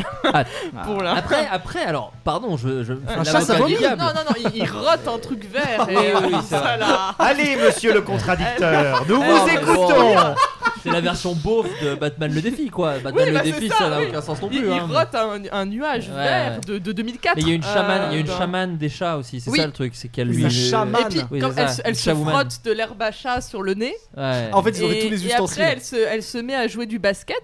S10: pour la-
S7: Ah, Après, après, alors, pardon, je. je
S10: Un
S7: l'avocat
S10: chat, ça
S7: du
S10: vomit
S7: diable.
S10: Non, non, non, il, il rote un truc vert.
S7: *laughs* Oui,
S10: et,
S7: oui,
S10: euh,
S7: c'est vrai.
S10: voilà. Eh,
S9: Allez, monsieur
S10: *laughs*
S9: le contradicteur, nous
S7: Alors,
S9: vous
S7: bah,
S9: écoutons.
S7: bon, C'est la version beauf de Batman le défi, quoi. Batman
S10: bah,
S7: le
S10: c'est
S7: défi,
S10: ça,
S7: ça n'a
S10: oui.
S7: aucun sens non
S10: Il,
S7: plus.
S10: il
S7: hein.
S10: rote un, un nuage
S7: Ouais,
S10: vert
S7: ouais.
S10: de, de 2004.
S7: Mais il y a une chamane, il y a une
S10: Euh,
S7: chamane des chats aussi, c'est
S10: Oui.
S7: ça le truc, c'est qu'elle
S4: Une
S7: lui.
S4: chamane.
S10: Et puis,
S7: Oui,
S10: quand
S7: c'est
S10: elle,
S7: ça,
S10: se- elle
S7: une
S10: se
S7: chawoman.
S10: frotte de l'herbe à chat sur le nez.
S7: Ouais.
S4: En fait, ils auraient
S10: Et-
S4: tous les
S10: Et
S4: ustensiles.
S10: après, elle se, elle se met à jouer du basket.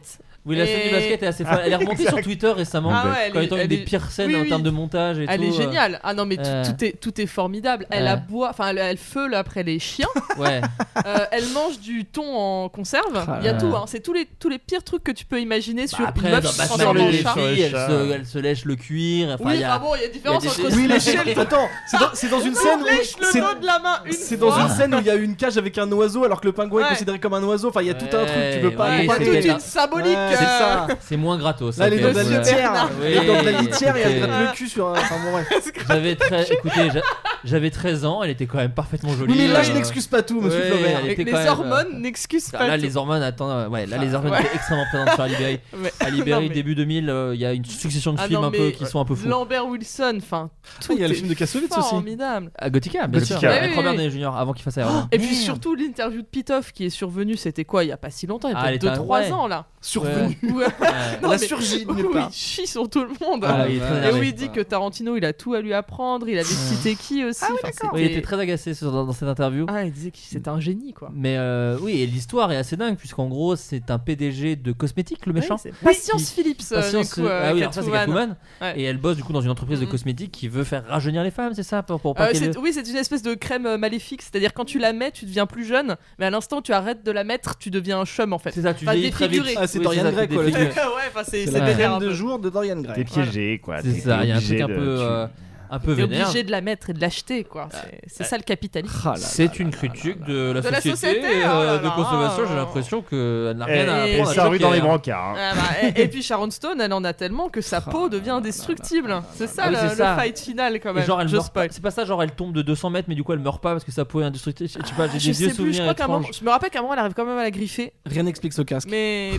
S7: Oui, la scène
S10: Et-
S7: du basket est assez folle. Elle est remontée
S10: *laughs*
S7: sur Twitter récemment,
S10: Ah ouais, elle
S7: comme
S10: est-
S7: étant une
S10: elle
S7: des
S10: est-
S7: pires scènes
S10: oui,
S7: en
S10: oui.
S7: termes de montage et
S10: Elle
S7: tout.
S10: est
S7: euh.
S10: géniale. Ah non, mais tout,
S7: Euh.
S10: tout est, tout est formidable. Elle
S7: Ouais.
S10: aboie, enfin, elle, elle feule après les
S7: *laughs*
S10: chiens. *laughs*
S7: Ouais.
S10: Euh, elle mange du thon en conserve.
S7: Ah
S10: Il y a
S7: là
S10: tout.
S7: là. Bah,
S10: hein. C'est tous les, tous les pires trucs que tu peux imaginer sur
S7: Après,
S10: une meuf
S7: dans
S10: qui se
S7: Batman,
S10: transforme en
S7: les
S10: chat.
S7: filles, elles
S4: chat.
S7: se, elles se lèchent le cuir. Enfin,
S10: Oui,
S7: il y a,
S10: enfin bon, il y a une différence
S7: des-
S10: entre- *laughs*
S4: Oui, les chiens. Attends, c'est dans, c'est dans une
S10: Non,
S4: scène. où-
S10: lèche le
S4: c'est-
S10: dos de la main une
S4: *laughs* C'est dans
S10: fois.
S4: une scène où il y a une cage avec un oiseau alors que le pingouin est
S10: Ouais.
S4: considéré comme un oiseau. Enfin, il y a tout un truc, tu peux pas.
S7: ouais,
S4: faut pas
S7: c'est
S4: les
S7: tout
S4: péter.
S7: une
S10: symbolique,
S4: Ouais, c'est
S10: euh.
S4: ça.
S7: C'est moins gratos.
S4: Là,
S7: hein. ok,
S4: elle est dans de la
S7: voilà.
S4: litière.
S7: Oui,
S4: Elle est dans de la litière et elle
S7: écoutez,
S4: gratte le cul sur un. Enfin,
S10: *laughs*
S4: bon, bref.
S7: J'avais très, écoutez, j'a- j'avais 13 ans, elle était quand même parfaitement jolie.
S4: Oui, mais là, je
S7: euh,
S4: n'excuse pas tout, monsieur
S7: ouais,
S4: Flaubert.
S7: elle
S4: Avec
S7: était
S10: les
S7: quand même, euh,
S10: hormones n'excusent
S7: ah,
S10: pas
S7: Là,
S10: tout.
S7: les hormones, attends, euh, ouais, là, les
S10: Ah,
S7: hormones
S10: ouais.
S7: étaient extrêmement présentes sur Ali
S10: *laughs*
S7: Berry.
S10: Mais-
S7: Ali Berry,
S10: non, mais-
S7: début 2000, euh, il y a une succession de
S10: Ah
S7: films
S10: non,
S7: un peu
S10: mais,
S7: qui sont un peu fous.
S10: Lambert Wilson, enfin, tout
S4: Ah, il y a le
S10: est
S4: film de Kassovitz aussi.
S10: formidable.
S7: Ah, Gothica, bien sûr,
S4: Gothica.
S7: avec
S10: Oui,
S7: Robert
S10: oui,
S7: Downey Jr. avant qu'il
S4: Oh,
S7: fasse Iron Man.
S10: Et puis surtout l'interview de Pitoff qui est survenue, c'était quoi il y a pas si longtemps, il y
S7: Ah,
S10: a
S7: elle
S10: peut-être
S7: était-
S10: 2-3
S7: ouais.
S10: ans là.
S7: Survenue.
S10: Ouais. Ouais. *laughs*
S4: Elle a
S10: mais-
S4: surgi de
S10: où
S4: nulle part.
S10: il chie sur tout le monde.
S7: Ah, il est très
S10: et où
S7: énervé.
S10: il dit que Tarantino il a tout à lui apprendre, il avait cité qui
S4: Ah
S10: aussi. Enfin,
S7: Oui, il était très agacé sur- dans, dans cette interview.
S10: Ah, il disait que c'était un génie quoi.
S7: Mais euh, oui, et l'histoire est assez dingue, puisqu'en gros, c'est un PDG de cosmétiques, le méchant.
S10: Ouais, c'est Patience Phillips, euh,
S7: Patience,
S10: du coup, euh,
S7: ah oui, alors ça, c'est
S10: Catwoman.
S7: Catwoman.
S10: Ouais. Mm-hmm.
S7: Et elle bosse du coup dans une entreprise de cosmétiques qui veut faire rajeunir les femmes, c'est ça pour, pour pas
S10: Euh,
S7: qu'elles-
S10: c'est- oui, c'est une espèce de crème euh, maléfique, c'est-à-dire quand tu la mets, tu deviens plus jeune, mais à l'instant où tu arrêtes de la mettre, tu deviens un chum en fait.
S7: C'est ça, tu
S10: Enfin,
S7: vieillis très vite.
S10: défiguré.
S4: Ah, c'est
S7: Oui,
S4: Dorian
S7: c'est ça,
S4: Gray,
S7: c'est
S4: quoi. le
S7: défiguré.
S4: truc.
S10: *laughs* Ouais, enfin, c'est-
S4: C'est
S10: c'est des
S4: la crème
S10: verbes.
S4: de jour de Dorian Gray.
S9: T'es piégé, quoi.
S7: C'est
S9: t'es-
S7: ça,
S9: t'es
S7: il y a un
S9: obligé
S7: truc un
S9: de-
S7: peu,
S9: tu-
S7: euh, un peu
S10: T'es
S7: vénère.
S10: obligé de la mettre et de l'acheter quoi. C'est- C'est ça le capitalisme.
S7: Ah
S4: Ah
S7: C'est une critique de la
S10: De la
S7: société,
S10: société,
S7: euh,
S10: oh là
S7: de
S10: là,
S7: consommation.
S10: oh
S7: J'ai
S10: là là.
S7: l'impression qu'elle n'a
S9: Eh,
S7: rien à
S9: eh,
S7: apprendre. à
S9: ça rue
S7: Joker,
S9: dans les
S7: hein.
S9: brancards. hein.
S10: Ah bah, et, et puis Sharon Stone, elle en a tellement que sa peau devient indestructible. C'est ça,
S7: Oui,
S10: le,
S7: c'est
S10: le
S7: ça.
S10: fight final quand
S7: Et
S10: même.
S7: genre, elle
S10: Je
S7: meurt pas. C'est pas ça, genre elle tombe de 200 mètres, mais du coup elle meurt pas parce que sa peau est indestructible. Je sais pas,
S10: Ah,
S7: j'ai
S10: je
S7: des vieux
S10: sais plus, je
S7: souvenirs
S10: crois qu'à un moment,
S7: étranges.
S10: je me rappelle qu'à un moment elle arrive quand même à la griffer,
S4: Rien n'explique ce casque.
S10: mais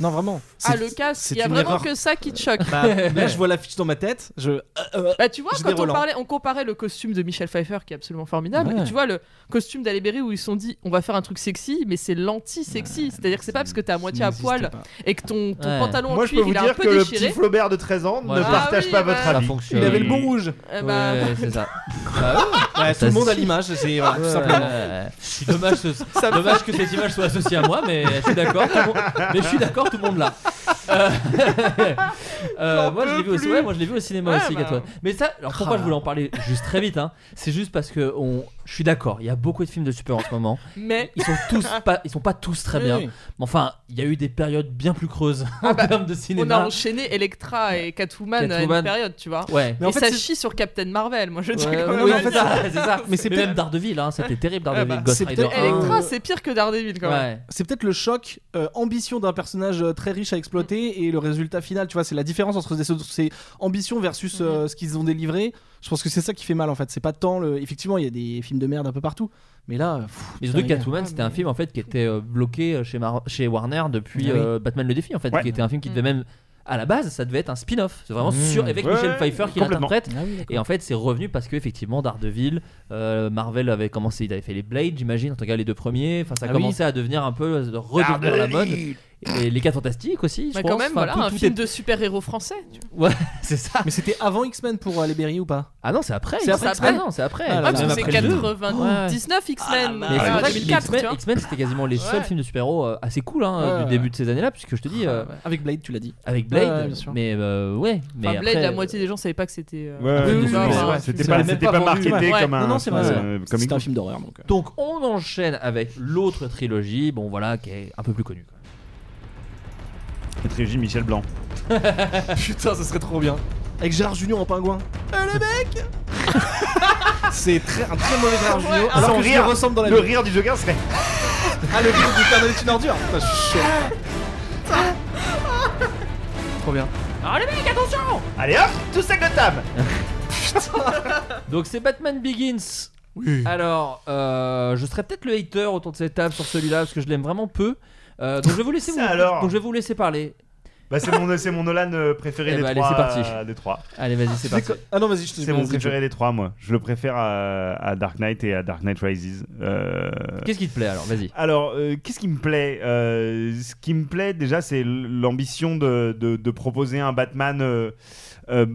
S4: Non, vraiment.
S10: ah
S4: C'est-
S10: le casque,
S4: c'est
S10: il y a
S4: une
S10: vraiment
S4: erreur.
S10: que ça qui te choque.
S4: Bah, là, je vois l'affiche dans ma tête. Je. euh, euh,
S10: Bah, tu vois,
S4: je
S10: quand on,
S4: déroule.
S10: parlait, on comparait le costume de Michel Pfeiffer qui est absolument formidable,
S4: Ouais.
S10: et tu vois le costume d'Halle Berry où ils se sont dit on va faire un truc sexy, mais c'est l'anti-sexy, c'est-à-dire que c'est pas parce que t'es à moitié à
S4: n'existe
S10: poil
S4: pas.
S10: et que ton, ton
S7: Ouais.
S10: pantalon
S9: Moi,
S10: en
S9: je peux
S10: cuir
S9: vous
S10: il est un
S9: dire
S10: peu
S9: que le
S10: déchiré.
S9: petit Flaubert de 13 ans
S7: Ouais.
S9: ne partage
S10: Ah oui,
S9: pas votre
S10: bah.
S7: Ça
S9: avis.
S7: fonctionne.
S4: Il avait le bon rouge.
S10: Eh bah,
S7: Euh,
S10: *laughs*
S7: Ouais, c'est ça. Ah,
S4: Ouais, tout
S7: Ça,
S4: le monde a
S7: c'est-
S4: l'image. C'est voilà, tout
S7: Ouais.
S4: simplement.
S7: C'est Dommage, ce- dommage que cette image soit associée à moi, mais je suis d'accord. tout le monde- Mais je suis d'accord, tout le monde là. Euh, *laughs* *laughs* euh, moi, je l'ai vu aussi. ouais, moi, je l'ai vu au cinéma
S10: Ouais,
S7: aussi,
S10: bah. Ah.
S7: Gatwa. Mais ça, alors pourquoi je voulais en parler juste très vite hein, C'est juste parce que on, je suis d'accord. Il y a beaucoup de films de super en ce moment.
S10: mais
S7: Ils sont
S10: *laughs*
S7: tous pas, ils sont pas tous très
S4: Oui,
S7: bien.
S4: oui.
S7: Mais enfin, il y a eu des périodes bien plus creuses *laughs* en termes
S10: Ah bah, on
S7: de
S10: a
S7: cinéma.
S10: enchaîné Electra et Catwoman, à
S7: Catwoman.
S10: une période, tu vois.
S7: Ouais.
S4: Mais en
S10: et
S4: fait,
S10: ça
S4: c'est-
S10: chie sur Captain Marvel, moi je dis.
S7: Ouais,
S10: quand
S7: ouais,
S10: même.
S7: ouais,
S4: mais en fait,
S7: c'est ça, c'est ça.
S4: mais c'est
S7: Mais
S4: peut-être-
S7: même Daredevil, hein, c'était terrible
S10: Ouais,
S7: Daredevil,
S10: bah,
S7: Ghost
S4: c'est
S7: Rider.
S4: peut-être
S7: un. Oh.
S10: Electra, c'est pire que Daredevil quand même.
S7: Ouais.
S4: C'est peut-être le choc, euh, ambition d'un personnage euh, très riche à
S10: Mm.
S4: exploiter et le résultat final. Tu vois, c'est la différence entre ces, ces ambitions
S10: Mm-hmm.
S4: versus euh, ce qu'ils ont délivré. Je pense que c'est ça qui fait mal en fait. C'est pas tant le. Effectivement, il y a des films de merde un peu partout, mais là. euh, pff, putain,
S7: Mais surtout
S4: les gars.
S10: Ah,
S7: Catwoman, c'était un film en fait qui était euh, bloqué euh, chez, Mar- chez Warner depuis
S4: Ah oui.
S7: euh, Batman le défi en fait,
S9: Ouais.
S7: qui était un film qui devait
S10: Mm.
S7: même à la base ça devait être un spin-off, c'est vraiment
S4: Mm.
S7: sur avec
S9: Ouais,
S7: Michel Pfeiffer qui
S9: complètement.
S7: l'interprète.
S4: Ah oui, d'accord.
S7: Et en fait c'est revenu parce que effectivement Daredevil, euh, Marvel avait commencé, il avait fait les Blade, j'imagine en tout cas les deux premiers. Enfin ça
S4: Ah oui.
S7: commençait à devenir un peu de redevenir la mode. Et les quatre fantastiques aussi, je
S10: Mais
S7: pense.
S10: quand même,
S7: Enfin,
S10: voilà,
S7: tout-
S10: un
S7: tout
S10: film
S7: est-
S10: de super-héros français. tu vois.
S7: *laughs* Ouais, c'est ça.
S4: Mais c'était avant X-Men pour euh, les Berry ou pas
S7: Ah non, c'est après.
S4: C'est après
S7: Ah
S4: X-Men.
S7: non, c'est Ah, après.
S4: Ah,
S7: Même
S4: là, là,
S10: parce que
S4: là.
S10: c'est
S7: après le deux.
S10: 99 X-Men,
S7: Mais
S10: euh,
S7: c'est vrai que
S10: 2004, tu
S7: X-Men,
S10: vois.
S7: X-Men, c'était quasiment les seuls
S10: Ouais.
S7: films de super-héros euh, assez cool hein,
S4: Ouais,
S7: du
S4: ouais.
S7: début de ces années-là, puisque je te dis, euh,
S4: Avec Blade, tu l'as dit.
S7: avec
S4: Ouais, ouais,
S7: Blade,
S4: bien sûr.
S7: mais euh, ouais, mais
S10: Enfin, Blade,
S7: après,
S10: la moitié des gens savaient pas que c'était. euh,
S9: Ouais,
S4: Oui, oui,
S9: non,
S4: oui,
S9: mais
S4: c'est
S9: ouais,
S4: vrai.
S9: C'était
S4: C'est
S9: pas,
S4: même
S9: c'était
S4: pas
S9: pas
S4: vendu,
S9: marketé
S10: ouais.
S9: comme un.
S4: Non, non, c'est vrai. c'est vrai.
S9: euh, comme
S4: C'était un film d'horreur donc. euh.
S7: Donc on enchaîne avec l'autre trilogie, bon voilà, qui est un peu plus connue. quoi.
S9: Trilogie Michel Blanc.
S7: *laughs*
S4: Putain, ce serait trop bien. Avec Gérard Junior en pingouin. le mec *laughs* C'est très, un très mauvais Gérard Junior. alors que je le ressemble dans la
S9: le
S4: vie.
S9: rire du Joker serait.
S4: Ah, le rire du Père Noël est une ordure Putain, je suis chaud. *laughs* Trop bien.
S7: Ah les mecs, attention
S9: Allez hop, tout ça Gotham
S7: *laughs* Donc c'est Batman Begins.
S4: Oui.
S7: Alors, euh, je serais peut-être le hater autour de cette table sur celui-là parce que je l'aime vraiment peu. Euh, donc je vais vous laisser
S9: Ça
S7: vous-
S9: alors.
S7: donc je vais vous laisser parler.
S9: Bah, c'est mon, c'est mon Nolan euh, préféré
S7: Eh
S9: des,
S7: bah, allez,
S9: trois,
S7: c'est parti.
S9: euh, des trois.
S7: Allez, vas-y, c'est parti.
S4: Ah non, vas-y, je te
S9: C'est mon préféré des trois, moi. Je le préfère à, à Dark Knight et à Dark Knight Rises. Euh,
S7: Qu'est-ce qui te plaît alors Vas-y.
S9: Alors, euh, qu'est-ce qui me plaît Euh, Ce qui me plaît déjà, c'est l- l'ambition de, de- de proposer un Batman euh, euh,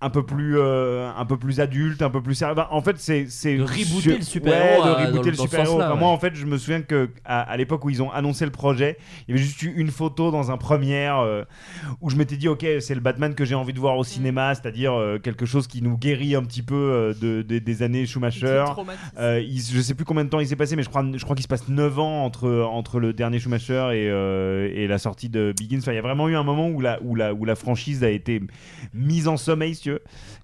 S9: un peu plus euh, un peu plus adulte, un peu plus sérieux. Bah, en fait, c'est c'est
S7: De rebooter
S9: sur-
S7: le super-héros,
S9: Ouais, de
S7: euh, dans
S9: rebooter
S7: le-
S9: le
S7: dans ce
S9: super-héros.
S7: sens-là,
S9: Enfin, Moi,
S7: ouais.
S9: en fait, je me souviens que à, à l'époque où ils ont annoncé le projet, il y avait juste eu une photo dans un première euh, où je m'étais dit ok, c'est le Batman que j'ai envie de voir au cinéma, c'est-à-dire euh, quelque chose qui nous guérit un petit peu euh, de, des- des années Schumacher.
S10: traumatisme.
S9: Euh, il- je sais plus combien de temps il s'est passé, mais je crois, je crois qu'il se passe 9 ans entre, entre le dernier Schumacher et, euh, et la sortie de Begins. Enfin, il y a vraiment eu un moment où la, où la, où la franchise a été mise en sommeil, si tu veux.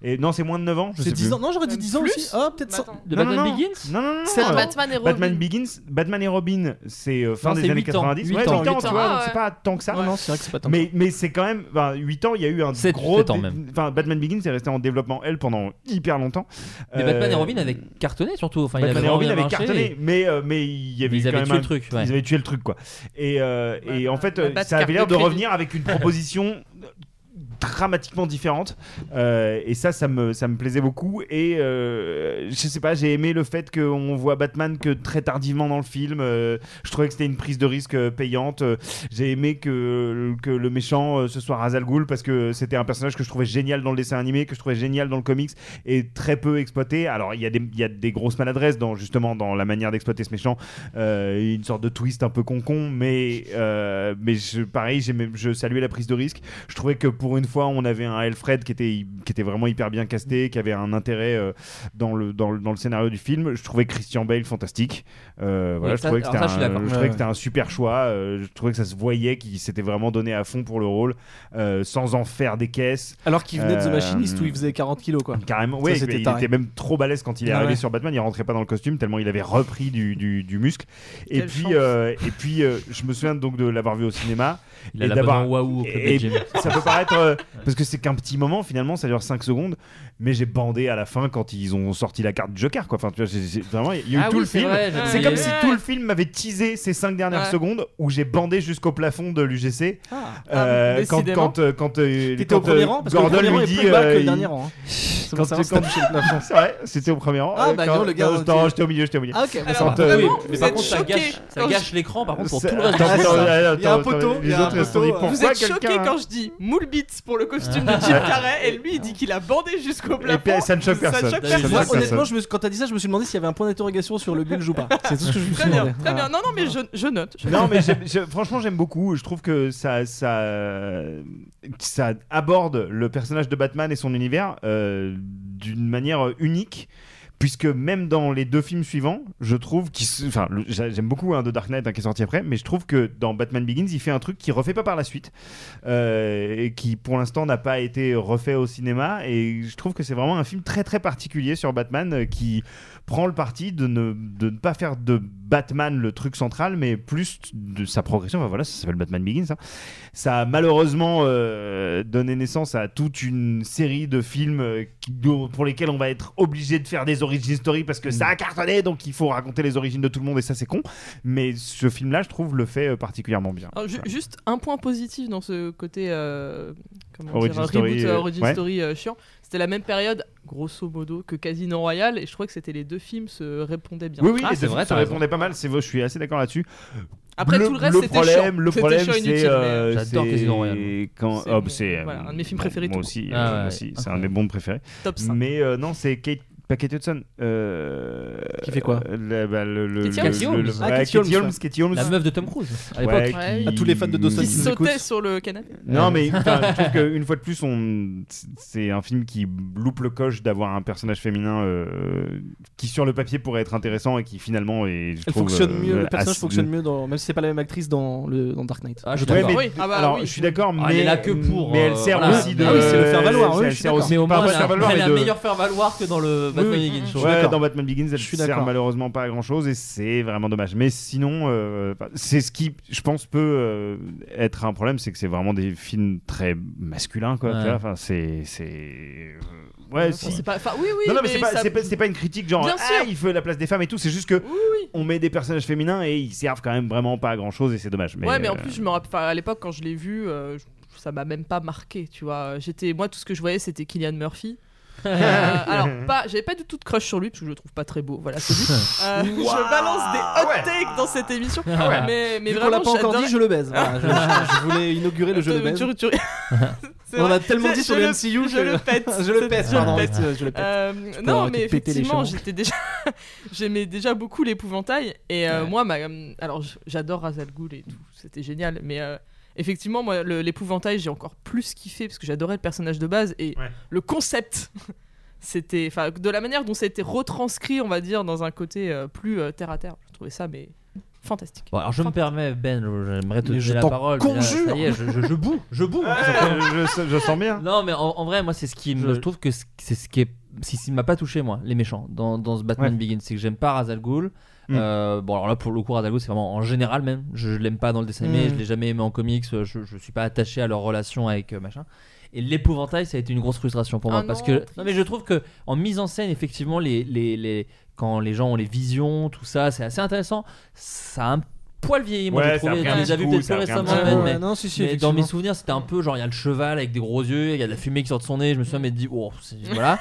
S9: Et non, c'est moins de 9 ans, je
S4: C'est
S9: sais
S4: 10
S9: plus.
S4: ans. Non, j'aurais dit 10 ans aussi. Ah, peut-être ça.
S7: De
S9: Non,
S7: Batman
S9: non, non.
S7: Begins
S9: Non, non, non, non.
S4: C'est
S10: un Batman et Robin.
S9: Batman Begins, Batman et Robin, c'est euh, fin
S7: Non,
S9: des
S7: c'est
S9: années
S7: huit ans.
S9: 90.
S7: Huit
S9: ouais,
S7: ans.
S9: huit ans,
S7: Huit
S9: tu
S7: ans.
S9: vois,
S10: Ah,
S9: donc c'est
S10: ouais.
S9: pas tant que ça.
S4: Non, non, c'est vrai que c'est pas tant.
S9: Mais, mais c'est quand même, enfin, 8 ans, il y a eu un
S7: Sept,
S9: gros.
S7: sept ans
S9: dé-
S7: même.
S9: Enfin, Batman Begins est resté en développement, elle, pendant hyper longtemps.
S7: Mais
S9: Euh,
S7: Batman et Robin avaient cartonné surtout. Enfin,
S9: Batman
S7: il
S9: et Robin
S7: avait
S9: avait cartonné, mais, euh, mais il y avait
S7: Ils
S9: quand
S7: avaient
S9: même
S7: tué
S9: un-
S7: le truc, ouais.
S9: Ils avaient tué le truc, quoi. Et, euh, et en fait,
S10: la
S9: euh,
S10: Batcarte
S9: ça avait l'air
S10: de
S9: de
S10: crédit.
S9: revenir avec une proposition *laughs* dramatiquement différente. Euh, et ça, ça me, ça me plaisait beaucoup. Et euh, je sais pas, j'ai aimé le fait qu'on voit Batman que très tardivement dans le film. Euh, je trouvais que c'était une prise de risque euh, payante. Euh, J'ai aimé que, que le méchant euh, ce soit Ra's al Ghul parce que c'était un personnage que je trouvais génial dans le dessin animé, que je trouvais génial dans le comics et très peu exploité. Alors il y, a des- il y a des grosses maladresses dans justement dans la manière d'exploiter ce méchant, Euh, une sorte de twist un peu concon, mais euh, mais je, pareil, j'aimais- je saluais la prise de risque. Je trouvais que pour une fois, on avait un Alfred qui était qui était vraiment hyper bien casté, qui avait un intérêt euh, dans le dans le, dans le scénario du film. Je trouvais Christian Bale fantastique. Euh, voilà,
S7: Oui,
S9: je
S7: ça-
S9: trouvais que c'était
S7: alors ça, je suis
S9: un,
S7: d'accord.
S9: je trouvais que c'était un super choix. Euh, je trouvais que ça se voyait qu'il s'était vraiment donné à fond pour le rôle, euh, sans en faire des caisses.
S4: Alors qu'il venait de The
S9: Euh,
S4: Machinist où il faisait 40 kilos quoi.
S9: Carrément,
S4: Ça,
S9: oui,
S4: c'était
S9: il
S4: taré.
S9: était même trop balèze quand il est
S4: Ah
S9: arrivé
S4: ouais.
S9: sur Batman, il rentrait pas dans le costume tellement il avait repris du, du- du muscle. Et
S10: Quelle
S9: puis,
S10: chance.
S9: euh, et puis euh, je me souviens donc de l'avoir vu au cinéma.
S7: Il
S9: et
S7: a
S9: d'avoir-
S7: l'abonnement Waouh au club
S9: et
S7: de gym.
S9: ça peut paraître
S7: *laughs*
S9: euh, parce que c'est qu'un petit moment finalement ça dure 5 secondes mais j'ai bandé à la fin quand ils ont sorti la carte du Joker quoi enfin tu vois j'ai- j'ai- vraiment il y a eu
S7: Ah
S9: tout
S7: oui,
S9: le
S7: c'est
S9: film
S7: vrai, j'ai
S9: c'est
S7: oublié.
S9: comme si tout le film m'avait teasé ces 5 dernières
S10: Ouais.
S9: secondes où j'ai bandé jusqu'au plafond de l'UGC
S4: Ah.
S9: Euh,
S10: Ah,
S9: quand
S10: décidément.
S9: quand euh, quand euh,
S4: T'étais
S9: quand,
S4: au premier
S9: euh,
S4: rang parce
S9: Gordon
S4: que le premier
S9: lui
S4: rang est
S9: dit
S4: plus bas que
S9: euh,
S4: le
S9: il-
S4: dernier rang. hein.
S9: *laughs* quand,
S4: pour ça que t'as
S9: quand- *laughs* c'est vrai c'était au premier rang
S4: Ah,
S9: Euh,
S4: bah,
S9: quand-
S4: non, le gars,
S9: non,
S4: ok.
S9: j'étais- j'étais au milieu j'étais au milieu euh,
S4: Ah ok.
S10: Alors,
S9: Attends,
S10: bah, vraiment,
S9: oui,
S10: vous
S9: mais
S7: euh, Par
S10: êtes
S7: contre, ça
S10: choqués
S7: gâche, ça
S10: quand je-
S7: gâche l'écran par contre pour
S9: Ça-
S7: tout le reste.
S9: attends,
S7: du film.
S9: attends, attends,
S4: Il y a un
S9: attends,
S4: poteau, il y
S9: les
S4: a un
S9: autres se sont
S4: poteau,
S9: dit,
S4: euh,
S9: pourquoi
S10: Vous êtes
S9: quelqu'un- Ah.
S10: choqués quand je dis moule bits pour le costume de Jim Carrey et lui il dit qu'il a bandé jusqu'au plafond.
S9: puis, ça ne choque personne. Ça ne choque
S4: Moi,
S9: personne.
S4: honnêtement, je me suis- quand t'as dit ça, je me suis demandé s'il y avait un point d'interrogation sur le bulge ou pas. C'est tout ce que je me suis
S10: Très bien,
S4: demandé.
S10: très bien.
S4: Voilà.
S10: Non, non, mais je, je note. Je-
S9: *laughs* Non, mais j'aime- je- franchement, j'aime beaucoup. Je trouve que ça, ça, ça aborde le personnage de Batman et son univers euh, d'une manière unique. Puisque même dans les deux films suivants, je trouve qu'il se- Enfin, le- j'a- j'aime beaucoup hein, de Dark Knight hein, qui est sorti après, mais je trouve que dans Batman Begins, il fait un truc qui refait pas par la suite, euh, et qui pour l'instant n'a pas été refait au cinéma. Et je trouve que c'est vraiment un film très très particulier sur Batman euh, qui prend le parti de ne, de ne pas faire de Batman le truc central, mais plus de sa progression. Enfin voilà, ça s'appelle Batman Begins. hein. Ça a malheureusement euh, donné naissance à toute une série de films euh, qui- dont- pour lesquels on va être obligé de faire des origin story parce que ça a cartonné, donc il faut raconter les origines de tout le monde et ça c'est con. Mais ce film-là, je trouve, le fait euh, particulièrement bien.
S10: Alors, ju- juste un point positif dans ce côté euh, comment
S9: Origin
S10: dire,
S9: story,
S10: reboot,
S9: euh,
S10: origin
S9: ouais.
S10: story euh, chiant, c'était la même période, grosso modo, que Casino Royale, et je crois que c'était les deux films se répondaient bien.
S9: Oui, oui,
S7: Ah,
S9: et
S7: c'est
S9: de-
S7: vrai,
S9: ça
S7: t'as raison.
S9: répondait pas mal. C'est, je suis assez d'accord là-dessus.
S10: Après, tout le reste, c'était
S9: problème,
S10: chiant.
S9: Le
S10: C'était
S9: problème,
S10: chiant, inutile,
S9: c'est.
S10: mais,
S9: euh,
S7: J'adore
S9: c'est
S7: Casino Royale.
S9: Quand,
S10: C'est
S9: hop,
S10: mon-
S9: c'est. euh,
S10: voilà, un de mes films
S9: bon,
S10: préférés de
S9: Moi
S10: tout
S9: aussi,
S7: Ah
S9: euh,
S7: ouais,
S9: aussi, c'est un de
S7: incroyable.
S9: mes bons préférés.
S10: Top 5.
S9: Mais euh, non, c'est Kate Pas Kate Hudson. euh,
S4: Qui fait quoi
S9: euh, le, bah, le- le-
S7: Katie
S9: le-
S7: Holmes.
S9: le- le-
S7: Ah,
S9: ouais,
S7: Katie
S9: Katie
S7: Holmes.
S9: Holmes, Katie Holmes.
S7: La meuf de Tom Cruise, à
S9: Ouais,
S7: l'époque.
S9: qui-
S7: À tous les fans de Dawson
S10: Qui
S7: Ils
S10: sautait sur le canapé.
S9: Non, mais enfin, je trouve qu'une fois de plus, on... c'est un film qui loupe le coche d'avoir un personnage féminin euh, qui, sur le papier, pourrait être intéressant et qui finalement est. Je
S4: Elle
S9: trouve,
S4: fonctionne
S9: euh,
S4: mieux, le personnage
S9: assez-
S4: fonctionne mieux, dans, même si c'est pas la même actrice dans, le, dans Dark Knight.
S7: Ah, je suis
S9: Ouais,
S7: d'accord.
S9: mais-
S4: bah
S9: alors, je suis d'accord, mais, mm,
S7: Ah, elle est là que pour,
S9: mais elle
S7: euh,
S9: sert
S7: voilà.
S9: aussi de.
S4: Ah
S9: *laughs*
S4: oui, c'est le faire valoir, oui,
S9: elle
S4: je suis
S9: sert
S4: d'accord.
S9: aussi-
S7: Mais au
S9: pas
S7: moins,
S9: de
S7: elle
S9: faire
S7: a,
S9: valoir,
S7: elle a
S9: mais de-
S7: meilleur faire valoir que dans le Batman
S4: oui,
S7: Begins. je trouve.
S9: Ouais,
S4: d'accord.
S9: dans Batman Begins, elle
S4: Je suis
S9: sert
S4: d'accord.
S9: malheureusement pas à grand chose et c'est vraiment dommage. Mais sinon, euh, enfin, c'est ce qui, je pense, peut euh, être un problème, c'est que c'est vraiment des films très masculins, quoi. tu
S7: Ouais.
S9: vois. Enfin, c'est, c'est, euh, ouais. c'est-
S10: C'est pas- enfin, oui, oui.
S9: non, non, mais, c'est, pas,
S10: ça-
S9: c'est, pas, c'est pas une critique genre
S10: Bien
S9: ah,
S10: sûr.
S9: il veut la place des femmes et tout, c'est juste que on met des personnages féminins et ils servent quand même vraiment pas à grand chose et c'est dommage. Mais,
S10: *laughs* ouais, mais en
S9: euh,
S10: plus, je me rappelle, enfin, à l'époque, quand je l'ai vu, euh, je- ça m'a même pas marqué, tu vois. J'étais, moi, tout ce que je voyais, c'était Killian Murphy. Euh, alors, pas, j'avais pas du tout de crush sur lui parce que je le trouve pas très beau. Voilà, c'est dit. Euh, Je balance des hot takes dans cette émission,
S4: Ah ouais.
S10: mais, mais
S4: Vu qu'on
S10: vraiment,
S4: l'a pas encore
S10: j'adorais-
S4: dit, je le baise. Voilà, je, je- je voulais inaugurer le jeu de
S10: Tu-
S4: baise.
S10: tu- tu-
S4: *laughs*
S10: C'est
S4: On en
S10: vrai.
S4: a tellement
S10: Je-
S4: dit sur
S10: je
S4: le
S10: le-
S4: MCU
S10: je le pète.
S4: *laughs* je le pète,
S10: Je
S4: pardon.
S10: le pète.
S4: euh, *laughs* Je le pète.
S10: Euh,
S4: peux
S10: non,
S4: arrêter
S10: mais
S4: de péter les
S10: effectivement,
S4: chaînons.
S10: j'étais déjà, *laughs* j'aimais déjà beaucoup l'épouvantail et euh, moi, ma, euh, alors j- j'adore Ra's al Ghul et tout, c'était génial. Mais euh, effectivement, moi, le- l'épouvantail, j'ai encore plus kiffé parce que j'adorais le personnage de base et le concept. *laughs* C'était, enfin, de la manière dont ça a été retranscrit, on va dire, dans un côté euh, plus euh, terre à terre. Je trouvais ça mais fantastique.
S7: Bon, alors je me permets, Ben, j'aimerais te
S4: Mais je
S7: donner la
S4: t'en
S7: parole. mais là, ça
S4: conjure.
S7: y est, je, je- je boue, je
S9: *laughs*
S7: boue.
S9: je, je- je sens bien.
S7: Non, mais en, en vrai, moi, c'est ce qui me. Je trouve que c'est c'est ce qui est. Si, si m'a pas touché, moi, les méchants, dans, dans ce Batman
S9: Ouais.
S7: Begins, c'est que j'aime pas Ra's al Ghul.
S9: Mm.
S7: Euh, bon, alors là, pour le coup, Ra's al Ghul, c'est vraiment en général même. Je, je l'aime pas dans le dessin animé,
S4: Mm.
S7: je l'ai jamais aimé en comics, euh, je, je suis pas attaché à leur relation avec euh, machin. Et l'épouvantail, ça a été une grosse frustration pour moi.
S10: Ah
S7: parce
S10: non,
S7: que.
S10: triste.
S7: Non, mais je trouve que en mise en scène, effectivement, les, les, les- quand les gens ont les visions, tout ça, c'est assez intéressant. Ça a un poil vieilli, moi,
S9: Ouais,
S7: j'ai
S9: ça a
S7: trouvé.
S9: pris un
S7: On les a
S9: petit
S7: vus
S9: coup,
S7: peut-être
S9: ça
S7: plus
S9: a pris un
S7: récemment,
S9: petit
S7: Ben,
S9: coup.
S7: mais-
S4: Ouais, non, si, si,
S7: mais dans mes
S4: effectivement.
S7: souvenirs, c'était un peu genre il y a le cheval avec des gros yeux, il y a de la fumée qui sort de son nez. Je me suis jamais dit, oh, c'est- voilà.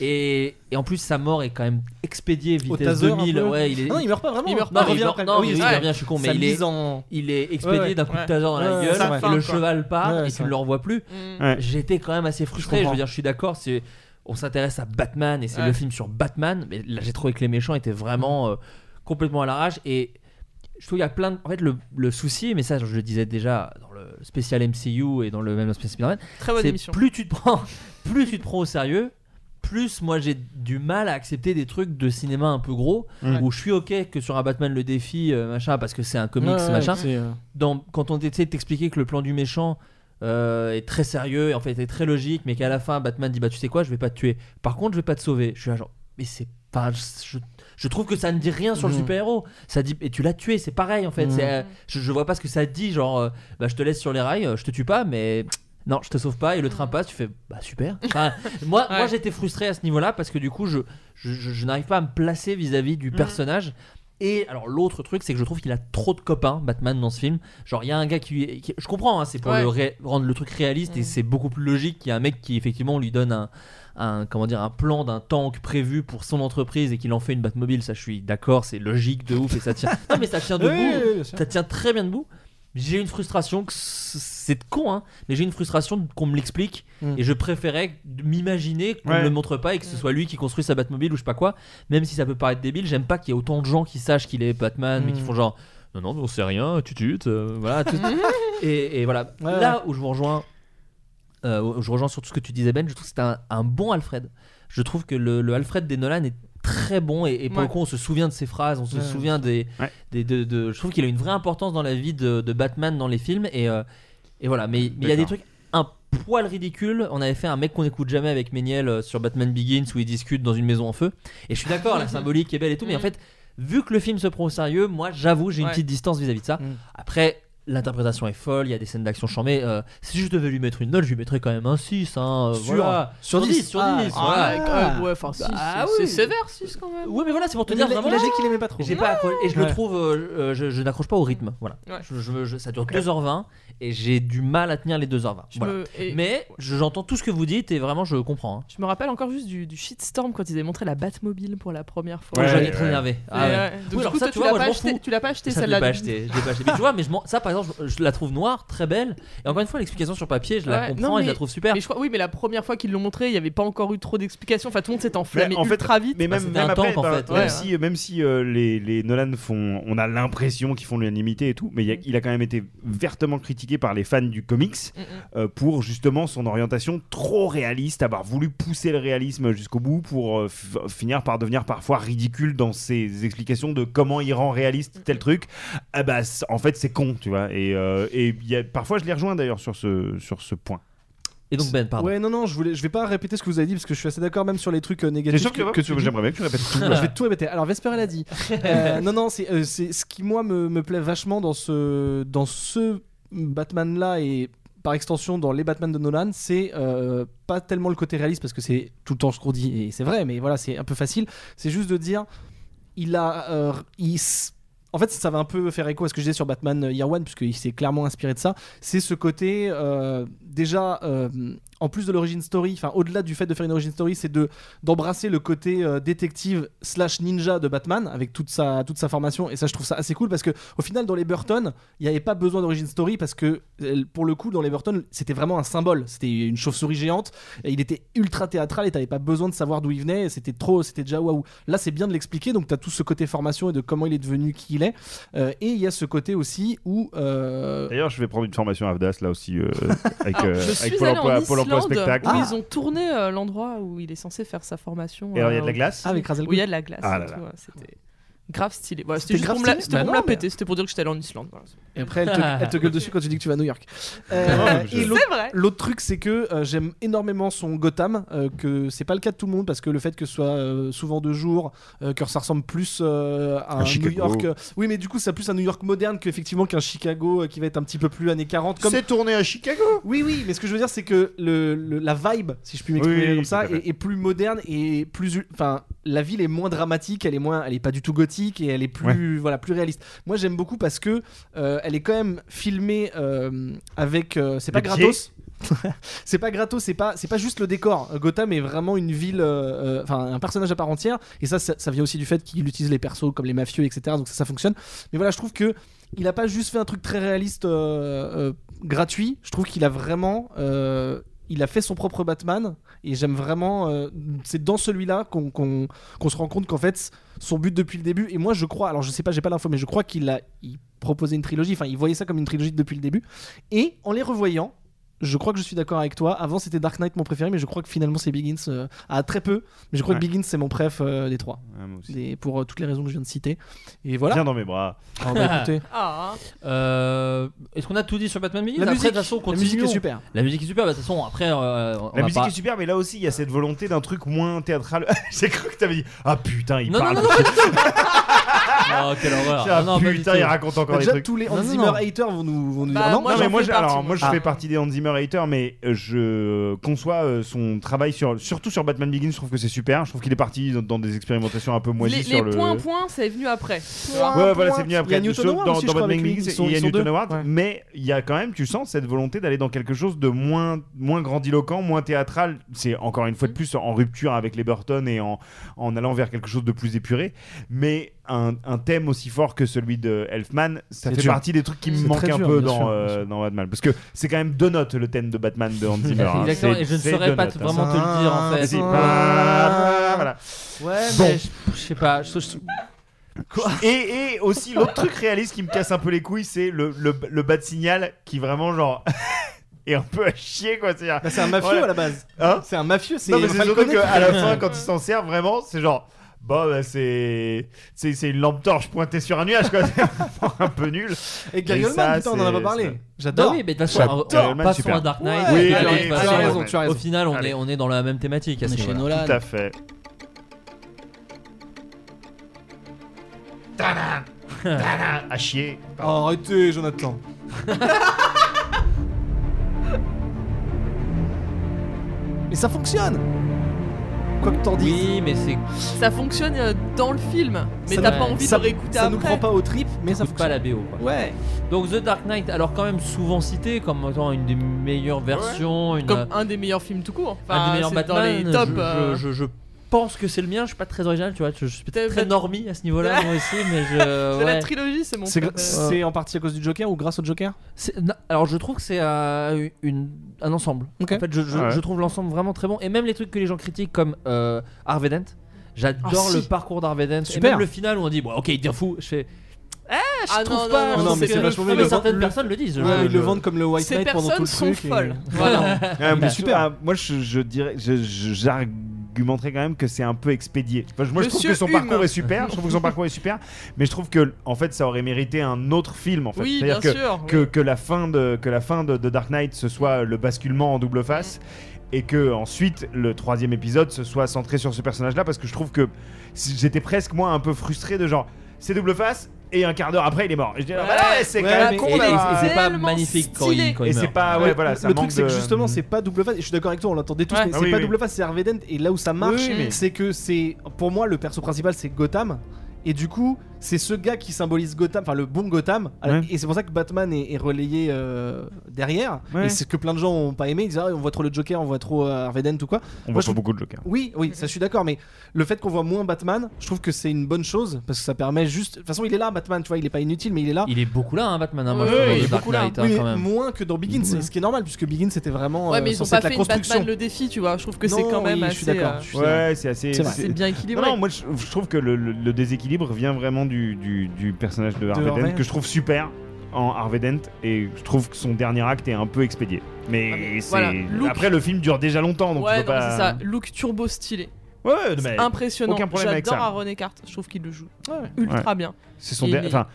S7: et, et en plus, sa mort est quand même expédiée
S4: Au
S7: vitesse
S4: taser. un
S7: 2000.
S4: peu.
S7: Ouais, il est.
S4: Non, il meurt pas vraiment.
S10: Il meurt
S7: Non,
S10: pas,
S7: il
S4: revient
S7: meurt-
S4: après.
S7: non,
S4: Oui,
S7: il
S4: c'est
S7: revient,
S4: vrai.
S7: je suis con,
S4: Sa
S7: mais il est,
S4: mise en-
S7: il est expédié
S4: Ouais,
S7: d'un coup
S10: ouais.
S7: de taser dans la
S4: Ouais,
S7: gueule,
S4: ça
S7: et
S4: fin,
S7: le
S10: quoi.
S7: cheval part,
S4: Ouais,
S7: et
S4: ça
S7: tu ne le revois plus.
S10: Mm.
S9: Ouais.
S7: J'étais quand même assez frustré. Je,
S4: comprends.
S7: veux dire, je suis d'accord. C'est on s'intéresse à Batman et c'est
S10: Ouais.
S7: le film sur Batman, mais là j'ai trouvé que les méchants étaient
S4: Mm.
S7: vraiment euh, complètement à l'arrache et je trouve qu'il y a plein de... En fait, le, le souci, mais ça, je le disais déjà dans le spécial MCU et dans le même spécial Spider-Man,
S10: Très bonne
S7: c'est
S10: émission.
S7: plus tu te prends, *laughs* plus tu te prends au sérieux, plus moi j'ai du mal à accepter des trucs de cinéma un peu gros
S9: Mm.
S7: où je suis ok que sur un Batman le défi euh, machin parce que c'est un comics
S4: Ouais, ouais,
S7: machin.
S4: c'est, euh,
S7: Dans- quand on essaie de t'expliquer que le plan du méchant euh, est très sérieux et en fait est très logique, mais qu'à la fin Batman dit bah tu sais quoi, je vais pas te tuer. Par contre, je vais pas te sauver. Je suis là genre mais c'est pas je, je trouve que ça ne dit rien sur le
S4: Mhm.
S7: super héros. Ça dit et tu l'as tué, c'est pareil en fait.
S4: Mhm.
S7: C'est, euh, je, je vois pas ce que ça dit genre euh, bah je te laisse sur les rails, euh, je te tue pas, mais non, je te sauve pas et le train passe, tu fais bah super.
S10: *laughs*
S7: Enfin, moi, moi
S10: Ouais.
S7: j'étais frustré à ce niveau-là parce que du coup je je, je- je n'arrive pas à me placer vis-à-vis
S10: Mm.
S7: du personnage. Et alors l'autre truc, c'est que je trouve qu'il a trop de copains Batman dans ce film. Genre il y a un gars qui, qui- je comprends, hein, c'est pour
S10: Ouais. Mm.
S7: le ré- rendre le truc réaliste et c'est beaucoup plus logique qu'il y a un mec qui effectivement on lui donne un, un comment dire un plan d'un tank prévu pour son entreprise et qu'il en fait une Batmobile. Ça je suis d'accord, c'est logique de ouf et
S10: *laughs*
S7: ça tient. *laughs* non mais ça tient debout,
S4: oui, oui, bien sûr.
S7: ça tient très bien debout. J'ai une frustration, que c- c'est con, hein, mais j'ai une frustration qu'on me l'explique
S4: Mm.
S7: et je préférais m'imaginer qu'on
S9: Ouais.
S7: me le montre pas et que ce soit lui qui construit sa Batmobile ou je sais pas quoi. Même si ça peut paraître débile, j'aime pas qu'il y ait autant de gens qui sachent qu'il est Batman, mais qui
S4: Mm.
S7: font genre non, non, mais on sait rien, tu tutes, euh, voilà. tout- et, et voilà.
S4: Ouais,
S7: Là où je vous rejoins, euh, où je rejoins sur tout ce que tu disais, Ben, je trouve que c'est un, un bon Alfred. Je trouve que le, le Alfred des Nolan est très bon et, et pour
S10: Ouais.
S7: le coup, on se souvient de ses phrases, on se
S4: Ouais.
S7: souvient des.
S9: Ouais.
S7: des de, de- je trouve qu'il a une vraie importance dans la vie de, de Batman dans les films et, euh, et voilà. Mais mais il y a des
S9: D'accord.
S7: trucs un poil ridicule. On avait fait un mec qu'on n'écoute jamais avec Méniel euh, sur Batman Begins où ils discutent dans une maison en feu. Et je suis d'accord, la symbolique est belle et tout, mais en fait, vu que le film se prend au sérieux, moi j'avoue, j'ai une
S10: Ouais.
S7: petite distance vis-à-vis de ça.
S4: Mm.
S7: Après. L'interprétation est folle, il y a des scènes d'action chambées. euh, si je devais lui mettre une note, je lui mettrais quand même un 6. Hein, euh,
S4: Sur-
S7: voilà.
S4: sur 10,
S7: sur
S4: ah,
S7: 10.
S10: Ah,
S7: voilà.
S10: ouais, ouais, enfin, si,
S7: Bah
S10: c'est
S7: oui.
S10: c'est sévère, 6 quand même.
S7: Oui, mais voilà, c'est pour te
S4: Il
S7: dire
S4: a
S7: vraiment.
S4: il a dit qu'il aimait pas trop.
S7: J'ai pas accro- et je le
S4: Ouais.
S7: trouve, euh, euh, je, je n'accroche pas au rythme. Voilà.
S10: Ouais.
S7: Je- je- je- ça dure 2h20 et j'ai du mal à tenir les 2h20.
S10: Je
S7: Voilà.
S10: me- et-
S7: Mais je- j'entends tout ce que vous dites et vraiment je comprends. hein.
S10: Je me rappelle encore juste du, du shitstorm quand ils avaient montré la Batmobile pour la première fois.
S9: Ouais,
S7: J'en ai
S9: ouais.
S7: très énervé.
S10: Et,
S7: Ah ouais.
S10: euh,
S7: Oui,
S10: donc, du
S7: alors
S10: coup,
S7: ça,
S10: toi,
S7: tu
S10: tu
S7: vois,
S10: l'as
S7: moi,
S10: pas
S7: je m'en
S10: acheté-
S7: fous.
S10: tu l'as pas acheté
S7: Ça, je l'ai
S10: celle-là.
S7: pas acheté. Je l'ai pas acheté. Mais tu vois, mais je m'en- ça, par exemple, je, je la trouve noire, très belle. Et encore une fois, l'explication sur papier, je la
S10: Ouais,
S7: comprends
S10: non,
S7: et je la
S10: mais-
S7: trouve super.
S10: mais je crois- oui, mais la première fois qu'ils l'ont montré, il n'y avait pas encore eu trop d'explications. Enfin, tout le monde s'est enflammé
S9: en fait,
S10: ultra vite.
S9: Mais même, même après, bah, même
S10: Ouais.
S9: si, même si euh, les, les Nolan font, on a l'impression qu'ils font l'unanimité et tout, mais il y a- il a quand même été vertement critiqué par les fans du comics euh, pour justement son orientation trop réaliste, avoir voulu pousser le réalisme jusqu'au bout pour euh, f- finir par devenir parfois ridicule dans ses explications de comment il rend réaliste tel truc. Ah bah, c- en fait, c'est con, tu vois. Et, euh, et il y a- parfois, je les rejoins d'ailleurs sur ce, sur ce point.
S7: Et donc Ben,
S4: Ouais, non, non, je, voulais, je vais pas répéter ce que vous avez dit parce que je suis assez d'accord même sur les trucs euh, négatifs.
S9: T'es sûr que- que tu-
S4: dis.
S9: j'aimerais bien que tu répètes tout.
S4: *laughs* je vais tout répéter. Alors, Vesper, elle a
S9: *laughs*
S4: dit. Euh, non, non, c'est euh, c'est ce qui, moi, me, me plaît vachement dans ce, dans ce Batman-là et par extension dans les Batman de Nolan, c'est euh, pas tellement le côté réaliste parce que c'est tout le temps ce qu'on dit et c'est vrai, mais voilà, c'est un peu facile. C'est juste de dire il a. euh, il s- en fait, ça va un peu faire écho à ce que je disais sur Batman euh, Year One, puisqu'il s'est clairement inspiré de ça. C'est ce côté, euh, déjà, euh, en plus de l'origin story, enfin, au-delà du fait de faire une origin story, c'est de d'embrasser le côté euh, détective slash ninja de Batman avec toute sa, toute sa formation. Et ça, je trouve ça assez cool parce que, au final, dans les Burton, il n'y avait pas besoin d'origin story parce que, euh, pour le coup, dans les Burton, c'était vraiment un symbole. C'était une chauve-souris géante. Et il était ultra théâtral et t'avais pas besoin de savoir d'où il venait. et C'était trop, c'était déjà waouh. Là, c'est bien de l'expliquer. Donc, t'as tout ce côté formation et de comment il est devenu qui il est. Euh, et il y a ce côté aussi où. euh,
S9: D'ailleurs, je vais prendre une formation à Avdas là
S7: *laughs*
S9: aussi euh, avec,
S10: Alors,
S9: euh,
S10: je suis
S9: avec Pôle
S10: allée
S9: emploi,
S10: en
S9: Pôle emploi
S10: Islande,
S9: spectacle.
S10: où ils ont tourné euh, l'endroit où il est censé faire sa formation.
S9: Et alors, il y a
S10: euh,
S9: de la glace
S10: où-
S9: Ah, avec Ra's al
S10: Où il y a de la glace.
S9: Ah
S10: et
S9: là
S10: tout,
S9: là.
S10: ouais, C'était grave stylé. Voilà, c'était
S4: C'était
S10: juste
S4: grave
S10: pour me la,
S4: stylé
S10: c'était
S4: Bah
S10: pour me
S4: non,
S10: la péter. C'était pour dire que j'étais allé en Islande. voilà.
S4: Et après,
S10: *laughs*
S4: elle te, elle te gueule dessus quand tu dis que tu vas à New York. Euh,
S10: Non, mais
S4: et
S10: je-
S4: l'autre-
S10: C'est vrai.
S4: L'autre truc, c'est que euh, j'aime énormément son Gotham, euh, que c'est pas le cas de tout le monde, parce que le fait que ce soit euh, souvent de jour, euh, que ça ressemble plus euh, à
S9: À
S4: un New
S9: Chicago.
S4: York. euh, oui, mais du coup, c'est plus un New York moderne qu'effectivement qu'un Chicago euh, qui va être un petit peu plus années 40. Comme...
S9: C'est tourné à Chicago
S4: Oui, oui, mais ce que je veux dire, c'est que le, le- la vibe, si je puis m'exprimer
S9: Oui,
S4: comme
S9: tout
S4: ça,
S9: à fait.
S4: est, est plus moderne et plus. u- Enfin, la ville est moins dramatique, elle est moins, elle est pas du tout gothique et elle est plus, voilà, plus réaliste. Moi, j'aime beaucoup parce que euh, elle est quand même filmée euh, avec. euh, c'est pas
S9: Des
S4: gratos. c'est pas gratos, c'est pas, c'est pas juste le décor. Euh, Gotham est vraiment une ville, euh, euh, enfin un personnage à part entière. Et ça, ça, ça vient aussi du fait qu'il utilise les persos comme les mafieux, etc. Donc ça, ça fonctionne. Mais voilà, je trouve que il a pas juste fait un truc très réaliste, euh, euh, gratuit. Je trouve qu'il a vraiment, euh, il a fait son propre Batman. Et j'aime vraiment, euh, c'est dans celui-là qu'on qu'on- qu'on se rend compte qu'en fait son but depuis le début. Et moi, je crois, alors je sais pas, j'ai pas l'info, mais je crois qu'il a il proposait une trilogie. Enfin, il voyait ça comme une trilogie depuis le début. Et en les revoyant, je crois que je suis d'accord avec toi. Avant, c'était Dark Knight mon préféré, mais je crois que finalement c'est Begins. euh, à très peu, mais je crois que
S9: Ouais.
S4: Begins c'est mon préf euh, des trois.
S9: Ouais, moi aussi.
S4: Des- pour euh, toutes les raisons que je viens de citer. Et voilà.
S9: Viens dans mes bras.
S4: Ah, bah, écoutez.
S10: *laughs* Ah.
S7: Euh, Est-ce qu'on a tout dit sur Batman Begins
S4: La
S7: Après,
S4: musique-
S7: de toute façon,
S4: la musique est
S7: continuons.
S4: super.
S7: La musique est super. bah, De toute façon, après, euh, on
S9: La
S7: va
S9: musique
S7: pas-
S9: est super, mais là aussi, il y a cette volonté d'un truc moins théâtral. *laughs* J'ai cru que t'avais dit Ah putain, il
S7: Non,
S9: parle.
S7: non, non, non. oh, quelle horreur.
S9: Ah,
S7: Non, non, pas du
S9: putain,
S7: tout.
S9: il raconte encore
S4: Bah,
S9: des
S4: déjà,
S9: trucs.
S4: tous les
S7: Non,
S4: Hans
S7: non,
S4: Zimmer
S7: non.
S4: haters vont nous, vont nous
S10: Bah,
S4: dire non.
S10: moi,
S9: non,
S10: j'en
S9: mais moi,
S10: fais
S9: je,
S10: partie,
S9: alors,
S10: moi.
S9: moi, je
S10: Ah.
S9: fais partie des Hans Zimmer haters, mais euh, je conçois euh, son travail sur, surtout sur Batman Begins. Je trouve que c'est super. Je trouve qu'il est parti dans, dans des expérimentations un peu moisies
S10: Les,
S9: sur
S10: les
S9: le.
S10: points, points, c'est venu après.
S9: Ouais, voilà, c'est venu
S4: Il y a
S9: après.
S4: Newton
S9: Sauf
S4: Award
S9: dans,
S4: aussi,
S9: dans
S4: je crois,
S9: Batman
S4: avec lui.
S9: Begins,
S4: Ils sont-
S9: il y a
S4: ils sont
S9: Newton
S4: deux.
S9: Award,
S4: Ouais.
S9: mais il y a quand même, tu sens cette volonté d'aller dans quelque chose de moins, moins grandiloquent, moins théâtral. C'est encore une fois de
S7: Mm.
S9: plus en rupture avec les Burton et en, en allant vers quelque chose de plus épuré. Mais un, un thème aussi fort que celui de Elfman, ça
S4: C'est
S9: fait
S4: dur.
S9: partie des trucs qui me
S4: C'est très
S9: manquaient un
S4: dur,
S9: peu
S4: bien sûr,
S9: dans,
S4: bien
S9: euh, dans Batman. Parce que c'est quand même deux notes le thème de Batman de Hans Zimmer. hein.
S7: Exactement,
S9: C'est-
S7: et je ne
S9: c'est
S7: saurais
S9: deux
S7: pas
S9: notes,
S7: te-
S9: hein.
S7: vraiment te le dire en fait.
S9: Si. Voilà.
S7: Ouais,
S9: Bon.
S7: mais je- je sais pas. je- je-
S9: Et, et aussi, l'autre truc réaliste qui me casse un peu les couilles, c'est le, le, le bas de signal qui vraiment, genre, *laughs* est un peu à chier, quoi. C'est
S4: Bah, c'est un mafieux
S9: Voilà.
S4: à la base.
S9: Hein
S4: C'est un mafieux, c'est
S9: Non, mais c'est
S4: Falconet
S9: surtout
S4: qui
S9: qu'à
S4: fait-
S9: la
S4: *laughs*
S9: fin, quand ils s'en servent, vraiment, c'est genre. Bon, bah, c'est. C'est c'est une lampe torche pointée sur un nuage, quoi. *laughs* C'est vraiment un peu nul.
S4: Et Gary
S9: Mais
S4: Oldman,
S9: ça,
S4: putain, on en a
S9: c'est-
S4: pas parlé.
S7: Bah
S4: J'adore.
S7: oui, mais de toute façon,
S9: J'adore.
S7: on- on-
S9: Iron Man,
S7: passons
S9: super.
S7: à Dark Knight.
S4: Ouais,
S9: Oui,
S7: parce que
S9: allez,
S7: de toute
S9: tu as
S7: façon,
S9: raison,
S4: tu as raison.
S7: Au final, on
S9: Allez.
S7: est, on est dans la même thématique. à
S4: On
S7: ce
S4: est chez
S7: niveau-là.
S4: Nolan.
S9: Tout à fait. Tadam Tadam À chier.
S4: Oh, arrêtez, Jonathan.
S10: Ah.
S4: Mais ça fonctionne Quoi que t'en dises.
S7: Oui, mais c'est
S10: Ça fonctionne euh, dans le film, mais
S4: Ça
S10: t'as
S7: nous-
S10: pas envie
S4: ça
S10: de réécouter
S4: ça nous
S10: après.
S4: prend pas aux tripes, mais ça
S7: coûte pas
S4: fonctionne.
S7: la BO. quoi.
S4: Ouais.
S7: Donc The Dark Knight, alors quand même souvent cité comme étant une des meilleures versions, une,
S10: Comme un des meilleurs films tout court. Enfin,
S7: un des meilleurs
S10: c'est dans
S7: Batman.
S10: les tops.
S7: je-
S10: euh,
S7: je, je- je pense que c'est le mien. Je suis pas très original, tu vois. Je, je suis peut-être très normie à ce niveau-là, moi aussi. Mais je.
S10: C'est la
S7: ouais.
S10: trilogie, c'est mon
S4: C'est gra-
S10: préféré.
S4: c'est en partie à cause du Joker ou grâce au Joker
S7: C'est- non, alors je trouve que c'est euh, une- un ensemble.
S4: Ok.
S7: En fait, je, je-
S4: Ah ouais.
S7: je trouve l'ensemble vraiment très bon. Et même les trucs que les gens critiquent comme euh, Harvey Dent. J'adore
S4: Ah, si.
S7: le parcours d'Harvey Dent. Et
S4: Super.
S7: même le final où on dit, bon, ok, il devient fou. Je fais.
S10: Ah,
S7: je
S10: non,
S7: trouve
S10: non,
S7: pas.
S10: non,
S7: je
S10: non,
S7: trouve
S10: mais
S7: que-
S10: c'est vachement mieux.
S7: Mais certaines
S4: Le-
S7: personnes le disent. je-
S4: Ouais, ils le
S7: je-
S4: vendent comme le White
S10: Ces
S4: Knight pendant tout le
S10: personnes sont
S4: truc. et-
S10: folles.
S4: *laughs*
S10: *laughs*
S7: Voilà.
S9: Ouais, Ah, mais
S7: Bah,
S9: super. Moi, je, je dirais, je- je- j'argumenterais quand même que c'est un peu expédié. Enfin, moi, je trouve
S10: Monsieur
S9: que son
S10: Hume.
S9: parcours est super. Je trouve que son parcours est super, mais je trouve que, en fait, ça aurait mérité un autre film. En fait,
S10: Oui,
S9: c'est-à-dire
S10: bien
S9: que,
S10: sûr,
S9: que, que la fin de que la fin de, de Dark Knight ce soit le basculement en double face. Et que ensuite le troisième épisode se soit centré sur ce personnage-là parce que je trouve que si- j'étais presque moi un peu frustré de genre c'est double face et un quart d'heure après il est mort. Et je dis, ah, bah ouais, c'est
S7: Ouais,
S9: quand
S7: mais-
S9: même con
S7: et- et-
S9: d'avoir-
S7: et c'est pas
S10: tellement
S7: magnifique quand
S10: stylé.
S7: il, quand il
S9: Et c'est
S7: meurt.
S9: pas ouais voilà ça
S4: le
S9: manque
S4: truc c'est que
S9: de-
S4: justement c'est pas double face je suis d'accord avec toi on l'entendait tous
S10: Ouais.
S4: mais
S9: Ah
S4: c'est
S9: oui,
S4: pas
S9: oui.
S4: double face c'est Harvey Dent et là où ça marche
S9: Oui, mais-
S4: c'est que c'est pour moi le perso principal c'est Gotham et du coup c'est ce gars qui symbolise Gotham enfin le bon Gotham Euh,
S9: Ouais.
S4: et c'est pour ça que Batman est, est relayé euh, derrière
S9: Ouais.
S4: et c'est ce que plein de gens ont pas aimé ils disent ah, on voit trop le Joker on voit trop euh, Harvey Dent ou quoi
S9: On
S4: Moi, je
S9: voit pas
S4: trouve-
S9: beaucoup de Joker.
S4: oui, oui, ça je suis d'accord, mais le fait qu'on voit moins Batman, je trouve que c'est une bonne chose parce que ça permet juste. De toute façon, il est là, Batman, tu vois, il est pas inutile, mais il est là.
S7: Il est beaucoup là, hein, Batman. hein, moi,
S10: Ouais,
S7: je trouve,
S10: il
S7: dans
S10: est
S7: The Dark
S4: beaucoup là.
S7: Knight, hein,
S4: Oui, mais
S7: quand même.
S4: moins que dans Begins, ce qui est normal puisque Begins c'était vraiment
S10: Ouais,
S4: euh,
S10: mais ils ont
S4: censé
S10: pas
S4: être la
S10: fait une
S4: construction.
S10: Batman le défi, tu vois. Je trouve que c'est
S4: Non,
S10: quand même
S4: oui, je
S10: assez.
S4: suis d'accord,
S10: euh,
S4: je suis d'accord.
S9: Ouais, c'est assez.
S4: C'est vrai.
S10: C'est bien équilibré.
S9: Non, non, moi je, je trouve que le, le- le déséquilibre vient vraiment du, du- du personnage de Harvey
S4: Harvey.
S9: Dent, que je trouve super en Harvey Dent, et je trouve que son dernier acte est un peu expédié. Mais,
S10: Ah, mais
S9: c'est-
S10: voilà, Luke-
S9: après le film dure déjà longtemps, donc tu
S10: ouais,
S9: peux
S10: non, mais
S9: pas.
S10: c'est ça. Look turbo stylé.
S9: Ouais, ouais, mais
S10: C'est impressionnant.
S9: aucun problème avec
S10: J'adore
S9: ça.
S10: Aaron Eckhart. Je trouve qu'il le joue ultra bien.
S9: c'est son
S10: il
S9: der-
S10: est-
S9: Enfin,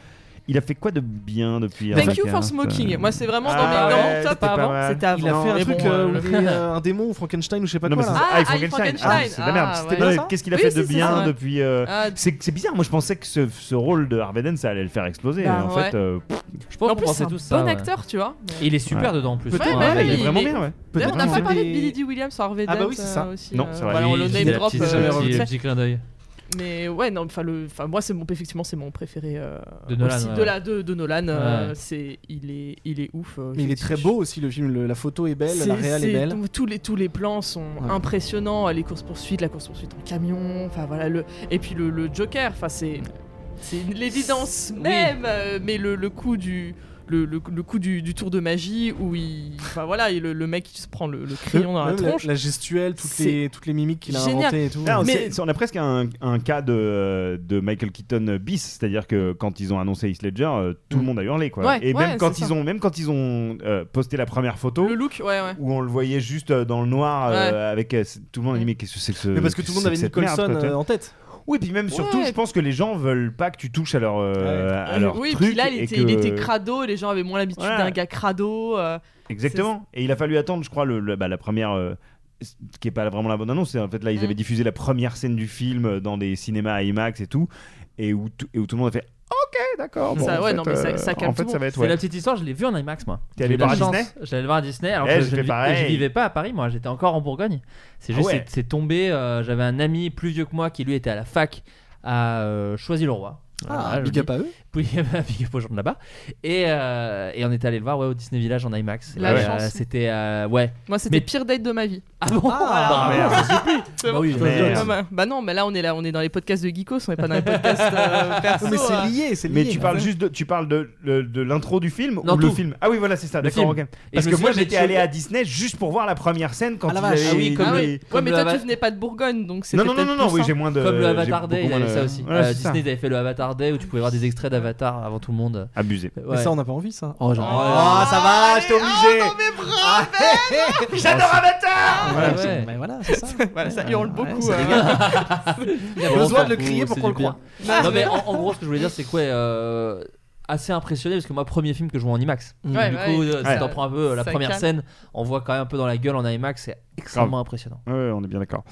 S9: il a fait quoi de bien depuis
S10: Thank
S9: Harvey
S10: you
S9: Dent,
S10: for smoking.
S9: euh,
S10: Moi, c'est vraiment dans,
S9: Ah
S10: mes, dans
S9: ouais,
S10: mon top
S9: c'était pas
S10: avant.
S9: mal.
S10: C'était avant.
S4: Il a fait un
S10: mais
S4: truc,
S10: bon,
S4: euh,
S10: euh,
S4: où il est, euh, un démon ou Frankenstein ou je sais pas
S9: Non, mais
S4: quoi là.
S9: c'est ça.
S10: Ah,
S9: Ah, il
S10: ah,
S9: faut
S10: il faut
S9: Frankenstein. Ah,
S10: Frankenstein.
S9: c'est de la merde.
S10: Ah,
S9: C'était
S10: ouais.
S9: pas-
S10: Oui, c'est
S9: Qu'est-ce qu'il a
S10: ça.
S9: fait
S10: Oui,
S9: de
S10: c'est ça,
S9: bien
S10: ouais.
S9: depuis. euh,
S10: Ah.
S9: C'est c'est bizarre. Moi, je pensais que ce, ce rôle de Harvey Dent, ça allait le faire exploser.
S10: Bah,
S9: en
S10: ouais.
S9: fait, euh, pff,
S7: Je pense
S10: en
S7: qu'on
S10: plus, c'est
S7: pensait
S10: un
S7: tous
S10: bon
S7: ça. ouais.
S10: acteur, tu vois.
S7: Et il est super dedans en plus.
S10: Ouais,
S7: hein,
S10: bah
S7: ouais,
S10: oui,
S9: il est
S10: il
S9: vraiment
S10: est-
S9: bien, ouais.
S10: D'ailleurs, on n'a
S4: Peut-être
S10: pas
S4: que
S10: parlé
S4: des-
S10: de Billy Dee Williams sur Harvey
S4: Ah bah
S10: Dent,
S4: oui, c'est
S10: euh,
S4: ça.
S10: aussi.
S9: Non,
S10: euh,
S9: c'est vrai.
S10: voilà, on le
S7: Il-
S10: name
S7: il a
S10: drop.
S7: petit-
S10: euh,
S7: petit-
S10: vite fait.
S7: petit clin d'œil.
S10: Mais ouais, non, enfin le, enfin moi c'est mon, effectivement c'est mon préféré euh,
S7: De Nolan,
S10: aussi,
S7: ouais.
S10: de la de, de Nolan. euh,
S7: Ouais.
S10: c'est il est il est ouf. euh,
S4: Mais il est très beau aussi le film, le- la photo est belle, la
S10: C'est-
S4: réal est,
S10: c'est-
S4: belle.
S10: tous- Tous les, tous les plans sont
S4: Ouais.
S10: impressionnants. Les courses poursuites, la course poursuite en camion, enfin voilà le et puis le, le Joker. Enfin c'est c'est une- l'évidence
S7: Oui.
S10: même. euh, mais le, le coup du le, le- le coup du, du tour de magie où il enfin voilà et le, le mec qui se prend le, le crayon dans la
S4: Même la,
S10: tronche.
S4: la gestuelle, toutes les, toutes les mimiques qu'il a
S10: Génial.
S4: inventées et tout.
S9: Là, on,
S10: Mais-
S9: sait- on a presque un, un cas de, euh, de Michael Keaton bis, c'est-à-dire que quand ils ont annoncé Heath Ledger, euh, tout le monde a hurlé quoi.
S10: Ouais,
S9: Et
S10: ouais,
S9: même quand
S10: c'est
S9: ils
S10: ça.
S9: ont même quand ils ont euh, posté la première photo
S10: Le look, ouais ouais.
S9: où on le voyait juste euh, dans le noir euh, avec euh, c'est- tout le monde a dit
S10: Mm.
S9: mais qu'est-ce que c'est que ce
S4: mais parce que tout le monde avait
S9: qu'est-ce que c'est que cette
S4: Nicholson
S9: merde, quoi, tu
S4: euh,
S9: vois.
S4: en tête.
S9: Oui, puis même surtout,
S10: Ouais.
S9: je pense que les gens veulent pas que tu touches à leur euh,
S4: Ouais.
S9: à leur
S10: oui,
S9: truc
S10: puis là, il
S9: et
S10: était,
S9: que-
S10: il était crado, les gens avaient moins l'habitude
S9: Voilà.
S10: d'un gars crado. euh,
S9: Exactement. Et il a fallu attendre, je crois, le, le- bah, la première. euh, c- qui est pas vraiment la bonne annonce, c'est en fait là ils
S10: Mm.
S9: avaient diffusé la première scène du film euh, dans des cinémas IMAX et tout, et où, tout- et où tout le monde a *laughs* fait OK, d'accord. bon,
S10: Ça,
S9: en
S10: ouais,
S9: fait,
S10: non, mais ça- ça calme
S9: En fait,
S10: tout le
S9: ça va être.
S7: C'est
S9: Ouais.
S7: la petite histoire, je l'ai vu en IMAX moi.
S9: T'es
S7: J'ai
S9: allé
S7: eu la
S9: voir à
S7: chance.
S9: Disney
S7: J'allais le voir à Disney. Alors
S9: Eh,
S7: que
S9: j'ai
S7: je,
S9: fait
S7: ne vi-
S9: pareil.
S7: et je vivais pas à Paris moi, j'étais encore en Bourgogne. C'est
S9: Ah
S7: juste,
S9: ouais.
S7: c'est- c'est tombé. euh, J'avais un ami plus vieux que moi qui lui était à la fac à euh, Choisy-le-Roi.
S4: Ah,
S7: Voilà, je
S4: big
S7: le
S4: up à
S7: *laughs*
S4: eux.
S7: Puis il y avait un big up aux gens de là-bas. Et, euh, et on était allé le voir ouais, au Disney Village en IMAX.
S10: La
S7: Et, euh,
S10: chance.
S7: C'était. euh, ouais.
S10: Moi, c'était
S7: Mais-
S10: pire date de ma vie.
S7: Ah bon
S10: Ah,
S7: Bah,
S9: merde.
S10: C'est
S7: Bah
S10: bon.
S7: oui,
S9: Mais-
S7: je-
S10: Ah bah, bah non, mais là on est là, on est dans les podcasts de geekos, on est pas dans les podcasts
S4: *laughs*
S9: Ah,
S10: euh, perso,
S4: Ah, mais c'est
S10: euh.
S4: lié, c'est lié.
S9: hein. Mais tu parles juste de, tu parles de, le- de l'intro du film
S7: Non,
S9: ou le
S7: tout.
S9: film Ah oui, voilà, c'est ça,
S7: Le
S9: d'accord,
S7: film.
S9: ok. Parce
S7: je me
S9: que moi
S7: souviens
S9: j'étais
S7: d'être
S9: allé
S7: choqué.
S9: à Disney juste pour voir la première scène quand
S4: Ah, la
S9: ils
S4: vache.
S9: avaient.
S4: Ah oui,
S10: Ah
S4: comme
S10: oui.
S9: les-
S10: Ouais,
S7: comme
S10: mais
S7: le
S10: toi tu
S7: Ava-
S10: venais pas de Bourgogne, donc c'était
S9: Non, non, non, non,
S10: peut-être
S9: non,
S10: plus
S9: oui,
S10: simple.
S9: j'ai moins de.
S7: Comme le
S9: j'ai
S7: Avatar
S9: beaucoup
S7: Day, il y
S9: moins
S7: avait
S9: de-
S7: ça aussi.
S9: Voilà,
S7: Euh,
S9: c'est ça.
S7: Disney, ils avaient fait le Avatar Day où tu pouvais voir des extraits d'Avatar avant tout le monde.
S9: Abusé.
S7: Ouais.
S4: Mais ça, on n'a pas envie, ça.
S7: Oh, genre, ouais.
S4: Ah, ça va, j'étais obligé. Ah,
S9: *laughs* J'adore Avatar
S7: Ouais,
S4: Ouais,
S7: ouais.
S4: mais voilà, c'est
S7: *laughs*
S4: ça.
S10: Voilà, ça hurle beaucoup.
S4: c'est
S10: euh.
S7: Il y a
S4: Besoin
S7: vraiment
S4: de le
S7: pas
S4: crier
S7: fou,
S4: pour
S7: c'est
S4: qu'on le
S7: du bien. Non mais en, en gros, ce que je voulais dire, c'est que ouais, euh, assez impressionné parce que moi, premier film que je vois en IMAX.
S10: Ouais,
S7: du
S10: bah
S7: coup,
S10: oui.
S7: euh,
S10: Ouais.
S7: si t'en prends un peu euh, la
S10: Ça
S7: première
S10: calme.
S7: scène, on voit quand même un peu dans la gueule en IMAX, c'est extrêmement impressionnant.
S9: Ouais, ouais, on est bien d'accord.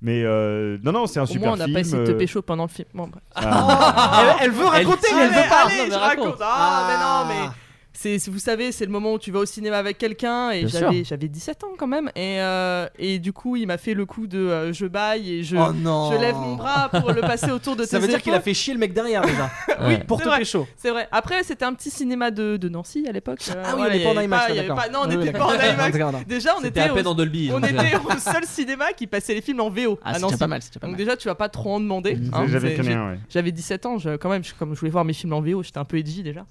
S9: Mais euh, non, non, c'est un
S10: Au
S9: super
S10: moins, on n'a
S9: film.
S10: pas essayé de te
S9: euh,
S10: pécho pendant le film. Bon, bref.
S9: ah.
S10: *laughs*
S4: elle, elle veut raconter, mais
S10: Allez,
S4: elle veut pas.
S10: allez,
S7: Non, mais
S10: je
S7: raconte.
S10: raconte. Ah, mais non, mais. c'est, c'est- vous savez, c'est le moment où tu vas au cinéma avec quelqu'un. Et
S7: Bien
S10: j'avais,
S7: sûr.
S10: j'avais 17 ans quand même. Et, euh, et du coup, il m'a fait le coup de euh, je baille et je,
S4: Oh non.
S10: je lève mon bras pour le passer autour de tes
S4: Ça veut dire qu'il a
S10: épaules.
S4: fait chier le mec derrière déjà.
S10: Oui,
S4: pour
S10: c'est
S4: te
S10: vrai.
S4: pécho.
S10: C'est vrai. Après, c'était un petit cinéma de, de Nancy à l'époque. Euh,
S4: Ah oui, on
S10: voilà,
S4: n'est
S10: il y
S4: pas en
S10: avait
S4: IMAX,
S10: il y avait
S4: d'accord.
S10: pas- Non, on
S4: Oui, oui,
S10: n'était pas en
S4: *laughs* d'accord.
S10: IMAX. Déjà, on
S7: C'était
S10: était,
S7: à
S10: au-
S7: peine en Dolby,
S10: On
S7: donc.
S10: était au *laughs* seul cinéma qui passait les films en VO.
S4: hein. Ah,
S10: à
S4: c'est
S10: Nancy.
S4: déjà pas mal, c'est déjà pas
S10: Donc,
S4: mal.
S10: déjà, tu vas pas trop en demander.
S4: Vous
S10: hein.
S4: avez
S10: C'est-
S4: très bien,
S10: j'ai-
S4: ouais.
S10: J'avais 17 ans, je- quand même, je- comme je voulais voir mes films en VO, j'étais un peu edgy
S4: *laughs*
S10: déjà.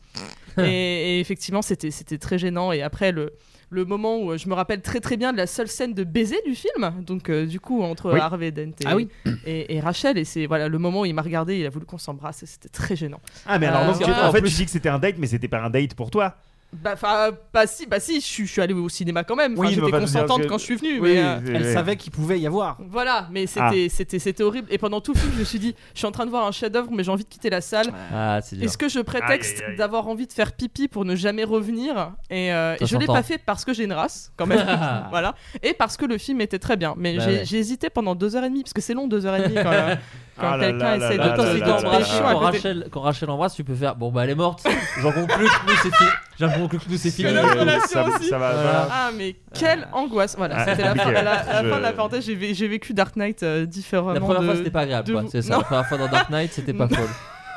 S10: et, et effectivement, c'était c'était très gênant. Et après, le. Le moment où euh, je me rappelle très très bien de la seule scène de baiser du film, donc euh, du coup entre
S4: Oui.
S10: Harvey Dent et,
S4: Ah oui.
S10: et, et Rachel, et c'est voilà le moment où il m'a regardé, il a voulu qu'on s'embrasse, et c'était très gênant.
S9: Ah, mais alors,
S10: Euh,
S9: donc, tu-
S10: voilà.
S9: en fait, tu dis que c'était un date, mais c'était pas un date pour toi.
S10: Bah, 'fin, bah si, bah si, je suis, je suis allée au cinéma quand même. 'Fin,
S9: Oui, mais
S10: j'étais
S9: enfin, je veux dire
S10: consentante
S9: que-
S10: quand je suis venue.
S9: Oui,
S10: mais, euh,
S9: c'est- Elle ouais. savait
S4: qu'il pouvait y avoir.
S10: Voilà, mais c'était,
S9: Ah.
S10: c'était, c'était horrible. Et pendant tout le film, je me suis dit, je suis en train de voir un chef-d'œuvre, mais j'ai envie de quitter la salle.
S7: Ah, c'est dur.
S10: Est-ce que je prétexte
S7: Aïe, aïe, aïe.
S10: d'avoir envie de faire pipi pour ne jamais revenir Et euh,
S7: Ça
S10: je l'ai
S7: s'entend.
S10: pas fait parce que j'ai une race, quand même. voilà. Et parce que le film était très bien. Mais
S7: Bah
S10: j'ai,
S7: ouais.
S10: j'ai hésité pendant deux heures et demie, parce que c'est long deux heures et demie quand,
S7: *laughs*
S10: euh, quand
S9: Ah là
S10: quelqu'un
S9: là là
S10: essaie
S9: là
S10: de
S9: là
S10: te-
S9: là
S10: de
S9: là
S10: te
S9: là
S10: pécho
S9: là
S10: à
S7: quand
S10: côté.
S7: Rachel, quand Rachel embrasse, tu peux faire bon bah elle est morte, j'en conclus que nous c'est fini. J'en conclus que nous c'est fini.
S10: C'est notre relation
S7: *laughs*
S9: ça-
S10: aussi.
S9: ça va,
S7: Voilà.
S9: ça va.
S10: Ah mais quelle angoisse Voilà,
S7: Ah,
S10: c'était la, fin, la-
S7: compliqué.
S10: la
S7: Je-
S10: fin de la parenthèse. J'ai, vé- j'ai vécu Dark Knight euh, différemment.
S7: La première
S10: de-
S7: fois c'était pas agréable,
S10: de
S7: quoi,
S10: vous.
S7: c'est ça.
S10: Non.
S7: La première fois dans Dark Knight
S10: *laughs*
S7: c'était pas folle.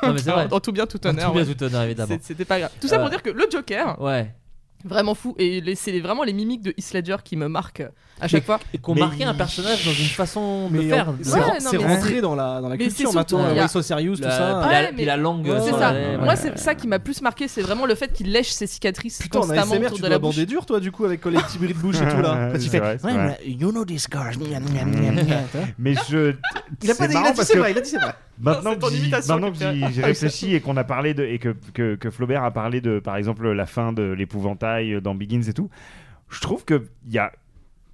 S7: Non mais c'est
S10: Alors,
S7: vrai.
S10: Dans tout bien tout
S7: Dans
S10: honneur.
S7: Tout bien
S10: ouais.
S7: tout honneur évidemment.
S10: C'est- C'était pas grave. Tout ça
S7: Euh,
S10: pour dire que le Joker.
S7: Ouais.
S10: Vraiment fou et les- c'est vraiment les mimiques de Heath Ledger qui me marquent euh, à chaque fois.
S7: Et qu'on marquait un personnage dans une façon de
S4: Mais
S7: faire.
S4: on-
S7: de-
S4: c'est
S10: Ouais,
S4: ren-
S10: non,
S4: c'est
S10: mais
S4: rentré
S10: c'est-
S4: dans la, dans la
S10: Mais c'est
S4: culture
S10: surtout-
S4: maintenant,
S10: il y a-
S4: euh, Way So Serious, tout
S7: La-
S4: ça.
S7: puis
S10: Ouais,
S7: la- puis la langue,
S10: C'est
S7: euh,
S10: ça.
S7: ouais,
S10: Moi,
S7: ouais.
S10: c'est ça qui m'a plus marqué, c'est vraiment le fait qu'il lèche ses cicatrices
S4: Putain, en
S10: constamment
S4: ASMR,
S10: autour
S4: tu
S10: de
S4: dois
S10: la bouche.
S4: bander dur, toi, du coup, avec les petits bruits de bouche et tout là. Quand
S9: C'est
S4: tu fais,
S9: vrai, c'est
S4: ouais,
S9: vrai.
S4: mais you know this girl. miam, miam, miam, miam.
S9: Mais *laughs* je.
S4: Il a pas
S9: c'est
S4: dit- il
S9: marrant
S4: a dit
S9: parce
S4: c'est
S9: que
S4: vrai, il a dit c'est vrai.
S9: Maintenant
S4: Non, c'est
S9: que
S4: ton
S9: j'y-
S4: imitation
S9: maintenant que
S4: qui fait-
S9: j'y- j'ai réfléchi et qu'on a parlé de. et que, que, que Flaubert a parlé de, par exemple, la fin de l'épouvantail dans Begins et tout, je trouve qu'il y a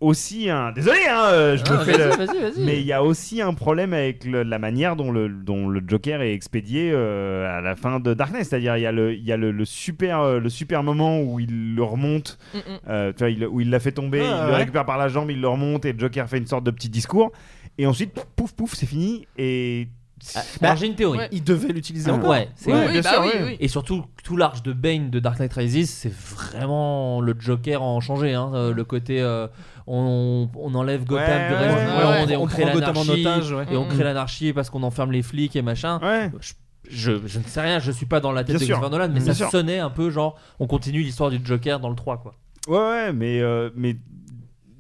S9: aussi un. Désolé, hein, euh, je
S7: Ah,
S9: me fais le-
S7: vas-y, vas-y, vas-y.
S9: Mais il y a aussi un problème avec le- la manière dont le, dont le Joker est expédié euh, à la fin de Darkness. C'est-à-dire, il y a le, il y a le, le super, euh, le super moment où il le remonte,
S7: Mm,
S10: Mm-mm.
S9: euh, tu vois, il- où il l'a fait tomber,
S4: Ah,
S9: il le
S4: ouais.
S9: récupère par la jambe, il le remonte et le Joker fait une sorte de petit discours. Et ensuite, pouf, pouf, pouf, c'est fini. Et.
S7: Alors, Ah, j'ai une théorie. Ah.
S10: Ouais.
S4: Bah, Il devait l'utiliser encore.
S7: Ouais, c'est vrai.
S10: Oui, bah oui, oui.
S7: Et surtout, tout l'arche de Bane de Dark Knight Rises, c'est vraiment le Joker en changé. hein. Euh, Le côté, euh, on, on enlève Gotham
S9: Ouais,
S7: du reste
S9: ouais,
S7: du
S9: ouais,
S7: monde
S4: ouais.
S7: et on,
S4: On
S7: crée
S4: prend Gotham en
S7: l'anarchie.
S4: otage, ouais.
S7: Et on
S4: Mm.
S7: crée l'anarchie parce qu'on enferme les flics et machin.
S9: Ouais.
S7: Je, je- je ne sais rien, je suis pas dans la tête
S9: Bien
S7: de
S9: sûr.
S7: Christopher Nolan, mais
S9: Bien
S7: ça
S9: sûr.
S7: sonnait un peu genre, on continue l'histoire du Joker dans le 3 quoi.
S9: Ouais, ouais, mais. euh, mais...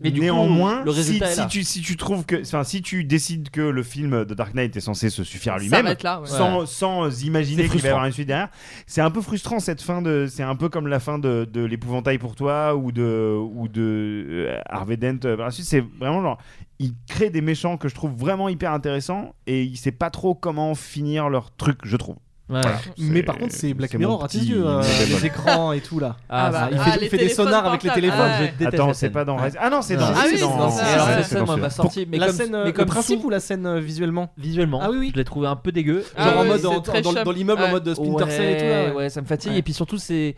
S7: Mais du coup,
S9: Néanmoins,
S7: le
S9: si,
S7: résultat est
S9: si
S7: là.
S9: tu, si tu trouves que, enfin, si tu décides que le film de Dark Knight est censé se suffire à lui-même,
S10: S'arrête là, ouais.
S9: sans, sans imaginer
S7: C'est
S9: qu'il va y avoir
S7: frustrant.
S9: une suite derrière, c'est un peu frustrant cette fin de, c'est un peu comme la fin de, de l'épouvantail pour toi ou de ou de euh, Harvey Dent. euh, par la suite. c'est vraiment genre, il crée des méchants que je trouve vraiment hyper intéressants et il sait pas trop comment finir leur truc, je trouve.
S7: Ouais.
S9: Voilà.
S4: Mais
S9: C'est-
S4: par contre, c'est Black
S9: c'est
S4: Mirror
S9: mon
S4: à tes
S9: petit-
S4: yeux, euh,
S9: mon bémol.
S4: les écrans et tout là.
S7: Ah,
S10: bah,
S4: il
S10: ah,
S4: fait, il
S10: les
S4: fait des
S10: téléphones
S4: sonars avec les
S10: portables.
S4: téléphones.
S10: Ah, ouais.
S7: Je déteste
S9: Attends,
S7: la
S9: c'est
S7: scène.
S9: pas dans Res-
S7: Ouais.
S9: Ah non, c'est
S7: Non.
S9: dans.
S10: Ah oui,
S9: c'est dans-
S10: c'est ça.
S9: c'est
S7: Et alors,
S10: ouais.
S7: cette
S9: c'est
S7: scène,
S9: dans
S7: moi, elle m'a
S9: celui-là.
S7: sorti. Mais
S4: la
S7: comme,
S4: scène, euh,
S7: mais
S4: le
S7: comme
S4: principe
S7: sous-
S4: ou la scène euh, visuellement
S7: visuellement,
S4: Ah oui, oui.
S7: je l'ai trouvé un peu dégueu.
S10: Ah
S4: Genre en
S10: oui,
S4: mode
S10: c'est
S4: en-
S10: très
S4: dans, dans
S10: chum.
S4: l'immeuble en
S10: Ouais.
S4: mode de Splinter Cell et tout là. ouais.
S7: ouais, ça me fatigue.
S4: Ouais.
S7: Et puis surtout, c'est.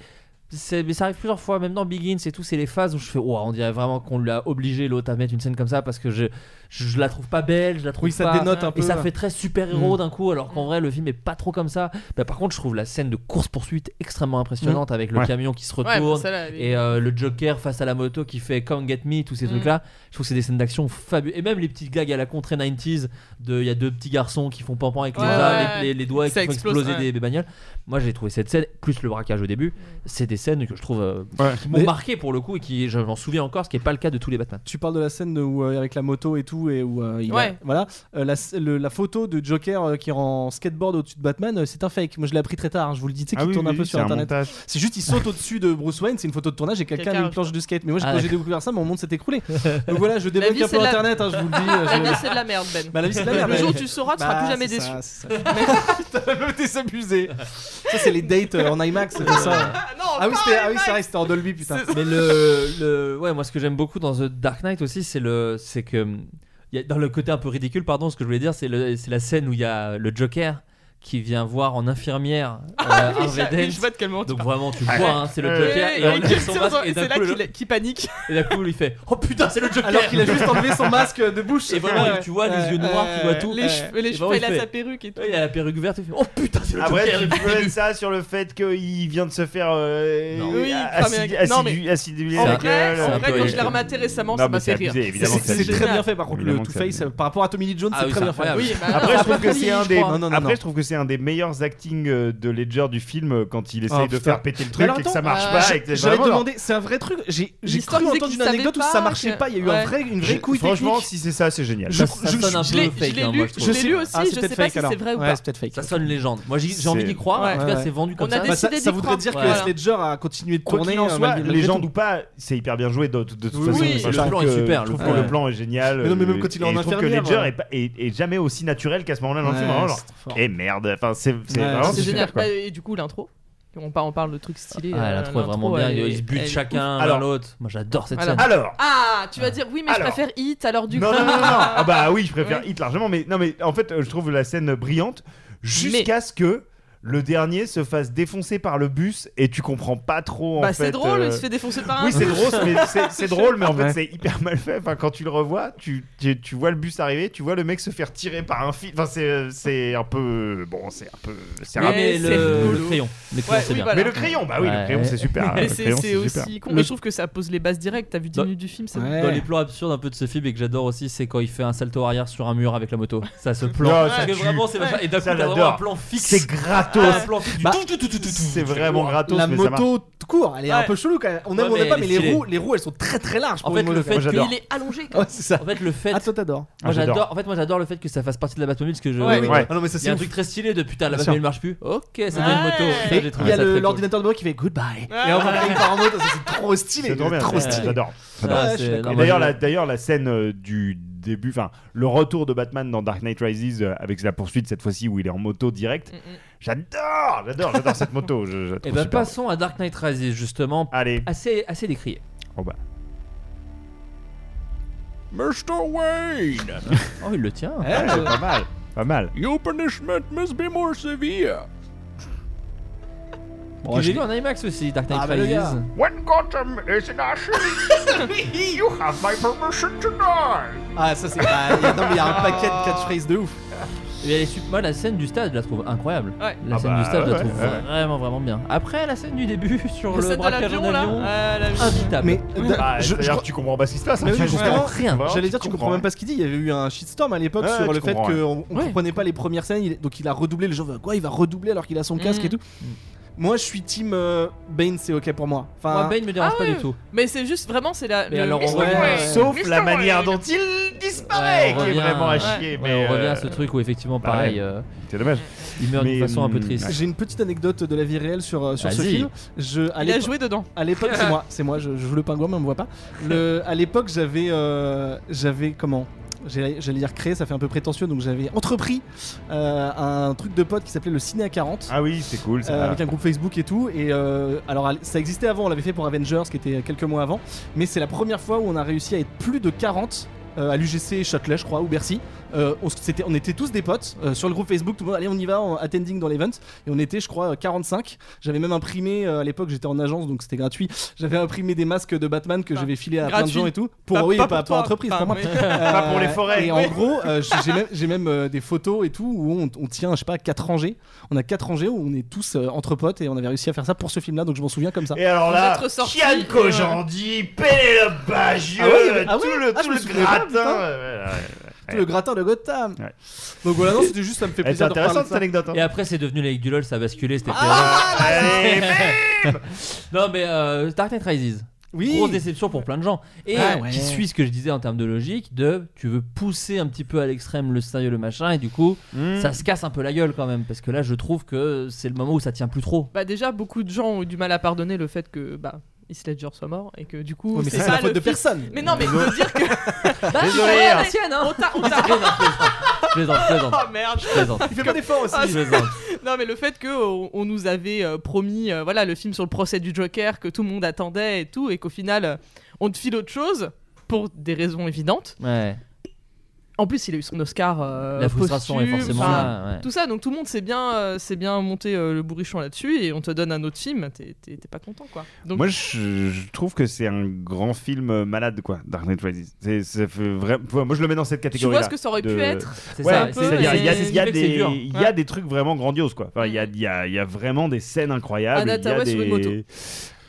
S7: c'est- Mais ça arrive plusieurs fois, même dans Begins et tout, c'est les phases où je fais, Ouah, on dirait vraiment qu'on l'a obligé l'autre à mettre une scène comme ça parce que je, je, je la trouve pas belle, je la trouve
S4: Oui, ça
S7: pas.
S4: dénote un peu.
S7: Et ça fait très super-héros
S4: Mm.
S7: d'un coup, alors qu'en vrai, le film est pas trop comme ça. Bah, par contre, je trouve la scène de course-poursuite extrêmement impressionnante
S4: Mm.
S7: avec le
S9: Ouais.
S7: camion qui se
S10: Ouais, bah,
S7: retourne
S10: celle-là, elle est-
S7: et euh, le Joker face à la moto qui fait Come Get Me, tous ces
S10: Mm.
S7: trucs-là. Je trouve que c'est des scènes d'action fabuleuses. Et même les petites gags à la contre 90s, de- il y a deux petits garçons qui font pampan avec les,
S10: Ouais,
S7: bras,
S10: ouais,
S7: les, les- les doigts et qui font
S10: ça explose,
S7: exploser
S10: ouais. Mm.
S7: des, des bagnoles. Moi, j'ai trouvé cette scène, plus le braquage au début, c'est des scènes que je trouve euh,
S9: Ouais.
S7: qui m'ont
S4: Mais-
S7: marqué pour le coup et qui, je m'en souviens encore, ce qui n'est pas le cas de tous les Batman.
S4: Tu parles de la scène où, euh, avec la moto et tout, et où euh, il a-
S10: Ouais.
S4: voilà, Euh, la, le- la photo de Joker euh, qui est en skateboard au-dessus de Batman, euh, c'est un fake. Moi je l'ai appris très tard, hein, je vous le dis, tu sais,
S9: Ah
S4: qui
S9: oui,
S4: tourne un
S9: oui,
S4: peu
S9: oui,
S4: sur
S9: c'est un
S4: internet.
S9: montage.
S4: C'est juste, il saute au-dessus de Bruce Wayne, c'est une photo de tournage et quelqu'un
S10: Quelqu'un
S4: a une
S10: rajoute.
S4: planche de skate. Mais moi j'ai-
S7: Ah,
S4: quand j'ai
S7: d'accord.
S4: découvert ça, mon monde s'était
S10: *laughs*
S4: écroulé. Donc voilà, je débloque
S10: vie,
S4: un
S10: c'est
S4: peu
S10: de la-
S4: internet, hein, je vous le dis. euh,
S10: La
S4: je-
S10: vie, c'est de la merde, Ben.
S4: Bah, la vie, c'est de la merde. Ah, Bah,
S10: Le jour où tu sauras, tu seras plus jamais
S4: c'est
S10: déçu.
S4: ça, *laughs* c'est ça. T'as même été s'amuser. Ça, c'est les dates euh, en IMAX, c'est ça.
S10: Ah non,
S4: Ah oui,
S10: pas
S4: c'était ah
S10: Iron
S4: oui, c'est vrai, c'était en Dolby, putain.
S7: Mais le, le- ouais, moi ce que j'aime beaucoup dans The Dark Knight aussi, c'est le, c'est que, il y a- dans le côté un peu ridicule, pardon, ce que je voulais dire, c'est le, c'est la scène où il y a le Joker qui vient voir
S10: *laughs*
S7: en infirmière euh,
S10: Ah oui,
S7: Harvey
S10: ça- oui,
S7: Dent.
S10: je vois de quel moment tu
S7: Donc
S10: parles.
S7: vraiment, tu
S10: Ouais.
S7: vois, hein, c'est le
S10: Ouais.
S7: Joker.
S10: Et-
S7: Et, on
S10: et
S7: enlève son
S10: il-
S7: masque, et
S10: c'est
S7: d'un
S10: là
S7: coup,
S10: qu'il- qu'il panique.
S7: Et d'un coup, il fait Oh putain, c'est le Joker
S4: Alors qu'il a juste enlevé son masque de bouche.
S7: Et vraiment,
S4: Ouais,
S7: tu vois
S4: ouais,
S7: les yeux noirs,
S4: ouais,
S7: tu vois tout.
S4: les cheveux- les
S7: Et
S4: cheveux,
S7: vraiment,
S4: il a
S7: fait-
S4: sa perruque et tout.
S7: Ouais, Il a la perruque verte, il fait Oh putain, c'est
S4: Ah
S7: le
S9: Après,
S7: Joker
S9: Ah tu
S7: depuis le
S9: prennes
S7: début.
S9: ça sur le fait qu'il vient de se faire euh,
S7: Non.
S10: Oui,
S9: assi-
S10: cramer avec-
S9: assidu-
S10: non, mais-
S9: assiduler
S10: en
S9: avec,
S10: vrai,
S9: euh,
S10: en
S9: le-
S10: vrai, quand je l'ai rematé récemment,
S9: Non,
S10: ça
S9: mais
S10: m'a
S9: c'est
S10: fait rire.
S9: abusé, évidemment que
S4: C'est c'est
S9: abusé.
S4: très bien fait par contre le
S9: Évidemment que
S4: Two
S9: c'est
S4: Face par rapport à Tommy Lee Jones,
S9: Ah
S4: c'est
S9: oui,
S4: très
S9: c'est
S4: bien fait.
S9: incroyable.
S4: Oui, bah,
S9: Après, je trouve que
S4: Tommy Lee,
S9: c'est un
S4: je
S9: des.
S4: crois. Non, non, non,
S9: Après,
S4: non.
S9: je trouve que c'est un des meilleurs acting euh, de Ledger du film euh, quand il essaye
S4: Ah,
S9: de
S4: putain.
S9: faire péter le
S4: Mais
S9: truc
S4: alors,
S9: et que ça
S4: attends,
S9: marche
S4: euh,
S9: pas.
S4: je-
S9: et que-
S4: J'avais
S9: vraiment,
S4: demandé, c'est un vrai truc. J'ai j'ai
S10: L'histoire
S4: cru
S10: disait
S4: entendre
S10: qu'ils
S4: une anecdote où
S10: savaient
S4: ça
S10: pas,
S4: marchait
S10: que-
S4: pas. Il y a eu un
S10: Ouais.
S4: vrai, une
S9: Je-
S4: vraie couille
S9: Franchement,
S4: technique.
S9: si c'est ça, c'est génial.
S7: Ça- ça sonne un peu
S4: je l'ai-
S7: fake,
S4: je l'ai
S7: hein,
S4: lu-
S7: moi, je trouve.
S4: je l'ai lu aussi,
S7: Ah, c'est
S10: je
S7: peut-être
S10: sais pas
S7: fake,
S10: si
S7: alors.
S10: c'est vrai ou
S7: Ouais,
S10: pas.
S7: c'est peut-être fake. Ça sonne légende. Moi, j'ai j'ai envie d'y croire. En tout cas, c'est vendu comme
S10: On
S7: ça.
S10: a
S4: Bah, ça,
S10: décidé
S4: ça
S10: d'y
S4: voudrait
S10: croire.
S4: dire que
S10: Voilà.
S4: Ledger a continué de
S9: Quoi
S4: tourner.
S9: qu'il en
S4: euh,
S9: soit,
S4: malgré-
S9: légende
S4: malgré
S9: ou
S4: tout.
S9: pas, c'est hyper bien joué de, de toute
S4: Oui,
S9: façon.
S4: oui,
S9: Enfin,
S4: le
S9: je trouve
S4: plan
S9: que-
S4: est super,
S9: Je
S4: le
S9: trouve
S4: plan.
S9: que le plan est génial.
S4: Mais non, mais même
S9: euh,
S4: quand il est en
S9: et je trouve que
S4: infirmière, hein.
S9: Ledger
S4: ouais.
S9: est, pas- est- est jamais aussi naturel qu'à ce moment-là dans le
S4: Ouais,
S9: film. Vraiment, genre,
S4: c'est fort.
S9: Et merde, enfin, c'est c'est
S4: Ouais,
S9: vraiment
S10: C'est
S9: super,
S10: génial.
S9: quoi.
S10: Bah, Et du coup, l'intro. On parle, on parle de trucs stylés.
S7: Ah,
S10: euh,
S7: l'intro est vraiment bien.
S10: elle
S7: Ils
S10: est-
S7: se butent
S10: elle est
S7: chacun
S10: ouf.
S7: l'un
S9: Alors-
S7: l'autre. Moi, j'adore cette
S10: Alors-
S7: scène.
S9: Alors.
S10: Ah, tu vas dire oui, mais je
S9: Alors.
S10: préfère Hit, alors du coup.
S9: Non, non, non, non, non. Ah bah oui, je préfère Hit largement, mais non, mais en fait, euh, je trouve la scène brillante jusqu'à ce que le dernier se fasse défoncer par le bus et tu comprends pas trop. en
S10: Bah, c'est
S9: fait,
S10: drôle,
S9: euh,
S10: il se fait défoncer par un.
S9: Oui, c'est
S10: bus.
S9: drôle, mais c'est- c'est drôle, mais en fait,
S4: Ouais.
S9: c'est hyper mal fait. Enfin, quand tu le revois, tu, tu, tu vois le bus arriver, tu vois le mec se faire tirer par un fil. Enfin, c'est- c'est un peu. Bon, c'est un peu. C'est
S7: Oui,
S9: rare.
S7: Ah, mais
S9: C'est
S7: le,
S9: rigolo.
S7: le crayon. Le crayon,
S10: Ouais,
S7: c'est
S10: oui,
S7: bien.
S10: voilà.
S9: Mais le crayon, bah oui, le
S7: Ouais.
S9: crayon, c'est super.
S10: Mais
S9: Le
S10: c'est
S9: crayon,
S10: c'est
S9: super.
S10: aussi con. Et
S7: Le-
S10: je trouve que ça pose les bases directes. T'as vu 10
S7: Dans-
S10: minutes du film, c'est
S7: Dans
S4: Ouais.
S7: les plans absurdes un peu de ce film et que j'adore aussi, c'est quand il fait un salto arrière sur un mur avec la moto. Ça, ce plan.
S9: Non,
S7: Parce
S9: ça
S7: que
S9: tue.
S7: euh, vraiment, c'est machin. Et d'un coup,
S9: Ça,
S7: t'as vraiment
S9: j'adore.
S7: un plan fixe.
S9: C'est gratos.
S7: Un plan fixe.
S4: Bah,
S7: Tout, tout, tout, tout, tout, tout.
S9: C'est
S7: Tu fais,
S9: vraiment
S7: wow.
S9: gratos,
S4: La
S9: mais ça marche.
S4: moto tout court, elle est un
S7: Ouais.
S4: peu chelou quand même. On
S7: Ouais,
S4: aime, on
S7: mais
S4: n'aime pas,
S7: elle
S4: mais
S7: est
S4: les
S7: stylée.
S4: roues, les roues, elles sont très très larges.
S7: En
S4: pour
S7: fait,
S4: une
S7: le
S4: moto.
S7: fait
S9: Moi, j'adore.
S7: qu'il
S10: Il est allongé.
S4: Ouais, c'est ça.
S7: En fait, le fait.
S4: Ah, toi t'adores.
S7: Moi,
S9: Ah, j'adore.
S7: j'adore. En fait, moi, j'adore le fait que ça fasse partie de la Batmobile parce que je.
S4: Ouais, oui.
S9: Ouais.
S4: Ah non, mais ça
S7: Il y a
S4: c'est
S7: un
S4: ouf.
S7: truc très stylé de putain, la
S4: Bien
S7: Batmobile
S4: sûr.
S7: marche plus. Ok, ça devient
S10: Ouais.
S7: une moto.
S10: Et
S7: Ça, j'ai
S4: Et Il
S7: trouvé
S4: y a
S7: ça très
S4: le-
S7: cool.
S4: l'ordinateur de bord qui fait goodbye.
S10: Ouais.
S4: Et on va parler par en moto, ça, c'est trop stylé.
S9: C'est trop bien.
S4: Trop
S9: ouais,
S4: stylé.
S9: J'adore. j'adore.
S7: Ah,
S4: Ouais, je suis
S7: c'est-
S4: d'accord.
S7: non,
S9: Et
S7: moi,
S9: d'ailleurs,
S7: je-
S9: la, d'ailleurs, la scène euh, du début, enfin, le retour de Batman dans Dark Knight Rises euh, avec la poursuite cette fois-ci où il est en moto
S10: Mm,
S9: direct, j'adore, j'adore, j'adore cette moto. Je,
S4: Eh
S9: je la
S7: Et
S9: trouve
S7: ben
S9: superbe.
S7: passons à Dark Knight Rises justement,
S9: Allez,
S7: assez assez décrié.
S9: oh bah.
S4: *laughs*
S12: Mr. Wayne,
S7: Oh, il le tient.
S4: Eh,
S9: Ah, c'est pas mal, pas mal.
S12: your punishment must be more severe.
S4: Bon, je
S7: J'ai vu en IMAX aussi Dark Knight
S4: Ah, bah, le
S7: Rises.
S4: gars.
S12: When Gotham is in *laughs* ashes, you have my permission to die.
S4: Ah, ça c'est. ah, il y a- non, mais il y a un paquet de catchphrases de ouf.
S7: Et elle est sup- Moi, la scène du stade, je la trouve incroyable.
S10: Ouais.
S7: La
S9: Ah
S7: scène
S9: bah,
S7: du stade, je la
S9: ouais,
S7: trouve
S9: ouais.
S7: vraiment vraiment bien. Après, la scène du début sur
S10: La
S7: le
S10: scène de
S7: braquage en
S10: l'avion
S7: avion,
S10: là. Ouais, la-
S7: invitable.
S4: Mais
S9: Bah,
S4: je- je-
S9: c'est-à-dire que tu comprends pas ce qui se passe.
S4: Mais
S9: hein,
S4: oui,
S9: tu
S4: justement,
S9: comprends
S7: rien.
S9: Vraiment,
S4: J'allais dire,
S9: tu
S4: tu comprends même pas ce qu'il dit. Il y avait eu un shitstorm à l'époque
S9: Ouais,
S4: sur le
S9: tu
S4: fait
S9: comprends, ouais.
S4: qu'on on
S10: Ouais.
S4: comprenait pas les premières scènes. il- donc il a redoublé. Les gens font, quoi Il va redoubler alors qu'il a son casque
S10: Mm.
S4: et tout. Moi, je suis team euh, Bane, c'est ok pour moi. Enfin,
S7: Moi, Bane me dérange
S10: Ah
S7: pas
S10: ouais.
S7: du tout.
S10: Mais c'est juste vraiment, c'est la.
S7: Mais
S10: le-
S7: alors, on
S10: Mr.
S7: revient-
S10: Wayne.
S9: Sauf la
S12: Mr.
S9: manière
S12: Wayne.
S9: dont il disparaît,
S7: Ouais, on
S9: qui est
S7: revient.
S9: vraiment à
S10: Ouais.
S9: chier.
S7: Ouais,
S9: mais,
S7: on revient à
S9: euh,
S7: ce truc où effectivement,
S9: bah
S7: pareil,
S9: ouais.
S7: euh,
S9: C'est dommage.
S7: il meurt d'une
S9: Mais,
S7: façon un peu
S9: hum,
S7: triste.
S4: j'ai une petite anecdote de la vie réelle sur, euh, sur ce
S7: Vas-y.
S4: film. Je, à
S10: Il a
S4: l'époque-
S10: joué dedans.
S4: À l'époque,
S10: *laughs*
S4: c'est moi, c'est moi, je, je joue le pingouin, mais on me voit pas. Le, à l'époque, j'avais. euh, j'avais comment J'allais j'allais dire créé, ça fait un peu prétentieux, donc j'avais entrepris euh, un truc de pote qui s'appelait le Ciné à 40.
S9: Ah oui, c'est cool.
S4: euh,
S9: ça.
S4: avec un groupe Facebook et tout et euh, alors à l- ça existait avant on l'avait fait pour Avengers qui était quelques mois avant mais c'est la première fois où on a réussi à être plus de 40 euh, à l'UGC Châtelet je crois ou Bercy Euh, on, s- c'était- on était tous des potes euh, sur le groupe Facebook tout le monde allez on y va en attending dans l'event et on était je crois euh, 45 j'avais même imprimé euh, à l'époque j'étais en agence donc c'était gratuit j'avais imprimé des masques de Batman que
S10: Enfin,
S4: j'avais filé à
S10: gratuit.
S4: plein de gens et tout pour
S10: Pas-
S4: oui
S10: pas
S4: pas,
S10: pour
S4: pour
S10: toi.
S4: entreprise
S10: Enfin,
S4: pour moi
S10: oui.
S4: Euh, *laughs*
S9: Pas pour les forêts.
S4: et en gros euh, j'ai- j'ai même, j'ai même, euh, des photos et tout où on, on tient je sais pas quatre rangées on a quatre rangées où on est tous euh, entre potes et on avait réussi à faire ça pour ce film là donc je m'en souviens comme ça
S9: Et alors
S10: Vous
S9: là,
S10: êtes ressortis, euh,
S9: Kian
S10: et,
S9: Kojandi, Pénélope Bagieux,
S4: Ah ouais, il y avait- ah
S9: euh, tout
S4: ouais,
S9: le,
S4: ah,
S9: tout
S4: je me
S9: le
S4: souvenais pas,
S9: gratin.
S4: putain.
S9: euh, ouais, ouais.
S4: Tout le gratin de Gotham
S9: Ouais.
S4: donc voilà non c'était juste ça me fait
S9: Eh, C'est
S4: plaisir de
S9: intéressant
S4: reparler de
S9: cette
S4: ça. Ah,
S9: anecdote. hein.
S7: Et après, c'est devenu les du LOL, ça a basculé, c'était
S9: Allez,
S7: *laughs* Non mais euh, Dark Knight Rises.
S4: Oui.
S7: Grosse déception pour plein de gens. Et
S4: Ah ouais.
S7: qui suit ce que je disais en termes de logique, de tu veux pousser un petit peu à l'extrême le sérieux, le machin, et du coup,
S4: Hmm.
S7: ça se casse un peu la gueule quand même. Parce que là, je trouve que c'est le moment où ça tient plus trop.
S10: Bah, déjà, beaucoup de gens ont eu du mal à pardonner le fait que. Bah, Heath Ledger soit mort et que du coup.
S4: Ouais, Oh, mais ça, c'est
S10: pas
S4: la faute
S10: le
S4: de
S10: fils-
S4: personne
S10: Mais non, mais de dire
S7: *laughs*
S10: que. Bah,
S9: Désolé,
S10: Ouais,
S9: hein.
S10: mais On t'a. on *laughs* t'a-
S4: Ah,
S7: Je plaisante, je plaisante,
S10: *laughs* Oh merde
S7: je plaisante.
S4: il fait pas d'effort aussi
S10: Ah,
S7: Je plaisante.
S10: *laughs* Non, mais le fait que euh, on, on nous avait euh, promis euh, voilà le film sur le procès du Joker que tout le monde attendait et tout et qu'au final euh, on te file autre chose pour des raisons évidentes.
S7: Ouais.
S10: En plus, il a eu son Oscar. euh,
S7: La frustration
S10: posthume,
S7: est forcément
S10: enfin,
S7: là, ouais.
S10: Tout ça, donc tout le monde s'est bien, euh, s'est bien monté euh, le bourrichon là-dessus et on te donne un autre film, t'es t'es- t'es pas content quoi. Donc,
S9: Moi, je, je trouve que c'est un grand film euh, malade, quoi. Dark Knight Rises. C'est- ça fait vrai- enfin, Moi, je le mets dans cette catégorie.
S10: ce que ça aurait pu être. C'est ça, un
S9: Ouais,
S10: peu,
S9: c'est-à-dire, il y a,
S10: et-
S9: il y a
S10: il fait que
S9: des,
S10: c'est dur.
S9: il y a des trucs vraiment grandioses, quoi. Enfin, il y a, il y a- il y a vraiment des scènes incroyables. Il y a
S4: Anatawa sur une moto.
S9: des.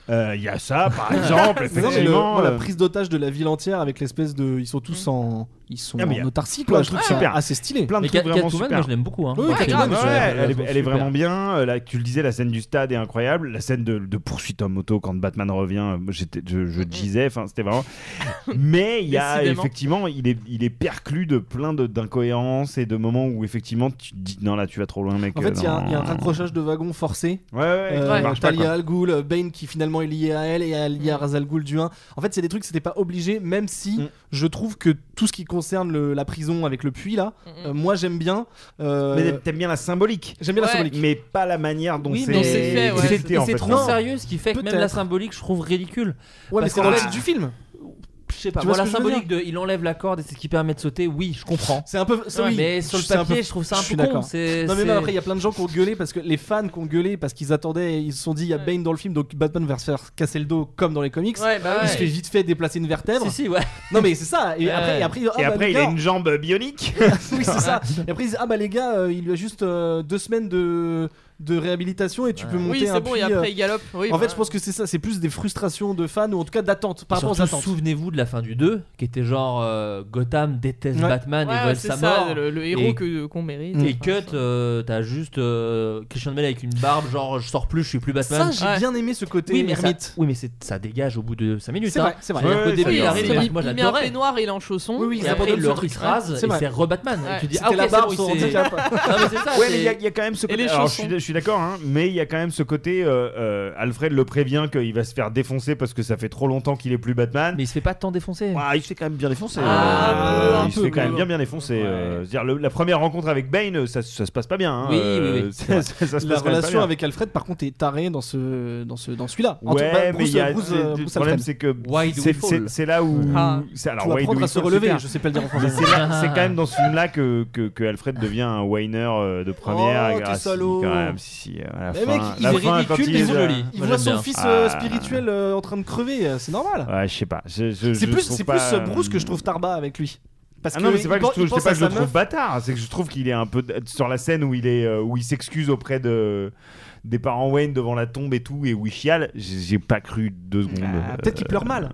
S9: Euh, Il y a ça, par
S4: *laughs*
S9: exemple,
S4: Non, mais le-
S9: effectivement.
S4: moi, la
S9: euh,
S4: prise d'otage de la ville entière avec l'espèce de. Ils sont tous en. Ils sont
S9: Ah, mais il y
S4: en
S9: a
S4: autarcie,
S9: plein
S4: quoi.
S9: de
S4: Je trouve
S9: trucs
S4: ça
S9: super.
S4: assez stylé.
S9: Plein de trucs vraiment super.
S4: Oui,
S9: Ouais,
S4: Catwoman,
S9: ouais,
S4: je la-
S9: elle,
S4: je la
S9: est,
S4: trouve
S9: elle est
S4: super.
S9: vraiment bien. Euh, Là, tu le disais, la scène du stade est incroyable. La scène de, de poursuite en moto quand Batman revient, euh, j'étais- je, je disais, enfin, c'était vraiment. *laughs* Mais il y a
S4: Mm. Décidément.
S9: effectivement, il est, il est perclu de plein de- d'incohérences et de moments où effectivement tu te dis non là tu vas trop loin mec.
S4: En fait, il y, a
S9: euh,
S4: un- il y a un
S9: non.
S4: raccrochage de wagons forcé.
S9: Ouais, ouais, Mm.
S4: Euh,
S9: qui marche
S4: t'as
S9: pas,
S4: lié
S9: quoi.
S4: à Al Ghul, euh, Bane qui finalement est lié à elle et à- lié à Ra's al Ghul du 1. En fait, c'est des trucs, c'était pas obligé, même si
S9: Mm.
S4: je trouve que tout ce qui concerne le- la prison avec le puits là, euh, moi j'aime bien. euh,
S9: Mais t'aimes bien la symbolique.
S4: J'aime bien la symbolique.
S9: Mais pas la manière dont
S4: Oui,
S9: c'est
S4: mais c'est fait, ouais.
S9: traité,
S4: Et c'est- et
S9: en
S4: c'est
S9: fait.
S4: trop
S7: Non,
S4: Non.
S7: sérieux, ce qui fait que même
S4: Peut-être.
S7: la symbolique, je trouve ridicule.
S4: Ouais, mais
S7: Parce
S4: c'est
S7: qu'en
S4: dans le
S7: fait-
S4: titre du film.
S7: Je sais pas,
S4: Tu
S7: moi,
S4: vois
S7: la
S4: ce que je veux
S7: symbolique de il enlève la corde et c'est ce qui permet de sauter, oui, je comprends.
S4: C'est un peu. c'est-
S7: Ouais,
S4: oui,
S7: mais sur le
S4: c'est un
S7: papier,
S4: peu-
S7: je trouve ça un
S4: je suis
S7: peu con.
S4: d'accord.
S7: c'est-
S4: Non, mais
S7: c'est-
S4: même après, il y a plein de gens qui ont gueulé parce que les fans qui ont gueulé parce qu'ils attendaient, et ils se sont dit, il y a Bane dans le film, donc Batman va se faire casser le dos comme dans les comics.
S7: Ouais, bah
S4: Il
S7: ouais.
S4: se fait vite fait déplacer une vertèbre.
S7: Si, si, ouais.
S4: Non, mais c'est ça. Et après, et après,
S9: Et
S4: ah, bah,
S9: après,
S4: les
S9: il a
S4: gars,
S9: une jambe bionique.
S4: *laughs* oui, c'est ça. Et après, ils disent, ah bah les gars, euh, il lui a juste euh, deux semaines de, de réhabilitation et tu peux
S10: Oui,
S4: monter
S10: c'est
S4: un
S10: bon, et
S4: puits,
S10: après,
S4: euh.
S10: il galope. Oui,
S4: en
S10: voilà.
S4: fait, je pense que c'est ça, c'est plus des frustrations de fans ou en tout cas d'attente, par
S7: Et
S4: rapport aux
S7: surtout,
S4: attentes.
S7: souvenez-vous de la fin du 2, qui était genre euh, Gotham déteste
S4: Ouais.
S7: Batman
S10: Ouais,
S7: et veulent
S10: c'est
S7: sa
S10: ça,
S7: mort.
S10: le- le héros
S7: Et-
S10: que- qu'on mérite.
S7: Et
S10: Enfin,
S7: Cut, euh, t'as juste euh, Christian Bale avec une barbe, genre je sors plus, je suis plus
S4: Ça,
S7: Batman.
S4: j'ai Ouais. bien aimé ce côté
S7: oui, mais ça-
S4: ermite.
S7: oui, mais c'est- ça dégage au bout de 5 minutes.
S4: C'est
S7: hein.
S4: vrai, c'est vrai.
S7: C'est-à-dire
S4: Ouais,
S7: qu'au
S4: ouais,
S7: début,
S4: c'est
S7: il
S4: vrai.
S7: arrive,
S4: C'est vrai.
S7: moi je
S10: il met un
S7: l'adorais.
S10: peignoir et il est en chausson.
S4: Oui, oui,
S7: Et après, il le il se rase et c'est re-Batman. Et tu dis, ah, ok,
S4: la
S7: c'est
S4: barbe
S7: bon, il
S4: sans
S7: s'est-
S4: handicap.
S7: *laughs* Non, mais c'est ça,
S9: hein. ouais, mais il y, a-
S7: c'est-
S9: il y a quand même ce
S7: Et
S9: côté.
S7: les
S9: Alors, je suis,
S7: chansons.
S9: je suis d'accord, hein, mais il y a quand même ce côté. euh, euh, Alfred le prévient qu'il va se faire défoncer parce que ça fait trop longtemps qu'il est plus Batman.
S7: Mais il se fait pas tant défoncer.
S9: il se fait quand même bien défoncer.
S7: Ah,
S9: Euh,
S7: un peu,
S9: il se
S7: un
S9: fait
S7: peu,
S9: quand
S7: mais
S9: même
S7: bon.
S9: bien bien défoncer. euh, c'est-à-dire, le- la première rencontre avec Bane, ça, ça se passe pas bien. hein,
S4: Oui,
S9: euh, *laughs*
S4: oui, oui.
S9: ça- ça- ça
S4: la
S9: se passe quand même pas
S4: relation
S9: bien.
S4: avec Alfred, par contre, est tarée dans ce, dans ce, dans celui-là. Entre-
S9: Ouais,
S4: bah,
S9: mais
S4: Bruce-
S9: il y a
S4: Bruce-
S9: le- le
S4: Bruce
S9: problème,
S4: Alfred.
S9: c'est que c'est- c'est c'est là où
S4: Ah.
S9: c'est- alors,
S4: Faut
S9: why do
S4: apprendre
S9: we
S4: à se
S9: fall,
S4: relever.
S9: super.
S4: Je sais pas le dire en
S9: Mais
S4: français.
S9: c'est là- C'est quand
S4: *laughs*
S9: même dans ce film-là que, que, que Alfred devient un whiner euh, de première.
S4: Oh,
S9: grâce-
S4: t'es salaud.
S9: quand même, si, à la
S4: Mais
S9: fin,
S4: mec, il
S9: la
S4: est
S9: fin, quand
S4: ridicule,
S9: il-
S4: il, il
S9: Moi,
S4: voit
S9: j'aime
S4: son
S9: bien.
S4: fils euh,
S9: Ah.
S4: spirituel euh, en train de crever, euh, c'est normal.
S9: Ouais, je sais pas. je- je-
S4: C'est
S9: je
S4: plus,
S9: trouve
S4: c'est
S9: pas,
S4: plus euh, Bruce
S9: euh,
S4: que je trouve Tarba avec lui. Parce
S9: ah non,
S4: que
S9: mais c'est pas
S4: il
S9: que je,
S4: pense-
S9: trouve-
S4: il
S9: je sais
S4: pense
S9: pas
S4: à
S9: que je le
S4: sa
S9: trouve
S4: meuf.
S9: bâtard, c'est que je trouve qu'il est un peu sur la scène où il est euh, où il s'excuse auprès de des parents Wayne devant la tombe et tout et où il chiale, j'ai j'ai pas cru deux secondes. Euh,
S4: Peut-être qu'il pleure mal.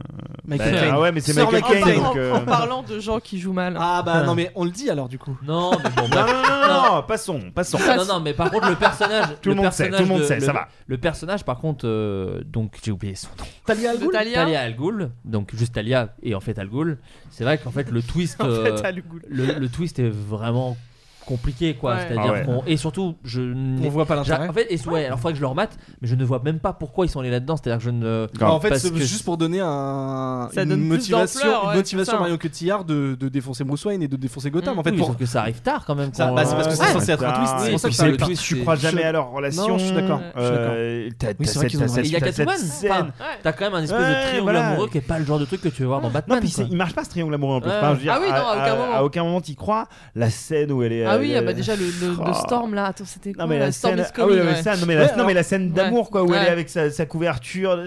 S4: Michael
S9: bah,
S4: Caine.
S9: ah ouais, mais c'est
S4: Sir
S9: Michael
S4: Michael
S9: Caine,
S4: Caine.
S9: donc,
S7: *laughs*
S9: euh,
S10: En parlant de gens qui jouent mal.
S4: Ah bah non, mais on le dit alors du coup.
S7: hein. Non, mais bon,
S9: Non,
S7: bref.
S9: non, non, non, non, passons, passons.
S7: Non, non, non, mais par contre, le personnage.
S9: Tout le monde sait,
S7: personnage
S9: tout le monde
S7: de-
S9: sait, ça va.
S7: Le personnage, par contre, euh, donc j'ai oublié son nom.
S4: Talia Al Ghul
S10: Talia.
S7: Talia Al Ghul, donc juste Talia et en fait Al Ghul. C'est vrai qu'en fait le twist,
S4: *laughs*
S10: En fait,
S7: euh,
S10: Al Ghul.
S7: le, le twist est vraiment compliqué quoi.
S10: Ouais.
S7: C'est-à-dire
S9: Ah ouais.
S7: qu'on- et surtout je n'ai-
S4: voit pas l'intérêt.
S7: j'a- En fait, et, ouais, alors faudrait que je le remate, mais je ne vois même pas pourquoi ils sont allés là-dedans. C'est-à-dire que je ne.
S4: En fait,
S7: parce
S4: c'est
S7: que-
S4: juste pour donner un,
S7: Ça
S4: une
S7: donne plus
S4: motivation,
S7: d'ampleur,
S4: une
S7: ouais, c'est
S4: motivation
S7: ça. Mm.
S4: Marion Cotillard de, de défoncer Bruce Wayne et de défoncer Gotham. en fait,
S7: Oui,
S4: pour...
S7: sauf que ça arrive tard quand même.
S4: Ça-
S7: qu'on-
S4: bah, c'est parce que c'est
S7: Ouais,
S4: censé être un
S9: Ah,
S7: tard.
S4: twist. C'est
S7: Et
S4: pour ça
S7: puis
S4: que ça
S7: c'est
S4: le
S7: le
S4: twist.
S7: twist,
S9: tu
S7: c'est-
S9: crois jamais à leur relation.
S4: Non, je suis d'accord.
S9: Euh, t'as-
S4: Oui,
S9: t'as
S4: c'est vrai
S9: cette-
S4: qu'ils ont
S9: t'as
S4: raison.
S9: cette-
S7: Il y a
S9: t'as cette
S7: Catwoman. enfin,
S9: scène.
S7: T'as quand même un espèce
S9: Ouais,
S7: de triangle
S9: voilà.
S7: amoureux qui est pas le genre de truc que tu veux voir dans Batman.
S9: Non, puis c'est-
S7: quoi.
S9: il marche pas ce triangle amoureux en plus.
S7: Ouais.
S9: Enfin, je veux dire,
S10: Ah oui, non, à aucun moment.
S9: À aucun moment t'y crois. La scène où elle est.
S10: Ah oui,
S9: elle-
S10: ah bah déjà le, le- le
S9: Oh.
S10: Storm là, attends, c'était quoi
S9: Non mais la
S10: Storm
S9: scène,
S10: is
S9: ah oui,
S10: coming,
S9: mais
S10: ouais.
S9: ça, non mais la,
S10: Ouais,
S9: non,
S10: alors-
S9: mais la scène d'amour quoi, où elle
S10: Ouais.
S9: est avec sa, sa couverture.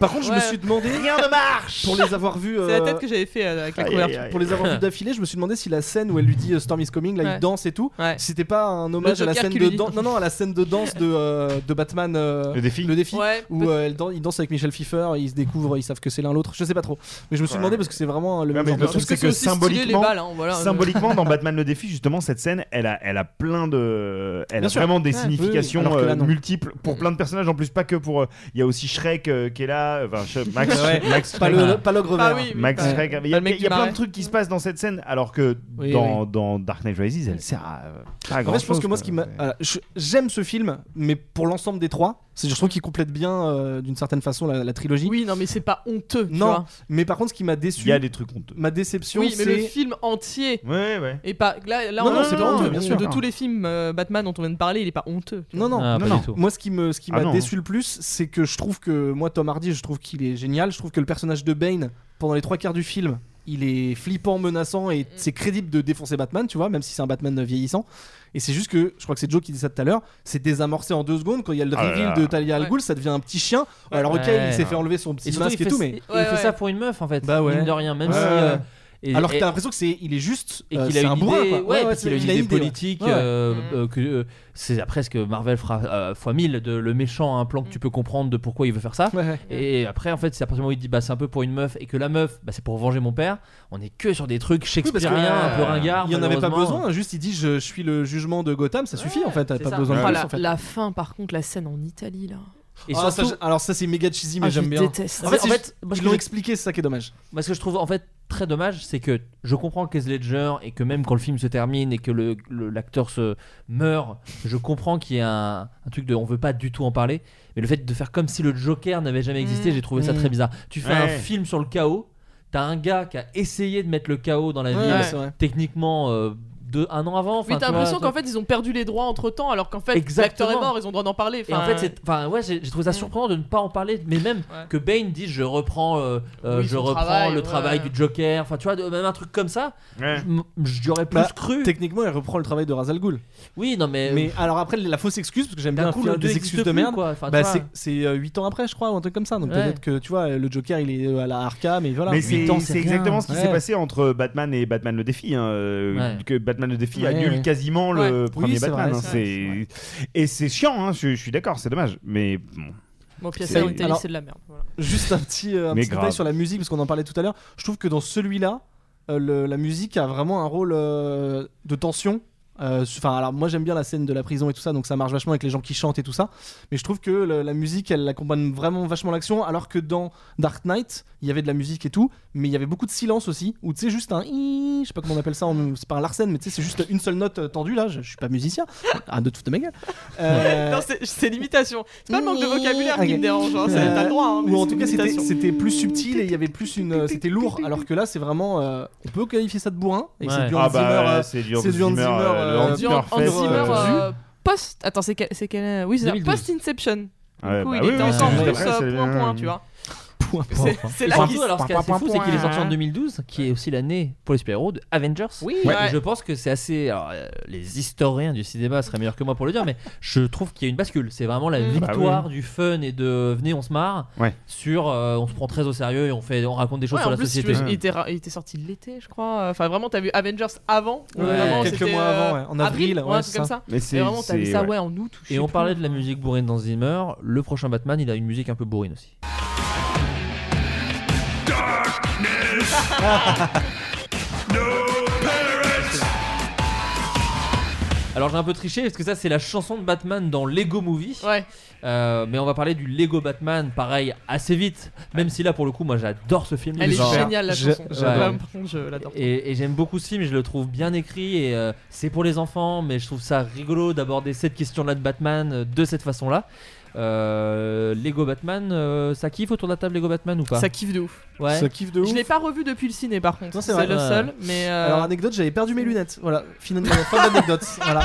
S4: Par contre, je me
S10: Ouais.
S4: suis demandé.
S9: Rien ne marche
S4: Pour les avoir vus.
S10: C'est la
S4: euh,
S10: tête que j'avais fait euh, avec la
S4: Aïe,
S10: couverture.
S4: aïe, aïe. Pour les avoir vus d'affilée, je me suis demandé si la scène où elle lui dit euh, Storm is coming, là
S10: Ouais.
S4: il danse et tout, si c'était pas un hommage
S10: Le
S4: à la
S10: Joker
S4: scène
S10: qui lui
S4: de
S10: dit.
S4: danse. Non, non, à la scène de danse de, euh, de Batman. euh,
S9: Le défi.
S10: Ouais,
S4: où
S10: peut-
S4: euh, elle dan- il danse avec Michel Pfeiffer, ils se découvrent, ils savent que c'est l'un l'autre. Je sais pas trop. Mais je me suis
S9: Ouais.
S4: demandé parce que c'est vraiment le
S9: Non,
S4: même
S9: mais
S4: genre
S9: le
S4: de
S9: truc
S4: truc.
S9: c'est
S10: parce que
S9: que
S10: c'est aussi stylé,
S9: symboliquement,
S10: les balles, hein, voilà.
S4: *laughs*
S9: symboliquement dans Batman le défi justement cette scène, elle a, elle a plein de, elle
S4: Bien
S9: a
S4: sûr.
S9: vraiment des
S4: Ouais.
S9: significations
S4: Oui, oui. Alors que là,
S9: euh,
S4: non.
S9: multiples pour plein de personnages en plus pas que pour. euh, Il y a aussi Shrek euh, qui est là, enfin Sh- Max,
S4: Ouais.
S9: Max
S4: Pas
S9: Shrek.
S4: le- pas l'ogre
S10: Bah
S4: vert.
S10: oui, oui,
S9: Max
S10: bah,
S9: Shrek. Il y
S10: bah,
S9: a,
S10: le mec
S9: il y
S10: du
S9: a plein
S10: marais.
S9: de trucs qui se passent dans cette scène, alors que
S4: Oui,
S9: dans, dans Dark Knight Rises, elle sert à. euh, pas à
S4: En fait,
S9: grand-chose,
S4: je pense que moi,
S9: quoi.
S4: ce qui m'a- voilà, je- j'aime ce film, mais pour l'ensemble des trois, c'est je trouve qu'il complète bien euh, d'une certaine façon la, la trilogie.
S10: Oui, non, mais c'est pas honteux. tu
S4: non,
S10: vois.
S4: mais par contre, ce qui m'a déçu,
S9: Il y a des trucs honteux.
S4: ma déception,
S10: Oui, mais le
S4: c'est
S10: film entier.
S9: Ouais, ouais.
S10: Et pas là, là
S4: Non,
S10: on
S4: non,
S10: est
S4: c'est
S10: dans-
S4: pas honteux,
S10: de-
S4: bien sûr.
S10: de tous les films euh, Batman dont on vient de parler, il est pas honteux. tu
S4: non, non,
S7: Ah,
S4: non,
S7: pas
S4: non.
S7: du tout.
S4: Moi, ce qui me, ce qui
S9: Ah
S4: m'a
S9: non.
S4: déçu le plus, c'est que je trouve que moi, Tom Hardy, je trouve qu'il est génial. Je trouve que le personnage de Bane, pendant les trois quarts du film, il est flippant, menaçant et c'est crédible de défoncer Batman, tu vois, même si c'est un Batman vieillissant. Et c'est juste que, je crois que c'est Joe qui dit ça tout à l'heure, c'est désamorcé en deux secondes quand il y a le
S7: Ah là
S4: reveal
S7: là.
S4: de Talia al Ghul, ça devient un petit chien. Alors ok,
S7: Ouais.
S4: il s'est fait enlever son petit
S7: surtout,
S4: masque
S7: il
S4: et
S7: fait-
S4: tout, mais
S7: il fait ça pour une meuf en fait.
S4: bah ouais.
S7: Mine de rien, même
S4: Ouais,
S7: si.
S4: ouais.
S7: euh, et-
S4: Alors que
S7: et-
S4: t'as l'impression que c'est, il est juste,
S7: et
S4: euh,
S7: qu'il
S4: c'est
S7: a
S4: un
S7: une
S4: bourrin,
S7: idée,
S4: quoi.
S7: ouais, parce
S4: c'est-
S7: qu'il a une
S4: il
S7: idée
S4: ouais.
S7: politique.
S4: Ouais, ouais.
S7: euh, euh, que euh, c'est après ce que Marvel fera euh, fois 1000 de le méchant a un plan que tu peux comprendre de pourquoi il veut faire ça. Et après, en fait, c'est à partir du moment où il dit bah c'est un peu pour une meuf et que la meuf bah, c'est pour venger mon père. On est que sur des trucs
S4: Oui, parce que-
S7: shakespeariens, un peu ringards.
S4: Il y en avait pas
S7: malheureusement.
S4: besoin, juste il dit je, je suis le jugement de Gotham, ça suffit en fait, t'as
S10: C'est
S4: pas
S10: ça.
S4: besoin de
S10: Oh,
S4: plus
S10: la,
S4: en fait.
S10: la fin, par contre, la scène en Italie, là.
S4: Ah, ça, j'ai- alors ça c'est méga cheesy mais
S10: Ah, je
S4: j'aime bien.
S10: déteste.
S4: En fait,
S10: En
S4: c'est
S10: fait,
S4: juste-
S10: moi, ce
S4: ils
S10: que
S4: l'ont
S10: je-
S4: expliqué, c'est ça qui est dommage.
S7: Moi, ce que je trouve en fait très dommage, c'est que je comprends que Heath Ledger et que même quand le film se termine et que le- le- l'acteur se meurt, je comprends qu'il y a un, un truc de on veut pas du tout en parler, mais le fait de faire comme si le Joker n'avait jamais existé,
S10: Mm.
S4: Mmh.
S7: j'ai trouvé ça
S4: Mmh.
S7: très bizarre. Tu fais un
S4: Ouais.
S7: film sur le chaos, t'as un gars qui a essayé de mettre le chaos dans la
S10: Ouais,
S7: ville,
S10: ouais, c'est vrai.
S7: techniquement euh, deux- un an avant. enfin,
S10: Mais t'as
S7: tu vois,
S10: l'impression
S7: tu-
S10: qu'en fait, ils ont perdu les droits entre temps, alors qu'en fait, l'acteur
S7: Exactement.
S10: est mort, ils ont le droit d'en parler. Mm.
S7: Et en fait, c'est, enfin, ouais, j'ai j'ai trouvé ça surprenant de ne pas en parler, mais même que Bane dise je reprends, euh, euh,
S10: Oui,
S7: je
S10: son
S7: reprends
S10: travail,
S7: le
S10: ouais.
S7: travail du Joker, enfin, tu vois, de- même un truc comme ça, j'aurais plus
S4: Bah,
S7: cru.
S4: Techniquement, il reprend le travail de Razal Ghoul.
S7: Oui, non, mais.
S4: Mais alors après, la fausse excuse, parce que j'aime
S7: D'un
S4: bien
S7: coup,
S4: faire
S7: le deux
S4: des excuses
S7: existe
S4: de
S7: plus,
S4: merde,
S7: quoi. Enfin, tu
S4: bah,
S7: vois.
S4: c'est, c'est 8 ans après, je crois, ou un truc comme ça. Donc
S7: Ouais.
S4: peut-être que tu vois, le Joker il est euh, à la Arca, mais voilà.
S9: Mais
S4: Huit
S9: c'est
S4: ans,
S9: c'est
S4: rien.
S9: exactement ce qui s'est
S4: Ouais.
S9: passé entre Batman et Batman le défi. hein, euh,
S4: Ouais.
S9: Que Batman le défi
S4: Ouais,
S9: annule
S4: ouais.
S9: quasiment le
S4: Ouais.
S9: premier
S4: Oui, c'est
S9: Batman.
S4: vrai,
S9: hein,
S4: c'est
S9: c'est- Et c'est chiant, hein, je, je suis d'accord, c'est dommage. Mais bon.
S10: Bon, puis la
S9: C'est-
S10: scène en Italie,
S4: Alors,
S10: c'est de la merde. voilà.
S4: Juste un petit, euh, un
S9: Mais
S4: petit détail
S9: grave.
S4: sur la musique, parce qu'on en parlait tout à l'heure. Je trouve que dans celui-là, euh, le- la musique a vraiment un rôle euh, de tension. Euh, Enfin, alors moi j'aime bien la scène de la prison et tout ça, donc ça marche vachement avec les gens qui chantent et tout ça. Mais je trouve que le- la musique, elle accompagne vraiment vachement l'action, alors que dans Dark Knight, il y avait de la musique et tout, mais il y avait beaucoup de silence aussi, où tu sais juste un, hi je sais pas comment on appelle ça, en- c'est pas un larsen, mais tu sais c'est juste une seule note euh, tendue là. Je, je suis pas musicien, un de toute ma gueule. Euh,
S10: *laughs* Non, c'est- c'est l'imitation. C'est pas le manque de vocabulaire qui
S4: Ok. Euh,
S10: me dérange, hein, c'est- t'as le droit. hein, mais
S4: Ou en
S10: c'est
S4: tout cas, c'était
S10: l'imitation.
S4: c'était plus subtil et il y avait plus une.
S10: *laughs*
S4: euh, C'était lourd, alors que là, c'est vraiment. euh, on peut qualifier ça de bourrin. Et c'est
S9: Ouais.
S4: du
S9: Ah
S4: Hans
S9: bah,
S4: Zimmer, euh,
S9: c'est du Hans
S4: du Hans
S9: Zimmer,
S4: Zimmer,
S9: euh, le
S4: euh,
S9: Hans
S4: du
S9: Zimmer
S4: Hans
S9: Fest,
S4: Zimmer,
S9: euh,
S4: euh,
S10: Euh, Post. Attends, c'est quel. c'est quel- Oui, c'est ça,
S4: 2012.
S10: Post-Inception.
S9: Ouais,
S10: du coup,
S9: bah
S10: il
S9: oui,
S10: était
S9: oui,
S10: encore
S9: c'est
S10: plus
S9: après,
S10: euh,
S9: c'est-
S10: point, point, tu vois. C'est- C'est
S7: Et
S10: là
S7: surtout,
S10: qu'il-
S7: alors ce qui est assez fou, c'est qu'il est sorti en 2012, qui est aussi l'année pour les super-héros de Avengers.
S10: Oui.
S7: Et
S10: Ouais.
S7: je pense que c'est assez. Alors, euh, les historiens du cinéma seraient meilleurs que moi pour le dire, mais je trouve qu'il y a une bascule. C'est vraiment la
S9: Mm. Bah
S7: victoire
S9: oui.
S7: du fun et de venez, on se marre.
S9: Ouais.
S7: Sur, euh, on se prend très au sérieux et on fait, on raconte des choses
S10: Ouais,
S7: sur
S10: en
S7: la
S10: plus, si tu
S7: société.
S10: veux, il, était, ra- il était sorti l'été, je crois. Enfin, vraiment, t'as vu Avengers avant
S7: Ouais.
S10: Vraiment,
S7: Quelques
S10: c'était,
S7: mois
S10: euh,
S7: avant, ouais. En avril,
S10: ouais,
S7: ouais,
S10: un truc
S7: c'est
S10: comme
S7: ça.
S10: ça.
S7: Mais
S10: Et
S7: c'est-
S10: vraiment, t'as
S7: c'est-
S10: vu ça,
S7: ouais.
S10: ouais, en août. je
S7: Et
S10: sais
S7: on
S10: plus.
S7: parlait de la musique bourrine dans Zimmer. Le prochain Batman, il a une musique un peu bourrine aussi. Alors j'ai un peu triché parce que ça c'est la chanson de Batman dans Lego Movie. Euh, mais on va parler du Lego Batman, pareil, assez vite. Même si là pour le coup, moi j'adore ce film.
S10: Elle est
S7: Genre-
S10: géniale, la
S7: Je-
S10: chanson.
S7: j'adore.
S10: Ouais, par contre, je l'adore.
S7: Et, et j'aime beaucoup ce film, je le trouve bien écrit. Et euh, c'est pour les enfants, mais je trouve ça rigolo d'aborder cette question-là de Batman euh, de cette façon-là. Euh, Lego Batman, euh, ça kiffe autour de la table Lego Batman ou pas
S10: Ça kiffe de ouf.
S7: Ouais.
S10: Je l'ai pas revu depuis le ciné, par contre.
S4: Non,
S10: C'est
S4: vrai.
S10: le seul. Mais. euh,
S4: Alors, anecdote, j'avais perdu mes lunettes. Voilà, finalement,
S10: *laughs*
S4: fin d'anecdote. Voilà.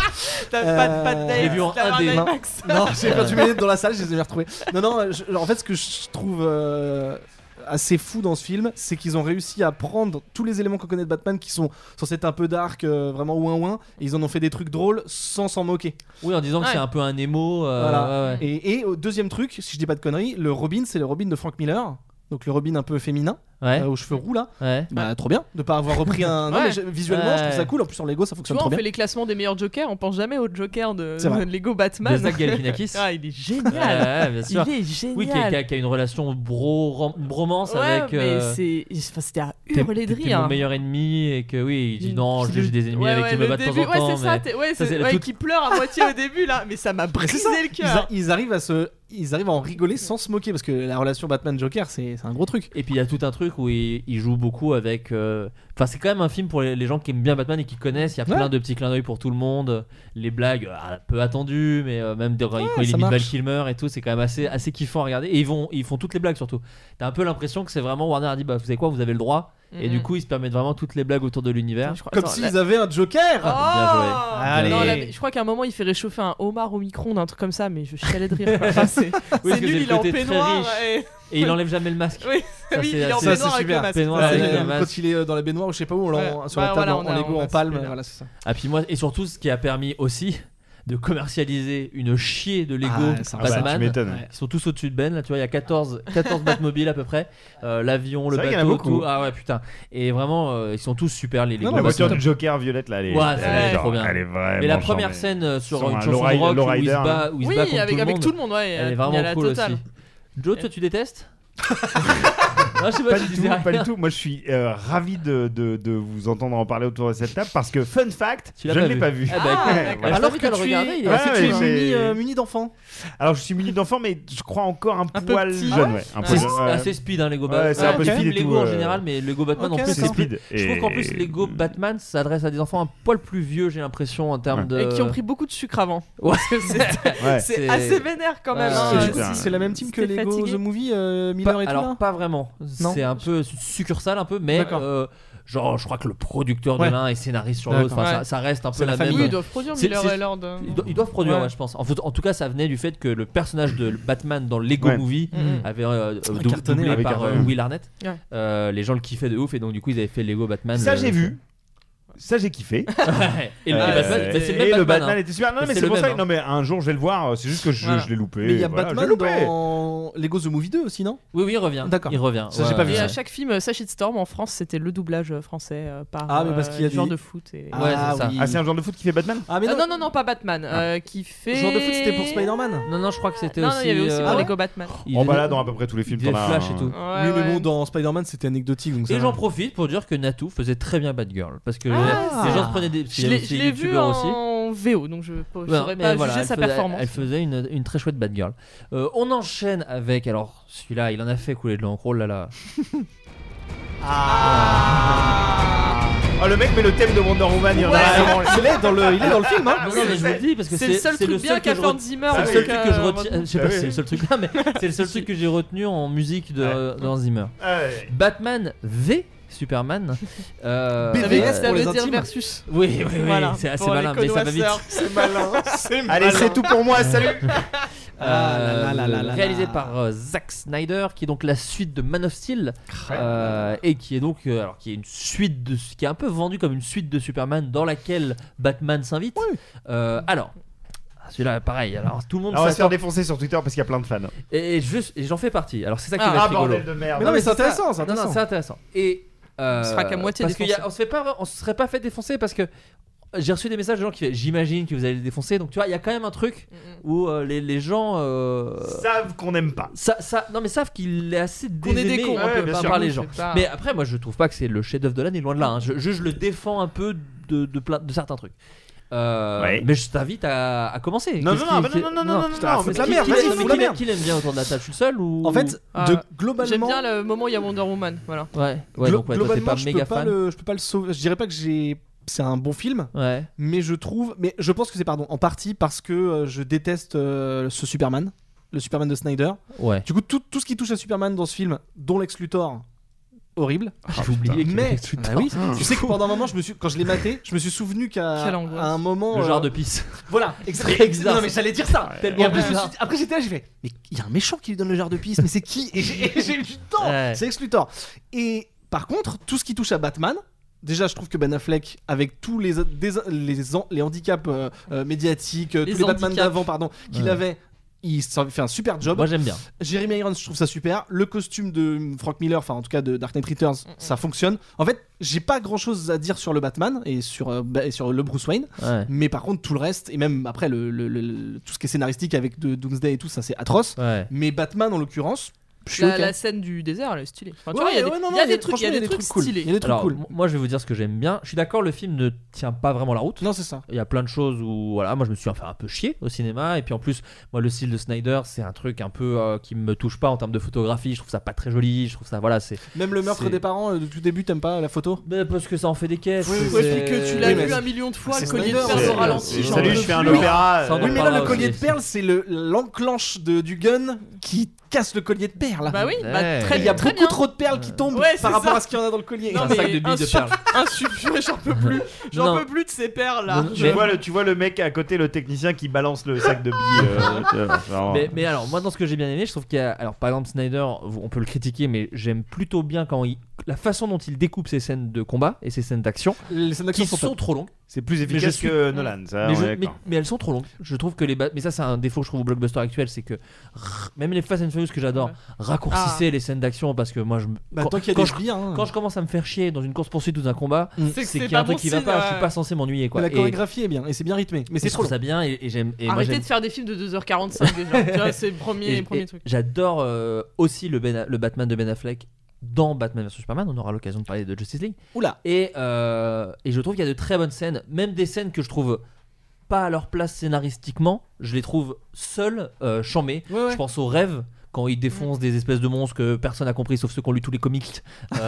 S10: T'as pas de- pas de
S4: Euh,
S10: J'ai vu en t'as pas 1D. un IMAX.
S4: Non, non, j'ai perdu mes lunettes dans la salle, je les ai retrouvées. Non, non, je- en fait, ce que je trouve. euh, assez fou dans ce film, c'est qu'ils ont réussi à prendre tous les éléments qu'on connaît de Batman qui sont censés être un peu dark, euh, vraiment ouin ouin, et ils en ont fait des trucs drôles sans s'en moquer.
S7: Oui, en disant que c'est un peu un émo. euh,
S4: Voilà.
S7: ouais, ouais.
S4: Et, et au deuxième truc, si je dis pas de conneries, le Robin, c'est le Robin de Frank Miller. Donc le Robin un peu féminin,
S7: Ouais.
S4: euh, aux cheveux roux là.
S7: Ouais.
S4: Bah trop bien de pas avoir repris
S7: *laughs*
S4: un. Non,
S10: Ouais.
S4: mais je- visuellement, je trouve ça
S10: Ouais.
S4: cool. En plus en Lego, ça
S10: Tu
S4: fonctionne
S10: vois,
S4: trop
S10: on
S4: bien.
S10: fait les classements des meilleurs Jokers, on pense jamais au Joker de,
S4: C'est vrai.
S10: de Lego Batman.
S7: De Zach Galifianakis.
S10: *laughs* ah, il est
S7: Ouais,
S10: génial.
S7: ouais, bien sûr.
S10: Il est génial.
S7: Oui, qui a, qui a- qui a une relation bro, rom- bromance
S10: Ouais,
S7: avec.
S10: mais
S7: euh,
S10: c'est- enfin, c'était à
S7: t'es-
S10: hurler de
S7: t'es
S10: rire.
S7: mon meilleur ennemi et que oui, il dit non, j'ai j'ai des ennemis
S10: Ouais,
S7: avec
S10: ouais,
S7: qui me
S10: le
S7: battent de temps
S10: début-
S7: en temps.
S10: Ouais, c'est ça,
S7: mais-
S10: t'es- ouais,
S7: ça,
S10: c'est-
S7: le
S10: ouais,
S7: tout-
S10: qui pleure à moitié au début là, mais ça m'a brisé le
S4: Ils, a-
S10: cœur.
S4: ils arrivent à se, ils arrivent à en rigoler sans se moquer parce que la relation Batman Joker c'est c'est un gros truc.
S7: Et puis il y a tout un truc où il, il joue beaucoup avec. euh, Enfin, c'est quand même un film pour les, les gens qui aiment bien Batman et qui connaissent. Il y a
S4: Ouais.
S7: plein de petits clins d'œil pour tout le monde. Les blagues euh, un peu attendues, mais euh, même des- quand il
S4: ça
S7: imite Val
S4: marche.
S7: Kilmer et tout, c'est quand même assez, assez kiffant à regarder. Et ils, vont, ils font toutes les blagues surtout. T'as un peu l'impression que c'est vraiment Warner a dit bah, Vous savez quoi, vous avez le droit. Et
S10: Mhm.
S7: du coup, ils se permettent vraiment toutes les blagues autour de l'univers.
S4: Comme s'ils avaient un Joker.
S10: Ah,
S7: Bien joué.
S10: Oh non,
S7: Allez.
S10: la- je crois qu'à un moment il fait réchauffer
S7: *laughs*
S10: un homard au micron d'un truc comme ça, mais je chialais de rire. quoi. Enfin, c'est
S7: Oui,
S10: c'est
S7: parce que
S10: nul,
S7: c'est
S10: il
S7: le
S10: est en
S7: côté très
S10: *laughs* peignoir.
S7: riche.
S10: ouais.
S7: Et il enlève jamais le masque.
S10: Oui,
S7: Ça,
S10: oui,
S7: c'est-
S10: il est en
S7: c'est-
S10: baignoire avec le masque.
S7: Baignoire
S4: Ouais,
S7: avec le
S4: euh,
S7: masque.
S4: Quand il est euh, dans la baignoire, ou je sais pas où, on l'en-
S10: Ouais.
S4: sur la
S10: Ouais,
S4: table
S10: voilà,
S4: en
S10: on a-
S4: Lego,
S10: on a
S4: en palme,
S10: celui-là.
S4: voilà, c'est ça.
S7: Ah, puis moi, et surtout, ce qui a permis aussi de commercialiser une chier de Lego
S4: Ah, ça,
S7: Batman.
S4: ah bah, tu m'étonnes. Ouais.
S7: Ils sont tous au-dessus de Ben, là, tu vois, il y a 14, 14 Batmobiles à peu près. Euh, L'avion, le
S9: C'est vrai qu'il y en a
S7: bateau,
S9: beaucoup.
S7: tout. Ah ouais, putain. Et vraiment, euh, ils sont tous super, les Lego.
S9: la voiture
S7: Batman.
S9: du Joker violette là, elle est,
S7: Ouais,
S9: elle
S7: c'est
S9: est
S7: trop
S9: genre-
S7: bien.
S9: elle est vraiment
S7: Mais la
S9: charmée.
S7: première scène euh, sur
S9: Sur
S7: une
S9: un
S7: chanson
S9: low-rider,
S7: de rock où il se
S9: low-rider,
S7: bat,
S9: hein.
S7: où il se
S10: Oui, *laughs*
S7: bat contre
S10: avec-
S7: tout le
S10: avec
S7: monde.
S10: tout le monde, ouais,
S7: Elle
S10: il y
S7: est
S10: a
S7: vraiment
S10: la
S7: cool
S10: totale.
S7: aussi. Joe, toi, tu
S10: *laughs*
S7: détestes *laughs* Ah, *laughs* je sais pas,
S9: Pas
S7: tu
S9: du tout,
S7: disais
S9: pas
S7: rien.
S9: du tout. Moi, je suis euh, ravi de, de, de vous entendre en parler autour de cette table parce que, fun fact,
S7: Tu
S9: je
S7: l'as
S9: ne
S7: pas
S9: l'ai
S7: vu.
S9: pas vu.
S7: Ah, bah, écoute, Ah, bah, alors je que
S4: tu es- alors que tu es muni, euh, muni d'enfants.
S9: Alors, je suis muni d'enfants, mais je crois encore un, poil
S4: petit.
S9: jeune.
S4: Ah ouais
S9: ouais, un peu
S7: C'est
S9: jeune, ouais.
S7: assez speed hein, Lego
S9: Ouais,
S7: Batman.
S4: Ah,
S9: c'est un peu
S7: J'aime
S9: speed et
S7: Lego
S9: tout,
S7: en
S9: euh,
S7: général, mais Lego Batman
S9: Ok,
S7: en plus.
S9: c'est
S7: un peu-
S9: speed.
S7: Je trouve qu'en plus
S9: Et-
S7: Lego Batman s'adresse à des enfants un poil plus vieux, j'ai l'impression en termes de.
S10: Et qui ont pris beaucoup de sucre avant.
S7: *laughs* Ouais.
S10: Parce que c'est
S7: Ouais.
S10: c'est assez vénère quand même.
S7: Ouais.
S10: hein.
S7: C'est-
S10: Si-
S7: du coup,
S10: si-
S4: C'est la même team que
S10: si t'es
S4: Lego
S10: fatigué.
S4: The Movie, euh,
S7: Pas-
S4: Miller et tout
S7: alors
S4: là
S7: pas vraiment.
S4: Non.
S7: C'est un peu succursale un peu, mais
S4: D'accord.
S7: euh, genre je crois que le producteur
S4: Ouais.
S7: de l'un est scénariste sur
S4: D'accord.
S7: l'autre. Enfin, ça,
S4: Ouais.
S7: ça reste un peu
S4: C'est la
S7: la, même.
S4: famille. Oui, ils
S10: doivent produire
S7: C'est-
S10: Miller
S7: c'est-
S10: et Lord, euh.
S7: Ils, do- ils doivent produire,
S10: Ouais.
S7: ouais, je pense. En, fait- en tout cas, ça venait du fait que le personnage de Batman dans le Lego
S9: Ouais.
S7: Movie
S9: Mhm.
S7: avait euh, dou-
S9: cartonné,
S7: doublé
S9: avait
S7: par euh,
S9: cartonné.
S7: Will Arnett.
S10: Mm, Ouais.
S7: Euh, les gens le kiffaient de ouf et donc du coup ils avaient fait Lego Batman.
S9: Ça,
S7: euh,
S9: j'ai vu. Ça, j'ai kiffé.
S7: *laughs*
S9: Euh,
S7: Et le- et Batman- mais c'est le même
S9: Ah, et le
S7: Batman, hein.
S9: était super. Non,
S7: Mais
S9: mais
S7: c'est
S9: c'est
S7: le
S9: pour
S7: même,
S9: ça. que-
S7: hein.
S9: Non, mais un jour, je vais le voir. euh, C'est juste que je,
S7: Voilà.
S9: je l'ai loupé. euh,
S4: Mais il y a
S9: voilà, je l'ai
S4: Batman
S9: loupé.
S4: dans Lego The Movie 2 aussi, non
S7: Oui, oui, il revient.
S4: D'accord.
S7: Il revient.
S4: Ça, j'ai pas vu
S10: Et
S4: ça.
S10: à chaque film, euh, Sachet Storm en France, c'était le doublage euh, français euh, par
S4: Ah, mais parce
S10: euh,
S4: qu'il y a du-
S10: joueur de foot. Et...
S4: Ah, Ouais, c'est ça. oui.
S9: Ah, c'est un genre de foot qui fait Batman
S4: Ah, mais
S10: Ah,
S4: non.
S10: non, non, non, pas Batman.
S9: Ah.
S10: euh, qui fait.
S4: Joueur de foot, c'était pour Spider-Man
S7: Non, non, je crois que c'était
S10: Non, non,
S7: aussi.
S10: il y avait aussi
S7: euh,
S10: pour Lego Batman.
S7: il
S9: Oh, bah
S7: faisait-
S9: là, dans à peu près tous les films, hein.
S7: il faisait
S9: t'en as
S7: Flash
S9: un.
S7: et tout.
S4: oui,
S10: ouais.
S4: mais bon, dans Spider-Man, c'était anecdotique. Donc ça
S7: Et
S4: va.
S7: *laughs* j'en profite pour dire que Natou faisait très bien Bad Girl parce que
S10: Ah.
S7: les gens se prenaient des
S10: Je l'ai- je l'ai vu
S7: youtubeurs aussi.
S10: en VO, donc je ne
S7: Ben,
S10: saurais
S7: mais
S10: pas
S7: voilà,
S10: juger
S7: elle
S10: sa
S7: faisait-
S10: performance.
S7: Elle faisait une, une très chouette bad girl. Euh, on enchaîne avec alors celui-là, il en a fait couler de l'encre. Oh là là.
S9: Oh, le mec met le thème de Wonder Woman. Il y en a
S10: Ouais.
S7: *laughs*
S9: vraiment- Ah
S4: Il est dans le, il est dans le film, hein
S7: Non, non, mais je vous le dis parce que
S10: C'est le seul truc bien
S7: que
S10: qu'a
S7: je
S10: fait Hans
S7: re-
S10: Zimmer,
S7: C'est le
S10: donc,
S7: seul truc que je
S10: euh,
S7: retiens. Je sais
S9: bah
S7: pas si
S9: oui.
S7: c'est le seul truc là, mais c'est le seul truc que j'ai retenu en musique de d'Hans Zimmer.
S9: Ah, ouais.
S7: Batman V
S10: *laughs*
S7: Superman. euh,
S4: BVS,
S10: Ça
S4: pour les
S10: veut dire
S4: intimes.
S10: versus.
S7: Oui, oui, oui,
S10: Voilà,
S7: c'est assez
S10: pour les
S7: malin, mais ça va vite.
S10: connoisseurs, C'est
S7: *laughs*
S10: malin, c'est malin.
S9: Allez, c'est tout pour moi. Salut.
S4: Ah là là là là là là.
S7: Euh, réalisé par euh, Zack Snyder, qui est donc la suite de Man of Steel, euh, et qui est donc euh, alors qui est une suite de qui est un peu vendue comme une suite de Superman dans laquelle Batman s'invite. Euh, alors ah, celui-là pareil. Alors tout le monde
S9: Alors, Ah, on va se faire
S7: s'accorde-
S9: défoncer sur Twitter parce qu'il y a plein de fans.
S7: et, et juste- et j'en fais partie. Alors c'est ça qui
S9: Ah,
S7: va être rigolo.
S9: bordel de merde.
S4: Mais non, mais c'est
S7: ça.
S4: intéressant, c'est
S7: Non, non,
S4: intéressant.
S7: c'est intéressant. Et euh,
S10: On se fera qu'à moitié
S7: parce qu'il y a-
S10: défoncer.
S7: on se fait pas, on se serait pas fait défoncer parce que j'ai reçu des messages de gens qui fait j'imagine que vous allez les défoncer. Donc tu vois, il y a quand même un truc
S10: Mm,
S7: où euh, les, les gens euh,
S9: Savent qu'on n'aime pas.
S7: ça, ça, non mais savent qu'il est assez
S10: Qu'on est des
S7: désaimé
S10: cons,
S7: un
S10: ouais,
S7: peu
S9: bien
S7: par,
S9: sûr.
S7: par les
S10: Oui,
S7: gens.
S10: c'est pas-
S7: Mais après, moi, je trouve pas que c'est le chef-d'œuvre de l'année, loin de là. hein. Je, je- je le défends un peu de, de, plein- de certains trucs. Euh,
S9: Ouais.
S7: Mais je t'invite à, à commencer.
S9: Non,
S7: Qu'est-ce
S9: non, non,
S7: qui-
S9: bah non, non, non, non, non,
S4: putain,
S9: non,
S4: c'est
S9: mais
S4: de la
S9: qui-
S4: merde,
S9: qui-
S7: Qui
S4: vas-y,
S9: qui-
S7: l'aime-
S4: fous
S7: qui
S4: la
S7: l'aime-
S4: merde.
S7: qui l'aime bien autour de la table Je suis le seul ou
S4: En fait,
S10: Ah,
S4: de
S10: J'aime
S4: globalement.
S10: bien le moment où il y a Wonder Woman. Voilà.
S7: Ouais, ouais donc ouais, toi t'es
S4: globalement,
S7: pas
S4: je
S7: méga
S4: peux pas
S7: fan.
S4: le, je peux pas le sauver. Je dirais pas que j'ai. C'est un bon film,
S7: Ouais.
S4: mais je trouve, mais je pense que c'est pardon, en partie parce que euh, je déteste euh, ce Superman, le Superman de Snyder.
S7: Ouais.
S4: Du coup, tout, tout ce qui touche à Superman dans ce film, dont Lex Luthor, horrible.
S7: Ah, J'ai oublié qu'il y avait Ah.
S4: Mais bah
S7: tout le temps.
S4: tu sais que pendant un moment, je me suis, quand je l'ai maté, je me suis souvenu qu'à
S10: Quelle
S4: à
S10: angoisse.
S4: un moment,
S7: Le genre
S4: euh,
S7: de pisse. *laughs*
S4: voilà,
S7: Très bizarre,
S4: exactement. Non mais
S7: ça.
S4: j'allais dire ça.
S7: Tellement
S4: Et après, je me
S7: bizarre.
S4: suis dit- après, j'étais là, j'ai fait, mais il y a un méchant qui lui donne le genre de piste, mais c'est qui Et j'ai et j'ai eu du temps,
S7: Ouais.
S4: c'est Lex Luthor. Et par contre, tout ce qui touche à Batman, déjà je trouve que Ben Affleck, avec tous les, des- les, en- les handicaps euh, euh, médiatiques, euh,
S10: Les
S4: tous les Batman
S10: handicaps.
S4: d'avant, pardon, qu'il
S7: Ouais.
S4: avait, il s'en fait un super job.
S7: Moi j'aime bien.
S4: Jeremy Irons, je trouve ça super. Le costume de Frank Miller, enfin en tout cas de Dark Knight
S10: Mm,
S4: Returns, ça fonctionne. En fait, j'ai pas grand chose à dire sur le Batman et sur, euh, ba- et sur le Bruce Wayne.
S7: Ouais.
S4: Mais par contre, tout le reste, et même après le, le- le- le- tout ce qui est scénaristique avec de, Doomsday et tout, ça c'est atroce.
S7: Ouais.
S4: Mais Batman en l'occurrence, je suis
S10: La,
S4: ok.
S10: la scène du désert, elle est stylée. Enfin, tu
S4: hein.
S10: vois,
S4: Ouais,
S10: il y a
S4: ouais,
S10: des-
S4: non,
S10: il
S4: non,
S10: y a des trucs,
S4: franchement,
S10: il y a des trucs
S4: cool. Il y a
S10: stylés.
S4: des trucs
S7: Alors,
S4: cool.
S7: m- moi je vais vous dire ce que j'aime bien. Je suis d'accord, le film ne tient pas vraiment la route.
S4: Non, c'est ça.
S7: Il y a plein de choses où voilà, moi je me suis fait un peu chier au cinéma et puis en plus moi le style de Snyder c'est un truc un peu euh, qui me touche pas en termes de photographie. Je trouve ça pas très joli. Je trouve ça voilà c'est
S4: Même le meurtre
S7: C'est-
S4: des parents, euh, de tout début, t'aimes pas la photo
S7: Mais parce que ça en fait des caisses.
S4: Oui, oui,
S7: c'est-
S4: oui,
S10: Et puis que tu
S4: Oui,
S10: l'as
S4: mais
S10: vu
S4: c'est-
S10: un million de fois,
S4: c'est
S10: le collier de
S4: Snyder,
S10: perles au
S4: c'est-
S10: ralenti.
S4: c'est-
S10: j'en
S9: Salut,
S10: peux
S9: je fais un
S10: plus.
S9: opéra.
S7: Ça en
S9: euh,
S7: Oui,
S4: Oui, mais là,
S7: Voilà,
S4: le collier
S7: c'est-
S4: de perles, c'est le- l'enclenche de- du gun qui casse le collier de perles.
S10: Bah oui, bah, très-
S4: il y a
S10: très
S4: beaucoup
S10: bien.
S4: trop de perles qui tombent
S10: Ouais, c'est
S4: par rapport
S10: ça.
S4: à ce qu'il y en a dans le collier.
S10: Non, mais insu- insu- *laughs* j'en peux plus. J'en
S9: Non.
S10: peux plus de ces perles-là.
S9: Tu vois, le, tu vois le mec à côté, le technicien qui balance le sac de billes. euh, tu vois, genre-
S7: *laughs*
S9: euh,
S7: Mais, mais alors, moi, dans ce que j'ai bien aimé, je trouve qu'il y a. Alors, par exemple, Snyder, vous- on peut le critiquer, mais j'aime plutôt bien quand il. La façon dont il découpe ses scènes de combat et ses scènes d'action,
S4: Les scènes d'action
S7: qui
S4: sont
S7: sont,
S4: top.
S7: trop longues.
S9: C'est plus
S7: Mais je
S9: efficace que Nolan, ça,
S7: mais,
S9: on
S7: je-
S9: est
S7: mais-
S9: d'accord.
S7: mais elles sont trop longues. Je trouve que les. ba- Mais ça, c'est un défaut, je trouve, au blockbuster actuel, c'est que rrr, même les Fast and Furious que j'adore raccourcissaient les scènes d'action parce que moi, je. me-
S4: Ah. Bah,
S7: quand-
S4: tant qu'il y a
S7: quand
S4: des
S7: je-
S4: sbires, hein.
S7: Quand je commence à me faire chier dans une course poursuite ou dans un combat,
S4: Mm.
S7: c'est
S4: C'est que
S7: qu'il
S4: c'est
S7: y a un
S4: pas
S7: truc
S4: bon
S7: qui va
S4: signe,
S7: pas. Je
S4: ouais.
S7: suis pas censé m'ennuyer, quoi.
S4: La
S7: Et-
S4: chorégraphie est bien et c'est bien rythmé, mais
S7: et
S4: c'est
S7: je
S4: trop
S7: trouve
S4: long.
S7: ça bien et, et j'aime. et moi,
S10: Arrêtez
S7: j'aime-
S10: de faire des films de 2h45 déjà. tu vois, c'est le premier,
S7: et-
S10: premier
S7: et
S10: truc.
S7: J'adore euh, aussi le, Ben- le Batman de Ben Affleck dans Batman vs Superman. On aura l'occasion de parler de Justice League.
S4: Oula.
S7: Et, euh, et je trouve qu'il y a de très bonnes scènes, même des scènes que je trouve pas à leur place scénaristiquement. Je les trouve seules, euh, chambées. Je pense aux rêves. Quand il défonce des espèces de monstres que personne n'a compris, sauf ceux qui ont lu tous les comics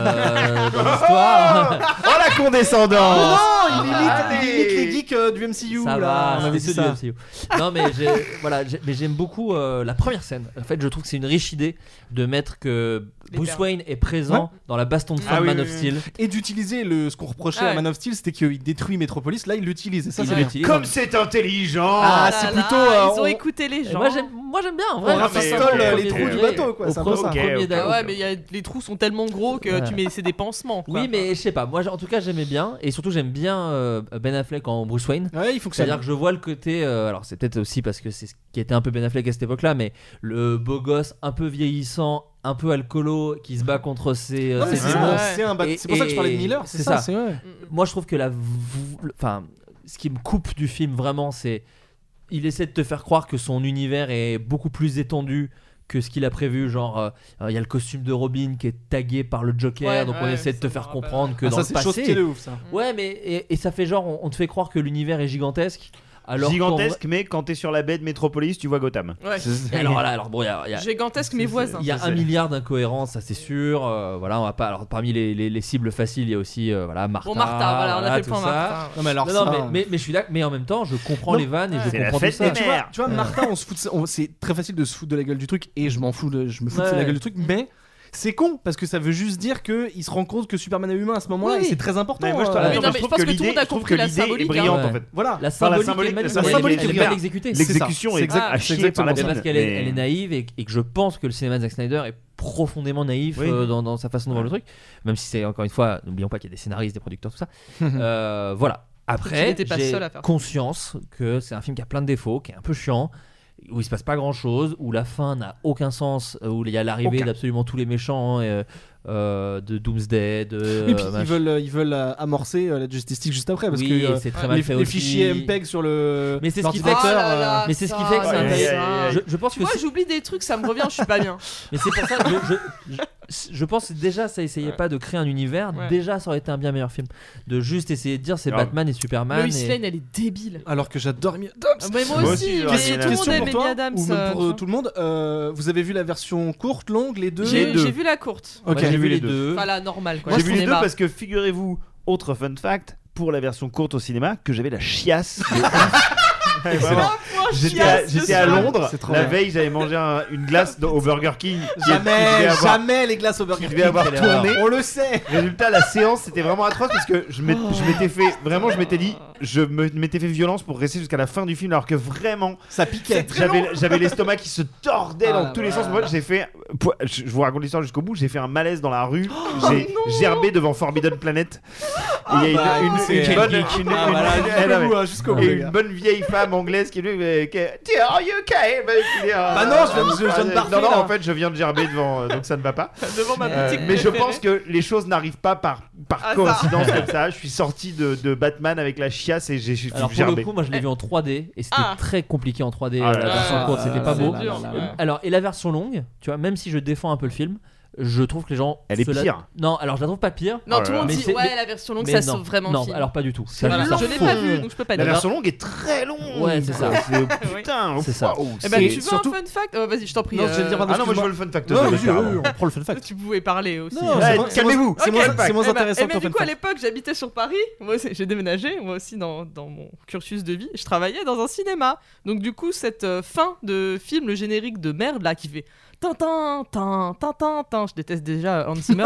S10: *laughs*
S7: euh, dans l'histoire. Ah.
S9: Oh la condescendance
S10: Oh
S4: non, il imite, il imite les geeks euh, du MCU
S7: Ça
S4: là.
S7: va,
S4: On avait
S7: c'est
S4: dit
S7: ceux
S4: ça.
S7: du MCU. Non, mais j'ai- *laughs* voilà, j'ai- mais j'aime beaucoup euh, la première scène. En fait, je trouve que c'est une riche idée de mettre que Bruce Wayne est présent dans la baston de
S4: Ah
S7: fin de
S4: oui,
S7: Man
S4: oui,
S7: of
S4: oui.
S7: Steel.
S4: Et d'utiliser le ce qu'on reprochait
S7: Ouais.
S4: à Man of Steel, c'était qu'il détruit Metropolis. Là, il l'utilise. Et ça,
S7: Il
S4: c'est
S7: l'utilise.
S4: bien.
S7: Comme
S9: c'est intelligent.
S4: Ah,
S10: Ah là
S4: c'est
S10: là,
S4: plutôt.
S10: ils
S4: euh,
S10: ont
S4: on-
S10: écouté les
S7: Et
S10: gens.
S7: moi, j'aime- moi, j'aime bien, en vrai.
S4: On rafistole, euh, les trous du bateau, quoi, c'est un peu ça.
S10: Ah ouais, mais il y a- les trous sont tellement gros que
S7: Ouais.
S10: tu mets c'est des pansements. quoi.
S7: Euh. Oui, mais je sais pas. Moi, j'- en tout cas, j'aimais bien. Et surtout, j'aime bien euh, Ben Affleck en Bruce Wayne.
S4: Ouais, il fonctionne.
S7: C'est-à-dire que je vois le côté. euh, alors, c'est peut-être aussi parce que c'est ce qui était un peu Ben Affleck à cette époque-là, mais le beau gosse un peu vieillissant, un peu alcoolo, qui se bat contre ses. euh,
S4: Non, mais
S7: ses
S4: c'est ça,
S7: démons.
S4: c'est un bat-
S7: Et-
S4: c'est pour ça que je parlais de
S7: et-
S4: Miller, c'est ça, c'est vrai.
S7: Moi, je trouve que la. v- le- Enfin, ce qui me coupe du film vraiment, c'est. Il essaie de te faire croire que son univers est beaucoup plus étendu que ce qu'il a prévu. Genre, euh, il y a le costume de Robin qui est tagué par le Joker,
S4: Ouais,
S7: donc on
S4: ouais,
S7: essaie de te faire comprendre que
S4: Ah,
S7: dans
S4: ça,
S7: le
S4: c'est chose
S7: passé.
S4: qui est de ouf, ça.
S7: Ouais, mais et, et ça fait genre, on, on te fait croire que l'univers est gigantesque. Alors
S9: Gigantesque, mais quand t'es sur la baie de Métropolis, tu vois Gotham.
S7: *laughs*
S10: Ouais.
S9: *laughs* C'est-
S7: qu'en vrai- Alors là, alors bon, il y a- il y a-
S10: Gigantesque, mes voisins.
S7: il y a un milliard d'incohérences, ça c'est sûr. Euh, voilà, on va pas. Alors parmi les, les- les cibles faciles, il y a aussi euh, voilà Martha.
S10: Bon, Martha, voilà, on a fait le
S7: tout
S10: point
S7: ça.
S10: Martha.
S4: Non, mais alors
S7: non,
S4: ça-
S7: mais, mais- mais je suis d'accord. Mais en même temps, je comprends
S4: Non.
S7: les vannes et je
S4: C'est
S7: comprends
S4: la
S7: tout
S4: fête
S7: ça.
S4: des mères. Tu vois,
S7: Ouais.
S4: Martin, on se fout de ça- on- c'est très facile de se foutre de la gueule du truc et je m'en fous de je me fous de
S7: Ouais.
S4: la gueule du truc mais c'est con parce que ça veut juste dire que il se rend compte que Superman est humain à ce moment-là et
S9: Oui.
S4: c'est très important.
S9: Mais moi, je te-
S4: euh,
S9: Mais non, mais je
S4: trouve
S9: pense que tout
S4: l'idée-
S9: le monde a
S4: je trouve que
S9: compris la
S4: l'idée est
S9: symbolique, hein.
S4: brillante,
S9: Ouais.
S4: en fait. Voilà.
S7: La
S9: Enfin, la
S7: symbolique,
S9: symbolique,
S7: est mal-
S9: la symbolique
S7: elle
S9: est
S7: est mal
S9: bien.
S7: exécutée.
S9: L'exécution
S7: C'est ça.
S9: est exact- à
S7: C'est
S9: chier par la
S7: exactement ça.
S9: bande,
S7: Parce qu'elle est,
S9: mais-
S7: elle est naïve et, et que je pense que le cinéma de Zack Snyder est profondément naïf
S9: Oui.
S7: euh, dans, dans sa façon de voir le truc. Même si c'est encore une fois, n'oublions pas qu'il y a des scénaristes, des producteurs, *laughs* tout ça. Euh, voilà.
S10: Il
S7: Après,
S10: était pas
S7: j'ai
S10: seul à faire ça.
S7: conscience que c'est un film qui a plein de défauts, qui est un peu chiant, où il se passe pas grand chose, où la fin n'a aucun sens, où il y a l'arrivée
S4: Aucun.
S7: d'absolument tous les méchants euh, euh, de Doomsday, de.
S4: Oui, puis
S7: machin.
S4: ils veulent, euh, ils veulent euh, amorcer euh, la Justice League juste après parce
S7: Oui,
S4: que euh,
S7: et c'est très mal
S4: les,
S7: fait
S4: les
S7: aussi.
S4: fichiers MPEG sur le
S7: Mais c'est ce qui fait que
S4: l'ordinateur,
S7: Ah là là,
S4: euh,
S7: Mais c'est ce qui fait que c'est intéressant. Je- je pense
S10: tu
S7: que
S10: vois,
S7: c'est-
S10: j'oublie des trucs, ça me revient, je suis pas bien.
S7: Mais c'est pour ça que je, je, je- je pense que déjà ça essayait pas de créer un univers.
S10: Ouais.
S7: Déjà ça aurait été un bien meilleur film. De juste essayer de dire c'est
S4: Grave.
S7: Batman et Superman.
S10: Lois
S7: et-
S10: Lane, elle est débile.
S4: alors que j'adore Amy Adams.
S10: Ah, mais moi Moi aussi, aussi, mais
S4: question,
S10: tout le monde
S4: question
S10: aime
S4: pour toi
S10: Amy Adams,
S4: ou même
S10: euh,
S4: pour
S10: tu
S4: euh,
S10: vois.
S4: tout le monde. euh, vous avez vu la version courte, longue, les deux
S10: J'ai j'ai vu la courte.
S4: Ok,
S9: j'ai vu les deux.
S10: Enfin, la normale, quoi.
S9: J'ai vu les deux parce que figurez-vous, autre fun fact, pour la version courte au cinéma, que j'avais la
S4: *laughs*
S9: chiasse. de ouf.
S4: Excellent.
S9: Vraiment.
S4: Oh, moi,
S9: J'étais
S4: chiasse
S9: à,
S4: de
S9: j'étais à
S4: soir.
S9: Londres,
S4: C'est trop
S9: la
S4: bien.
S9: veille j'avais mangé un- une glace dans- au Burger King. qui- qui devait
S4: Jamais,
S9: avoir-
S4: jamais les glaces au Burger
S9: qui
S4: King.
S9: devait avoir
S4: quelle erreur.
S9: tourné.
S4: On le sait.
S9: Résultat, la séance c'était vraiment atroce parce que je m'ét- je m'étais fait vraiment, je m'étais dit, je me- m'étais fait violence pour rester jusqu'à la fin du film alors que vraiment
S4: ça piquait.
S9: J'avais j'avais l'estomac qui se tordait
S4: Ah
S9: dans
S4: là
S9: tous les
S4: voilà.
S9: sens. Moi j'ai fait, pour- je je vous raconte l'histoire jusqu'au bout, j'ai fait un malaise dans la rue, j'ai gerbé devant Forbidden Planet. Et Il y a
S4: Ah
S9: une,
S4: bah,
S9: une-
S4: c'est-
S9: une bonne,
S4: quel geek.
S9: une-
S4: Ah
S9: une-
S4: voilà,
S9: une-
S4: jusqu'au
S9: elle
S4: bout,
S9: avait-
S4: hein, jusqu'au
S9: et
S4: bout, les
S9: une
S4: gars.
S9: bonne vieille femme anglaise qui est venue, euh, qui a- Tiens, are you okay? Bah, je dis, ah,
S4: Bah non, je viens de- je viens de hein.
S9: ah,
S4: barfer,
S9: Non, non,
S4: là.
S9: en fait, je viens de gerber devant, euh, donc ça ne
S4: *laughs*
S9: va pas.
S10: Devant ma
S9: Euh,
S10: boutique
S9: mais je
S10: préférée.
S9: pense que les choses n'arrivent pas par,
S4: Ah,
S9: par
S10: Hasard.
S9: coïncidence comme
S4: *laughs*
S9: ça. Je suis sorti de, de Batman avec la chiasse et j'ai j'ai
S7: Alors pour
S9: gerbé.
S7: le coup, moi je l'ai vu en 3D et c'était
S10: Eh. Ah.
S7: très compliqué en 3D.
S9: Ah là
S7: la
S9: là
S7: version
S9: là
S7: courte,
S9: là
S7: c'était
S9: là
S7: pas
S9: là
S7: beau.
S9: là là là là.
S7: Alors et la version longue, tu vois, même si je défends un peu le film, je trouve que les gens.
S9: Elle est
S7: se la-
S9: pire. Oh
S7: Non, alors je la trouve pas pire.
S10: Non, tout le monde
S7: Mais
S10: dit,
S7: c'est-
S10: ouais,
S7: mais-
S10: la version longue,
S7: mais
S10: ça
S7: non,
S10: sauve vraiment le
S7: non,
S10: film.
S7: alors pas du tout. Ça,
S10: Voilà.
S7: je- ça,
S10: Je l'ai
S7: fous.
S10: pas vu, donc je peux pas
S9: La
S10: dire.
S9: version longue est très longue.
S7: Ouais, c'est ça.
S9: *laughs* C'est- oh, Putain,
S7: C'est ça.
S9: waouh,
S10: Eh ben,
S9: c'est-
S10: tu veux
S9: surtout-
S10: un fun fact Euh, Vas-y, je t'en prie.
S9: Non, je vais
S10: euh,
S9: dire, pardon, Ah non, moi, je veux excuse-moi. le fun fact,
S4: Non,
S9: je vais
S4: vas-y,
S9: faire,
S4: oui,
S9: alors.
S4: on prend le fun fact.
S10: Tu pouvez parler aussi.
S4: Non, c'est Ouais, moins- calmez-vous, c'est
S10: Ok.
S4: moins- c'est moins
S10: Eh ben-
S4: intéressant
S10: eh ben,
S4: que ton
S10: du coup, à
S4: fun fact.
S10: l'époque, j'habitais sur Paris. Moi aussi, j'ai déménagé. Moi aussi, dans, dans mon cursus de vie, je travaillais dans un cinéma. Donc, du coup, cette euh, fin de film, le générique de merde là, qui fait Tintin, Tintin, Tintin, Tintin. Je déteste déjà euh, Hans Zimmer.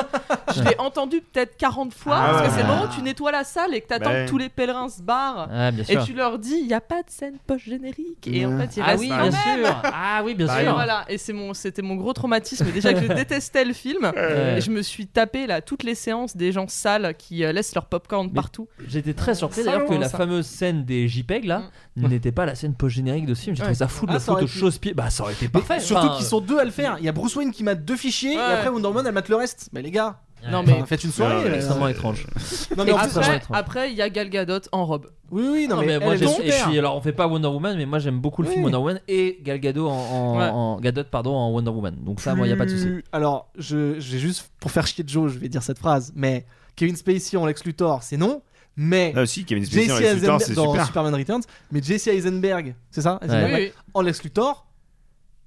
S10: je l'ai entendu peut-être 40 fois
S7: Ah
S10: parce que
S7: ouais.
S10: c'est le moment où tu nettoies la salle et que t'attends
S4: Bah
S7: Ben.
S10: que tous les pèlerins se barrent
S7: Ah, bien
S10: et
S7: sûr.
S10: tu leur dis il n'y a pas de scène post générique et en
S7: Ouais.
S10: fait il
S7: Ah
S10: reste
S7: oui,
S10: quand
S7: bien
S10: même.
S7: sûr. Ah oui, bien
S10: Et
S7: sûr.
S10: voilà et c'est mon c'était mon gros traumatisme déjà
S7: *laughs*
S10: que je détestais le film
S7: Ouais.
S10: et je me suis tapé là toutes les séances des gens sales qui euh, laissent leur popcorn partout.
S7: J'étais très surpris d'ailleurs que la fameuse scène des JPEG
S10: Mm.
S7: là *laughs* n'était pas la scène post-générique de ce film. J'ai trouvé ça fou de
S4: Ah,
S7: la
S4: ça
S7: photo
S4: aurait pu-
S7: chausse-pied. Bah ça aurait été parfait.
S4: Surtout
S7: Enfin,
S4: qu'ils sont deux à le faire. Il y a Bruce Wayne qui mate deux fichiers et après Wonder Woman elle mate le reste. Mais les gars,
S10: Non,
S4: enfin,
S10: mais-
S4: faites une soirée.
S7: C'est
S4: euh,
S7: extrêmement étrange.
S4: Non, mais
S10: Et
S4: en plus,
S10: après, après, il y a Gal Gadot en robe.
S4: Oui, oui,
S7: Non, mais, moi, j'ai- et je suis- alors on fait pas Wonder Woman, mais moi j'aime beaucoup le film
S4: Oui.
S7: Wonder Woman et Gal Gadot en, en-
S4: Ouais. Hmm.
S7: en- Gadot pardon en Wonder Woman. Donc ça, moi y a pas de souci.
S4: Plus- Alors, je, je vais juste pour faire chier Joe, je vais dire cette phrase, mais Kevin Spacey en Lex Luthor, c'est non. Mais
S9: Ah, si, Kevin Spacey en
S4: Jesse
S9: Lex Luthor,
S4: Eisenberg-
S9: c'est
S4: dans
S9: super.
S4: Superman Returns, mais Jesse Eisenberg, c'est ça Eisenberg,
S9: Oui,
S4: ouais. En Lex Luthor,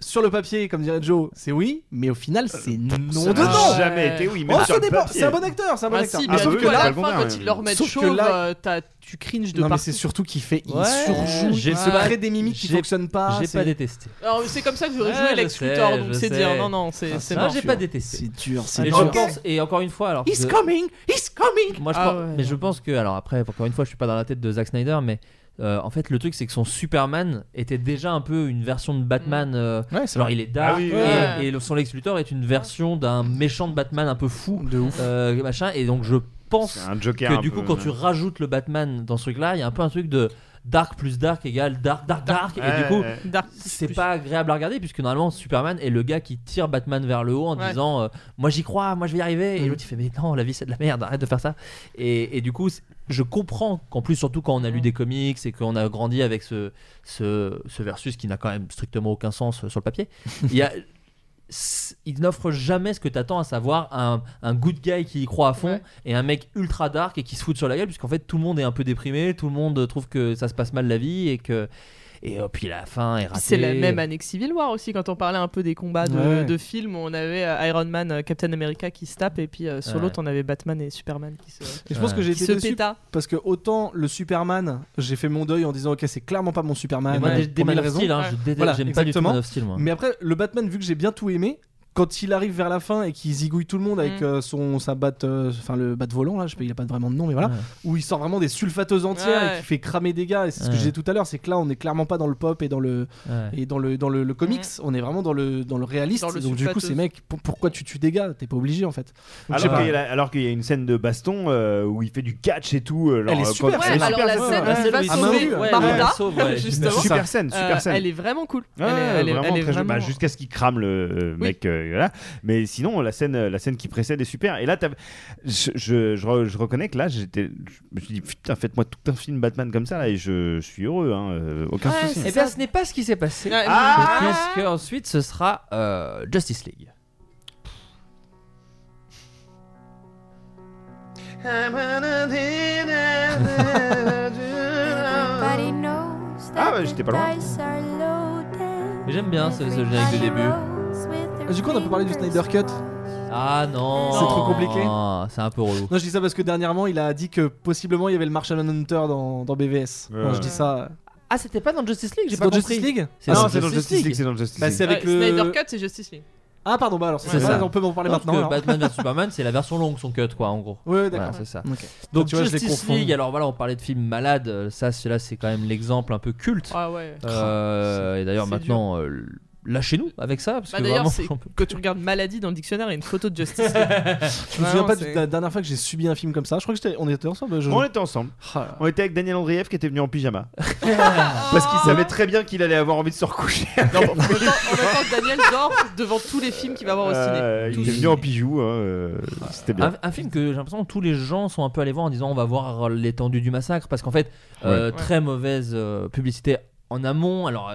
S4: sur le papier, comme dirait Joe, c'est oui, mais au final, c'est non
S9: Euh, n'a
S4: de non.
S9: jamais été oui, même
S4: Oh, ça
S9: sur le
S4: dépend.
S9: papier.
S4: C'est un bon acteur, c'est un bon
S10: Ah
S4: acteur.
S10: si,
S4: Ah,
S10: mais
S4: sauf
S10: à
S4: que là-
S10: la fin, quand ils le remettent
S4: sauf que
S10: chauve,
S4: là-
S10: euh, t'as- tu cringes de
S4: non mais
S10: partout.
S4: c'est surtout qu'il fait, il
S10: Ouais.
S4: surjoue,
S7: J'ai
S4: il
S7: pas-
S4: crée des mimiques qui
S7: j'ai-
S4: fonctionnent pas.
S7: j'ai
S4: c'est-
S7: pas détesté.
S10: Alors, c'est comme ça que j'aurais
S7: Ouais,
S10: joué
S7: je
S10: Lex
S7: sais,
S10: Luthor, donc
S7: je
S10: c'est
S7: sais.
S10: dire non, non,
S4: Ah,
S10: c'est c'est
S7: Ça,
S10: mort.
S7: j'ai pas détesté.
S4: C'est dur, c'est
S7: Et
S4: dur.
S7: je pense- et encore une fois, alors.
S4: He's
S7: je-
S4: coming, he's coming.
S7: Moi, je
S4: Ah
S7: pense-
S4: ouais.
S7: mais je pense que, alors après, encore une fois, je suis pas dans la tête de Zack Snyder, mais euh, en fait, le truc, c'est que son Superman était déjà un peu une version de Batman. euh,
S4: Ouais, c'est
S7: alors,
S4: vrai.
S7: il est dark,
S4: Ah oui,
S7: et-
S4: Hmm. ouais.
S7: et, le- son Lex Luthor est une version d'un méchant de Batman un peu fou. euh, machin, et donc, je pense
S9: C'est un Joker
S7: que
S9: un
S7: du
S9: peu,
S7: coup, quand
S9: ouais.
S7: tu rajoutes le Batman dans ce truc-là, il y a un peu un truc de. Dark plus dark égale dark dark dark,
S9: Ouais,
S7: et du coup
S9: ouais.
S7: c'est pas agréable à regarder puisque normalement Superman est le gars qui tire Batman vers le haut en
S9: Ouais.
S7: disant euh, moi j'y crois moi je vais y arriver
S9: Mm.
S7: et l'autre il fait mais non la vie c'est de la merde arrête de faire ça et, et du coup c'est- je comprends qu'en plus surtout quand on a lu des comics et qu'on a grandi avec ce ce, ce versus qui n'a quand même strictement aucun sens euh, sur le papier il y a s- il n'offre jamais ce que t'attends, à savoir un, un good guy qui y croit à fond et un mec ultra dark et qui se fout sur la gueule, puisqu'en fait tout le monde est un peu déprimé, tout le monde trouve que ça se passe mal la vie et que. Et euh, puis la fin est ratée.
S10: C'est la même année que Civil War aussi, quand on parlait un peu des combats de,
S7: Ouais.
S10: de films, on avait euh, Iron Man, euh, Captain America qui se tape, et puis euh, sur
S4: Ouais.
S10: l'autre, on avait Batman et Superman qui se.
S4: Et je pense que j'ai
S10: qui
S4: été
S10: se
S4: déçu
S10: péta.
S4: parce que autant le Superman, j'ai fait mon deuil en disant ok c'est clairement pas mon Superman.
S7: Mais moi,
S4: euh,
S7: dès- dès
S4: pour mille
S7: Man of
S4: raisons.
S7: Steel, hein, je déteste- j'aime pas du tout Man of Steel, moi.
S4: Mais après le Batman vu que j'ai bien tout aimé, quand il arrive vers la fin et qu'il zigouille tout le monde avec
S7: Mm.
S4: euh, son sa batte, euh, enfin le batte volant là, je sais pas il a pas vraiment de nom mais voilà,
S7: Ouais.
S4: où il sort vraiment des sulfateuses entières
S7: Ouais.
S4: et qui fait cramer des gars. Et c'est ce que
S7: Ouais.
S4: je disais tout à l'heure, c'est que là on est clairement pas dans le pop et dans le
S7: Ouais.
S4: et dans le dans le, le comics, on est vraiment dans le dans le réaliste.
S7: Mm. Dans le
S4: donc du coup
S7: sulfateuse.
S4: ces mecs, pour- pourquoi tu tues des gars T'es pas obligé en fait. Donc, je sais
S9: Alors
S4: pas.
S9: qu'il, y a, la- alors qu'il y a une scène de baston euh, où il fait du catch et tout. euh, genre,
S4: Elle est
S9: euh,
S4: super,
S9: quand-
S4: ouais,
S9: elle est
S4: alors
S9: super
S4: la
S9: forte.
S4: scène où il se bat
S9: à main
S4: sauver
S9: nue, ouais,
S4: Barda,
S9: ouais, ouais,
S10: *laughs*
S9: ouais,
S10: justement.
S9: Super scène, super
S10: Euh,
S9: scène.
S10: elle est vraiment cool.
S9: Ouais,
S10: Elle est- elle est-
S9: Ah, vraiment
S10: elle est
S9: très jolie. Bah,
S10: vraiment-
S9: jusqu'à ce qu'il crame le euh, mec euh, voilà. mais sinon la scène euh, la scène qui précède est super et là t'as- je, je, je re- je reconnais que là j'étais je me suis dit putain faites-moi tout un film Batman comme ça là et je, je suis heureux hein, euh, aucun souci
S10: Eh
S7: et Eh bien, ce n'est pas ce qui s'est passé.
S10: Ouais.
S7: Puisque ensuite, ce sera euh, Justice League.
S4: Ah,
S12: Everybody knows that
S9: bah,
S7: Ah ouais, j'étais pas loin.
S12: the dice are loaded.
S7: Mais j'aime bien ce, ce générique de début.
S4: Du coup on a pas parlé du Snyder Cut.
S7: Ah non
S4: C'est trop compliqué.
S7: C'est un peu relou.
S4: Non, je dis ça parce que dernièrement, il a dit que possiblement il y avait le Martian Hunter dans, dans BVS.
S7: Ouais.
S4: Non, je dis ça.
S7: Ah, c'était pas dans Justice League, j'ai
S4: C'est
S7: pas
S4: dans
S7: compris.
S4: Justice League
S7: C'est
S10: Ah,
S7: dans Justice League.
S9: c'est dans Justice
S4: Bah,
S9: League.
S4: c'est avec
S10: Ouais,
S4: le.
S10: Snyder Cut, c'est Justice League.
S4: Ah, pardon, bah alors, c'est
S7: C'est
S4: ça.
S7: ça.
S4: on peut en parler
S7: Non,
S4: maintenant.
S7: parce que
S4: alors. *laughs*
S7: Batman vs Superman, c'est la version longue, son cut, quoi, en gros.
S4: Ouais, d'accord.
S7: Voilà, c'est ça.
S4: Ok.
S7: Donc,
S4: Tu vois, je les
S7: Justice
S4: confonds.
S7: League, alors voilà, on parlait de films malades. euh, Ça, c'est- là, c'est quand même l'exemple un peu culte.
S10: Ah ouais.
S7: Euh, et d'ailleurs,
S10: c'est
S7: maintenant, euh, lâchez-nous avec ça, parce
S10: Bah,
S7: que
S10: D'ailleurs,
S7: vraiment,
S10: c'est-
S7: j'en peux-
S10: quand tu regardes Maladie dans le dictionnaire, il y a une photo de Justice League.
S4: Je me souviens pas de *laughs* la dernière fois que j'ai subi un film comme ça. Je crois que j'étais- on était ensemble. je-
S9: on était ensemble
S4: Ah.
S9: on était avec Daniel Andrieff qui était venu
S10: *laughs*
S9: en pyjama *laughs* parce
S10: Oh.
S9: qu'il savait très bien qu'il allait avoir envie de
S10: *laughs*
S9: se recoucher
S10: On entend Daniel dort devant tous les films qu'il va voir au ciné.
S9: Euh, il
S10: Tous. Ah,
S9: était venu en pigeou hein, euh, c'était bien
S7: Un, un film que j'ai l'impression que tous les gens sont un peu allés voir en disant on va voir l'étendue du massacre parce qu'en fait euh,
S9: Ouais.
S7: très mauvaise euh, publicité en amont alors euh,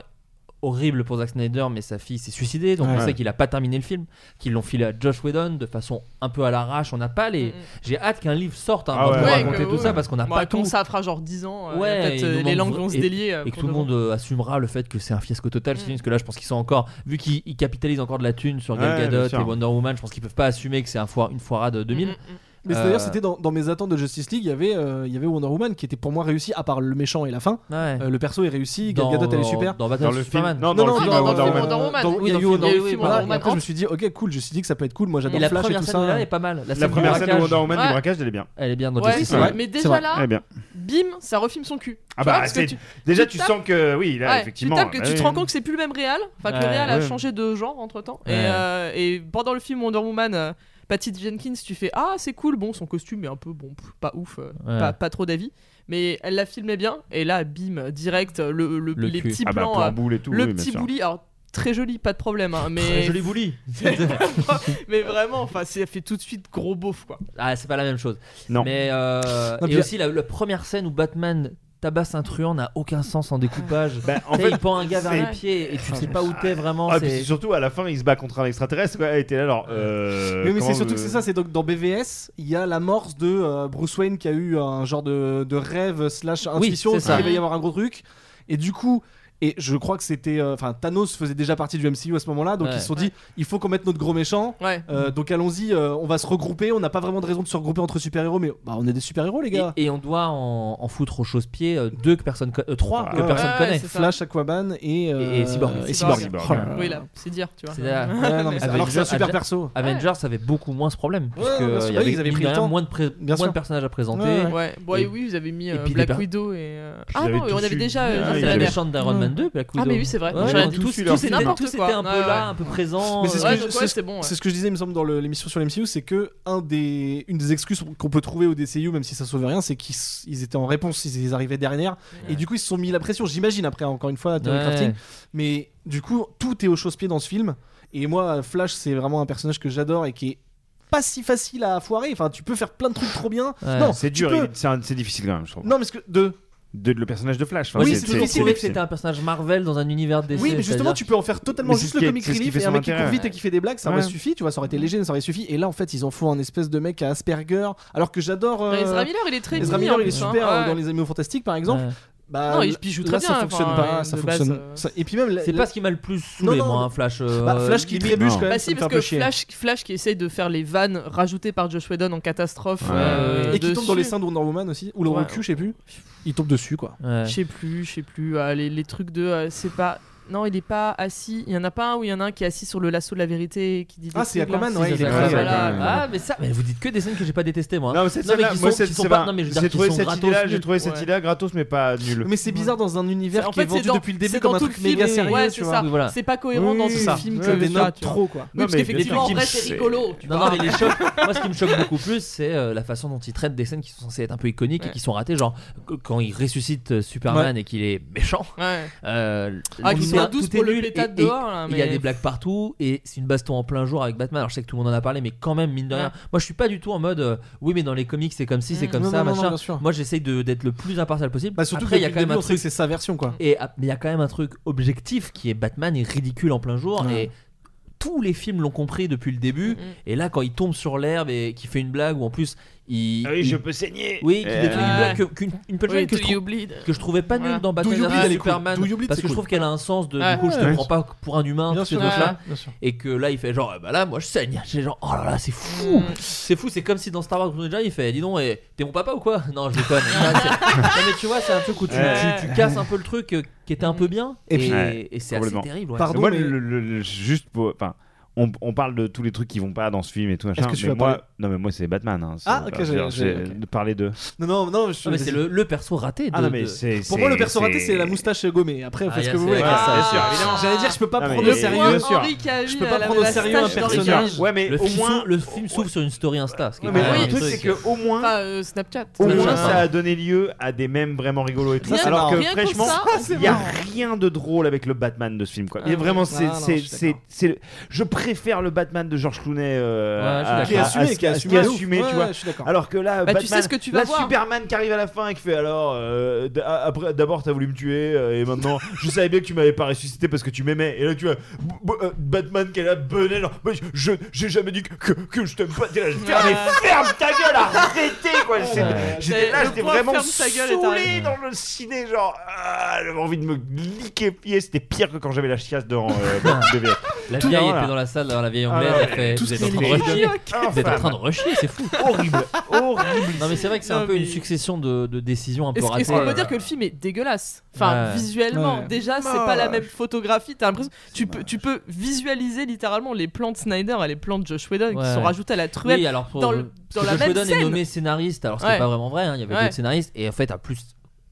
S7: horrible pour Zack Snyder mais sa fille s'est suicidée donc on
S9: Ouais.
S7: sait qu'il a pas terminé le film qu'ils l'ont filé à Josh Whedon de façon un peu à l'arrache on n'a pas les j'ai hâte qu'un livre sorte hein,
S9: Ah
S7: avant de
S9: ouais.
S7: vous
S9: Mm. Ouais,
S7: raconter
S9: que-
S7: tout ça parce qu'on n'a
S10: Bon,
S7: pas
S10: quand
S7: tout
S10: ça fera genre 10 ans, euh,
S7: Ouais,
S10: peut-être,
S7: il
S10: euh,
S7: nous
S10: les
S7: manque
S10: langues
S7: vra-
S10: vont se
S7: et-
S10: délier. euh,
S7: Et que
S10: pour
S7: tout le
S10: de Mm.
S7: monde euh, assumera le fait que c'est un fiasco total, ce film, parce que là, je pense qu'ils sont encore. Vu qu'ils ils capitalisent encore de la thune sur Gal
S9: Ouais, bien
S7: Gadot
S9: sûr.
S10: Mm,
S7: et Wonder Woman, je pense qu'ils peuvent pas assumer que c'est un foire- une foirade 2000.
S4: Mais c'est-à-dire,
S7: Euh,
S4: c'était dans, dans mes attentes de Justice League, il y avait, euh, il y avait Wonder Woman qui était pour moi réussi, à part le méchant et la fin.
S7: Ah Ouais.
S4: Euh, le perso est réussi, Gal
S7: Dans-
S4: Gadot elle est
S7: dans-
S4: super.
S7: dans Batman Dans le Superman. film-
S4: Non, non,
S7: non, dans le
S4: non,
S7: film
S4: dans-
S7: Wonder
S4: dans-
S7: Woman.
S4: dans-
S7: Wonder
S4: dans-
S7: Woman.
S4: oui, dans
S7: Oui,
S4: le film
S7: dans le
S4: Wonder
S7: film
S4: Woman.
S7: Wonder
S4: Voilà, et
S7: Woman.
S4: Après, je me suis dit, ok, cool, Justice League, ça peut être cool. Moi, j'adore
S7: Et la
S4: Flash et
S7: première
S4: tout
S7: scène
S4: ça.
S7: de là est pas mal. La
S9: La
S7: scène
S9: première
S7: du
S9: scène de Wonder
S7: braquage.
S9: Woman
S10: Ouais.
S9: du braquage, elle est bien.
S7: Elle est bien dans
S10: Ouais,
S7: Justice
S9: c'est
S7: League.
S9: vrai.
S10: Mais
S9: C'est
S10: déjà
S9: vrai.
S10: là,
S9: Elle est Eh bien.
S10: bim, ça refilme son cul.
S9: Ah
S10: Tu vois,
S9: bah,
S10: parce que
S9: c'est-
S10: tu-
S9: déjà, tu
S10: tapes-
S9: sens que, oui, là,
S10: Ouais,
S9: effectivement,
S10: Tu tapes que
S9: bah
S10: tu te
S9: oui.
S10: rends compte que c'est plus le même réal, enfin que le
S9: Ouais,
S10: réal a
S9: ouais.
S10: changé de genre entre temps. Et,
S9: Ouais.
S10: euh, et pendant le film Wonder Woman, euh, Patty Jenkins, tu fais Ah, c'est cool, bon, son costume est un peu bon, pff, pas ouf, euh,
S9: Ouais.
S10: pas, pas trop d'avis. Mais elle la filmait bien, et là, bim, direct, euh, le, le-
S9: Le
S10: les
S9: cul.
S10: petits
S9: Ah bah,
S10: plans.
S9: plan
S10: euh,
S9: boule et tout,
S10: le
S9: oui, bien
S10: petit
S9: sûr.
S10: bouli, alors très joli, pas de problème. hein, mais...
S7: Très joli bouli.
S10: *laughs* mais vraiment, enfin, ça fait tout de suite gros beauf, quoi.
S7: Ah, c'est pas la même chose.
S9: Non.
S7: Mais euh,
S9: Non,
S7: et
S9: puis-
S7: aussi la, la première scène où Batman tabasse un truand n'a aucun sens en découpage.
S9: Bah, en
S7: Tu sais,
S9: fait,
S7: il pend un gars vers
S9: c'est-
S7: les pieds et tu sais pas où t'es vraiment.
S9: Ah,
S7: c'est-
S9: puis c'est surtout à la fin, il se bat contre un extraterrestre. Quoi. Et t'es là, alors. euh,
S4: Mais, oui, mais
S9: comment
S4: c'est surtout
S9: vous-
S4: que c'est ça, c'est donc dans BVS, il y a l'amorce de euh, Bruce Wayne qui a eu un genre de, de rêve slash intuition
S7: c'est ça.
S4: qu'il va y avoir un gros truc. Et du coup, et je crois que c'était, euh, enfin Thanos faisait déjà partie du MCU à ce moment-là, donc
S7: Ouais.
S4: ils se sont dit, il faut qu'on mette notre gros méchant. Euh, donc allons-y, euh, on va se regrouper. On n'a pas vraiment de raison de se regrouper entre super héros, mais bah, on est des super héros les gars.
S7: Et, et on doit en, en foutre aux choses pieds euh, deux que personne, co- euh, trois que
S4: Ouais,
S7: personne
S4: ouais,
S7: connaît.
S4: c'est ça. Flash, Aquaman et, euh,
S7: et Cyborg.
S4: et Cyborg. Oh là là.
S10: Oui, là, c'est dire, tu vois.
S7: C'est là-
S4: Ouais, non, mais c'est- alors que c'est un super
S7: Avengers-
S4: perso.
S7: Avengers avait beaucoup moins ce problème.
S10: Ouais,
S7: puisque
S10: ouais, bien sûr.
S7: il y avait,
S10: Oui, ils avaient
S7: mine
S10: pris
S7: de
S10: le
S7: rien,
S10: temps.
S7: moins de, pré-
S10: Bien
S7: moins de
S10: sûr.
S7: personnages à présenter.
S10: Ouais, bon, et,
S7: Et-
S10: oui, vous avez mis
S7: et
S10: euh,
S7: puis
S10: Black
S7: les per-
S10: Widow et. euh,
S7: Puis
S10: Ah
S7: ils
S10: non,
S7: avaient
S10: on
S7: tout
S10: avait
S7: su.
S10: déjà.
S7: Ah,
S10: euh,
S7: ils
S10: Zack
S7: avaient
S10: Snyder.
S7: la méchante d'Iron Man
S10: Ouais.
S7: 2, Black
S10: Ah, mais
S7: Widow.
S10: oui, c'est vrai.
S7: Ouais,
S10: J'aurais
S7: ils ont
S10: dit
S7: tous
S10: tout- tout,
S7: eu leur
S10: c'est
S7: film.
S10: n'importe
S7: Tous étaient
S10: quoi.
S7: un peu
S10: Ouais,
S7: là,
S10: ouais.
S7: un peu présents,
S4: Mais c'est ce,
S10: Ouais,
S4: que
S10: donc
S4: je,
S10: ouais,
S4: c'est ce-
S10: c'est bon, ouais.
S4: c'est ce que je disais, il me semble, dans le- l'émission sur l'MCU, c'est que un des, une des excuses qu'on peut trouver au DCU, même si ça sauve rien, c'est qu'ils s- ils étaient en réponse, ils, ils arrivaient derrière, et du coup ils se sont mis la pression, j'imagine, après, encore une fois, à Terry
S7: Ouais.
S4: Crafting. Mais du coup, tout est au chausse-pied dans ce film, et moi, Flash, c'est vraiment un personnage que j'adore et qui est pas si facile à foirer, enfin, tu peux faire plein de trucs trop bien. Non,
S9: c'est
S4: tu
S9: dur,
S4: peux-
S9: il- c'est un- c'est difficile quand même, je trouve.
S4: Non, mais ce que. De...
S9: De, le personnage de Flash. enfin,
S7: Oui,
S9: c'est-
S7: c'est
S9: c'est-
S7: toujours
S9: c'est
S7: prouvé que
S9: difficile.
S7: c'était un personnage Marvel dans un univers DC.
S4: Oui, mais justement,
S7: c'est-à-dire-
S4: tu peux en faire totalement
S7: Mais c'est
S4: juste
S7: ce
S4: le
S7: qui est-
S4: comic
S7: c'est ce qui
S4: relief
S7: fait
S4: et
S7: son
S4: un mec qui court
S7: intérêt,
S4: vite
S7: ouais.
S4: et qui fait des blagues, ça aurait
S7: Ouais.
S4: suffi, tu vois, ça aurait été léger, ça aurait suffi. Et là, en fait, ils en font un espèce de mec à Asperger, alors que j'adore. euh,
S10: Ezra Miller, il est très
S4: Ezra
S10: mimi,
S4: Miller,
S10: en
S4: il est
S10: plus, hein.
S4: super euh,
S10: Ouais.
S4: dans Les Animaux Fantastiques, par exemple.
S7: Ouais.
S4: Bah,
S10: Non, il- puis il joue très
S4: là,
S10: bien,
S4: ça fonctionne
S10: enfin,
S4: pas,
S10: euh,
S4: ça
S10: de
S4: fonctionne.
S10: base, euh,
S4: ça- Et puis même, la-
S7: C'est
S4: la-
S7: pas ce qui m'a le plus saoulé,
S4: Non, non,
S7: moi, hein,
S4: non.
S7: Flash.
S4: Bah,
S7: euh,
S4: Flash qui
S7: limite.
S4: trébuche quand même.
S10: Bah
S4: ça
S10: si,
S4: me
S10: parce
S4: fait un
S10: que
S4: peu chier.
S10: Flash, Flash qui essaye de faire les vannes rajoutées par Josh Whedon en catastrophe.
S4: Ouais,
S10: euh,
S4: et qui tombe
S10: dessus.
S4: dans les seins de Wonder Woman aussi, ou le
S10: Ouais.
S4: recul, je sais plus. Il tombe dessus, quoi.
S10: Je sais plus, je sais plus. ah, les, les trucs de. euh, c'est pas. Non, il est pas assis. Il y en a pas un où il y en a un qui est assis sur le lasso de la vérité et qui dit. des
S4: Ah, c'est
S10: trucs, là.
S4: Aquaman, ouais, il est
S7: Ah,
S4: crade.
S7: voilà.
S4: Ouais.
S7: Ah, mais ça, mais vous dites que des scènes que j'ai pas détestées, moi. hein.
S9: Non, mais cette scène-là,
S7: qui
S9: moi,
S7: sont-
S9: c'est-
S7: qui sont
S9: c'est
S7: pas-
S9: pas-
S7: non, mais je veux
S9: j'ai
S7: dire, qui
S9: trouvé
S7: sont
S9: cette
S7: gratos,
S9: idée-là, j'ai
S7: nuls.
S9: trouvé cette
S7: Ouais.
S9: idée-là gratos, mais pas nulle.
S4: Mais c'est bizarre dans un univers
S10: En
S4: qui est
S10: fait, c'est
S4: vendu
S10: dans-
S4: depuis le début
S10: c'est
S4: comme
S10: dans
S4: un
S10: tout le
S4: truc
S10: film,
S4: méga
S10: et-
S4: sérieux,
S10: ouais,
S4: tu
S10: c'est
S4: vois.
S10: ça. Oui, voilà. C'est pas cohérent
S7: Mmh.
S10: dans
S4: C'est
S10: le
S4: ça.
S10: film
S4: T'as
S10: que-
S4: des
S10: tu vois,
S4: notes
S10: tu vois.
S4: trop, quoi.
S10: Oui, parce qu'effectivement, en vrai, c'est rigolo. tu
S7: Non, non,
S10: vois. *laughs*
S7: mais les chocs, moi ce qui me choque beaucoup plus, c'est euh, la façon dont ils traitent des scènes qui sont censées être un peu iconiques et qui sont ratées, genre que- quand il ressuscite euh, Superman
S10: Ouais.
S7: et qu'il est méchant.
S10: Ouais.
S7: euh,
S10: Ah,
S7: tout
S10: qu'ils
S7: est-
S10: sont
S7: tout
S10: douze
S7: est
S10: pour le
S7: nul
S10: pétate
S7: et- et
S10: dehors, là,
S7: Il y a
S10: mais-
S7: des blagues partout et c'est une baston en plein jour avec Batman. Alors je sais que tout le monde en a parlé, mais quand même, mine de rien,
S10: Ouais.
S7: moi je suis pas du tout en mode euh, oui, mais dans les comics c'est comme si, c'est
S4: Mm.
S7: comme
S4: Non,
S7: ça,
S4: non, non,
S7: machin.
S4: bien sûr.
S7: moi j'essaye de- d'être le plus impartial possible.
S4: Bah, surtout
S7: Après,
S4: que
S7: il y a
S4: depuis
S7: quand
S4: le
S7: même un
S4: début, on sait
S7: truc
S4: que c'est sa version, quoi.
S7: et ah, mais il y a quand même un truc objectif qui est Batman est ridicule en plein jour
S4: Ouais.
S7: et tous les films l'ont compris depuis le début et là quand il tombe sur l'herbe et qu'il fait une blague ou en plus il
S9: Ah oui,
S7: il-
S9: je peux saigner.
S7: oui qu'il
S9: Euh,
S7: détruit une
S9: ouais.
S7: blague que, qu'une- une punchline
S9: Oui,
S7: que, je
S9: do
S7: trou-
S9: you bleed
S7: que je trouvais pas
S9: Voilà.
S7: nulle dans
S9: Do you
S7: Batman
S9: bleed,
S7: vs
S9: elle est cool.
S7: Superman
S9: Do you bleed,
S7: parce
S9: c'est
S7: que je
S9: cool.
S7: trouve qu'elle a un sens
S4: Ah
S7: de
S9: Ouais.
S7: du coup je te
S9: Ouais.
S7: prends pas pour un humain
S9: Bien
S7: tous ces
S9: sûr.
S7: trucs-là.
S9: Ouais, bien sûr.
S7: et que là il fait genre bah là moi je saigne j'ai genre oh là là c'est fou c'est fou c'est comme si dans Star Wars déjà il fait dis donc eh, t'es mon papa ou quoi non je déconne Non, c'est- non, mais tu vois c'est un truc où tu,
S9: Ouais.
S7: tu- tu casses un peu le truc euh, qui était un peu bien et,
S9: Ouais,
S7: et c'est assez
S9: complètement.
S7: terrible ouais.
S9: moi, le- le- le- juste pour. Enfin, on, on parle de tous les trucs qui vont pas dans ce film et tout machin.
S4: que tu
S9: mais
S4: vas
S9: moi,
S4: parler-
S9: non mais moi c'est Batman. hein, c'est-
S4: Ah, ok,
S9: enfin, je veux
S4: j'ai-
S9: dire,
S4: j'ai-
S9: de parler de.
S4: Non, non, non, je-
S7: Non, Ah, mais c'est le, le perso raté de-
S9: Ah, non, mais
S7: de-
S9: c'est-
S4: Pour moi, le perso raté, c'est la moustache gommée. Après,
S7: Ah,
S4: faites ce
S7: y a-
S4: que vous
S7: c'est
S4: voulez.
S7: vrai,
S4: avec
S7: ça,
S4: ça.
S7: c'est évidemment.
S4: J'allais dire, je peux pas
S7: Non, mais-
S4: prendre au
S7: Le
S4: sérieux.
S7: point
S4: Bien sûr.
S10: Henri Cavill,
S4: Je peux pas
S10: la
S4: prendre au
S10: moustache
S4: sérieux un
S10: d'Henri Cavill.
S4: personnage.
S9: Ouais, mais
S7: le
S9: au
S7: film,
S9: moins-
S7: le film s'ouvre sur une story Insta. Ce qui est
S9: Ouais, mais
S7: quand même
S9: le
S7: un
S9: truc, c'est que au moins,
S10: Enfin, euh, Snapchat.
S9: Au
S10: Snapchat.
S9: moins, ça a donné lieu à des mèmes vraiment rigolos et tout.
S10: Rien-
S9: Alors que
S10: rien que
S9: franchement,
S10: ça, c'est
S9: il n'y a
S10: marrant.
S9: rien de drôle avec le Batman de ce film. Quoi. Il y a
S4: Ah
S9: vraiment,
S4: oui.
S9: c'est,
S4: Ah non,
S9: c'est,
S4: je suis
S9: c'est- c'est le- je préfère le Batman de George Clooney euh,
S4: Ouais, je suis
S9: à-
S4: d'accord. Qui est
S9: à-
S4: assumé,
S9: à ce
S4: qui est
S9: à ce
S4: assumé de ouf.
S9: assumé,
S4: Ouais,
S9: tu vois.
S4: je suis d'accord.
S9: Alors que là,
S4: Bah, tu
S9: Batman,
S4: sais ce que tu vas
S9: là,
S4: voir.
S9: Superman qui arrive à la fin et qui fait alors, euh, d- a- après, d'abord t'as voulu me tuer euh, et
S4: *laughs*
S9: maintenant je savais bien que tu m'avais pas ressuscité parce que tu m'aimais. Et là tu vois b- b- euh, Batman qui est là, Benel, genre, Mais je j'ai jamais dit que, que, que je t'aime pas. T'es là, ferme, mais ferme ta gueule, arrêtez
S12: *laughs*
S9: quoi. C'est-
S7: Ouais.
S9: J'étais là,
S10: Le
S9: j'étais
S10: point
S9: vraiment
S10: ferme sa gueule et
S9: saoulé
S10: t'arrêtes.
S9: dans le ciné,
S7: *laughs*
S9: genre ah, j'avais envie de me liquéfier. C'était pire que quand j'avais la chiasse dans euh, BVS.
S7: La
S9: Tout-
S7: vieille
S9: Voilà.
S7: était dans la salle, dans la vieille
S9: Ah
S7: anglaise,
S9: ouais.
S7: elle fait
S9: Tout
S7: Vous
S9: ce
S7: êtes
S9: qui
S7: en train de
S9: est
S7: rusher
S9: médiocre,
S10: Ah,
S7: Vous êtes en train de
S9: infâme.
S7: rusher, c'est fou
S9: Horrible, horrible
S7: Non, mais c'est vrai que c'est un
S10: Non,
S7: peu une
S10: mais-
S7: succession de, de décisions un peu
S10: Est-ce
S7: ratées. euh,
S10: est-ce qu'on peut dire que le film est dégueulasse Enfin,
S7: Ouais.
S10: visuellement,
S7: Ouais.
S10: déjà, c'est pas la même photographie. T'as l'impression, tu peux, tu peux visualiser littéralement les plans de Snyder et les plans de Josh Whedon qui
S7: Ouais.
S10: sont rajoutés à la truelle
S7: Oui, alors pour-
S10: dans, le- dans
S7: parce que
S10: la
S7: Josh
S10: même
S7: Whedon
S10: scène.
S7: est nommé scénariste, alors c'est
S10: Ouais.
S7: pas vraiment vrai, hein, il y avait
S10: Ouais.
S7: d'autres scénaristes, et en fait a plus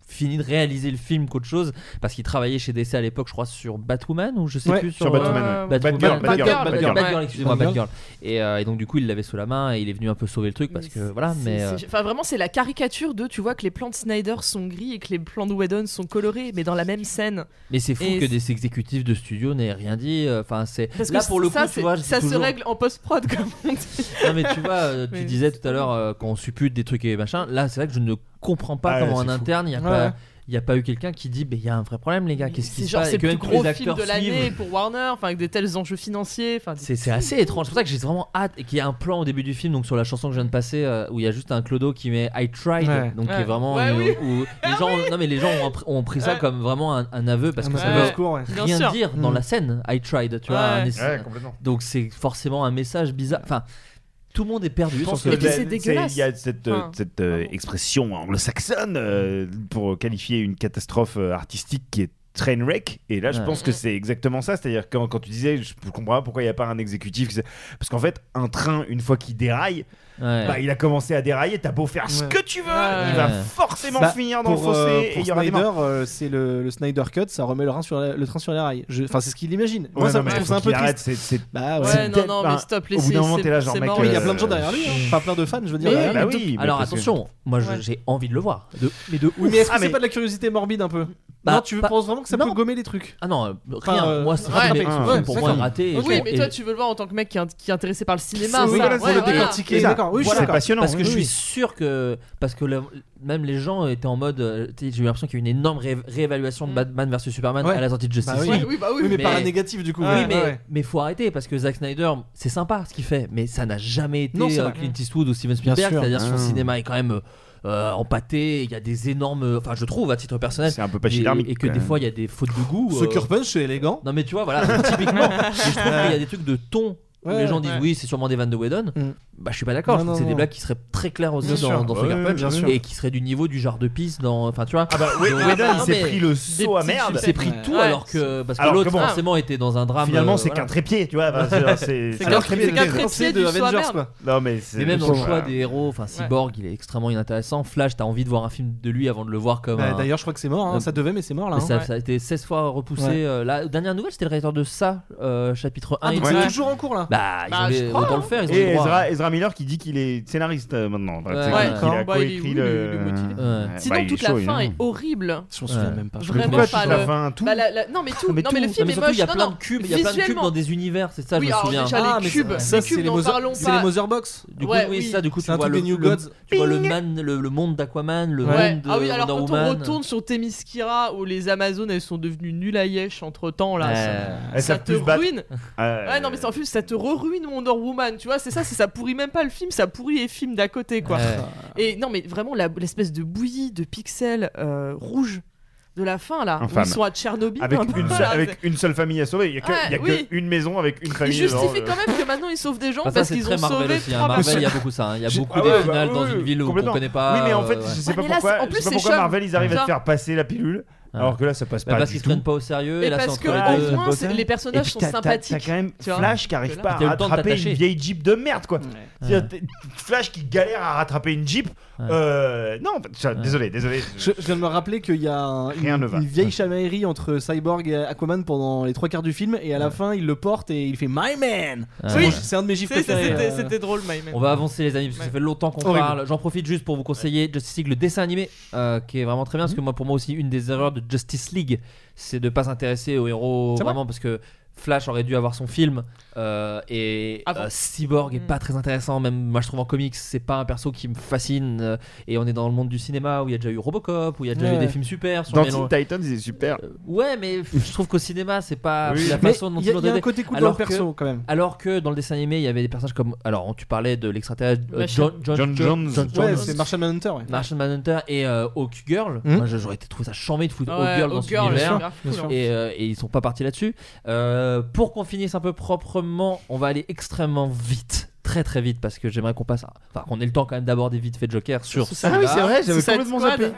S7: fini de réaliser le film qu'autre chose, parce qu'il travaillait chez DC à l'époque, je crois, sur Batwoman, ou je sais
S9: Ouais,
S7: plus,
S9: sur Batwoman,
S7: euh,
S9: ouais.
S7: Batwoman.
S9: Batgirl,
S7: Batgirl,
S9: Batgirl,
S7: Batgirl,
S9: Batgirl,
S7: Batgirl,
S9: ouais.
S7: excusez-moi,
S9: Batgirl.
S7: Batgirl. Et, euh, et donc du coup, il l'avait sous la main, et il est venu un peu sauver le truc, parce que voilà,
S10: C'est-
S7: mais...
S10: c'est-
S7: euh,
S10: Enfin, vraiment, c'est la caricature de tu vois que les plans de Snyder sont gris et que les plans de Whedon sont colorés, mais dans la même scène.
S7: Mais c'est fou
S10: Et
S7: que des exécutifs de studio n'aient rien dit. euh, Enfin, c'est
S10: Parce
S7: là
S10: que
S7: pour le
S10: ça,
S7: coup, tu
S10: c'est-
S7: vois,
S10: ça
S7: c'est toujours-
S10: se règle en post-prod, *laughs* comme on dit.
S7: Non mais tu vois,
S10: *laughs*
S7: euh, tu
S10: Mais-
S7: disais tout à l'heure euh, quand on suppute des trucs et machin. Là, c'est vrai que je ne comprends pas
S9: Ah,
S7: comment
S9: c'est
S7: en
S9: fou.
S7: interne il y a
S9: Ouais, ouais.
S7: pas. Il n'y a pas eu quelqu'un qui dit, mais il y a un vrai problème, les gars, qu'est-ce qui
S10: C'est
S7: se
S10: genre,
S7: passe
S10: c'est
S7: Et que
S10: le plus
S7: même
S10: gros
S7: tous les
S10: film
S7: acteurs
S10: de l'année
S7: suivent.
S10: pour Warner, enfin, avec de tels enjeux financiers. Enfin,
S7: C'est c'est assez étrange. C'est pour ça que j'ai vraiment hâte et qu'il y a un plan au début du film, donc sur la chanson que je viens de passer, euh, où il y a juste un clodo qui met I tried,
S4: Ouais.
S7: donc qui
S4: Ouais.
S7: est vraiment.
S4: Ouais,
S7: où-
S4: oui. *laughs*
S7: où les gens, ont- non mais les gens ont, appr- ont pris ça
S4: Ouais.
S7: comme vraiment un, un aveu parce
S4: Un
S7: que ça
S4: message au
S7: veut
S4: secours, ouais.
S7: rien
S4: Bien sûr.
S7: dire dans
S4: Mm.
S7: la scène. I tried, tu vois.
S4: Ouais.
S7: un essai-
S4: Ouais, complètement.
S7: donc c'est forcément un message bizarre. Enfin, tout le monde est perdu.
S9: Je
S7: sur
S9: pense
S7: ce
S9: que
S7: film.
S9: c'est- Il y a cette, euh, cette, euh, expression anglo-saxonne euh, pour qualifier une catastrophe euh, artistique qui est train wreck et là je
S7: Ouais.
S9: pense que c'est exactement ça c'est-à-dire quand, quand tu disais je comprends pas pourquoi il n'y a pas un exécutif qui s'est- parce qu'en fait un train une fois qu'il déraille
S7: Ouais.
S9: bah, il a commencé à dérailler t'as beau faire ce que tu veux il va forcément
S4: Bah,
S9: finir dans le
S4: pour,
S9: fossé
S4: euh,
S9: et
S4: pour
S9: il y aura des
S4: Snyder,
S9: morts
S4: euh, c'est le, le Snyder Cut, ça remet le, rein sur la- le train sur les rails. Je- Enfin, c'est ce qu'il imagine. Moi,
S9: Ouais,
S4: ça
S9: non,
S4: me
S9: mais
S4: trouve
S9: faut
S4: ça un peu
S9: qu'il arrête,
S4: triste.
S9: c'est- c'est-
S4: Bah ouais.
S9: c'est peut-être- bah, au bout d'un moment t'es là genre mec
S4: Mais Il y a
S9: euh,
S4: plein de gens derrière lui. hein. Enfin, plein de fans, je veux dire.
S7: Mais-
S4: derrière lui.
S7: bah oui, Alors, mais parce que- attention, moi, je- j'ai envie de le voir. De- mais de
S4: Oui,
S7: ouf.
S4: mais est-ce que
S7: Ah,
S4: c'est
S7: mais-
S4: pas de la curiosité morbide un peu
S7: Bah,
S4: Non, tu
S7: pas-
S4: penses vraiment que ça peut gommer les trucs
S7: Ah non, euh,
S4: Enfin,
S7: rien.
S4: euh,
S7: moi, c'est
S4: rattraper.
S7: rattrapé.
S4: Ah, ouais,
S7: pour
S4: ça,
S7: moi,
S4: quand même.
S7: raté. et-
S10: Oui, mais
S7: et-
S10: toi, tu veux le voir en tant que mec qui est, qui est intéressé par le cinéma.
S7: Oui,
S10: ça.
S7: voilà,
S10: Ouais,
S7: c'est le
S10: voilà.
S7: décortiquer.
S10: C'est ça. Voilà.
S7: Voilà. Parce que je
S10: Oui.
S7: suis sûr que. Parce que le- même les gens étaient en mode. euh, tu sais, J'ai eu l'impression qu'il y a eu une énorme ré- réévaluation de Batman versus Superman
S4: Ouais.
S7: à la sortie de Justice
S4: Bah oui.
S7: League.
S4: Ouais, oui, bah oui, mais par un négatif, du coup.
S7: Oui,
S4: Ouais,
S7: mais,
S4: ouais, ouais.
S7: mais faut arrêter parce que Zack Snyder, c'est sympa ce qu'il fait, mais ça n'a jamais été
S4: Non, c'est
S7: euh,
S4: vrai.
S7: Clint Eastwood ou Steven
S4: Bien
S7: Spielberg.
S4: sûr.
S7: C'est-à-dire son
S4: Ah.
S7: cinéma est quand même. euh, empâté, il y a des énormes. Enfin, je trouve à titre personnel.
S9: C'est un peu pachydermique,
S7: Et, et que
S9: quand
S7: des
S9: même.
S7: fois il y a des fautes de goût. euh,
S4: Ce Cure Punch, c'est élégant.
S7: Non, mais tu vois, voilà,
S4: *laughs*
S7: typiquement. mais je trouve qu'il y a des trucs de ton. où
S4: Ouais,
S7: les gens disent
S4: ouais.
S7: oui, c'est sûrement des vannes de Whedon. Bah, je suis pas d'accord.
S4: Mm. Non,
S7: je trouve que
S4: non,
S7: C'est des
S4: non.
S7: blagues qui seraient très claires aux
S4: Bien
S7: yeux dans,
S4: sûr.
S7: dans
S4: Ouais,
S7: Sucker
S4: ouais,
S7: Punch
S4: bien sûr.
S7: et qui seraient du niveau du genre de pisse dans. Enfin, tu vois.
S9: Ah bah, oui,
S7: Donc,
S9: Whedon, il
S7: non,
S9: s'est
S7: mais
S9: pris le
S7: des
S9: seau
S7: petites
S9: à merde.
S7: Il s'est pris tout
S9: Ouais.
S7: alors que parce que
S9: Alors que
S7: l'autre
S9: bon.
S7: forcément était dans un drame.
S9: Finalement,
S7: euh,
S9: c'est
S7: voilà.
S9: qu'un trépied, tu vois, bah,
S4: *laughs*
S9: c'est- alors, c'est- C'est alors qu'un que les trépied, gars c'est de du Avengers, soir, merde. quoi. Non, mais c'est-
S7: même dans le
S9: Voilà.
S7: choix des héros, enfin Cyborg, il est extrêmement inintéressant. Flash, t'as envie de voir un film de lui avant de le voir comme.
S4: Bah,
S7: un-
S4: D'ailleurs, je crois que c'est mort. hein.
S7: Euh,
S4: Ça devait, mais c'est mort là.
S7: mais
S4: hein.
S7: ça, ça a été 16 fois repoussé.
S4: Ouais.
S7: euh, la dernière nouvelle, c'était le réalisateur de ça, euh, chapitre 1.
S4: Ah,
S7: et
S4: donc
S7: deux.
S4: c'est toujours en cours, là
S7: Bah, ils
S4: Bah,
S7: ont
S4: je
S7: les-
S4: crois,
S7: autant
S4: hein.
S7: le faire, ils ont
S9: Et
S7: les droits.
S9: Ezra, Ezra Miller qui dit qu'il est scénariste euh, maintenant. Enfin,
S7: Ouais,
S9: c'est
S7: ouais.
S9: qu'il- qu'il a
S7: Bah, il est
S9: coécrit
S7: où,
S9: le.
S7: le- le motif
S9: Ouais. Bah,
S10: Sinon,
S9: il est
S10: toute la
S9: chaud,
S10: fin
S9: il
S10: est horrible.
S4: Je m'en souviens même pas.
S9: Mais
S10: Vraiment
S9: pourquoi
S10: pas
S9: toute
S10: le...
S9: la fin, tout
S10: Bah, la- la- Non mais tout.
S7: Ah, Mais
S10: non mais le
S7: tout.
S10: film
S7: mais
S10: est
S7: surtout,
S10: moche.
S7: il y a
S10: Non,
S7: plein
S10: non.
S7: de cubes, il y a plein de cubes
S10: Visuellement.
S7: dans des univers, c'est ça,
S10: Oui,
S7: je me
S10: alors
S7: souviens.
S10: déjà, les
S9: Ah,
S4: mais
S10: cubes,
S4: ça,
S10: les
S4: ça,
S10: cubes,
S4: c'est les
S10: n'en
S4: Mother-
S10: parlons
S4: C'est
S10: pas.
S4: les Motherbox.
S7: Du coup,
S10: Ouais,
S7: oui,
S10: oui.
S7: ça, du coup, tu
S4: C'est un
S7: vois,
S4: truc
S7: le,
S4: des New
S7: le-
S4: Gods.
S7: tu vois le,
S4: Ping.
S7: man, le, le monde d'Aquaman, le
S10: Ouais.
S7: monde de
S10: ah oui, alors
S7: Wonder
S10: quand
S7: Woman.
S10: on retourne sur Themyscira où les Amazones elles sont devenues nulles à Yesh entre temps là,
S7: Euh,
S10: ça-
S9: elles
S10: ça,
S9: savent
S10: te
S9: plus se battre.
S10: ruine.
S9: Euh,
S10: Ouais non mais c'est- en plus ça te ruine Wonder Woman, tu vois, c'est ça, c'est ça pourrit même pas le film, ça pourrit les films d'à côté quoi.
S7: *laughs* Ouais.
S10: Et non mais vraiment la- l'espèce de bouillie de pixels euh, rouges de la fin là, où
S9: Infâme.
S10: ils sont à Tchernobyl.
S9: Avec,
S10: un peu,
S9: une,
S10: là,
S9: seule- avec une seule famille à sauver. Il n'y a que,
S10: Ouais,
S9: il y a que
S10: oui.
S9: une maison avec une
S10: Ils
S9: famille.
S10: justifient
S9: dedans,
S10: quand
S9: euh.
S10: même que maintenant ils sauvent des gens
S7: Enfin, Bah, ça,
S10: parce
S7: c'est
S10: qu'ils
S7: très
S10: ont
S7: Marvel
S10: sauvé
S7: aussi. hein.
S10: trois
S7: Marvel, il y a
S10: personnes.
S7: beaucoup ça. hein. Il y a
S9: J'ai-
S7: beaucoup
S9: Ah
S7: des
S9: ouais, bah
S7: finales
S9: oui,
S7: dans
S9: oui,
S7: une ville où on
S9: complètement.
S7: connaît pas.
S9: Oui, mais en fait,
S7: euh, ouais.
S9: je sais
S10: Ouais,
S9: pas
S10: mais là,
S9: pourquoi.
S10: c'est- en
S9: je
S10: plus,
S9: sais pas
S10: c'est
S9: pourquoi
S10: chum.
S9: Marvel ils arrivent à te
S10: Genre-
S9: faire passer la pilule alors que là ça passe
S7: Bah,
S9: pas.
S7: parce
S9: du
S7: qu'ils se
S9: tout.
S7: prennent pas au sérieux.
S10: Et
S7: Et là, c'est
S10: parce
S7: entre
S10: que,
S7: les
S10: au
S7: deux.
S10: moins, c'est- les
S9: Et
S10: personnages
S9: puis
S10: sont
S9: t'as- t'as-
S10: sympathiques.
S9: T'as quand même
S10: tu vois.
S9: Flash qui arrive
S10: Que là-
S9: pas
S7: T'as eu
S9: à
S7: le temps de
S9: rattraper
S7: t'attacher.
S9: une vieille Jeep de merde quoi. C'est-à-dire, t'es- Flash qui galère à rattraper une Jeep. euh, Non, en fait, ça- désolé, désolé.
S4: Je, je viens de me rappeler qu'il y a un-
S9: Rien ne
S4: une,
S9: va.
S4: une vieille chamaillerie entre Cyborg et Aquaman pendant les trois quarts du film, et à la fin, il le porte et il fait My Man C'est
S7: Ouais.
S4: mon- C'est un de mes gifs
S10: Ah. C'est- c'est-
S4: préférés.
S10: C'était
S4: euh.
S10: c'était drôle, My Man.
S7: On va avancer les amis parce que ça fait longtemps qu'on
S4: Horrible.
S7: parle. J'en profite juste pour vous conseiller Justice League, le dessin animé, euh, qui est vraiment très bien parce que moi pour moi aussi une des erreurs de Justice League, c'est de pas s'intéresser aux héros
S4: C'est vrai
S7: vraiment parce que Flash aurait dû avoir son film euh, et euh, Cyborg est pas très intéressant même moi je trouve en comics c'est pas un perso qui me fascine euh, et on est dans le monde du cinéma où il y a déjà eu Robocop où il y a déjà
S9: Ouais.
S7: eu des films super sur
S9: Dans
S7: les longs-
S9: Teen Titans, il est super.
S7: Ouais, mais je trouve qu'au cinéma, c'est pas
S9: Oui.
S7: c'est la
S9: Mais
S7: façon dont
S4: y a-
S7: ils l'ont
S4: y a un
S7: traité.
S4: côté cool dans le
S7: que-
S4: perso, quand même.
S7: Alors que dans le dessin animé, il y avait des personnages comme. Alors, tu parlais de l'extraterrestre euh,
S4: Machin.
S7: John,
S9: John Jones.
S7: John Jones.
S4: Ouais, c'est Marshall Manhunter. ouais.
S7: Martian Manhunter et euh, Hawk Girl.
S4: Hmm.
S7: Moi, je- j'aurais été trouvé ça chambé de foutre
S10: Ah
S7: Hawk
S10: ouais,
S7: Girl dans
S10: Hawk
S7: ce
S10: Girl,
S7: univers.
S10: c'est grave cool, hein.
S7: Et, euh, et ils sont pas partis là-dessus. Euh, Euh, pour qu'on finisse un peu proprement, on va aller extrêmement vite. Très très vite parce que j'aimerais qu'on passe. à- Enfin, qu'on ait le temps quand même d'aborder vite fait Joker sur.
S10: Ah
S7: celui-là.
S10: oui, c'est vrai, j'avais Suicide complètement Squad. zappé.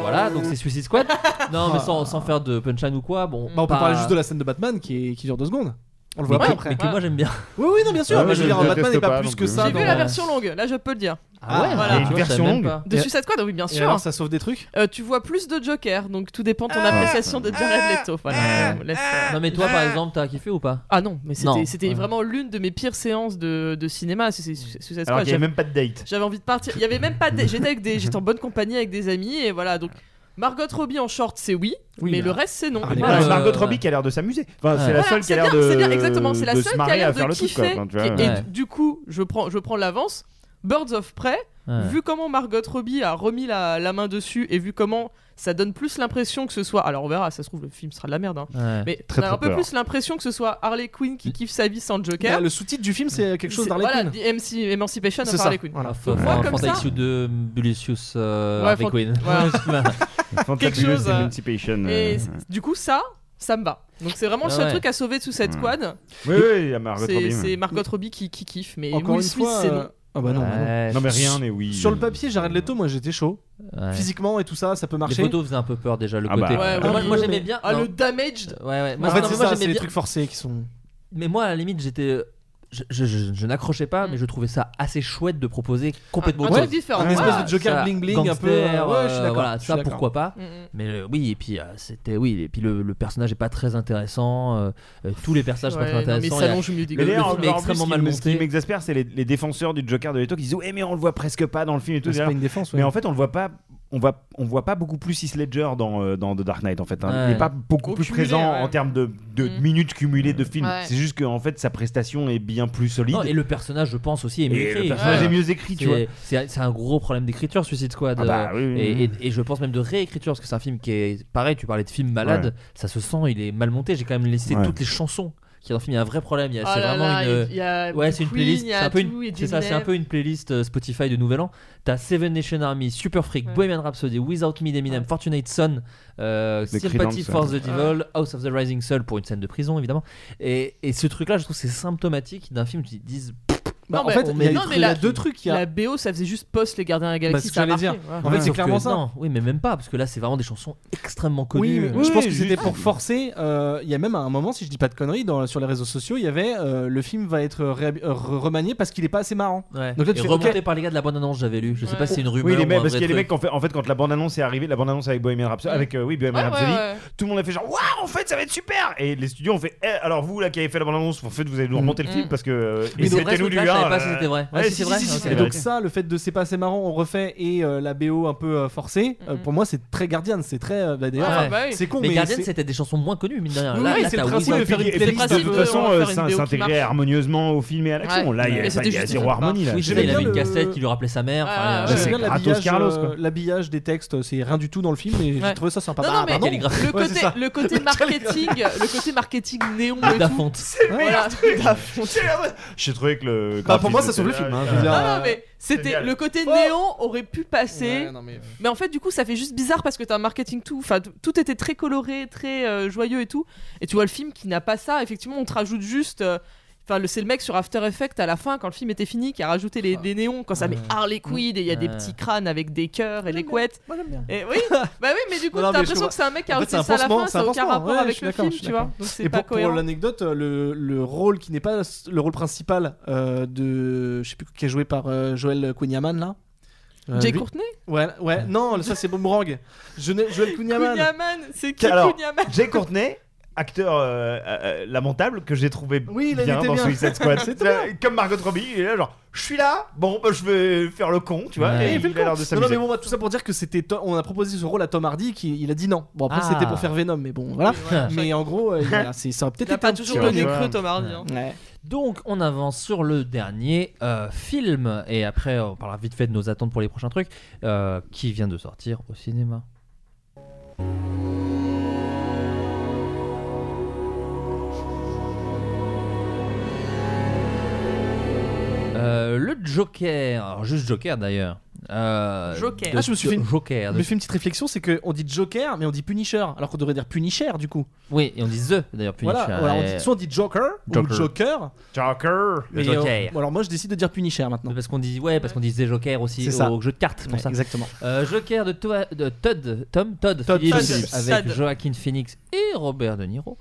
S7: Voilà, donc c'est Suicide
S12: *laughs*
S7: Squad. non, mais sans, sans faire de punchline ou quoi. Bon,
S4: Bah, on peut
S7: pas-
S4: parler juste de la scène de Batman qui, est- qui dure deux secondes. On le voit
S7: Mais
S4: pas
S7: que-
S4: après.
S7: mais que moi, j'aime bien.
S4: Oui, oui, non, bien sûr.
S7: Ah,
S4: mais je veux
S7: je
S4: dire,
S7: déteste
S4: Batman n'est pas,
S7: pas
S4: plus
S7: non
S4: que
S7: plus.
S4: ça.
S10: J'ai vu la
S4: dans-
S10: version longue, là je peux le dire.
S4: Ah ouais,
S10: voilà.
S4: il y a
S10: Tu
S4: une
S10: vois,
S4: version
S10: je savais
S4: longue.
S10: même pas. De
S4: Et-
S10: Suicide Squad, oui, bien
S4: et
S10: sûr.
S4: alors, ça sauve des trucs
S10: Euh, Tu vois plus de Joker, donc tout dépend de
S9: Ah
S10: ton appréciation de Jared Leto. Voilà, on laisse, euh,
S7: Non, mais toi par exemple, t'as kiffé ou pas
S10: Ah non, mais
S7: Non.
S10: c'était c'était
S7: Ouais.
S10: vraiment l'une de mes pires séances de, de cinéma. C'est- c'est- c'est- Suicide Squad,
S9: Alors qu'il y avait
S10: j'avais-
S9: même pas de date.
S10: J'avais envie de partir. Il y avait même pas. De... J'étais avec des. J'étais en bonne compagnie avec des amis et voilà. Donc Margot Robbie en short, c'est oui,
S9: Oui,
S10: mais
S9: bah.
S10: le reste c'est non.
S9: Ah, mais Mar- Margot Robbie qui a l'air de s'amuser. Enfin, c'est la
S10: Voilà,
S9: seule qui a l'air
S10: bien,
S9: de.
S10: C'est bien, exactement. C'est la
S9: de
S10: seule
S9: se
S10: qui a
S9: marrer
S10: l'air
S9: à
S10: de
S9: faire le truc.
S10: kiffer.
S9: quoi. Enfin, tu vois,
S10: et
S9: ouais.
S10: et du coup, je prends, je prends l'avance. Birds of Prey,
S9: Ouais.
S10: vu comment Margot Robbie a remis la, la main dessus et vu comment ça donne plus l'impression que ce soit. Alors on verra, ça se trouve, le film sera de la merde. hein.
S4: Ouais.
S10: Mais
S4: Très,
S10: on a
S4: très
S10: un peu
S4: peur.
S10: plus l'impression que ce soit Harley Quinn qui kiffe sa vie sans le Joker.
S4: Bah, le sous-titre du film, c'est quelque chose
S10: C'est-
S4: d'Harley
S10: voilà,
S4: Quinn.
S10: The MC Emancipation of
S4: C'est ça,
S10: Harley Quinn.
S4: voilà.
S10: Faut voir comme ça.
S7: Fantasy de Bulicius euh,
S10: Ouais,
S7: Harley
S10: fant-
S7: *laughs* Quinn.
S10: voilà. Quelque chose. euh,
S9: Emancipation,
S10: et
S9: euh,
S10: c-
S9: ouais.
S10: du coup, ça, ça me va. Donc c'est vraiment le
S9: Ah
S10: seul
S9: ouais.
S10: truc à sauver sous cette
S9: Ouais.
S10: squad.
S9: Hmm. Oui, oui, il y a Margot
S10: C'est-
S9: Robbie,
S10: C'est
S9: ouais.
S10: Margot Robbie qui, qui kiffe, mais
S4: Encore
S10: Will
S4: une
S10: Smith,
S4: fois.
S10: c'est
S4: euh,
S10: non.
S4: Ah bah non,
S7: Ouais.
S4: bah
S9: Non, mais rien n'est oui.
S4: Sur le papier, Jared Leto, moi j'étais chaud.
S7: Ouais.
S4: Physiquement et tout ça, ça peut
S7: Les
S4: marcher.
S7: photos faisaient un peu peur déjà, le
S4: Ah
S7: côté.
S4: bah, Ouais,
S7: moi,
S4: oui,
S7: moi,
S4: oui,
S7: j'aimais
S4: mais-
S7: bien.
S10: Ah,
S7: non.
S10: le damaged
S7: Ouais, ouais. Moi,
S4: en fait,
S7: non,
S4: c'est
S7: mais
S4: ça,
S7: moi, j'aimais
S4: c'est les
S7: bien-
S4: trucs forcés qui sont.
S7: Mais moi, à la limite, j'étais. Je, je- je- je n'accrochais pas,
S10: Mm.
S7: mais je trouvais ça assez chouette de proposer complètement
S4: Un- un
S7: autre
S4: truc
S7: chose.
S4: différent. Une espèce de Joker
S7: ça,
S4: bling-bling un peu,
S7: gangster,
S4: euh, ouais, je suis
S7: euh,
S4: d'accord,
S7: Voilà,
S4: je suis
S7: ça
S4: d'accord.
S7: pourquoi pas.
S4: Mm, mm.
S7: Mais euh, oui, et puis euh, c'était oui, et puis le, le personnage est pas très intéressant. euh, euh, tous les personnages sont
S10: Ouais,
S7: pas
S10: non,
S7: très
S10: mais
S7: intéressants.
S10: ça
S7: il y a-
S10: longe au milieu des
S7: le,
S9: Mais
S7: le
S9: d'ailleurs,
S7: film est
S9: encore en
S7: extrêmement mal
S9: plus, ce qui- Ce qui
S7: monté.
S9: m'exaspère, c'est les, les défenseurs du Joker de Leto qui disent Ouais, mais on le voit presque pas dans le film et
S7: Ah,
S9: tout.
S4: C'est pas une défense, ouais.
S9: Mais en fait, on le voit pas. On voit, on voit pas beaucoup plus Heath Ledger dans, euh, dans The Dark Knight en fait. hein. Il
S7: Ouais.
S9: n'est pas beaucoup
S7: Au
S9: plus
S7: cumulé,
S9: présent
S7: ouais. Mm.
S9: en termes de, de minutes cumulées de films.
S7: Ouais.
S9: C'est juste que en fait sa prestation est bien plus solide.
S7: Non, et le personnage, je pense aussi, est mieux
S9: Et
S7: écrit.
S9: le personnage
S7: Ouais.
S9: est mieux écrit, tu
S7: C'est-
S9: vois.
S7: C'est c'est un gros problème d'écriture, Suicide Squad.
S9: Ah bah,
S7: euh,
S9: oui, oui,
S7: et,
S9: oui.
S7: et- et je pense même de réécriture, parce que c'est un film qui est pareil. Tu parlais de film malade,
S9: Ouais.
S7: ça se sent, il est mal monté. J'ai quand même laissé
S9: Ouais.
S7: toutes les chansons. Qui dans le film, il y a un vrai problème. il y a-
S10: Ah
S7: c'est
S10: là
S7: vraiment
S10: là,
S7: une.
S10: il y a
S7: ouais,
S10: du
S7: c'est une
S10: Queen,
S7: playlist.
S10: il y a
S7: C'est un peu
S10: tout, il y
S7: une.
S10: a
S7: C'est ça, c'est un
S10: Eminem.
S7: peu une playlist euh, Spotify de Nouvel An. T'as Seven Nation Army, Super Freak, Bohemian Rhapsody, Without Me d'Eminem, Fortunate Son, euh,
S9: The
S7: Sympathy
S9: Creedence,
S7: for the
S9: ouais.
S7: Devil, House of the Rising Sun pour une scène de prison évidemment. Et, et ce truc-là, je trouve, que c'est symptomatique d'un film qui disent.
S10: Non, mais-
S7: on
S10: non,
S7: met des
S10: mais
S7: trucs-
S10: la-
S7: il y a-
S10: La BO, ça faisait juste post les Gardiens de la Galaxie.
S7: Bah,
S10: ça a
S7: c'est ce
S10: marqué,
S7: que j'allais
S10: ouais.
S7: dire. En
S9: Ah,
S7: fait, c'est
S4: Sauf
S7: clairement
S4: que
S7: ça.
S4: non.
S7: euh, Oui, mais même pas, parce que là, c'est vraiment des chansons extrêmement
S4: Oui,
S7: connues.
S4: mais je pense que c'était pour forcer. euh, Il y a même à un moment, si je dis pas de conneries, dans, sur les réseaux sociaux, il y avait euh, le film va être réhab- euh, re- remanié parce qu'il est pas assez marrant.
S7: Donc
S4: tu
S7: et
S4: fais,
S7: remonté
S4: ok.
S7: par les gars de la bande-annonce, j'avais lu. Je sais pas si c'est une rumeur.
S9: Oui, les mecs,
S7: ou un
S9: parce
S7: vrai
S9: qu'il y a
S7: truc.
S9: les mecs, qui ont fait- en fait, quand la bande-annonce est arrivée, la bande-annonce avec Bohemian Rhapsody, avec, euh, oui, Bohemian
S7: Ouais, ouais,
S9: Rhapsody,
S7: ouais.
S9: tout le monde a fait genre, waouh, en fait, ça va être super! Et les studios ont fait, eh, alors vous, là, qui avez fait la bande-annonce, en fait, vous allez nous remonter le film parce que. euh,
S7: Mm. Mais
S9: et
S7: c'est vrai,
S9: mettez-nous
S7: ce truc-là, je
S9: lien,
S7: savais pas
S9: euh,
S7: si c'était vrai. Ouais,
S9: ouais,
S7: si,
S9: si,
S7: c'est vrai,
S9: si, si,
S7: ok.
S9: si,
S4: Et
S9: c'est
S4: donc
S9: vrai.
S4: ça, le fait de c'est pas assez marrant, on refait et euh, la BO un peu euh, forcée. euh, pour moi, c'est très Guardian, c'est très. euh, bah, D'ailleurs,
S9: Ah,
S7: Ouais.
S4: enfin, c'est con, mais,
S7: Guardian,
S4: c'est-
S7: c'était des chansons moins connues, mine de rien.
S4: Oui,
S7: Là,
S4: oui,
S7: là,
S4: c'est
S7: t'as
S4: le principe
S7: Without
S4: de faire
S7: Me.
S4: une
S9: Et puis, de toute façon, euh, ça- s'intégrer harmonieusement au film et à l'action.
S10: Ouais.
S9: Là, il y
S10: Mais
S9: a-
S10: c'était
S9: il y a
S10: juste
S9: zéro
S10: ça.
S9: harmonie. là.
S7: Oui,
S9: C'est-
S7: c'est vrai, il
S4: bien
S7: avait une
S4: le-
S7: cassette qui lui rappelait sa mère. enfin,
S9: ouais,
S7: euh,
S9: ouais.
S4: J'aime bien
S9: Gratos
S4: l'habillage,
S9: bah, Carlos, quoi.
S4: euh, l'habillage des textes, euh, c'est rien du tout dans le film, mais j'ai trouvé ça sympa.
S10: Non, non,
S4: Bah,
S10: mais
S4: pardon.
S10: le
S4: Ouais,
S10: côté,
S4: c'est ça.
S10: le
S9: *laughs*
S10: côté marketing, le côté marketing néon et tout.
S9: C'est le meilleur
S10: Voilà,
S9: truc.
S10: Da Fonte.
S9: J'ai trouvé que le.
S4: Bah, pour moi,
S9: graphisme
S4: ça sauve le
S9: était-
S4: film, hein,
S9: Ouais.
S4: je veux dire,
S10: Ah, Non, non, mais c'était
S4: Génial.
S10: le côté néon aurait pu passer. mais... en fait, du coup, ça fait juste bizarre parce que t'as un marketing tout. Enfin, t- tout était très coloré, très euh, joyeux et tout. Et tu vois le film qui n'a pas ça. Effectivement, on te rajoute juste. euh, Enfin, le- c'est le mec sur After Effects à la fin, quand le film était fini, qui a rajouté les, les néons, quand ça met Harley Quinn et il y a des
S4: Ah. Ouais.
S10: petits crânes avec des cœurs et des couettes.
S4: Moi, j'aime bien.
S10: Et oui,
S4: *laughs*
S10: bah oui, mais du coup,
S4: Non, non,
S10: t'as
S4: mais je
S10: l'impression
S4: vois-
S10: que c'est un mec qui a
S4: en
S10: rajouté
S4: fait, c'est un
S10: ça à la
S4: pansement,
S10: fin,
S4: c'est un
S10: ça n'a aucun
S4: pansement, hein.
S10: rapport
S4: ouais, je
S10: avec
S4: suis
S10: le
S4: d'accord,
S10: film,
S4: je suis
S10: tu vois.
S4: d'accord.
S10: Donc c'est
S4: Et
S10: pas
S4: pour, pour
S10: cohérent.
S4: l'anecdote, le, le rôle qui n'est pas le rôle principal euh, de, je sais plus qui est joué par euh, Joel Kunyaman là. Euh,
S10: Jay
S4: lui-
S10: Courtney
S4: Ouais, ouais. Non, ça c'est Boomerang. Je n'ai- Joel Kunyaman.
S10: Kunyaman, c'est qui
S9: Alors,
S10: Kunyaman
S9: Jay Courtney, acteur euh, euh, lamentable que j'ai trouvé
S4: Oui, il a- il
S9: bien
S4: était
S9: dans
S4: bien. *laughs*
S9: Suicide Squad.
S4: C'était
S9: Euh, Comme Margot Robbie, il est là genre, je suis là, bon, bah, je vais faire le con, tu vois.
S4: Ouais,
S9: Et
S4: il fait le
S9: a
S4: con.
S9: l'air de
S4: non, non,
S9: s'amuser.
S4: mais bon, bah, tout ça pour dire que c'était Tom- on a proposé ce rôle à Tom Hardy qui il a dit non. Bon après
S9: Ah.
S4: c'était pour faire Venom mais bon voilà. mais en gros euh, voilà, c'est ça a peut-être
S10: Il a
S4: été
S10: pas
S4: un
S10: toujours
S4: petit peu
S10: donné
S4: négro.
S10: creux, Tom Hardy, hein.
S7: Donc on avance sur le dernier euh, film et après on parlera vite fait de nos attentes pour les prochains trucs euh, qui vient de sortir au cinéma. Euh, le Joker, alors juste Joker d'ailleurs, euh,
S10: Joker.
S7: de-
S4: Ah, je me suis fait une,
S7: Joker.
S4: je
S7: de-
S4: me suis fait une petite réflexion, c'est qu'on dit Joker, mais on dit Punisher, alors qu'on devrait dire Punisher du coup.
S7: Oui, et on dit The d'ailleurs, Punisher.
S4: Voilà, voilà, on dit-
S7: et-
S4: soit on dit Joker,
S7: Joker.
S4: ou Joker.
S9: Joker.
S7: Le
S4: euh,
S7: Joker.
S4: bon, alors moi je décide de dire Punisher maintenant.
S7: Parce qu'on dit ouais, parce qu'on disait Joker aussi
S4: C'est ça.
S7: au, au jeu de cartes pour
S4: Ouais,
S7: ça.
S4: exactement.
S7: Euh, Joker de, Toa- de Todd, Tom Todd,
S4: Todd
S7: Phillips,
S4: Phillips.
S7: avec
S4: Todd.
S7: Joaquin Phoenix et Robert De Niro.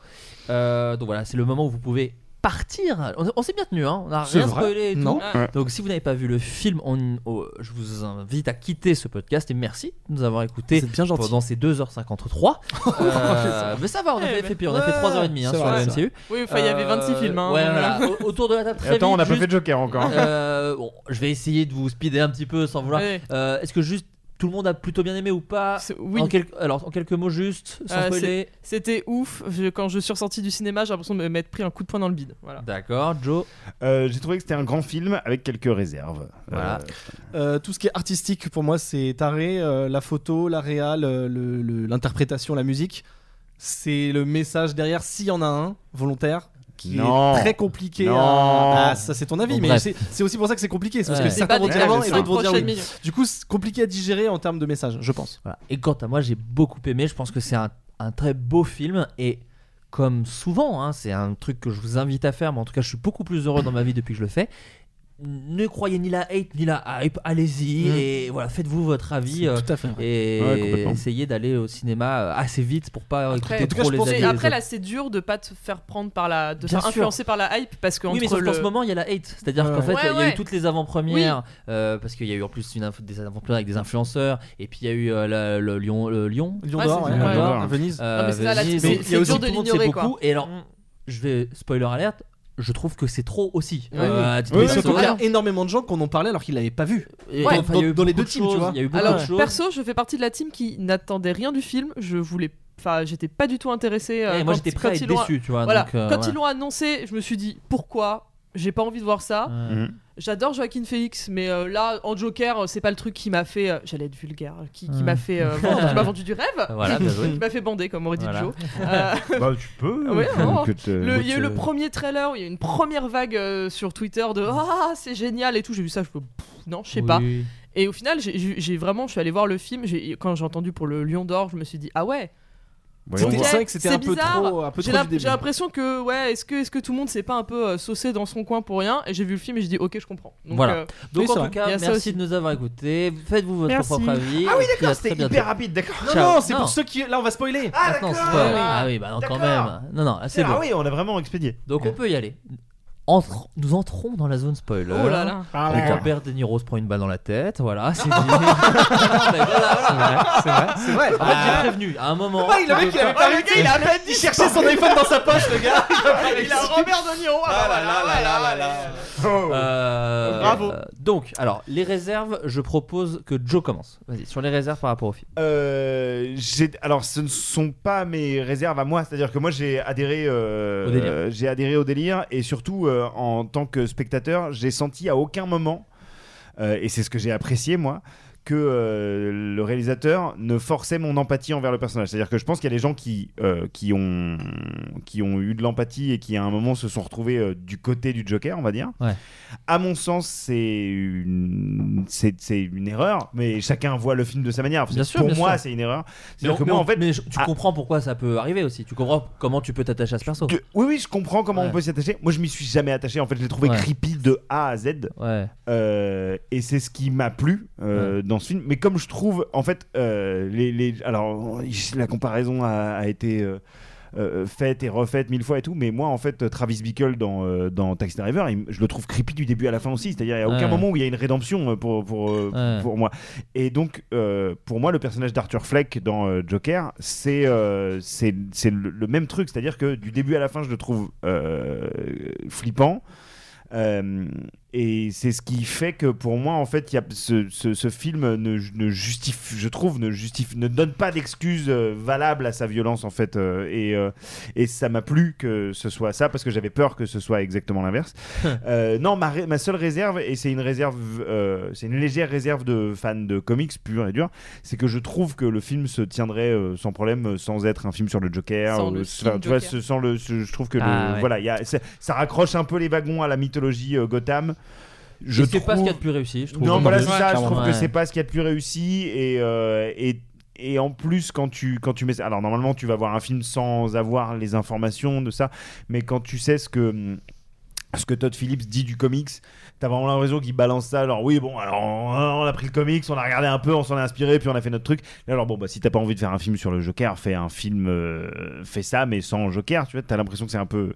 S7: Euh, donc voilà, c'est le moment où vous pouvez partir. On, on s'est bien tenu, hein. on n'a
S4: C'est
S7: rien
S4: vrai,
S7: spoilé et tout.
S4: non Ouais.
S7: Donc si vous n'avez pas vu le film, on- oh, je vous invite à quitter ce podcast et merci de nous avoir écoutés pendant ces 2h53.
S10: *laughs*
S7: Euh, mais ça va, on a
S10: Eh
S7: fait,
S10: ben,
S7: fait pire, on a fait
S10: ouais.
S7: 3h30 hein,
S10: C'est
S7: sur
S10: vrai,
S7: le
S10: ça.
S7: MCU.
S10: Oui, enfin, il y avait 26 films, hein,
S7: Euh, ouais,
S10: voilà.
S7: *laughs* voilà.
S10: *laughs*
S7: Au- Autour de la table, très
S9: Attends,
S7: vite,
S9: on n'a pas
S7: juste-
S9: fait Joker encore. hein.
S7: Euh, bon, je vais essayer de vous speeder un petit peu sans vouloir.
S10: Ouais.
S7: Euh, Est-ce que juste tout le monde a plutôt bien aimé ou pas
S10: oui.
S7: En quel- Alors, en quelques mots juste, *laughs* sans
S10: Euh,
S7: spoiler.
S10: c'est- C'était ouf. Je- quand je suis ressorti du cinéma, j'ai l'impression de m'être pris un coup de poing dans le bide. Voilà.
S7: D'accord, Joe.
S9: Euh, J'ai trouvé que c'était un grand film avec quelques réserves.
S7: Voilà.
S4: Euh, tout ce qui est artistique pour moi c'est taré, Euh, la photo, la réal, euh, le- le- l'interprétation, la musique. C'est le message derrière, s'il y en a un volontaire, qui
S9: Non.
S4: est très compliqué. à-
S9: Non.
S4: Ah, ça c'est ton avis,
S9: Bon,
S4: mais
S9: bref.
S4: c'est c'est aussi pour ça que c'est compliqué. C'est parce
S7: Ouais.
S4: que
S7: C'est
S4: certains
S7: pas
S4: vont
S7: des
S4: dire non
S7: cinq
S4: et d'autres vont dire
S7: prochaines
S4: oui.
S7: minutes.
S4: Du coup c'est compliqué à digérer en termes de message, je pense.
S7: Voilà. Et quant à moi, j'ai beaucoup aimé. Je pense que c'est un, un très beau film. Et comme souvent, hein, c'est un truc que je vous invite à faire. Mais en tout cas, je suis beaucoup plus heureux dans ma vie depuis que je le fais. Ne croyez ni la hate ni la hype, allez-y
S4: Mhm.
S7: et voilà, faites-vous votre avis euh,
S4: C'est tout à fait, ouais.
S7: et
S9: Ouais, complètement.
S7: essayez d'aller au cinéma euh, assez vite pour pas
S10: Après,
S7: écouter trop les avis
S10: c'est-
S7: des
S10: après
S7: autres.
S10: là, c'est dur de pas te faire prendre par la, de
S7: Bien
S10: faire
S7: sûr.
S10: influencer par la hype parce qu'en
S7: Oui, mais sauf qu'en ce moment, il y a la hate. C'est-à-dire qu'en fait, il y a eu toutes les avant-premières, euh, parce qu'il y a eu en plus une inf- des avant-premières avec des influenceurs, et puis il y a eu euh, la- le Lyon, le Lyon.
S4: Lyon d'or,
S7: c'est
S4: ouais.
S7: Lyon
S4: Ouais.
S7: d'or.
S4: Ouais.
S7: Euh,
S4: Venise.
S10: Non, mais c'est ça, là,
S7: Venise.
S10: c'est-
S7: Donc,
S10: c'est
S7: il y a aussi
S10: dur de
S7: tout le monde
S10: l'ignorer,
S7: sait
S10: quoi. Mm.
S7: beaucoup. Et alors, je vais spoiler alerte. Je trouve que c'est trop aussi.
S4: Ouais,
S7: Euh,
S4: oui.
S7: à titre
S4: Mais
S7: personnel.
S4: surtout, il y a énormément de gens qu'on en parlait alors qu'ils l'avaient pas vu.
S7: Et
S4: Dans-
S7: enfin, il y a
S4: dans,
S7: eu
S4: dans les
S7: beaucoup
S4: deux
S7: de
S4: teams,
S7: choses,
S4: tu vois.
S7: il y a eu beaucoup
S10: Alors,
S7: de choses.
S10: perso, je fais partie de la team qui n'attendait rien du film. Je voulais. Enfin, j'étais pas du tout intéressé. euh,
S7: Ouais, Eh, moi, j'étais prêt à être déçu, tu vois,
S10: Voilà.
S7: donc, euh,
S10: quand
S7: voilà.
S10: ils l'ont annoncé, je me suis dit pourquoi J'ai pas envie de voir ça.
S4: Mm.
S7: Mhm.
S10: J'adore Joaquin Phoenix, mais euh, là, en Joker, euh, c'est pas le truc qui m'a fait. euh, J'allais être vulgaire. Qui, qui
S7: Mhm.
S10: m'a fait. euh, vendre- qui
S7: *laughs*
S10: m'a vendu du rêve.
S7: Voilà,
S10: *laughs*
S7: bien joué.
S10: qui m'a fait bander, comme aurait dit
S7: Voilà. *laughs*
S10: Joe. Euh,
S9: Bah, tu peux,
S10: Ah *laughs* Ouais,
S9: tu-
S10: non.
S9: que te-
S7: euh,
S10: Le- Il y a eu
S9: que-
S10: le premier trailer, il y a eu une première vague euh, sur Twitter de Ah, c'est génial et tout. J'ai vu ça, je fais, Pff, non, je sais pas.
S7: Mm. Oui.
S10: Et au final, j'ai- j'ai j'ai vraiment, je suis allé voir le film. j'ai- Quand j'ai entendu pour le Lion d'Or, je me suis dit Ah ouais.
S4: Voyons C'était- voir. c'est vrai que c'était un peu
S10: bizarre.
S4: trop- un peu
S10: J'ai
S4: trop
S10: l'im-
S4: du début.
S10: J'ai l'impression que, ouais, est-ce que, est que tout le monde s'est pas un peu euh, saucé dans son coin pour rien Et j'ai vu le film et j'ai dit Ok, je comprends. Donc,
S7: voilà.
S10: euh,
S7: Donc
S10: oui, c'est
S7: en
S10: vrai.
S7: tout cas,
S10: Il y a ça
S7: merci
S10: aussi.
S7: de nous avoir écoutés. Faites-vous votre
S10: Merci.
S7: propre avis.
S10: Ah oui,
S7: Et puis,
S10: d'accord,
S7: à très
S10: c'était hyper
S7: bientôt.
S10: rapide, d'accord.
S4: Non,
S7: Ciao.
S4: non, c'est pour ceux qui. Là, on va spoiler.
S7: Ah, Maintenant, c'est pas- Ah oui, bah non, quand même. Non, non, là, c'est
S9: Ah
S7: bon.
S9: oui, on a vraiment expédié.
S7: Donc on peut y aller. Entre- nous entrons dans la zone spoiler.
S9: Oh là là. Ah là
S7: Donc
S9: là.
S7: Robert De Niro se prend une balle dans la tête. Voilà, c'est dit. Mais voilà.
S4: C'est vrai, c'est vrai.
S7: En fait, j'ai prévenu à un moment.
S4: Ouais, le mec, il
S7: ah,
S4: avait pas réussi. Il cherchait son iPhone dans sa poche, *laughs* le gars. Il a pas réussi.
S10: Robert De Niro. Ah, bah, voilà, ouais,
S7: Euh,
S9: Oh. Bravo.
S7: euh, donc, alors, les réserves, je propose que Joe commence. Vas-y, sur les réserves par rapport au film.
S9: Euh, j'ai- alors, ce ne sont pas mes réserves à moi. C'est-à-dire que moi, j'ai adhéré, euh,
S7: Au délire.
S9: euh, j'ai adhéré au délire, et surtout euh, en tant que spectateur, j'ai senti à aucun moment, euh, et c'est ce que j'ai apprécié moi, que euh, le réalisateur ne forçait mon empathie envers le personnage. C'est-à-dire que je pense qu'il y a des gens qui, euh, qui, ont, qui ont eu de l'empathie et qui à un moment se sont retrouvés euh, du côté du Joker, on va dire.
S7: Ouais.
S9: À mon sens, c'est une, c'est, c'est une erreur, mais chacun voit le film de sa manière.
S7: Bien sûr,
S9: Pour
S7: bien
S9: moi,
S7: sûr.
S9: c'est une erreur.
S7: Mais,
S9: C'est-à-dire
S7: on-
S9: que
S7: mais
S9: moi,
S7: on-
S9: en fait, ah.
S7: mais je- tu comprends pourquoi ça peut arriver aussi. Tu comprends comment tu peux t'attacher à ce perso.
S9: de- oui, oui, je comprends comment
S7: Ouais.
S9: on peut s'y attacher. Moi, je m'y suis jamais attaché. En fait, je l'ai trouvé
S7: Ouais.
S9: creepy de A à Z. Euh, et c'est ce qui m'a plu euh, dans ce film. Mais comme je trouve, en fait, euh, les, les- alors la comparaison a, a été euh, euh, faite et refaite mille fois et tout. Mais moi, en fait, Travis Bickle dans, euh, dans Taxi Driver, il- je le trouve creepy du début à la fin aussi. C'est-à-dire, il n'y a aucun
S7: Ouais.
S9: moment où il y a une rédemption euh, pour, pour, euh,
S7: Ouais.
S9: pour moi. Et donc, euh, pour moi, le personnage d'Arthur Fleck dans euh, Joker, c'est euh, c'est c'est le, le même truc. C'est-à-dire que du début à la fin, je le trouve euh, flippant. Euh, et c'est ce qui fait que pour moi, en fait, il y a ce, ce- ce film ne, ju- ne justifie, je trouve, ne justifie, ne donne pas d'excuse euh, valable à sa violence, en fait. euh, et, euh, et ça m'a plu que ce soit ça parce que j'avais peur que ce soit exactement l'inverse. Euh, non, ma, ré- ma seule réserve, et c'est une réserve, euh, c'est une légère réserve de fan de comics pur et dur, c'est que je trouve que le film se tiendrait euh, sans problème, euh, sans être un film sur le Joker.
S7: Sans
S9: ou-
S7: le
S9: enfin,
S7: film
S9: tu vois,
S7: Joker.
S9: ce- sans le, ce- je trouve que le-
S7: Ah ouais.
S9: voilà, il y a- ça ça raccroche un peu les wagons à la mythologie euh, Gotham. je
S7: Et c'est pas ce
S9: trouve-
S7: qu'il y a de plus réussi, je trouve.
S9: Non,
S7: Ouais,
S9: voilà, c'est ça, je
S7: clairement.
S9: trouve que
S7: Ouais.
S9: c'est pas ce qu'il y a de plus réussi et, euh, et et en plus quand tu quand tu mets ça- alors normalement tu vas voir un film sans avoir les informations de ça, mais quand tu sais ce que hum, ce que Todd Phillips dit du comics, t'as vraiment l'impression qu'il balance ça. Alors oui, bon, alors on on a pris le comics, on a regardé un peu, on s'en est inspiré, puis on a fait notre truc. Là, alors bon, bah si t'as pas envie de faire un film sur le Joker, fais un film, euh, fais ça, mais sans Joker. Tu vois, t'as l'impression que c'est un peu.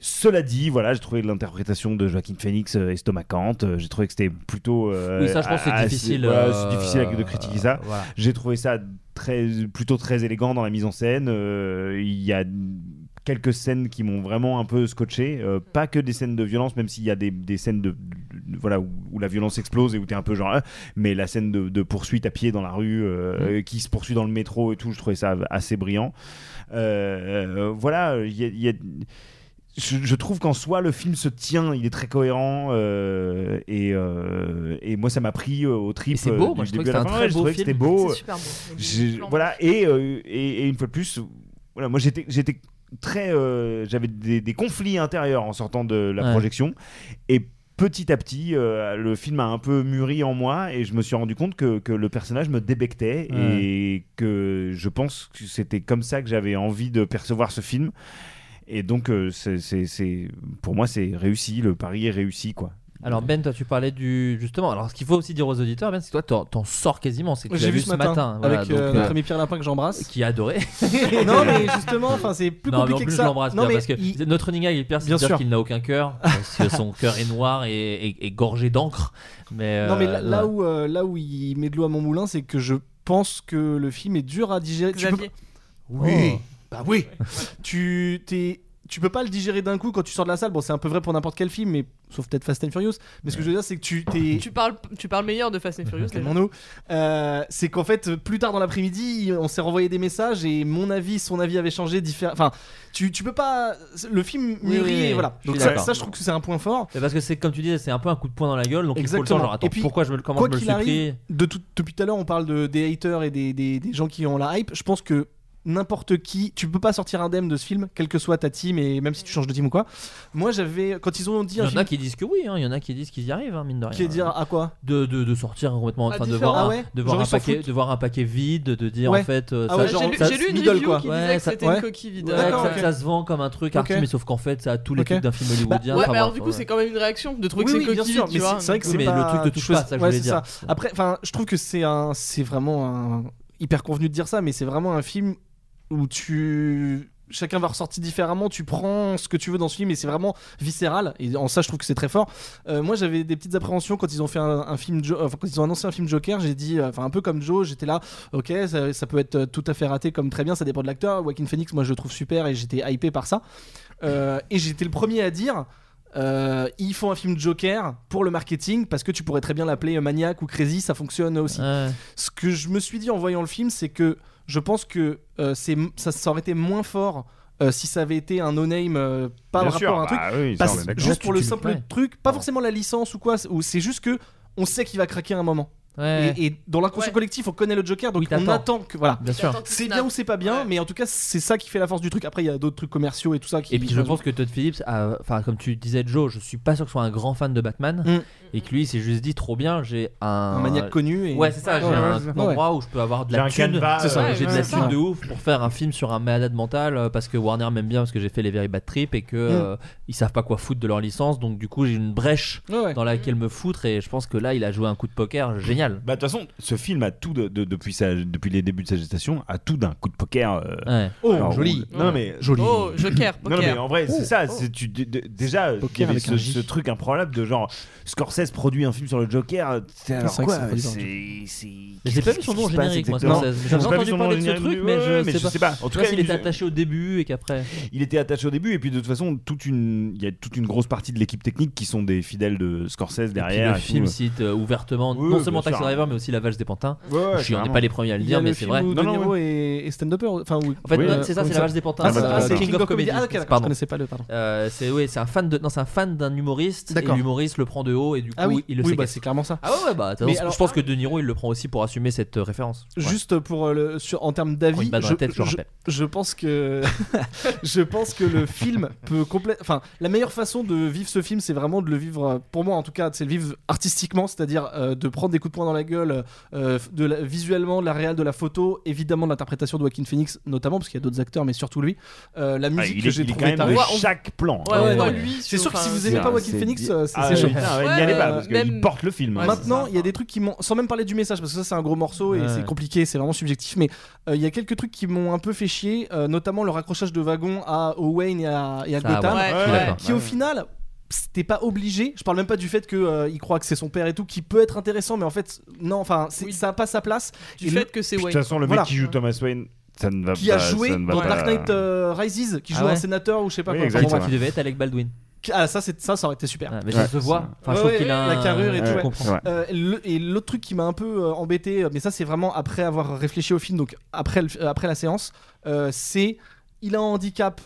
S9: Cela dit, voilà, j'ai trouvé l'interprétation de Joaquin Phoenix euh, estomacante. Euh, J'ai trouvé que c'était plutôt. euh,
S7: Oui, ça, je pense que c'est
S9: assez-
S7: difficile,
S9: voilà,
S7: euh,
S9: c'est difficile à- de critiquer ça.
S7: voilà.
S9: J'ai trouvé ça très, plutôt très élégant dans la mise en scène. Euh, Il y a quelques scènes qui m'ont vraiment un peu scotché. Euh, pas que des scènes de violence, même s'il y a des, des scènes de, de- voilà, où, où la violence explose et où t'es un peu genre. euh, mais la scène de, de poursuite à pied dans la rue, euh, qui se poursuit dans le métro et tout, je trouvais ça assez brillant. Euh, euh, voilà, il y a- il y a je, je trouve qu'en soi le film se tient, il est très cohérent euh, et, euh, et moi ça m'a pris euh, au trip.
S7: Et c'est
S9: euh,
S7: beau,
S9: du
S7: moi, je trouvais que
S9: début à la
S7: c'était un
S9: fin.
S7: très
S9: je
S7: beau
S9: trouvais que
S7: film.
S9: c'était beau.
S7: C'est super beau.
S9: J'ai- Voilà et, euh, et, et une fois de plus, voilà moi j'étais j'étais très euh, j'avais des, des conflits intérieurs en sortant de la
S7: Ouais.
S9: projection et Petit à petit, euh, le film a un peu mûri en moi et je me suis rendu compte que, que le personnage me débectait
S7: Ouais.
S9: et que je pense que c'était comme ça que j'avais envie de percevoir ce film. Et donc, euh, c'est, c'est- c'est- pour moi, c'est réussi. Le pari est réussi, quoi.
S7: Alors Ben, toi tu parlais du justement. Alors ce qu'il faut aussi dire aux auditeurs, Ben, c'est que toi t'en- t'en sors quasiment. C'est que tu
S4: J'ai
S7: l'as
S4: vu ce matin,
S7: voilà,
S4: avec
S7: donc,
S4: euh, notre
S7: euh,
S4: ami Pierre Lapin que j'embrasse.
S7: qui a *laughs* adoré.
S4: *laughs* non mais justement, enfin c'est plus
S7: non, mais en
S4: compliqué
S7: plus,
S4: que
S7: je
S4: ça.
S7: l'embrasse
S4: non
S7: bien
S4: mais
S7: parce que
S4: il-
S7: notre running gag est pire, c'est
S4: Bien
S7: de dire
S4: sûr.
S7: qu'il n'a aucun
S4: *laughs*
S7: cœur, parce que son cœur est noir et, et- et gorgé d'encre. Mais,
S4: Non mais
S7: euh,
S4: là, là
S7: ouais.
S4: où euh, là où il met de l'eau à mon moulin, c'est que je pense que le film est dur à digérer. Tu peux
S10: Xavier.
S4: pas- Oui. Bah oui. tu t'es tu peux pas le digérer d'un coup quand tu sors de la salle. Bon, c'est un peu vrai pour n'importe quel film, mais sauf peut-être Fast and Furious. Mais ce que je veux dire, c'est que tu t'es
S10: Tu parles, tu parles meilleur de Fast and Furious. déjà.
S4: Calmons-nous. Euh, c'est qu'en fait, plus tard dans l'après-midi, on s'est renvoyé des messages et mon avis, son avis avait changé. Diffé... Enfin, tu, tu peux pas. Le film
S7: Oui,
S4: mûrit
S7: oui,
S4: et
S7: oui.
S4: voilà.
S7: Je suis
S4: Donc, ça,
S7: d'accord.
S4: ça, je trouve que c'est un point fort.
S7: Mais parce que c'est comme tu disais, c'est un peu un coup de poing dans la gueule, donc il faut le
S4: Exactement.
S7: temps, genre attends,
S4: et puis,
S7: pourquoi je me le comment
S4: quoi
S7: je me le
S4: qu'il
S7: suis
S4: arrive,
S7: pris
S4: de tout- Depuis tout à l'heure, on parle de, des haters et des, des- des gens qui ont la hype. Je pense que n'importe qui, tu peux pas sortir indemne de ce film, quelle que soit ta team et même si tu changes de team ou quoi. Moi, j'avais quand ils ont dit
S7: Il y
S4: un
S7: en a
S4: film
S7: qui disent que oui, hein, il y en a qui disent qu'ils y arrivent, hein, mine de rien.
S4: qui est dire à quoi
S7: de, de, de sortir complètement
S4: Ah,
S10: Bah,
S7: enfin de
S4: différent.
S7: voir, un-
S4: Ah ouais
S7: de voir
S4: Genre,
S7: un
S4: ils s'en
S7: paquet
S4: foutent.
S7: de voir un paquet vide de dire
S4: Ouais.
S7: en fait euh,
S4: Ah
S7: ça-
S4: ouais, j'ai lu-
S7: ça-
S4: j'ai lu une
S7: middle,
S4: review
S7: quoi.
S4: qui
S10: disait
S7: Ouais,
S10: que
S7: ça-
S10: c'était
S7: ouais.
S10: une coquille vide.
S7: Ouais,
S10: D'accord,
S7: ça,
S10: ok.
S7: ça se vend comme un truc arty
S4: Ok.
S7: mais sauf qu'en fait ça a tous les
S4: Ok. Bah,
S7: trucs d'un film hollywoodien
S10: ouais,
S7: enfin,
S10: mais alors
S7: bref,
S10: du coup,
S7: ouais.
S10: c'est quand même une réaction de trouver
S4: Oui,
S10: que
S4: oui,
S10: c'est
S4: bien
S10: coquille
S4: sûr,
S10: vide,
S4: mais
S10: tu
S4: c'est
S10: vois.
S4: c'est vrai que
S7: Oui,
S4: c'est
S7: mais
S4: pas
S7: le truc te touche
S4: chose-
S7: pas, ça, je
S4: bah, ouais,
S7: voulais
S4: c'est
S7: dire.
S4: ça. Après, enfin, je trouve que c'est un, c'est vraiment un hyper convenu de dire ça, mais c'est vraiment un film où tu Chacun va ressortir différemment, tu prends ce que tu veux dans ce film et c'est vraiment viscéral. Et en ça, je trouve que c'est très fort. Euh, moi, j'avais des petites appréhensions quand ils ont fait un, un film, Jo- enfin, quand ils ont annoncé un film Joker. J'ai dit, euh, enfin, un peu comme Joe, j'étais là, ok, ça, ça peut être euh, tout à fait raté comme très bien, ça dépend de l'acteur. Joaquin Phoenix, moi, je le trouve super et j'étais hypé par ça. Euh, et j'étais le premier à dire euh, ils font un film Joker pour le marketing parce que tu pourrais très bien l'appeler euh, Maniac ou Crazy, ça fonctionne aussi.
S7: Ouais.
S4: Ce que je me suis dit en voyant le film, c'est que je pense que euh, c'est ça, ça aurait été moins fort. euh, si ça avait été un no-name, euh, pas
S9: Bien
S4: rapport
S9: sûr,
S4: à un
S9: bah
S4: truc,
S9: oui, ça,
S4: parce-
S9: on est d'accord.
S4: juste pour le
S9: Tu- tu-
S4: simple
S9: ouais.
S4: truc, pas forcément la licence ou quoi, c'est- ou c'est juste que on sait qu'il va craquer à un moment.
S7: Ouais.
S4: Et, et dans l'inconscient collectif, on connaît le Joker, donc on
S7: t'attends.
S4: attend que voilà.
S7: Bien sûr.
S4: C'est bien ou c'est pas bien, mais en tout cas, c'est ça qui fait la force du truc. Après, il y a d'autres trucs commerciaux et tout ça qui.
S7: Et puis je pense que Todd Phillips, a- enfin comme tu disais Joe, je suis pas sûr que ce soit un grand fan de Batman et que lui il s'est juste dit trop bien, j'ai un,
S4: Mm. Un maniaque connu et-
S7: Ouais c'est ça, j'ai
S4: Ouais,
S7: un
S4: ouais, c'est-
S7: endroit où je peux avoir de la
S9: J'ai un
S7: thune,
S9: canevas, C'est ça.
S7: j'ai de
S9: ouais,
S7: la
S9: c'est
S7: thune
S9: ça.
S7: de ouf pour faire un film sur un malade mental euh, parce que Warner m'aime bien parce que j'ai fait les Very Bad Trip et que
S4: Mm.
S7: euh, ils savent pas quoi foutre de leur licence donc du coup j'ai une brèche
S4: Ouais, ouais.
S7: dans laquelle me foutre et je pense que là il a joué un coup de poker génial.
S9: Bah, de toute façon, ce film a tout, de- de- depuis, sa- depuis les débuts de sa gestation, a tout d'un coup de poker. euh,
S7: Ouais.
S10: Oh,
S9: alors,
S10: joli.
S9: où- Non, mais,
S10: Joli. Oh, Joker,
S9: Non, non,
S10: poker.
S9: mais en vrai, c'est
S10: Oh,
S9: ça.
S10: oh.
S9: c'est- tu- d- d- déjà, il y
S4: Poker
S9: avait
S4: avec
S9: ce,
S4: un J.
S9: ce truc improbable de genre Scorsese produit un film sur le Joker. c'est- Alors
S4: vrai que ça
S9: quoi
S4: produit un
S9: C'est. c'est-
S7: Mais j'ai pas vu son nom
S9: Qu'est-ce qui se passe
S7: générique, moi,
S9: exactement
S7: Scorsese.
S9: Non,
S7: J'ai
S9: j'ai pas vu
S7: entendu
S9: son nom
S7: parler de ce
S9: générique,
S7: truc,
S9: ouais,
S7: mais je,
S9: ouais, mais je sais pas. En tout
S7: Je sais pas
S9: cas,
S7: s'il était
S9: il-
S7: attaché au début et qu'après.
S9: il était attaché au début et puis de toute façon toute une il y a toute une grosse partie de l'équipe technique qui sont des fidèles de Scorsese
S7: Et puis
S9: derrière
S7: le
S9: et tout.
S7: film cite euh, ouvertement
S9: Oui,
S7: non
S9: bien
S7: seulement Taxi Driver, mais aussi la valse des pantins.
S9: Ouais, ouais,
S7: Je suis- on n'est
S9: carrément.
S7: pas les premiers à le
S9: Il y
S7: dire,
S9: a
S7: mais
S9: le
S7: c'est
S9: film
S7: vrai.
S9: où
S4: De Niro et, et stand-upper. Enfin, oui.
S7: En fait,
S4: Oui,
S7: non,
S4: euh,
S7: c'est ça,
S4: comment
S7: c'est la valse des pantins. Euh,
S4: Ah,
S7: c'est
S4: bah,
S7: un-
S4: c'est
S7: King, of, Comedy.
S4: Ah, ok, d'accord,
S7: Pardon.
S4: Je connaissais pas le pardon.
S7: Euh, c'est oui, c'est un fan de, non, c'est un fan d'un humoriste. Et
S4: D'accord.
S7: l'humoriste le prend de haut et du coup,
S4: Ah oui,
S7: il le
S4: oui,
S7: sait
S4: bah,
S7: casser.
S4: c'est clairement ça.
S7: Ah ouais, ouais, bah, attends,
S4: Mais
S7: je
S4: alors-
S7: pense que De Niro, il le prend aussi pour assumer cette euh, référence. Ouais.
S4: Juste pour euh, le, sur, en termes
S7: Quand il
S9: bah,
S4: d'avis,
S7: bat dans la tête, je le rappelle.
S4: je pense que *laughs* je pense que le film peut complètement. Enfin, la meilleure façon de vivre ce film, c'est vraiment de le vivre. euh, Pour moi, en tout cas, c'est le vivre artistiquement, c'est-à-dire euh, de prendre des coups de poing dans la gueule, euh, de la- visuellement, de la réal, de la photo, évidemment de l'interprétation de Joaquin Phoenix, notamment parce qu'il y a d'autres acteurs, mais surtout lui. Euh, la musique
S9: Ah, il
S4: que
S9: est-
S4: j'ai
S9: il est
S4: trouvée
S9: quand même
S4: tarée.
S9: de On- chaque plan.
S4: Ouais, ouais,
S9: Ouais,
S4: non,
S9: ouais.
S4: lui, c'est
S9: sur-
S4: sûr que si
S9: enfin,
S4: vous aimez
S9: c'est-
S4: pas Joaquin
S9: c'est-
S4: Phoenix,
S9: ah,
S4: euh, c'est
S9: ouais,
S4: c'est chaud.
S9: ouais, ouais, n'y allez pas, parce qu'il porte le film. hein.
S4: Maintenant, il y a des trucs qui m'ont, sans même parler du message, parce que ça c'est un gros morceau et
S9: Ouais.
S4: c'est compliqué, c'est vraiment subjectif, mais euh, il y a quelques trucs qui m'ont un peu fait chier, euh, notamment le raccrochage de wagons à Owain et à, et à
S7: Ça,
S4: Gotham,
S7: Ah,
S4: euh,
S7: ouais, Ouais, je suis ouais. d'accord.
S4: qui au
S7: Ouais.
S4: final c'était pas obligé je parle même pas du fait que euh, il croit que c'est son père et tout qui peut être intéressant mais en fait non enfin c'est- ça n'a pas sa place
S10: Du
S4: Et
S10: fait
S4: le-
S10: que c'est
S9: De toute façon, le mec
S4: Voilà.
S9: qui joue Thomas Wayne, ça ne va
S4: qui
S9: pas.
S4: a joué
S9: ça ne va
S4: dans
S9: pas-
S4: Dark Knight euh, Rises qui
S7: Ah
S4: joue
S7: ouais
S4: un sénateur ou je sais pas
S7: Oui,
S4: quoi
S7: exactement.
S4: Enfin, bref.
S7: Qui devait être Alec Baldwin. Ah,
S4: Ah, ça, c'est- ça, ça aurait été super.
S7: mais ça Ouais. se voit. Enfin, je trouve qu'il a
S4: la
S7: un-
S4: carrure et
S7: Ouais,
S4: tout.
S7: je
S4: ouais.
S7: comprends. Ouais.
S4: Euh, le- et l'autre truc qui m'a un peu euh, embêté, euh, mais ça, c'est vraiment après avoir réfléchi au film, donc après, le- euh, après la séance, euh, c'est il a un handicap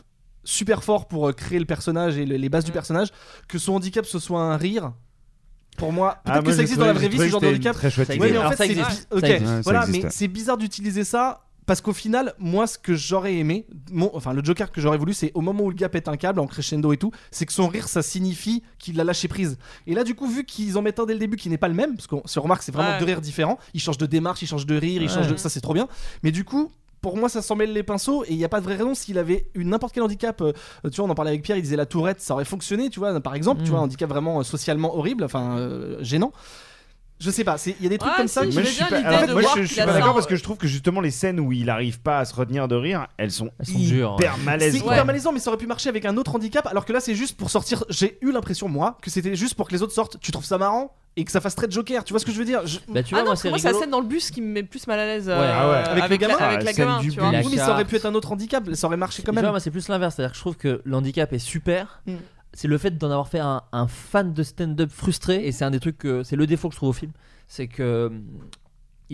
S4: super fort pour euh, créer le personnage et le- les
S9: Mm.
S4: bases du personnage. Que son handicap, ce soit un rire. Pour moi, peut-être
S9: Ah, moi,
S4: que
S9: j'ai
S4: ça existe
S9: trouvé-
S4: dans la
S9: j'ai
S4: vraie vie
S9: trouvé
S4: ce
S9: que
S4: genre de
S9: c'était
S4: handicap.
S9: une très chouette
S4: Ouais,
S9: idée.
S4: mais en
S9: Alors,
S4: fait,
S9: ça
S4: c'est
S9: existe.
S4: bi-
S9: Ça
S4: ok,
S9: existe. Ouais,
S4: voilà,
S9: ça existe.
S4: mais c'est bizarre d'utiliser ça parce qu'au final, moi, ce que j'aurais aimé, mon, enfin, le Joker que j'aurais voulu, c'est au moment où le gars pète un câble en crescendo et tout, c'est que son rire, ça signifie qu'il a lâché prise. Et là, du coup, vu qu'ils en mettent un dès le début qui n'est pas le même, parce qu'on se remarque, c'est vraiment
S10: Ouais.
S4: deux rires différents, il change de démarche, il change de rire,
S10: Ouais.
S4: il change de. Ça, c'est trop bien. Mais du coup. Pour moi, ça s'en mêle les pinceaux et il n'y a pas de vraie raison. S'il avait eu n'importe quel handicap, euh, tu vois, on en parlait avec Pierre, il disait la tourette, ça aurait fonctionné, tu vois, par exemple, tu
S10: Mm.
S4: vois, un handicap vraiment euh, socialement horrible, enfin euh, gênant. Je sais pas, c'est- il y a des trucs
S10: Ouais,
S4: comme
S10: si,
S4: ça.
S10: je
S4: qui-
S10: veux
S9: Moi, je
S10: bien
S9: suis pas,
S10: l'idée
S9: alors,
S10: de
S9: moi,
S10: voir
S9: je- je
S10: qu'il
S9: suis
S10: a
S9: pas
S10: ça en-
S9: d'accord parce que je trouve que justement les scènes où il arrive pas à se retenir de rire, elles sont,
S7: dures,
S9: hyper
S7: ouais.
S9: malaisantes.
S4: C'est hyper malaisant, mais ça aurait pu marcher avec un autre handicap. Alors que là, c'est juste pour sortir. J'ai eu l'impression, moi, que c'était juste pour que les autres sortent. Tu trouves ça marrant et que ça fasse très Joker. Tu vois ce que je veux dire Je-
S7: Bah, tu
S10: ah
S7: vois,
S10: non,
S7: moi,
S10: parce que
S7: c'est
S10: moi, c'est la
S7: rigolo.
S10: scène dans le bus qui me met plus mal à l'aise
S7: Ouais,
S10: euh,
S7: ah ouais.
S10: avec,
S7: Avec le
S10: la,
S7: gamin.
S10: avec
S7: Ah,
S10: la
S7: scène
S10: gamin,
S7: du
S10: tu vois.
S7: bus. La
S4: Oui, mais ça
S7: carte.
S4: aurait pu être un autre handicap. Ça aurait marché quand
S7: Tu vois,
S4: même.
S7: moi, c'est plus l'inverse. C'est-à-dire que je trouve que l'handicap est super.
S4: Mm.
S7: C'est le fait d'en avoir fait un, un fan de stand-up frustré. Et c'est un des trucs que. C'est le défaut que je trouve au film. C'est que. hum,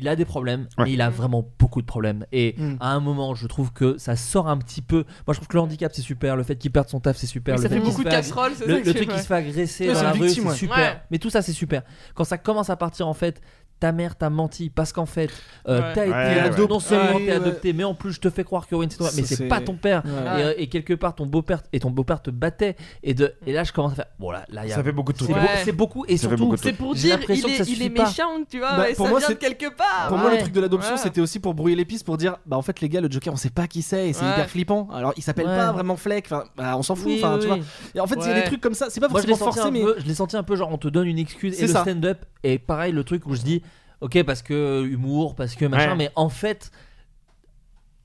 S7: Il a des problèmes,
S9: Ouais.
S7: mais il a vraiment beaucoup de problèmes. Et
S4: Mm.
S7: à un moment, je trouve que ça sort un petit peu. Moi, je trouve que le handicap, c'est super. Le fait qu'il perde son taf, c'est super.
S10: Oui,
S7: le
S10: ça
S7: fait
S10: fait
S7: qu'il se
S10: beaucoup de
S7: ag-
S10: casseroles, c'est
S7: Le,
S10: ça
S7: le
S10: que
S7: truc
S10: c'est-
S7: qui se fait agresser
S4: Ouais,
S7: dans
S4: c'est
S7: la
S4: une
S7: rue,
S4: victime,
S7: c'est
S4: ouais.
S7: super.
S10: Ouais.
S7: Mais tout ça, c'est super. Quand ça commence à partir, en fait, ta mère t'a menti parce qu'en fait, euh,
S10: Ouais.
S7: t'as été
S9: Ouais,
S7: adopté.
S4: ouais.
S7: Non seulement
S4: Ouais,
S7: t'es
S4: ouais.
S7: adopté, mais en plus, je te fais croire que Owen, c'est toi.
S4: Ça,
S7: Mais c'est
S4: c'est-
S7: pas ton père.
S4: Ouais.
S7: Et, euh, et quelque part ton beau-père et ton beau-père te battait et de et là je commence à faire bon là là il y a-
S9: Ça fait beaucoup de
S7: c'est
S9: trucs.
S7: beau-
S10: Ouais.
S7: c'est beaucoup et
S9: Ça fait
S7: surtout
S9: beaucoup de
S10: C'est pour
S7: j'ai
S10: dire il
S7: l'impression que ça
S10: est, il est
S7: suffit pas.
S10: méchant, tu vois,
S4: Bah,
S10: et
S4: pour
S10: ça
S4: moi,
S10: vient de
S4: c'est-
S10: quelque part.
S4: Pour moi, le
S7: ouais.
S4: truc de l'adoption,
S10: Ouais.
S4: c'était aussi pour brouiller les pistes, pour dire bah en fait, les gars, le Joker, on sait pas qui c'est et c'est
S10: Ouais.
S4: hyper flippant. Alors, il s'appelle
S7: Ouais.
S4: pas vraiment Fleck, enfin, bah, on s'en fout,
S7: Oui,
S4: enfin,
S7: oui,
S4: tu vois.
S7: oui.
S4: Et en fait, il y a
S10: Ouais.
S4: des trucs comme ça, c'est pas
S7: Moi, je l'ai
S4: forcément
S7: senti,
S4: forcé,
S7: un
S4: mais.
S7: peu- je l'ai senti un peu genre on te donne une excuse
S4: C'est
S7: et le
S4: ça.
S7: stand-up et pareil le truc où je dis ok parce que humour parce que machin
S9: Ouais.
S7: mais en fait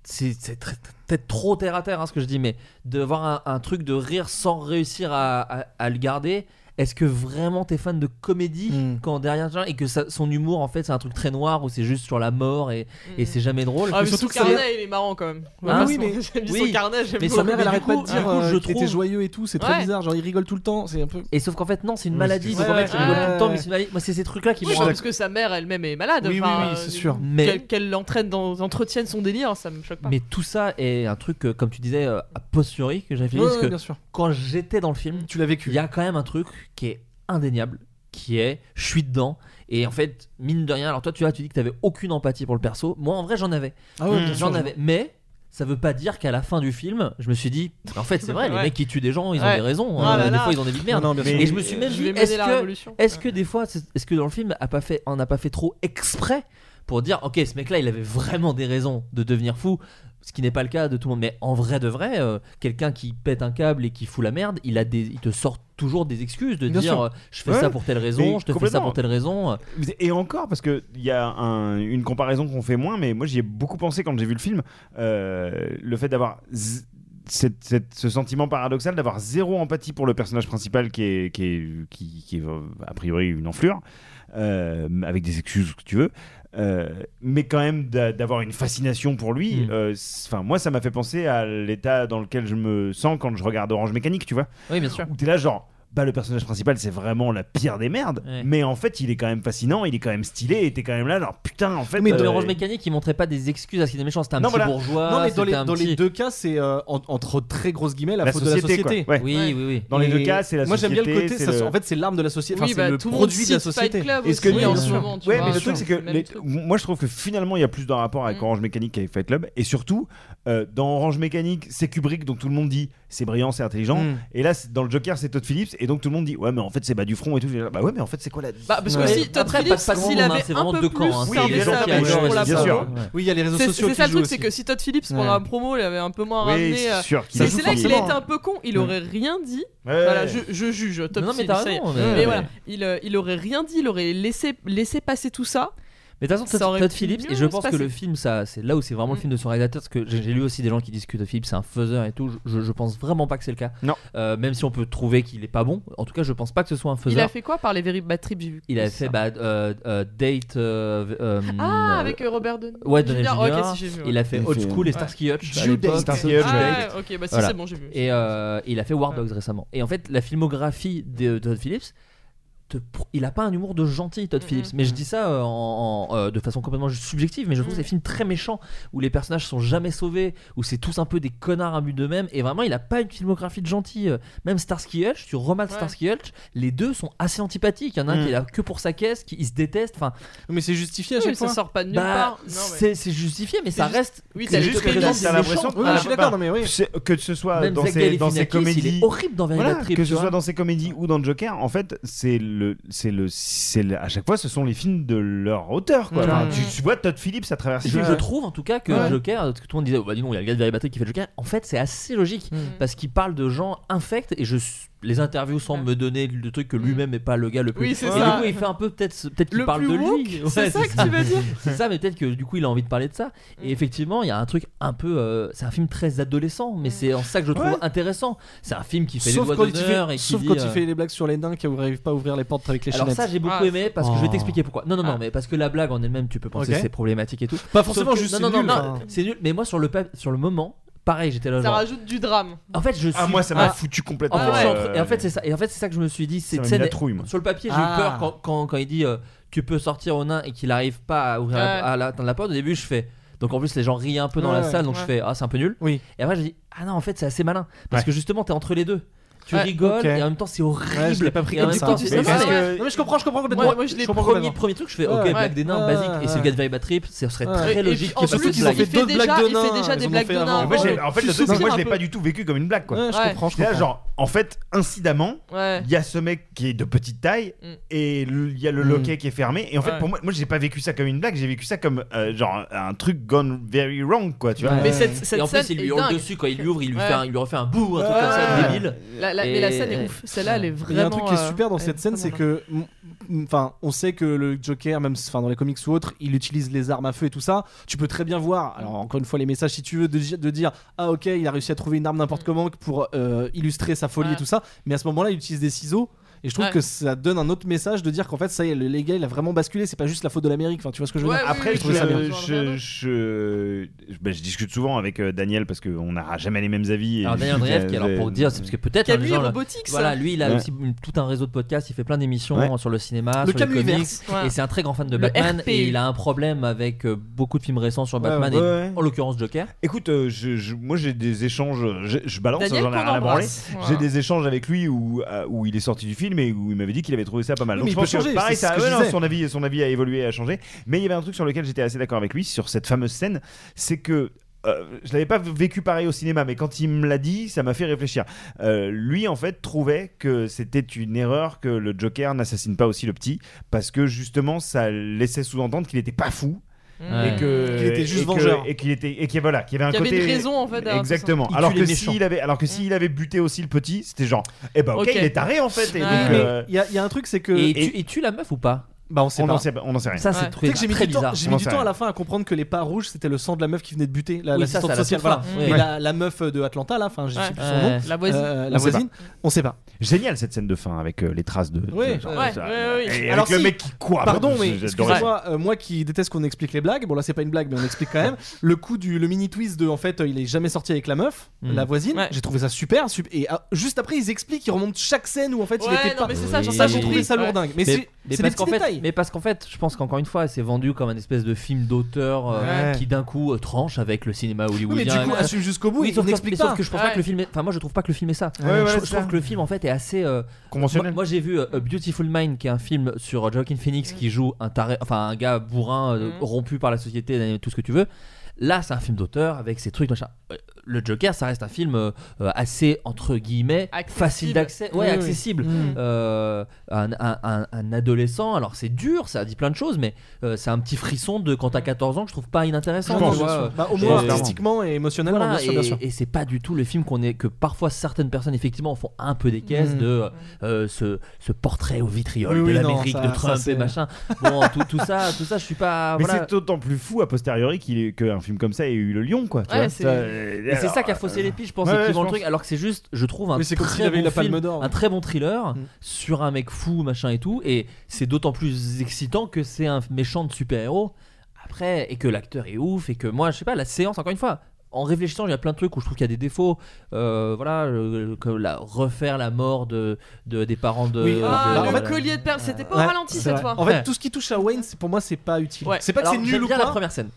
S7: c'est c'est très- peut-être trop terre à terre hein, ce que je dis mais de voir un, un truc de rire sans réussir à, à- à le garder est-ce que vraiment t'es fan de comédie
S4: Mm.
S7: quand derrière genre, et que ça- son humour en fait c'est un truc très noir où c'est juste sur la mort et, et c'est jamais drôle
S10: Ah, mais
S4: Hmm. surtout
S10: surtout
S4: que
S10: que
S4: ça-
S10: carnet, il est marrant quand même. Ouais,
S4: Ah, oui,
S10: son-
S4: *laughs* mais-
S10: j'aime
S7: oui.
S10: son carnet, j'aime
S7: Mais
S10: beaucoup.
S7: sa
S4: Sa mère, elle
S7: du
S4: arrête pas
S7: coup,
S4: de dire
S7: du coup,
S4: euh,
S7: je
S4: qu'il était
S7: trouve-
S4: joyeux et tout, c'est très
S10: Ouais.
S4: bizarre, genre il rigole tout le temps, c'est un peu.
S7: Et sauf qu'en fait, non, c'est une
S9: Oui,
S7: maladie.
S9: c'est
S7: Donc en
S4: ça.
S7: fait, tu rigoles
S4: Ouais.
S7: tout le temps, mais c'est une maladie. Moi, c'est ces trucs-là qui
S10: Oui,
S7: m'ont.
S10: parce que sa mère elle-même est malade.
S4: Oui, oui,
S10: enfin,
S4: oui,
S10: euh,
S4: c'est sûr.
S7: Mais-
S10: qu'elle- Qu'elle l'entraîne, dans- entretienne son délire, ça me choque pas.
S7: Mais tout ça est un truc, euh, comme tu disais, euh, a posteriori que j'ai
S4: Ouais,
S7: réfléchi.
S4: ouais,
S7: parce que
S4: bien sûr.
S7: quand j'étais dans le film,
S4: Tu l'as vécu.
S7: il y a quand même un truc qui est indéniable, qui est je suis dedans. Et en fait, mine de rien, alors toi, tu, vois, tu dis que tu avais aucune empathie pour le perso. Moi, en vrai, j'en avais.
S4: Ah ouais, bien sûr,
S7: j'en
S4: je-
S7: avais. Mais. Ça veut pas dire qu'à la fin du film, je me suis dit, en
S10: *laughs*
S7: fait, c'est vrai, les
S10: Ouais.
S7: mecs qui tuent des gens, ils ont
S10: Ouais.
S7: des raisons.
S10: Ah
S7: hein,
S10: là
S7: des
S10: là.
S7: fois, ils ont des vies de merde.
S4: Non, non, bien sûr.
S7: et je me suis même
S10: Je
S7: dit,
S10: vais
S7: est-ce
S10: mener la
S7: que,
S10: révolution.
S7: est-ce que des fois, c'est- est-ce que dans le film, a pas fait, on n'a pas fait trop exprès pour dire, ok, ce mec-là, il avait vraiment des raisons de devenir fou, ce qui n'est pas le cas de tout le monde. Mais en vrai de vrai, euh, quelqu'un qui pète un câble et qui fout la merde, il a des, il te sort toujours des excuses de
S4: Bien
S7: dire,
S4: sûr.
S7: euh, je fais
S9: Ouais.
S7: ça pour telle
S9: Mais
S7: raison, je te fais ça
S9: complètement.
S7: pour telle raison.
S9: Et encore, parce qu'il y a un- une comparaison qu'on fait moins, mais moi j'y ai beaucoup pensé quand j'ai vu le film. euh, le fait d'avoir z- cette- cette- ce sentiment paradoxal d'avoir zéro empathie pour le personnage principal qui est, qui est, qui, qui est, euh, a priori une enflure, euh, avec des excuses, ce que tu veux. euh, mais quand même d'a- d'avoir une fascination pour lui.
S7: Mm.
S9: euh, c'est- Enfin, moi, ça m'a fait penser à l'état dans lequel je me sens quand je regarde Orange Mécanique, tu vois
S7: Oui, bien sûr.
S9: où t'es là genre bah, le personnage principal, c'est vraiment la pire des merdes. Mais en fait, il est quand même fascinant, il est quand même stylé, et t'es quand même là, alors putain, en fait.
S7: mais
S9: euh,
S7: dans Orange Mécanique, ils montraient pas des excuses à ce qu'il est méchant. C'était un
S9: Non,
S7: petit
S9: voilà.
S7: bourgeois.
S4: Ah, non, mais dans,
S7: c'était
S4: les,
S7: un
S4: dans les
S7: petit-
S4: deux cas, c'est euh, en- entre très grosses guillemets la,
S7: La
S4: faute de
S7: société,
S4: la société.
S7: quoi. Ouais. Oui, oui, oui.
S9: Dans les
S4: Et
S9: deux cas, c'est la
S4: Moi, j'aime bien le
S9: société,
S4: côté.
S9: c'est
S4: ça se-
S9: le-
S4: En fait, c'est l'arme de la société. Enfin,
S10: Oui,
S4: c'est
S10: bah,
S4: le
S10: tout le monde
S4: produit de la
S10: cite Fight
S4: société.
S10: Club
S9: Est-ce que
S10: Oui, en
S9: bien
S10: ce
S9: sûr.
S10: moment, tu
S9: Ouais,
S10: vois,
S9: mais le
S10: c'est
S9: truc c'est que
S10: le même
S9: les-
S10: truc. Mm.
S9: moi je trouve que finalement il y a plus de rapport avec Orange Mécanique qu'avec Fight Club et surtout euh, dans Orange Mécanique c'est Kubrick donc tout le monde dit c'est brillant c'est intelligent
S7: Mm.
S9: et là c'est- dans le Joker c'est Todd Phillips et donc tout le monde dit ouais mais en fait c'est bas du front et tout bah ouais mais en fait c'est quoi la
S10: Bah, parce que
S9: Ouais.
S10: si Todd
S7: Après,
S10: Phillips,
S7: pas de
S10: s'il
S7: seconde, hein,
S10: avait
S7: c'est
S10: un
S7: vraiment
S10: peu
S7: deux
S10: plus
S7: camps, hein,
S10: servi
S7: c'est les gens
S10: ça
S7: qui
S10: à
S7: adorent
S10: pour
S7: les
S10: la
S7: bien
S10: promo.
S7: sûr. Ouais.
S4: Oui, il y a les réseaux
S10: C'est-
S4: sociaux
S10: C'est ça
S4: qui
S10: le
S4: jouent
S10: truc, c'est que
S4: aussi.
S10: si Todd Phillips
S4: Ouais.
S10: pendant la promo, il avait un peu moins
S9: Oui,
S10: ramené.
S9: c'est
S10: euh,
S9: sûr qu'il
S10: mais
S9: le
S10: C'est
S9: joue
S10: là qu'il a été
S9: forcément.
S10: un peu con, il
S9: Ouais.
S10: aurait rien dit.
S9: Ouais.
S10: Voilà, je, je juge, Todd
S7: Non, mais
S10: Phillips.
S7: t'as
S10: ça y est.
S7: raison,
S10: Mais
S7: ouais.
S10: voilà, il, euh, il aurait rien dit, il aurait laissé, laissé passer tout ça.
S7: Mais de toute façon,
S10: Ça aurait
S7: Todd, Todd
S10: pu
S7: Phillips, et
S10: mieux
S7: je
S10: se
S7: pense que
S10: passer. Mm.
S7: le film, ça, c'est là où c'est vraiment le film de son réalisateur, parce que j'ai j'ai lu aussi des gens qui disent que Todd Phillips c'est un faiseur et tout. Je- Je, je pense vraiment pas que c'est le cas.
S9: Non.
S7: Euh, même si on peut trouver qu'il est pas bon, en tout cas, je pense pas que ce soit un
S10: Il
S7: faiseur.
S10: a fait quoi par les Very Bad Trip J'ai vu.
S7: Il avait fait bah, euh, euh, Date. euh, v- euh,
S10: Ah,
S7: euh,
S10: avec euh, Robert Downey.
S7: Ouais, Downey
S10: Jr.
S7: Jr.
S10: Ah, ok, si, j'ai vu, ouais.
S7: Il a fait
S9: Il
S7: Old
S9: fait-
S7: School et
S9: Ouais.
S7: Starsky Hutch. à
S9: Due
S7: l'époque.
S9: Date. Starsky Hutch,
S7: Due
S9: ouais.
S7: Date.
S10: Ah, ok, bah si, c'est bon, j'ai vu.
S7: Et euh, il a fait War Dogs récemment. Et en fait, la filmographie de, de Todd Phillips. te pr- Il a pas un humour de gentil, Todd Phillips. Mais je dis ça euh, en- en, euh, de façon complètement subjective, mais je
S10: Mm.
S7: trouve ces films très méchants où les personnages sont jamais sauvés, où c'est tous un peu des connards à but d'eux-mêmes. Et vraiment, il a pas une filmographie de gentil. Euh, Même Starsky Hutch, tu remates Starsky Hutch, les deux sont assez antipathiques. Il y en a un
S4: Mm.
S7: qui est là que pour sa caisse, qui il se déteste. Enfin,
S4: mais c'est justifié à
S10: Oui,
S4: chaque
S10: mais
S4: fois.
S10: ça sort pas de nulle
S7: Bah,
S10: part. Non, mais-
S7: c'est c'est justifié, mais
S10: C'est
S7: ça
S10: juste-
S7: reste.
S10: oui,
S7: c'est
S10: t'as
S7: juste
S10: juste
S7: que les
S10: les
S7: gens
S10: gens,
S7: disent
S9: t'as
S7: méchant.
S9: l'impression
S7: Ah,
S9: ah,
S7: bah,
S9: bah, c'est- que ce soit
S7: Même
S9: dans
S7: Zach
S9: ces dans
S7: Galifianakis,
S9: ces
S7: il est
S9: comédies
S7: horrible dans Vertigo
S9: Voilà,
S7: Trip,
S9: que
S7: tu
S9: ce
S7: vois.
S9: soit dans ces comédies ou dans le Joker en fait c'est le c'est le c'est le- à chaque fois ce sont les films de leur auteur quoi
S7: Mm.
S9: Enfin, tu, tu vois Todd Phillips à travers
S7: Je, je trouve en tout cas que
S9: Ouais.
S7: Joker, parce que tout le monde disait, oh, bah dis donc, il y a le gars de Very Bad Trip qui fait Joker. En fait, c'est assez logique
S10: Mm.
S7: parce qu'il parle de gens infects et je les interviews semblent me donner le truc que lui-même n'est pas le gars le plus.
S10: Mm. Oui, c'est
S7: et
S10: ça.
S7: du coup, il fait un peu peut-être ce- peut-être qu'il
S10: Le
S7: parle
S10: plus
S7: de
S10: woke,
S7: lui.
S10: c'est ça que tu veux dire Mm.
S7: C'est ça, mais peut-être que du coup, il a envie de parler de ça. Et effectivement, il y a un truc un peu. euh, c'est un film très adolescent,
S10: Mm.
S7: mais c'est en ça que je le trouve
S4: Ouais.
S7: intéressant. C'est un film qui fait
S4: Sauf
S7: des
S4: quand
S7: doigts
S4: il
S7: d'honneur
S4: fait-
S7: et qui
S4: sauf
S7: dit,
S4: quand il
S7: euh,
S4: fait les blagues sur les nains qui n'arrivent pas à ouvrir les portes avec les
S7: alors
S4: chaînettes.
S7: ça j'ai beaucoup
S10: Ah,
S7: aimé parce que je vais t'expliquer pourquoi. Non non non
S4: Ah.
S7: mais parce que la blague en elle-même tu peux penser
S4: Ok.
S7: que c'est problématique et tout.
S4: Pas forcément
S7: Sauf que-
S4: juste,
S7: non
S4: c'est
S7: non
S4: nul,
S7: non,
S4: enfin.
S7: c'est nul mais moi sur le pa- sur le moment pareil j'étais là
S10: Ça
S7: genre
S10: rajoute du drame.
S7: en fait, je suis.
S9: Ah, moi, ça m'a foutu complètement,
S7: En fait, je suis
S9: euh,
S7: entre- Et en fait, c'est ça. Et en fait, c'est ça que je me suis dit. C'est
S9: Ça m'a
S7: scène-
S9: mis la trouille, moi.
S7: Sur le papier, j'ai eu
S9: Ah.
S7: peur quand, quand, quand il dit euh, tu peux sortir au nain et qu'il arrive pas à ouvrir la-
S9: Ouais.
S7: à la, atteindre la porte. Au début, je fais. Donc en plus, les gens rient un peu dans la
S9: Ouais,
S7: salle, donc
S9: ouais.
S7: je fais ah c'est un peu nul.
S4: Oui.
S7: Et après, je dis ah non en fait c'est assez malin parce
S9: Ouais.
S7: que justement t'es entre les deux. Tu
S4: Ouais.
S7: rigoles
S4: Ok.
S7: et en même temps c'est horrible.
S4: Ouais, je l'ai pas pris
S7: Et en
S4: comme
S7: même
S4: ça.
S7: temps, tu-
S4: Mais
S7: Non,
S4: parce
S7: mais-
S4: que- non, mais je comprends, je comprends complètement.
S7: Moi,
S4: Moi, je l'ai
S7: comprends
S4: pris.
S7: premier, premier truc, je fais
S4: Ouais.
S7: ok,
S4: Ouais.
S7: blague des nains,
S4: Ouais.
S7: basique. Et c'est le gars de Very Bad Trip, ce serait
S4: Ouais.
S7: très
S4: Et- et
S7: logique
S4: puis, en
S7: qu'il fasse
S4: plus,
S7: cette
S4: ils ont
S7: blague.
S4: fait d'autres blagues de nains,
S10: déjà des
S4: ils en ont
S10: blagues
S4: fait
S10: de
S4: avant.
S10: nains
S9: Moi, j'ai-
S10: avant.
S9: en fait,
S10: Tu
S9: le truc, c'est que moi,
S10: soupires
S9: je l'ai
S10: un
S9: pas du tout vécu comme une blague, quoi.
S10: Ouais, je Ouais. comprends, je
S9: J'étais là,
S10: comprends.
S9: genre, en fait, incidemment, il
S10: Ouais.
S9: y a ce mec qui est de petite taille
S7: Mm.
S9: et le- il y a le loquet qui est fermé. Et en fait,
S10: Ouais.
S9: pour moi, moi, j'ai pas vécu ça comme une blague, j'ai vécu ça comme euh, genre un truc gone very wrong, quoi, tu vois.
S10: Mais cette- cette
S7: et en plus,
S10: scène
S7: il lui
S10: est
S7: hurle
S10: dingue.
S7: dessus quand il lui ouvre, il lui,
S10: Ouais.
S7: fait un- il lui refait un bouh, un truc comme ça,
S10: Ouais.
S7: débile.
S10: La- la- mais la scène est ouf. Celle-là, elle est
S4: Il y a un truc qui est
S10: vraiment,
S4: super dans
S10: euh,
S4: cette
S10: elle est
S4: scène, c'est que, m- m- enfin, on sait que le Joker, même, enfin, dans les comics ou autres, il utilise les armes à feu et tout ça. Tu peux très bien voir, alors encore une fois, les messages si tu veux de, di- de dire, ah ok, il a réussi à trouver une arme
S10: Mm.
S4: n'importe comment pour euh, illustrer sa folie et tout ça. Mais à ce moment-là, il utilise des ciseaux. Et je trouve
S10: Ouais.
S4: que ça donne un autre message de dire qu'en fait, ça y est, le- les gars, il a vraiment basculé. C'est pas juste la faute de l'Amérique. Enfin, tu vois ce que je veux
S10: Ouais,
S4: dire
S9: Après,
S4: Je
S9: je,
S4: trouve ça bien.
S9: je, je- je- ben, je discute souvent avec euh, Daniel parce qu'on n'aura jamais les mêmes avis. et
S7: Alors, Daniel
S9: j'ai-
S7: Andreev, qui, alors,
S9: j'ai-
S7: pour dire, c'est parce que peut-être.
S10: Camus
S7: hein, les gens, là-
S10: Robotics,
S7: Voilà,
S10: hein.
S7: lui, il a
S9: Ouais.
S7: aussi une- tout un réseau de podcasts, il fait plein d'émissions
S9: Ouais.
S7: sur le cinéma,
S10: Le
S7: sur les comics.
S10: Camuverse. Ouais.
S7: Et c'est un très grand fan de
S10: Le
S7: Batman.
S10: RP.
S7: Et il a un problème avec euh, beaucoup de films récents sur
S9: Ouais,
S7: Batman,
S9: ouais,
S7: et
S9: ouais.
S7: en l'occurrence Joker.
S9: Écoute, euh, je- je- moi j'ai des échanges, je, je balance, hein,
S7: Daniel,
S9: j'en ai
S7: qu'on
S9: rien à branler.
S7: embrasse. Voilà.
S9: J'ai des échanges avec lui où, euh, où il est sorti du film et où il m'avait dit qu'il avait trouvé ça pas mal.
S4: Oui,
S9: Donc
S4: mais
S9: je
S4: il peut
S9: pense que,
S4: changer,
S9: pareil,
S4: c'est
S9: ça-
S4: ce que
S9: ouais,
S4: je
S9: non,
S4: disais.
S9: son avis, son avis a évolué, a changé. Mais il y avait un truc sur lequel j'étais assez d'accord avec lui sur cette fameuse scène, c'est que euh, je l'avais pas vécu pareil au cinéma, mais quand il me l'a dit, ça m'a fait réfléchir. Euh, lui, en fait, trouvait que c'était une erreur que le Joker n'assassine pas aussi le petit, parce que justement, ça laissait sous-entendre qu'il n'était pas fou.
S7: Ouais.
S9: Et que
S4: Qu'il était juste
S9: et que-
S4: vengeur.
S9: et qu'il était et qu'il voilà qu'il y avait un
S10: Qu'il y avait
S9: côté
S10: une raison, en fait, derrière tout ça.
S9: exactement
S4: Il
S9: alors
S4: tue
S9: que
S4: les méchants.
S9: s'il avait alors que s'il avait buté aussi le petit c'était genre eh ben ok,
S10: Ok.
S9: il est taré en fait
S10: Ouais.
S9: et donc,
S4: Mais
S9: euh,
S4: Il y, a- il y a un truc, c'est que.
S7: Et il tue- il tue la meuf ou pas
S4: Bah on sait
S9: on
S4: pas.
S9: En sait, on en sait rien.
S4: Ouais. Tu sais que j'ai mis du temps- J'ai mis du temps à la fin à comprendre que les pas rouges c'était le sang de la meuf qui venait de buter la-
S9: Oui,
S4: l'assistante
S9: ça, c'est à la
S4: sociale.
S9: toute
S4: Voilà.
S9: fin.
S4: Et
S9: Ouais.
S4: la, la meuf de Atlanta là, enfin je
S9: Ouais.
S4: sais plus son nom.
S9: Ouais. La voisine.
S4: Euh,
S9: On
S4: la
S9: sait
S4: voisine.
S9: pas.
S4: On sait pas.
S9: Génial cette scène de fin avec euh, les traces de. de-
S4: Ouais,
S9: genre,
S4: ouais,
S9: ça-
S4: ouais,
S9: Et
S4: ouais.
S9: avec
S4: Alors
S9: le
S4: si,
S9: mec qui court.
S4: Pardon,
S9: J'ai-
S4: mais
S9: j'adorais ça.
S4: excusez-moi, euh, moi qui déteste qu'on explique les blagues, bon là c'est pas une blague, mais on explique quand
S7: *laughs*
S4: même. Le coup du le mini twist de en fait, euh, il est jamais sorti avec la meuf,
S7: Mm.
S4: la voisine. J'ai trouvé ça super. sup- et ah, juste après, ils expliquent, ils remontent chaque scène où en fait il était pas. Ah, ça, j'ai trouvé ça lourdingue. Mais, c'est- c'est des
S7: parce
S4: petits
S7: qu'en fait,
S4: détails.
S7: mais parce qu'en fait, je pense qu'encore une fois, c'est vendu comme un espèce de film d'auteur euh,
S4: Ouais.
S7: qui d'un coup euh, tranche avec le cinéma hollywoodien.
S4: du coup,
S7: Ouais.
S4: assume jusqu'au bout,
S7: Oui,
S4: il
S7: sauf que-
S4: n'explique
S7: mais
S4: pas.
S7: Sauf que je pense pas
S4: Ouais.
S7: que le film. est- Enfin, moi, je trouve pas que le film est ça.
S4: Ouais, ouais,
S7: je,
S4: c'est
S7: je
S4: ça.
S7: trouve que le film en fait est assez euh,
S9: conventionnel.
S7: Moi, moi, j'ai vu euh, A Beautiful Mind, qui est un film sur euh, Joaquin Phoenix qui joue un taré, enfin un gars bourrin euh, rompu par la société, euh, tout ce que tu veux. Là, c'est un film d'auteur avec ses trucs machin. Euh, Le Joker, ça reste un film euh, euh, assez entre guillemets facile d'accès, ouais,
S2: Oui, oui.
S7: accessible.
S2: Mm.
S7: Euh, un, un- un- un adolescent, alors c'est dur, ça dit plein de choses, mais euh, c'est un petit frisson de quand t'as 14 ans que je trouve pas inintéressant.
S4: Non, non,
S7: tu
S4: bien
S7: vois.
S4: sûr. Bah, au
S7: Et-
S4: moins artistiquement et émotionnellement,
S7: voilà,
S4: bien sûr,
S7: et,
S4: bien sûr.
S7: et c'est pas du tout le film qu'on est que parfois certaines personnes effectivement font un peu des caisses
S4: Mm.
S7: de euh, ce, ce portrait au vitriol
S9: Oui,
S7: de
S9: oui, non,
S7: l'Amérique
S9: ça-
S7: de
S9: ça,
S7: Trump
S9: c'est-
S7: et machin. Bon, tout, tout ça, tout ça, je suis pas.
S9: *laughs* Mais
S7: voilà.
S9: c'est d'autant plus fou a posteriori qu'il est- qu'un film comme ça ait eu le lion quoi. tu
S7: Ouais,
S9: vois.
S7: c'est-
S9: Ça,
S4: Euh,
S7: Et c'est ça qui a faussé les piges, je pense,
S9: Ouais,
S7: et qui
S9: ouais,
S7: vend
S9: je
S7: le truc.
S9: pense.
S7: Alors que c'est juste, je trouve un
S9: Oui, c'est comme
S7: très
S9: s'il avait eu
S7: bon
S9: la Palme
S7: film,
S9: d'Or. Mm.
S7: un très bon thriller sur un mec fou, machin et tout. Et c'est d'autant plus excitant que c'est un méchant de super-héros. Après, et que l'acteur est ouf, et que moi, je sais pas, la séance, encore une fois. En réfléchissant, il y a plein de trucs où je trouve qu'il y a des défauts. Euh, voilà, euh, que la, refaire la mort de, de- des parents de.
S4: Oui,
S10: Ah,
S7: de-
S10: le
S7: de-
S10: collier de perles, c'était pas
S4: Ouais,
S10: au ralenti
S4: c'est
S10: cette
S4: vrai.
S10: fois.
S4: En fait, tout ce qui touche à Wayne, c'est- pour moi, c'est pas utile. C'est pas que
S7: Alors,
S4: c'est
S7: j'aime
S4: nul ou
S7: bien
S4: quoi.
S7: la première scène.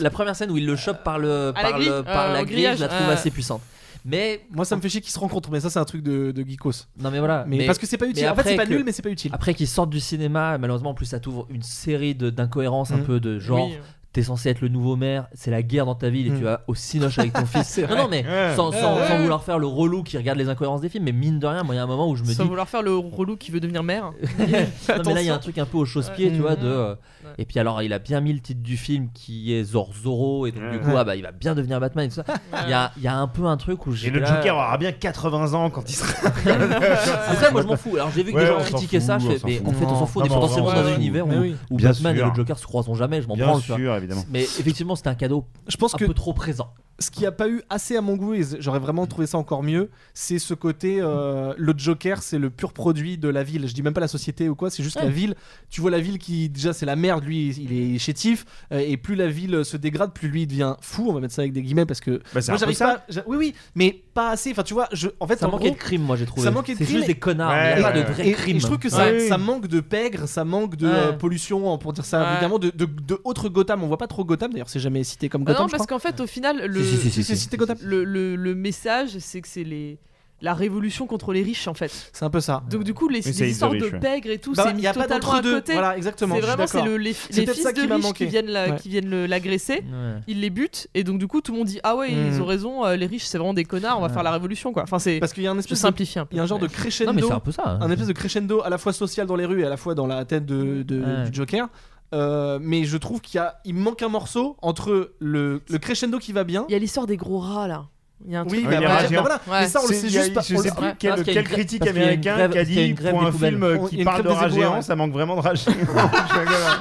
S7: La première scène où il le chope par le
S4: À la
S7: par,
S4: grille,
S7: le- par
S4: euh,
S7: la
S4: au
S7: grille,
S4: grillage,
S7: je la trouve
S4: euh.
S7: assez puissante. Mais
S4: moi, ça me fait chier qu'ils se rencontrent, mais ça, c'est un truc de, de geekos.
S7: Non mais voilà.
S4: Mais, parce que c'est pas
S7: mais
S4: utile. En fait,
S7: après
S4: c'est pas
S7: que-
S4: nul, mais c'est pas utile.
S7: Après qu'ils sortent du cinéma, malheureusement, en plus ça t'ouvre une série de- d'incohérences un
S4: Mm.
S7: peu de genre.
S4: Oui.
S7: T'es censé être le nouveau maire, c'est la guerre dans ta ville et
S4: Mm.
S7: tu vas au cinoche
S4: *laughs*
S7: avec ton fils.
S4: C'est
S7: Non,
S4: vrai.
S7: non, mais
S4: Ouais.
S7: sans, sans-
S4: Ouais.
S7: sans vouloir faire le relou qui regarde les incohérences des films, mais mine de rien, moi il y a un moment où je me
S10: Sans
S4: *laughs*
S7: dis.
S10: vouloir faire le relou qui veut devenir maire.
S7: *laughs* Non, mais là, il y a un truc un peu au chausse-pied,
S10: Ouais.
S7: tu vois. De,
S10: Mhm.
S7: euh,
S4: Mm.
S7: Et puis, alors, il a bien mis le titre du film qui est Zor Zoro, et donc, du coup, ah, bah, il va bien devenir Batman et tout ça. Il y a, il y a un peu un truc où j'ai.
S9: Et le Joker aura bien 80 ans quand il sera.
S7: Après, moi, je m'en fous. Alors, j'ai vu que
S9: Ouais,
S7: des gens
S9: on s'en
S7: critiquaient
S9: fout,
S7: ça. Je
S9: on
S7: fais,
S9: s'en
S7: mais
S9: fout.
S7: en fait, on s'en
S9: Non,
S7: fout. on
S9: non,
S7: est potentiellement
S9: on
S7: dans
S9: s'en
S7: un
S9: fout.
S7: univers
S9: Mais
S7: où,
S9: oui.
S7: où
S9: Bien
S7: Batman
S9: sûr.
S7: et le Joker se croiseront jamais. Je m'en
S9: Bien
S7: prends, tu vois.
S9: sûr, évidemment.
S7: Mais effectivement, c'était un cadeau.
S4: Je pense
S7: un
S4: que-
S7: peu trop présent.
S4: ce qui a pas eu assez à mon goût, et j'aurais vraiment trouvé ça encore mieux, c'est ce côté euh, le Joker, c'est le pur produit de la ville. Je dis même pas la société ou quoi, c'est juste
S7: Ouais.
S4: la ville. Tu vois la ville qui déjà c'est la merde, lui il est chétif, euh, et plus la ville se dégrade, plus lui il devient fou. On va mettre ça avec des guillemets parce que
S7: Bah, c'est un peu
S4: j'arrive
S7: ça.
S4: pas. j'a- Oui oui, mais pas assez. Enfin tu vois, je en fait
S7: Ça
S4: en
S7: manquait
S4: gros,
S7: de crime, moi, j'ai trouvé.
S4: Ça manquait de
S7: C'est
S4: crime
S7: juste
S4: et-
S7: des connards, mais il y a
S4: et-
S7: pas de
S4: et-
S7: vrai
S4: et- et
S7: crime.
S4: je trouve que ça,
S7: Ouais.
S4: ça manque de pègre, ça manque de
S7: Ouais.
S4: euh, pollution, pour dire ça
S10: Ouais.
S4: évidemment, de, de, de autre Gotham. On voit pas trop Gotham d'ailleurs, c'est jamais cité comme
S10: Ah
S4: Gotham.
S10: non,
S4: je
S10: parce
S4: crois.
S10: qu'en fait, au final, le,
S4: Si, si, si, si, Si, si, si.
S10: le, le- le message, c'est que c'est les la révolution contre les riches en fait.
S4: C'est un peu ça.
S10: Donc du coup les,
S4: Mais
S10: les
S4: c'est
S10: histoires
S4: les
S10: de
S4: riches, ouais.
S10: pègres et tout,
S4: Bah,
S10: c'est mis
S4: y a pas
S10: totalement à
S4: d'entre-deux.
S10: côté.
S4: Voilà, exactement,
S10: C'est
S4: je suis
S10: vraiment c'est
S4: d'accord.
S10: le, les,
S4: C'est
S10: les
S4: peut-être
S10: fils
S4: ça
S10: de
S4: qui m'a
S10: riches
S4: manqué.
S10: qui viennent la-
S4: Ouais.
S10: qui viennent le- l'agresser,
S4: Ouais.
S10: ils les butent et donc du coup tout le monde dit ah ouais ils
S4: Mm.
S10: ont raison, euh, les riches c'est vraiment des connards, on va
S4: Ouais.
S10: faire la révolution quoi. Enfin c'est
S4: parce qu'il y a un
S10: je
S4: espèce
S10: simplifie
S4: de,
S10: un peu.
S4: il y a un genre de
S10: mais-
S4: crescendo
S7: hein.
S4: un hein. espèce de crescendo à la fois social dans les rues et à la fois dans la tête de, de-
S10: Ouais.
S4: du Joker Euh, mais je trouve qu'il y a- il manque un morceau entre le, le crescendo qui va bien
S10: Il y a l'histoire des gros rats là. Il y a un truc-
S4: oui bah,
S9: il y a
S4: bah,
S9: un géant.
S4: voilà. mais ça on le
S9: C'est-
S4: sait
S9: il y a-
S4: juste pas
S9: je
S4: on le
S9: sais
S4: sait
S9: plus
S4: pas.
S9: quel,
S4: Parce qu'il y a
S9: quel
S4: une grève-
S9: critique
S4: parce qu'il y a une
S9: américain
S4: grève-
S9: qui a
S4: parce qu'il y
S9: dit
S4: une grève
S9: pour
S4: des
S9: un
S4: poubelles.
S9: film
S4: On-
S9: euh,
S4: il y a
S9: qui
S4: une
S9: parle
S4: grève
S9: de
S4: des
S9: rage
S4: éboueurs,
S9: géant,
S4: ouais.
S9: ça manque *laughs* vraiment de rage.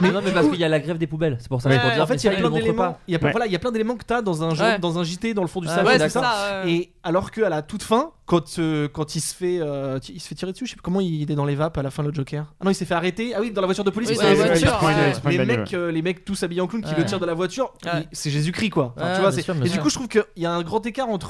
S7: Mais non, mais parce qu'il y a la grève des poubelles. C'est pour ça
S4: Ouais,
S7: qu'on
S4: en fait, il y a plein d'éléments. Il y a pas-
S7: pas
S4: voilà, il y a plein d'éléments que t'as dans un jeu-
S7: Ouais.
S4: dans un JT dans le fond du
S7: Ouais,
S4: salon.
S7: ouais,
S4: tout
S7: c'est
S4: ça.
S7: ça, ouais.
S4: Et euh, alors que à la toute fin, quand euh, quand il se fait euh, il se fait tirer dessus, je sais plus comment il est dans les vapes à la fin le Joker. Ah non, il s'est fait arrêter. Ah oui, dans la voiture de police.
S10: Oui,
S4: il
S10: dans
S4: s'est
S10: la
S4: fait
S10: voiture,
S4: arrêter.
S10: ouais. Il se prend une
S4: Les
S10: bagnole.
S4: mecs euh, les mecs tous habillés en clown qui
S10: Ouais.
S4: le tirent de la voiture, il- c'est Jésus-Christ quoi. Enfin,
S7: Ah,
S10: Ouais,
S4: Ah, tu vois,
S10: bien
S4: c'est-
S10: sûr, bien
S4: et du
S10: sûr.
S4: coup, je trouve qu'il y a un grand écart entre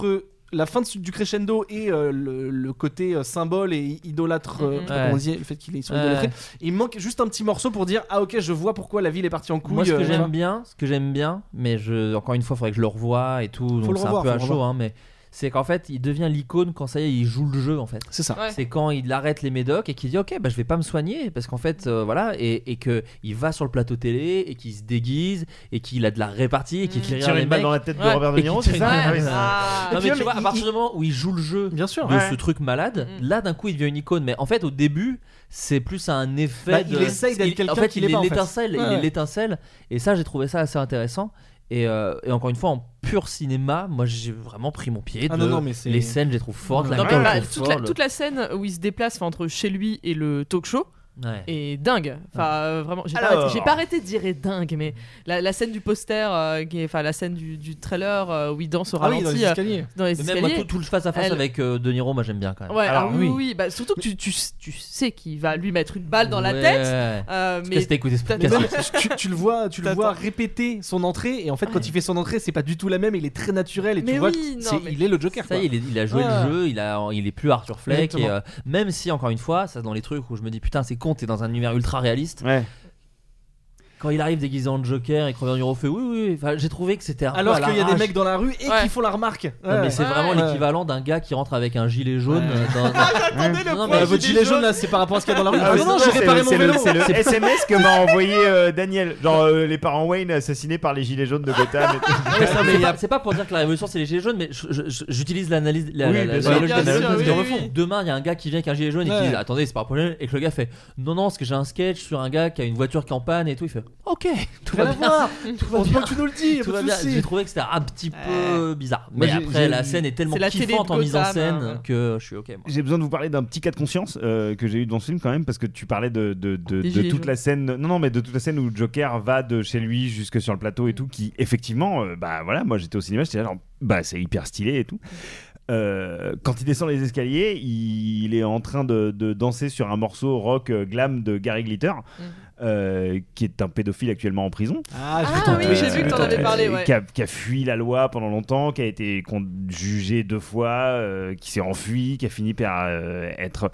S4: la fin de- du crescendo et euh, le, le côté euh, symbole et idolâtre, euh, je sais pas
S7: Mm-hmm. Ouais.
S4: comment on dit, le fait qu'il est sur
S7: Ouais.
S4: Il manque juste un petit morceau pour dire ah ok je vois pourquoi la ville est partie en couille.
S7: Moi, ce
S4: euh,
S7: que
S4: voilà.
S7: j'aime bien, ce que j'aime bien, mais je, encore une fois, faudrait que je le revoie et tout. donc
S4: le
S7: c'est
S4: revoir,
S7: un peu
S4: faut
S7: à
S4: le
S7: chaud,
S4: revoir.
S7: hein, mais c'est qu'en fait, il devient l'icône quand ça y est, il joue le jeu en fait.
S4: C'est ça. Ouais.
S7: C'est quand il arrête les médocs et qu'il dit ok, bah je vais pas me soigner parce qu'en fait, euh, voilà, et, et que il va sur le plateau télé et qu'il se déguise et qu'il a de la répartie et qu'il tire,
S9: Tire
S7: les
S9: une balle
S7: mecs.
S9: dans la tête de
S7: Ouais.
S9: Robert De
S7: Et
S9: Niro,
S7: qu'il
S9: c'est
S7: tire
S9: ça
S7: une balle.
S9: Ouais, c'est ça.
S7: Non,
S9: Et
S7: mais
S9: puis,
S7: tu vois, à
S9: il-
S7: partir du moment où il joue le jeu
S4: Bien sûr.
S7: de
S4: Ouais.
S7: ce truc malade, là d'un coup il devient une icône. Mais en fait, au début, c'est plus un effet.
S4: Bah,
S7: de...
S4: il essaye d'être
S7: il-
S4: quelqu'un
S7: En fait,
S4: qu'il
S7: il
S4: est pas, en
S7: est
S4: fait.
S7: l'étincelle.
S4: Ouais,
S7: Il est
S4: ouais.
S7: l'étincelle. Et ça, j'ai trouvé ça assez intéressant. Et, euh, et encore une fois, en pur cinéma, moi j'ai vraiment pris mon pied.
S4: Ah
S7: de
S4: non, non, mais c'est-
S7: les scènes, j'ai trouve fortes.
S4: Non,
S7: la
S4: mais
S7: gueule,
S4: bah,
S7: je
S10: Bah,
S7: trouve
S10: toute, la,
S7: forte, le-
S10: toute la scène où il se déplace enfin, entre chez lui et le talk show,
S7: Ouais.
S10: est dingue. Enfin, euh, vraiment, j'ai pas,
S7: Alors.
S10: arrêté- j'ai pas arrêté de dire est dingue, mais la, la scène du poster, euh, qui est- enfin la scène du, du trailer euh, où il danse au
S7: Ah oui,
S10: ralenti
S7: dans les
S4: hein.
S10: euh,
S7: escaliers.
S10: dans les
S7: Mais même,
S10: escaliers,
S7: moi, tout, tout le face à face
S10: elle-
S7: avec euh, De Niro, moi j'aime bien quand même.
S10: Ouais, alors oui, oui, oui, bah, surtout que tu, tu, tu sais qu'il va lui mettre une balle dans la
S7: Ouais.
S10: tête.
S7: Parce
S10: Euh,
S7: que
S10: mais
S7: c'était écouter ce
S10: t'as-
S7: podcast.
S4: Mais même, tu, tu le vois, tu le vois répéter son entrée et en fait quand il fait son entrée c'est pas du tout la même. Il est très naturel et tu
S10: Mais
S4: vois,
S10: oui,
S4: que
S10: non,
S4: c'est-
S10: mais-
S4: il est le Joker.
S7: Ça
S4: quoi.
S7: y est, il, est- il a joué
S4: Ouais.
S7: le jeu, il, a, il est plus Arthur Fleck. Et,
S4: Exactement.
S7: euh, même si, encore une fois, ça dans les trucs où je me dis putain, c'est con, t'es dans un univers ultra réaliste.
S9: Ouais.
S7: Quand il arrive déguisé en Joker et que Robert Niro fait oui, oui, oui. Enfin, j'ai trouvé que c'était un peu
S4: Alors
S7: à la
S4: qu'il y a des
S7: rage.
S4: mecs dans la rue et qui font la remarque.
S7: Ah, Non, mais c'est
S4: Ouais.
S7: vraiment
S4: Ouais.
S7: l'équivalent d'un gars qui rentre avec un gilet jaune. euh,
S4: *laughs*
S7: dans-
S4: le
S7: Non,
S4: point
S7: mais-
S4: Euh, gilet gilet jaune, jaune, là, c'est par rapport à ce qu'il y a dans la rue. Ah non, non, j'ai
S9: c'est
S4: réparé
S9: le-
S4: mon
S9: c'est le-
S4: vélo.
S9: C'est le, *laughs*
S4: C'est pas-
S9: SMS
S4: *laughs*
S9: que m'a envoyé euh, Daniel. Genre euh, les parents Wayne assassinés par les gilets jaunes de Gotham. et tout.
S7: Ouais, Ah ça, mais c'est pas- C'est pas pour dire que la révolution c'est les gilets jaunes, mais je- je- j'utilise l'analyse, la,
S9: Oui,
S7: la-
S9: bien
S7: la-
S9: sûr,
S7: l'analogie
S9: bien
S7: de la-
S9: sûr,
S7: parce
S9: oui,
S7: qu'ils
S9: oui,
S7: refont.
S9: oui.
S7: Demain, il y a un gars qui vient avec un gilet jaune et
S9: Ouais.
S7: qui dit attendez, c'est pas un problème, et que le gars fait non, non, parce que j'ai un sketch sur un gars qui a une voiture qui est en panne et tout. Il fait ok, tout va
S4: Rien à voir.
S7: bien, tout va
S4: On se
S7: bien.
S4: voit que tu nous le dis, y a
S7: Tout
S4: pas
S7: va
S4: de
S7: bien.
S4: souci.
S7: J'ai trouvé que c'était un petit peu bizarre,
S9: Moi,
S7: mais
S9: j'ai-
S7: après
S9: j'ai-
S7: la scène est tellement
S9: C'est la télé de
S7: kiffante en mise en
S9: Gotham,
S7: scène
S9: hein.
S7: que je suis ok. moi.
S9: J'ai besoin de vous parler d'un petit cas de conscience euh, que j'ai eu dans ce film quand même parce que tu parlais de, de- de-
S7: Des
S9: de
S7: gilets
S9: toute
S7: jaunes.
S9: la scène non non mais de toute la scène où Joker va de chez lui jusque sur le plateau et tout qui effectivement euh, bah voilà moi j'étais au cinéma j'étais là genre, bah c'est hyper stylé et tout Euh, quand il descend les escaliers il, il est en train de, de danser sur un morceau rock euh, glam de Gary Glitter
S7: Mhm.
S9: euh, qui est un pédophile actuellement en prison
S4: Ah,
S10: je vais Ah oui, tenter, j'ai vu je vais que t'en avais tenter. parlé, ouais.
S9: Euh, qui a, qui a fui la loi pendant longtemps, qui a été con- jugé deux fois, euh, qui s'est enfui, qui a fini par euh, être.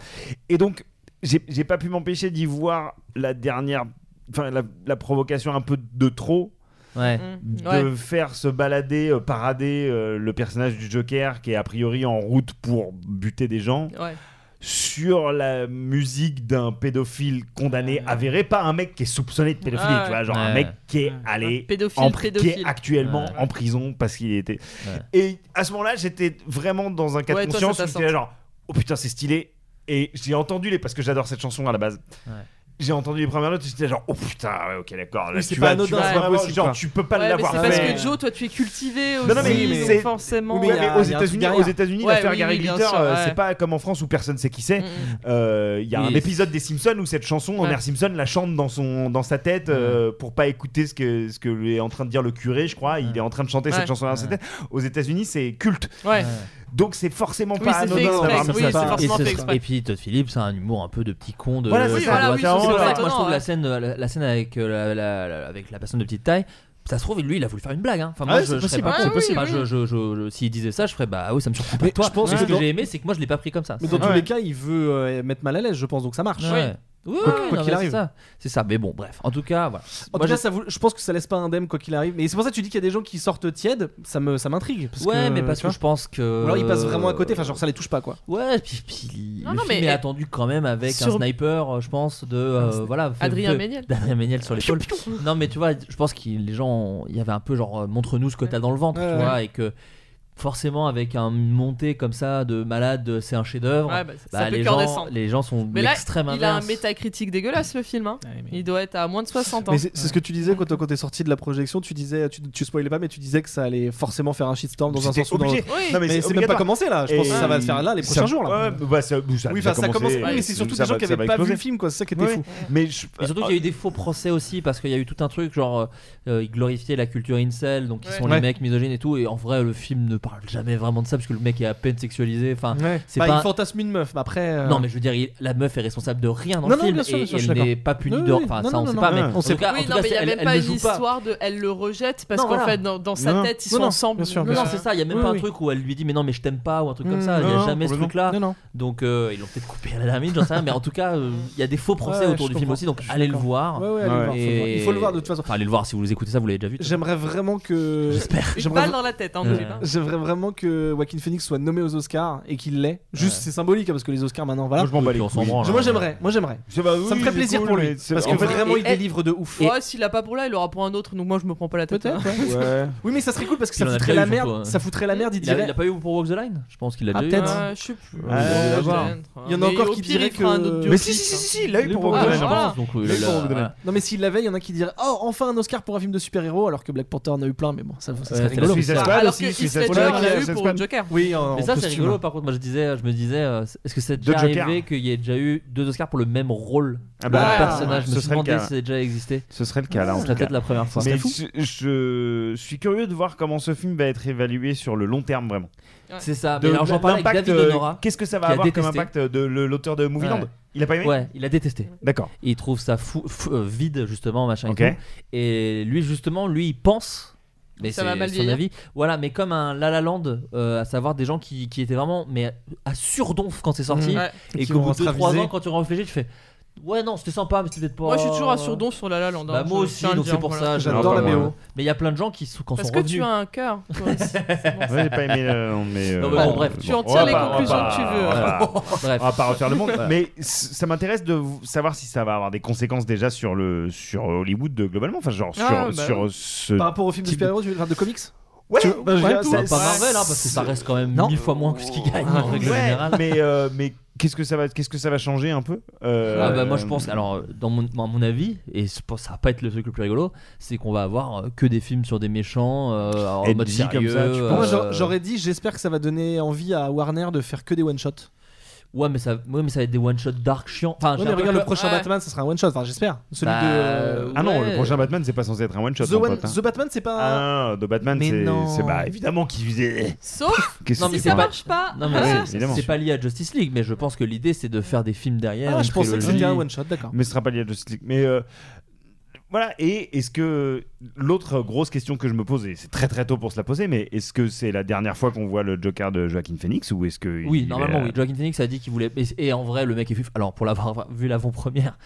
S9: Et donc, j'ai j'ai pas pu m'empêcher d'y voir la dernière. Enfin, la, la provocation un peu de trop.
S7: Ouais.
S9: De faire se balader, euh, parader euh, le personnage du Joker qui est a priori en route pour buter des gens
S10: Ouais.
S9: sur la musique d'un pédophile condamné avéré, pas un mec qui est soupçonné de pédophilie,
S10: Ah. Ouais. Ah.
S9: tu vois, genre un
S7: Ouais.
S9: mec qui est allé
S10: pédophile,
S9: en pri- qui
S10: pédophile.
S9: est actuellement
S10: Ouais.
S9: en prison parce qu'il était. Et à ce moment-là, j'étais vraiment dans un cas
S10: Ouais,
S9: de
S10: toi,
S9: conscience
S10: ça
S9: où
S10: t'a
S9: j'étais là
S10: sorti.
S9: genre, oh putain, c'est stylé. Et j'ai entendu les parce que j'adore cette chanson à la base. J'ai entendu les premières notes et j'étais genre oh putain ouais, ok d'accord là,
S4: Oui, c'est
S9: tu
S4: pas
S9: vas-
S4: anodin,
S9: tu vas
S4: c'est
S9: vraiment-
S4: impossible,
S9: genre
S4: quoi.
S9: tu peux pas
S10: Ouais, mais
S9: l'avoir
S10: c'est
S9: fait
S10: parce que Joe, toi, tu es cultivé aussi,
S9: non, non, mais,
S10: donc
S9: c'est-
S10: forcément. euh,
S9: Oui, mais, mais aux États-Unis, aux États-Unis,
S10: Ouais,
S9: l'affaire
S10: oui,
S9: Gary
S10: oui, bien
S9: Glitter,
S10: sûr,
S9: euh,
S10: ouais. Mm,
S9: c'est pas comme en France où personne sait qui c'est. Euh, Il y a
S7: Oui,
S9: un
S7: c'est-
S9: épisode des Simpsons où cette chanson, Homer Simpson la chante dans son dans sa tête euh, pour pas écouter ce que ce que est en train de dire le curé, je crois. Il est en train de chanter
S10: Ouais.
S9: cette chanson dans sa tête. Aux États-unis, c'est culte.
S10: Ouais.
S9: Donc c'est forcément
S10: Oui,
S9: pas
S10: c'est fait
S9: anodin
S10: exprès,
S9: d'avoir mis
S10: oui,
S9: ça.
S10: c'est
S9: sur-
S10: forcément
S7: et,
S10: fait exprès.
S7: et puis Todd Phillips a un humour un peu de petit con de
S9: Voilà, c'est
S7: ça
S9: ça,
S7: doit-
S9: oui,
S7: c'est pour
S9: c'est
S7: ça
S9: ça. hein.
S7: que moi je trouve
S9: Ouais.
S7: la scène euh, la, la scène avec euh, la, la- la- avec la personne de petite taille ça se trouve lui il a voulu faire une blague hein. enfin
S4: Ah
S7: moi
S4: ouais,
S7: je,
S4: c'est
S7: je serais
S4: possible,
S7: pas
S4: ouais,
S7: con.
S4: oui, oui.
S7: Enfin, je, je, je- je- s'il disait ça je ferais bah ah oui ça me surprend pas de toi
S4: je pense
S7: Mais
S4: que
S7: ce que
S4: dans-
S7: j'ai aimé c'est que moi je l'ai pas pris comme ça
S4: Mais dans tous les cas, il veut euh, mettre mal à l'aise, je pense, donc ça marche.
S7: Ouais. Ouais. Oui,
S4: Quoi-
S7: oui,
S4: quoi
S7: non,
S4: qu'il
S7: mais
S4: arrive.
S7: c'est ça. c'est ça mais bon bref en tout cas voilà
S4: En tout
S7: Moi,
S4: cas,
S7: j'ai-
S4: ça vous- je pense que ça laisse pas indemne quoi qu'il arrive. Mais c'est pour ça que tu dis qu'il y a des gens qui sortent tièdes, ça me ça m'intrigue. parce
S7: Ouais,
S4: que,
S7: mais parce
S4: tu
S7: que
S4: vois.
S7: je pense que-
S4: Ou alors ils passent vraiment à côté, enfin genre ça les touche pas quoi.
S7: Ouais, puis, puis
S4: Non,
S7: le
S4: non,
S7: film
S4: mais-
S7: est attendu quand même avec
S4: Sur-
S7: un sniper, euh, je pense, de euh, voilà, fait-
S10: Ah, Adrien
S7: fait- *laughs*
S10: Méniel.
S7: d'Adrien Méniel sur l'épaule. non, mais tu vois, je pense que les gens, ont- il y avait un peu genre euh, montre-nous ce que t'as dans le ventre,
S10: Ouais,
S7: tu vois,
S10: ouais.
S7: et que forcément avec un montée comme ça de malade, c'est un chef-d'œuvre.
S10: Ouais, bah, ça
S7: bah,
S10: peut
S7: les
S10: qu'en
S7: gens,
S10: descendre.
S7: les gens sont
S10: Mais là,
S7: l'extrême
S10: il a un
S7: inverse.
S10: métacritique dégueulasse le film. hein. Il doit être à moins de 60 ans.
S4: Mais c'est c'est ce que tu disais quand, quand t'es sorti de la projection, tu disais, tu, tu spoilais pas, mais tu disais que ça allait forcément faire un shitstorm dans un
S9: C'était
S4: sens ou dans
S9: obligé.
S4: l'autre.
S9: Oui. Non,
S4: mais,
S9: mais c'est
S4: c'est même pas
S9: obligatoire.
S4: commencé là, je pense
S9: Et-
S4: que ça va se faire là les
S9: ça-
S4: prochains jours là.
S9: ouais, bah, ça, ça a
S4: oui,
S9: déjà
S4: enfin, ça commence,
S9: commencé,
S4: oui, mais c'est surtout
S9: ça
S4: des gens
S9: va-
S4: qui
S9: ça
S4: avaient pas
S9: va
S4: vu
S9: exploser.
S4: le film quoi, c'est ça qui était
S9: Ouais.
S4: fou. Ah.
S9: Mais je-
S7: Et surtout qu'il y a eu des faux procès aussi parce qu'il y a eu tout un truc genre euh, ils glorifiaient la culture incel donc ils sont
S4: Ouais.
S7: les mecs misogynes et tout et en vrai le film ne parle jamais vraiment de ça parce que le mec est à peine sexualisé enfin
S4: Ouais.
S7: c'est
S4: Bah,
S7: pas
S4: il fantasme une meuf, mais après. euh,
S7: Non mais je veux dire il- la meuf est responsable de rien dans
S4: Non,
S7: le
S4: non,
S7: film
S4: bien sûr,
S7: et
S4: bien sûr, je suis
S7: elle n'est
S4: d'accord.
S7: pas punie
S4: Non,
S7: de
S4: non,
S7: enfin
S4: non,
S7: ça on
S4: non,
S7: sait
S4: non,
S7: pas
S4: non,
S7: mais
S4: non.
S7: en
S4: On sait
S7: tout cas
S4: pas.
S7: en
S10: Oui,
S7: tout
S10: non,
S7: cas,
S10: mais il n'y a
S7: elle-
S10: même
S7: elle
S10: pas
S7: ne
S10: une
S7: joue
S10: histoire de elle le rejette parce
S7: Non,
S10: qu'en
S7: voilà.
S10: fait, dans, dans sa
S7: Non, non.
S10: tête, ils
S7: Non,
S10: sont
S7: non,
S10: ensemble.
S7: bien sûr,
S10: donc,
S7: bien
S10: euh,
S7: sûr. c'est ça, il y a même
S10: oui,
S7: pas
S10: oui.
S7: un truc où elle lui dit mais non mais je t'aime pas ou un truc comme
S4: Mm,
S7: ça, il y
S4: non,
S7: a
S4: non,
S7: jamais ce
S4: complètement.
S7: truc là.
S4: Non, non.
S7: Donc euh, ils l'ont peut-être coupé à la lamine, j'en sais rien mais en tout cas euh, il y a des faux procès
S4: Ouais,
S7: autour
S4: je
S7: du film
S4: comprends.
S7: aussi donc
S4: Je suis
S7: allez le
S4: d'accord.
S7: voir.
S4: Ouais, ouais, allez le voir, faut le voir. Il faut le voir de toute façon.
S7: Enfin, allez le voir si vous les écoutez ça vous l'avez déjà vu. de toute
S4: J'aimerais vraiment que. J'espère.
S10: Une balle dans la tête, hein,
S7: Ouais. n'oubliez pas.
S4: J'aimerais vraiment que Joaquin Phoenix soit nommé aux Oscars et qu'il l'ait. Juste, c'est symbolique hein, parce que les Oscars maintenant, voilà.
S9: Moi, je m'en bats les
S4: Moi,
S9: couilles.
S4: moi,
S9: Ouais.
S4: j'aimerais, moi j'aimerais.
S9: C'est- bah
S4: ça
S9: oui,
S4: me ferait
S9: c'est
S4: plaisir
S9: cool,
S4: pour
S9: mais
S4: lui.
S9: c'est-
S4: Parce que
S9: en fait-
S4: vraiment,
S9: et-
S4: il délivre de ouf.
S10: Ouais, s'il a pas pour là, il aura pour un autre. Donc moi, je me prends pas la tête.
S4: Peut-être, ouais.
S9: Ouais.
S4: Oui, mais ça serait cool parce que
S7: Il
S4: ça
S7: en a
S4: foutrait
S7: déjà
S4: la
S7: eu,
S4: merde.
S7: surtout, hein.
S4: Ça foutrait la merde, il
S7: Il a-
S4: dirait.
S7: il a pas eu pour Walk the Line Je pense qu'il l'a
S4: Ah,
S7: déjà eu.
S4: peut-être.
S7: hein.
S10: je sais plus.
S7: Ouais, on va voir.
S4: Il y en a
S10: Mais
S4: encore
S10: au
S4: qui
S10: pire,
S4: diraient
S10: il fera un autre hein.
S4: que.
S10: Mais si, si, si,
S4: hein.
S9: si, il a eu pour
S4: Walk
S7: Walk the
S4: the
S7: Line,
S4: Line.
S7: je pense, donc, euh,
S4: Il
S7: il
S4: l'a eu
S7: l'a-
S4: pour Walk the Line.
S7: voilà.
S4: Non, mais s'il l'avait, il y en a qui diraient Oh, enfin un Oscar pour un film de super-héros alors que Black Panther en a eu plein, mais bon, ça, ça
S7: Ouais,
S4: serait
S7: c'est la
S4: rigolo.
S7: Suicide
S9: Squad Alors aussi, que Suicide Squad,
S10: D'ailleurs, on
S7: qui
S10: l'a eu pour Joker.
S7: Oui,
S10: en-
S7: mais
S10: en
S7: ça c'est
S10: costume.
S7: rigolo. hein. Par contre, moi je disais, je me disais, euh, est-ce que c'est
S9: Deux
S7: déjà
S9: Jokers.
S7: arrivé qu'il y ait déjà eu deux Oscars pour le même rôle,
S9: Ah
S7: le
S9: bah,
S7: même
S9: ouais.
S7: personnage Je
S9: Ce
S7: me suis
S9: serait le
S7: demandé
S9: cas.
S7: si ça a déjà existé.
S9: Ce serait le cas là. en
S7: Ce
S9: tout
S7: serait
S9: cas.
S7: peut-être la première fois.
S9: Mais je, je suis curieux de voir comment ce film va être évalué sur le long terme vraiment.
S7: C'est ça.
S9: De
S7: mais alors j'en parlais avec
S9: l'impact,
S7: David
S9: euh,
S7: Honora.
S9: Qu'est-ce que ça va
S7: qui a
S9: avoir comme
S7: détesté.
S9: impact euh, de le- l'auteur de Movieland
S7: Ouais.
S9: Il a pas aimé
S7: Ouais, il a détesté.
S9: D'accord.
S7: Il trouve ça fou, fou- euh, vide justement machin. et
S9: Ok.
S7: tout. Et, lui justement, lui il pense. Mais
S10: Ça
S7: c'est
S10: va mal
S7: son
S10: vieillir.
S7: avis. Voilà, mais comme un La La Land, euh, à savoir des gens qui, qui étaient vraiment mais à surdonf quand c'est sorti,
S10: Mmh. Ouais.
S7: et
S10: Qui
S7: qu'au
S10: vont
S7: bout
S10: se
S7: de 3
S10: raviser.
S7: ans, quand tu réfléchis, tu fais Ouais, non, c'était sympa, mais c'était peut-être pas.
S10: Moi, je suis toujours à surdon sur La La Land, hein.
S7: Bah, moi
S10: Je
S7: aussi,
S10: tiens à le
S7: donc
S10: dire,
S7: c'est pour
S10: voilà.
S7: ça.
S10: J'adore
S7: je-
S10: la BO.
S7: Mais il y a plein de gens qui, sont- quand
S10: Parce
S7: sont
S10: que
S7: revenus.
S10: tu as
S7: *laughs*
S10: un *laughs* cœur. toi aussi. *laughs* C'est bon,
S9: Ouais, j'ai
S10: ça.
S9: pas aimé le- mais, euh,
S7: Non, mais bon, bref.
S10: Tu en tires les conclusions que tu veux.
S9: On va,
S10: Voilà.
S9: pas-
S7: Bref.
S9: Ah, on va pas refaire le monde.
S7: Ouais.
S9: Mais c- ça m'intéresse de vous- savoir si ça va avoir des conséquences déjà sur, le, sur Hollywood euh, globalement. Enfin, genre sur,
S4: Ah, bah
S9: sur
S4: oui.
S9: ce.
S4: Par rapport au film de
S9: type-
S4: super-héros, tu veux dire de comics
S9: Ouais,
S4: Tu- bah, je veux
S9: ouais,
S4: dire,
S9: tout.
S4: ça-
S7: Pas Marvel, hein, parce que ça reste quand même mille fois moins que ce qu'ils gagnent en règle
S9: Ouais,
S7: générale.
S9: mais euh, mais qu'est-ce que ça va qu'est-ce que ça va changer un peu Euh,
S7: Ah bah, moi je pense, alors euh, dans mon, à mon avis, et je pense que ça va pas être le truc le plus rigolo, c'est qu'on va avoir euh, que des films sur des méchants euh, en
S9: Et
S7: mode
S9: dit
S7: sérieux.
S9: comme ça, tu
S4: Moi,
S7: euh,
S4: j'aurais- j'aurais dit, j'espère que ça va donner envie à Warner de faire que des one-shots.
S7: Ouais, mais ça, ouais, mais ça va être des one shot dark chiants. Enfin,
S4: Ouais,
S7: j'ai
S4: mais
S7: un peu
S4: regarde, le
S7: peur-
S4: prochain
S7: Ouais.
S4: Batman, ça sera un one-shot, enfin, j'espère. Celui
S7: Bah,
S4: de. euh,
S9: ah non, le
S7: ouais.
S9: prochain Batman, c'est pas censé être un one shot.
S4: The, One- The Batman, c'est pas.
S9: Ah, The Batman,
S4: Mais
S9: c'est
S4: non.
S9: c'est- bah évidemment qu'il faisait.
S7: *laughs*
S10: Sauf
S9: Qu'est-ce
S7: Non,
S9: que
S7: mais
S9: c'est
S7: Eh, c'est
S9: pas-
S7: pas-
S10: marche pas.
S7: Non, mais
S9: Ah,
S7: c'est-
S9: oui, évidemment.
S7: c'est pas lié à Justice League, mais je pense que l'idée c'est de faire des films derrière.
S4: Ah,
S7: une
S4: je pensais que
S7: trilogie.
S4: c'était un one-shot, d'accord.
S9: Mais ce sera pas lié à Justice League. Mais euh, voilà. Et est-ce que l'autre grosse question que je me pose, et c'est très très tôt pour se la poser, mais est-ce que c'est la dernière fois qu'on voit le Joker de Joaquin Phoenix ou est-ce que
S7: Oui,
S9: il
S7: normalement,
S9: est-
S7: oui. Joaquin Phoenix a dit qu'il voulait. et- Et en vrai, le mec est fuf. Alors, pour l'avoir *laughs* vu l'avant-première,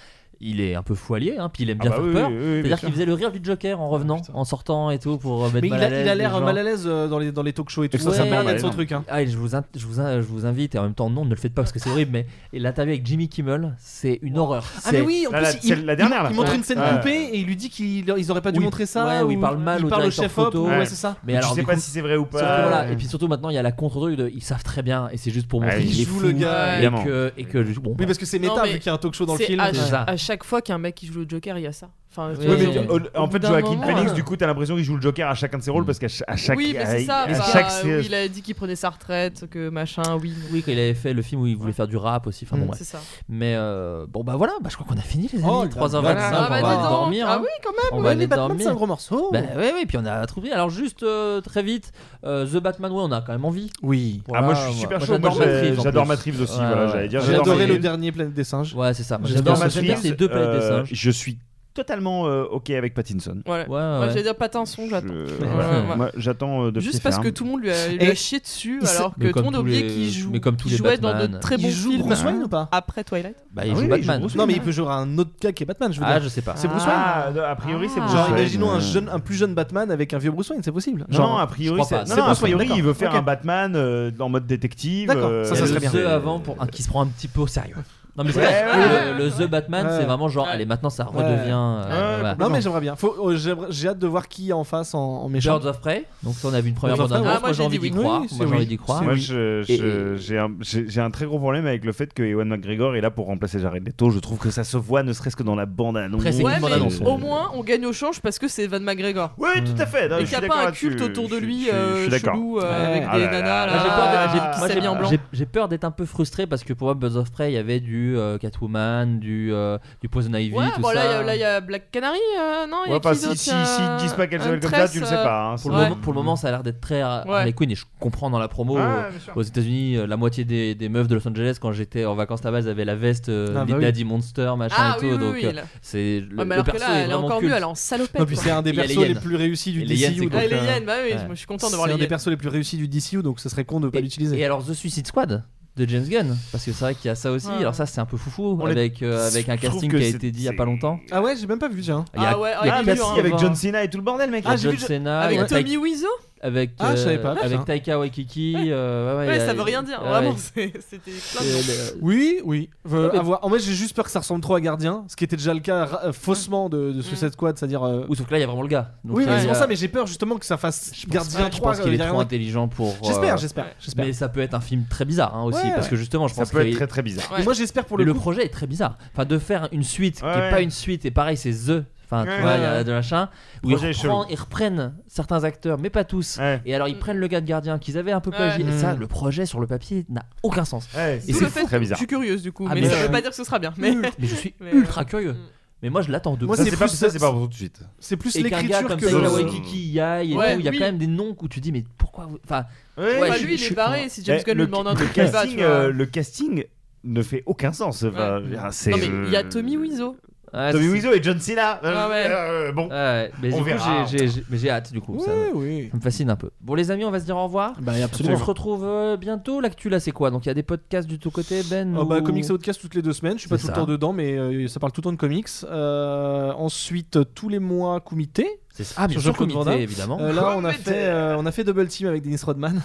S7: il est un peu foilier, hein, puis il aime
S9: Ah
S7: bien
S9: bah
S7: faire
S9: oui,
S7: peur.
S9: oui, oui, bien
S7: C'est-à-dire
S9: sûr. Ah,
S7: qu'il faisait le rire du Joker en revenant, en sortant et tout, pour euh, mettre
S4: Mais il
S7: mal à
S4: a il a
S7: l'aise les
S4: l'air
S7: gens.
S4: mal à l'aise euh, dans les, dans les talk shows et tout.
S7: Ouais,
S4: Ça a l'air
S7: ouais,
S4: d'être son
S7: non.
S4: truc. hein.
S7: Ah, et je, vous in- je, vous in- je vous invite, et en même temps, non, ne le faites pas parce que c'est horrible, mais et l'interview avec Jimmy Kimmel, c'est une horreur.
S4: Ah, mais
S7: C'est-
S4: oui, en
S9: Là,
S4: plus,
S9: la-
S4: il,
S9: celle- la dernière,
S4: il-
S9: là.
S4: il montre
S9: Ouais.
S4: une scène
S9: Ouais.
S4: coupée et il lui dit qu'ils auraient pas dû
S7: Oui,
S4: montrer ça.
S7: ouais, où il
S4: ou-
S7: parle mal
S4: il
S7: au
S4: parle
S7: directeur
S4: chef
S7: photo.
S4: op, ouais,
S7: Ouais.
S4: c'est ça.
S7: Mais
S9: Je
S7: alors,
S9: sais
S7: du
S9: pas
S7: coup,
S9: si c'est vrai ou
S7: sauf que
S9: pas.
S7: voilà, Et puis surtout, maintenant, il y a la contre-truc de ils savent très bien, et c'est juste pour
S9: Ah,
S7: montrer
S9: il
S7: qu'il est
S4: joue
S7: fou,
S4: le gars,
S7: et
S9: évidemment.
S7: que, et que bon,
S4: Oui, parce que c'est
S10: Non,
S4: méta
S10: mais
S4: vu qu'il y a un talk show dans le
S10: c'est
S4: film.
S10: À,
S7: C'est ça.
S10: à chaque fois qu'un mec qui joue le Joker, il y a ça. Enfin,
S7: Oui,
S9: Ouais, mais,
S7: mais-
S9: euh,
S10: au
S9: en fait,
S10: bout d'un
S9: Joaquin
S10: moment-
S9: Phoenix, du coup, t'as l'impression qu'il joue le Joker à chacun de ses
S7: Mm.
S9: rôles parce qu'à ch- à chaque,
S10: oui, mais
S9: à-
S10: c'est ça.
S9: à
S10: bah,
S9: chaque,
S10: où
S9: c'est-
S10: il a dit qu'il prenait sa retraite, que machin, oui. non.
S7: Oui, quand il avait fait le film où il voulait faire du rap aussi. Enfin, bon,
S10: C'est
S7: bref.
S10: ça.
S7: Mais euh, bon, bah voilà, bah, je crois qu'on a fini, les amis.
S4: Mm, Oh là
S7: 3h25,
S4: là.
S7: on
S10: Ah,
S7: va
S10: bah,
S7: aller
S10: dis donc.
S7: dormir.
S10: Ah
S7: hein.
S10: oui, quand même.
S7: On
S4: Ouais,
S7: va
S4: mais
S7: aller
S4: Batman,
S7: dormir.
S4: c'est un gros morceau.
S7: Bah ouais, ouais, puis on a trouvé. Alors, juste euh, très vite, euh, The Batman, ouais, on a quand même envie.
S4: Oui.
S9: Ah, moi, je suis super chaud. Moi, j'ai-
S7: Matrix, en
S9: j'adore
S7: plus.
S9: Matrix aussi,
S7: Ouais,
S9: voilà,
S7: ouais.
S9: j'allais dire.
S4: J'ai
S9: J'adore
S4: adoré
S9: Matrix.
S4: le dernier Planète des Singes.
S7: Ouais, Ah, c'est ça. Moi,
S4: J'adore
S7: J'adore
S9: Dans
S7: j'aime bien
S9: Matrix,
S7: ces deux planètes des
S9: euh,
S7: singes.
S9: Je suis totalement euh, ok avec Pattinson.
S10: Voilà.
S7: Ouais, ouais.
S10: Moi, j'allais dire Patinson, j'attends.
S9: Je-
S10: Ouais,
S9: voilà.
S10: ouais.
S9: Moi, j'attends euh, de
S10: Juste
S9: pied
S10: parce
S9: ferme.
S10: que tout le monde lui a, lui a
S4: Et-
S10: chié dessus,
S4: il se-
S10: alors
S7: mais
S10: que tout
S7: comme
S10: le monde a
S7: tous
S10: oublié
S7: les-
S10: qu'il joue,
S7: mais comme tous
S10: qu'il
S7: les
S10: jouait dans
S7: Batman.
S10: de très
S4: Il
S10: bons
S4: joue
S10: films
S4: Bruce Wayne ou pas
S10: après Twilight.
S7: Bah, il
S9: Ah
S7: joue
S9: oui, il joue
S7: Batman.
S9: Bruce
S4: Non, mais
S9: Wayne,
S4: il peut jouer un autre gars qui est Batman, je veux
S7: Ah,
S4: dire.
S7: je sais pas.
S4: C'est Bruce
S9: Ah, de- a priori, c'est Bruce
S4: Genre,
S9: Wayne.
S4: imaginons un, jeune, un plus jeune Batman avec un vieux Bruce Wayne, c'est possible.
S9: Non,
S4: Genre,
S9: a priori,
S7: crois
S9: c'est
S7: pas.
S9: non,
S7: C'est
S9: non, a
S4: Bruce Wayne,
S9: priori, il veut faire
S4: d'accord.
S9: un Batman euh, en mode détective.
S4: D'accord, ça, ça
S7: Et euh, le
S4: serait bien.
S7: The avant pour un qui se prend un petit peu au sérieux. Non, mais c'est
S9: Ouais,
S7: vrai,
S9: ouais.
S7: le, le The Batman,
S4: Ouais.
S7: c'est vraiment genre, allez, maintenant ça redevient. euh,
S9: Ouais,
S7: voilà.
S4: Non, mais j'aimerais bien. Faut- oh, j'aimerais- J'ai hâte de voir qui est en face en, en méchant.
S7: Birds of Prey, donc ça on a vu une première
S4: Birds of
S7: bande
S4: Prey,
S7: annonce,
S4: ouais.
S7: moi j'ai
S10: Ah, moi,
S7: envie
S10: j'ai
S7: d'y
S10: dit
S7: croire,
S4: oui,
S7: moi
S4: c'est
S7: j'ai envie
S4: oui.
S7: d'y croire.
S9: Moi,
S4: oui.
S9: je-
S7: Et-
S9: je- j'ai un, j'ai- j'ai un très gros problème avec le fait que Ewan McGregor est là pour remplacer Jared Leto. Je trouve que ça se voit, ne serait-ce que dans la bande annonce.
S7: Après, c'est
S10: Ouais,
S7: une
S10: mais
S7: bande-annonce,
S10: au moins on gagne au change parce que c'est Van McGregor.
S9: Oui, tout à
S7: Hmm.
S9: fait. Non,
S10: Et qu'il
S9: je
S10: n'y
S9: suis
S10: a
S9: d'accord
S10: pas un
S9: là-dessus.
S10: culte autour de
S9: Je-
S10: lui,
S9: je- je
S10: euh,
S9: suis d'accord.
S10: chelou, euh,
S4: Ouais.
S10: avec
S9: Ah
S10: des
S9: là là
S10: nanas
S9: là.
S10: là,
S7: Moi, j'ai peur d'être- j'ai-
S10: qui
S7: moi,
S10: s'habillent en
S7: j'ai-
S10: blanc.
S7: j'ai- J'ai peur d'être un peu frustré parce que pour moi, Buzz of Prey, il y avait du euh, Catwoman, du, euh, du Poison Ivy,
S10: Ouais,
S7: tout
S10: Ah, bon, là,
S7: ça.
S10: il y a- là, il y a Black Canary, euh, non il y a
S9: Ouais,
S10: qui
S9: pas- si-
S10: d'autre,
S9: si-
S10: euh,
S9: S'ils te disent pas qu'elle s'appelle comme ça,
S10: Huntress,
S9: tu le sais
S10: euh,
S9: pas. hein,
S7: pour,
S9: c'est-
S7: le
S10: Ouais.
S7: moment, pour le moment, ça a l'air d'être très Har-
S10: Ouais.
S7: Harley Quinn et je comprends dans la promo.
S9: Ouais,
S7: euh,
S9: bien sûr.
S7: aux États-Unis, euh, la moitié des, des meufs de Los Angeles, quand j'étais en vacances là-bas, elles avaient la veste euh,
S4: Ah, bah
S7: Big
S4: oui.
S7: Daddy Monster, machin
S10: Ah,
S7: et tout.
S10: oui, oui,
S7: donc,
S10: oui,
S7: euh,
S10: là.
S7: c'est le,
S10: Ouais, mais
S7: le
S10: alors que là,
S7: perso est
S10: elle est
S7: vraiment
S10: encore
S7: culte.
S10: mieux, elle est en salopette.
S4: Non, puis
S10: quoi.
S4: c'est un des
S7: Il y a les
S4: persos les
S7: hyènes.
S4: plus réussis du
S7: Et les hyènes,
S4: DCU.
S7: c'est
S4: donc,
S10: Ah, les
S4: euh,
S10: hyènes, bah oui, moi
S7: ouais.
S10: je suis content de voir
S4: C'est
S10: les
S4: un des
S10: hyènes.
S4: persos les plus réussis du DCU, donc ce serait con de ne pas
S7: Et-
S4: l'utiliser.
S7: Et alors The Suicide Squad de James Gunn, parce que c'est vrai qu'il y a ça aussi.
S10: Ouais.
S7: Alors ça, c'est un peu foufou
S9: On est-
S7: avec euh, avec un
S9: je trouve
S7: casting
S9: que
S7: qui a
S9: c'est-
S7: été dit il y a pas
S9: c'est-
S7: longtemps.
S4: Ah ouais, j'ai même pas vu, tiens.
S7: Il y a-
S10: Ah ouais,
S7: il y a
S10: ah,
S9: Ah, mais
S10: Cassie,
S9: si, avec
S7: Cassie,
S9: John Cena et tout le bordel, mec.
S7: Il y a
S4: Ah, j'ai
S7: John
S4: vu-
S7: Cena, il y a
S10: Avec
S7: Taika-
S10: Tommy Wiseau
S7: avec
S4: Ah, je savais
S7: euh,
S4: pas,
S7: avec
S4: putain.
S7: Taika Waikiki. euh, ouais, ouais, il y
S10: Ouais,
S7: a-
S10: ça veut rien dire,
S7: ouais,
S10: vraiment,
S7: ouais.
S10: c'est- c'était plein
S7: Euh,
S10: de.
S7: le-
S4: Oui, oui. Euh,
S7: Ah, mais-
S4: à voir. En fait, j'ai juste peur que ça ressemble trop à Gardien, ce qui était déjà le cas ra- euh, faussement de,
S10: Mm.
S4: de Suicide Squad, c'est-à-dire. euh,
S7: Ou sauf que là, il y a vraiment le gars. Donc,
S4: oui,
S7: il y a-
S4: c'est pour ça, mais j'ai peur justement que ça fasse Gardien
S7: je
S4: 3.
S7: pense qu'il
S4: euh,
S7: est
S4: y a
S7: trop
S4: rien-
S7: intelligent pour. euh,
S4: J'espère, j'espère, j'espère.
S7: Mais ça peut être un film très bizarre hein, aussi,
S4: Ouais,
S7: parce
S4: ouais.
S7: que justement, je
S9: Ça
S7: pense
S9: peut
S7: que-
S9: être très très bizarre.
S4: Et Moi, j'espère pour
S7: Mais
S4: le
S7: le
S4: coup.
S7: projet est très bizarre. Enfin, de faire une suite qui
S9: Ouais.
S7: est pas une suite, et pareil, c'est The Enfin, tu
S9: Ouais.
S7: vois, il y a
S9: Ouais.
S7: de machin. Où ils,
S9: Projet chelou.
S7: reprend- ils reprennent certains acteurs, mais pas tous. Et alors, ils prennent le gars de gardien qu'ils avaient un peu
S10: Mm. Ouais.
S7: plagié. Et ça,
S10: Mm.
S7: le projet sur le papier n'a aucun sens. Et
S10: D'où le fait
S7: fou.
S10: que Je suis curieuse du coup,
S7: Ah,
S10: mais, ça
S7: je
S10: veut pas
S7: suis
S10: dire que ce sera bien. Mais,
S7: ultra- mais je suis
S10: *laughs* mais, euh,
S7: ultra curieux. Mais moi, je l'attends de
S9: Moi,
S7: ouf.
S9: c'est Ça, c'est plus- pas- ça, c'est pas pour tout de suite.
S4: c'est plus
S7: Et qu'un gars
S4: l'écriture
S7: comme
S4: que
S7: Taika
S4: le-
S7: Waititi y aille et
S10: Ouais,
S7: tout, il y a
S10: oui.
S7: quand même des noms où tu dis, mais pourquoi vous- Enfin,
S10: Ouais, bah,
S7: je-
S10: lui, il
S7: je-
S10: est barré,
S7: je-
S10: si James Gunn
S9: Eh, le,
S10: lui demande un
S9: le
S10: truc, il va,
S9: casting,
S10: tu vois.
S9: euh, le casting ne fait aucun sens. Enfin,
S10: Ouais.
S9: c'est-
S10: Non, mais il y a Tommy Wiseau.
S7: Ouais,
S9: Tommy
S7: c'est-
S9: Wiseau et John Cena. Euh,
S10: Ah ouais.
S9: euh, bon,
S7: Ouais, mais du
S9: on
S7: coup,
S9: verra.
S7: j'ai- j'ai- j'ai- mais j'ai hâte du coup. ça, ça me fascine un peu. Bon, les amis, on va se dire au revoir.
S4: Bah, absolument.
S7: On se retrouve euh, bientôt. L'actu là, c'est quoi Donc, il y a des podcasts du tout côté, Ben
S4: Oh bah,
S7: ou-
S4: Comics Outcast toutes les deux semaines, je suis pas tout
S7: C'est
S4: le
S7: ça.
S4: temps dedans, mais euh, ça parle tout le temps de comics. Euh, ensuite, euh, tous les mois, Kumite.
S7: C'est ça. Ah, bien
S4: sur
S7: sûr,
S4: Jean-Claude
S7: Kumite,
S4: Van Damme.
S7: évidemment.
S4: Euh, là, on a,
S7: Kumite.
S4: fait, euh, on a fait Double Team avec Dennis Rodman.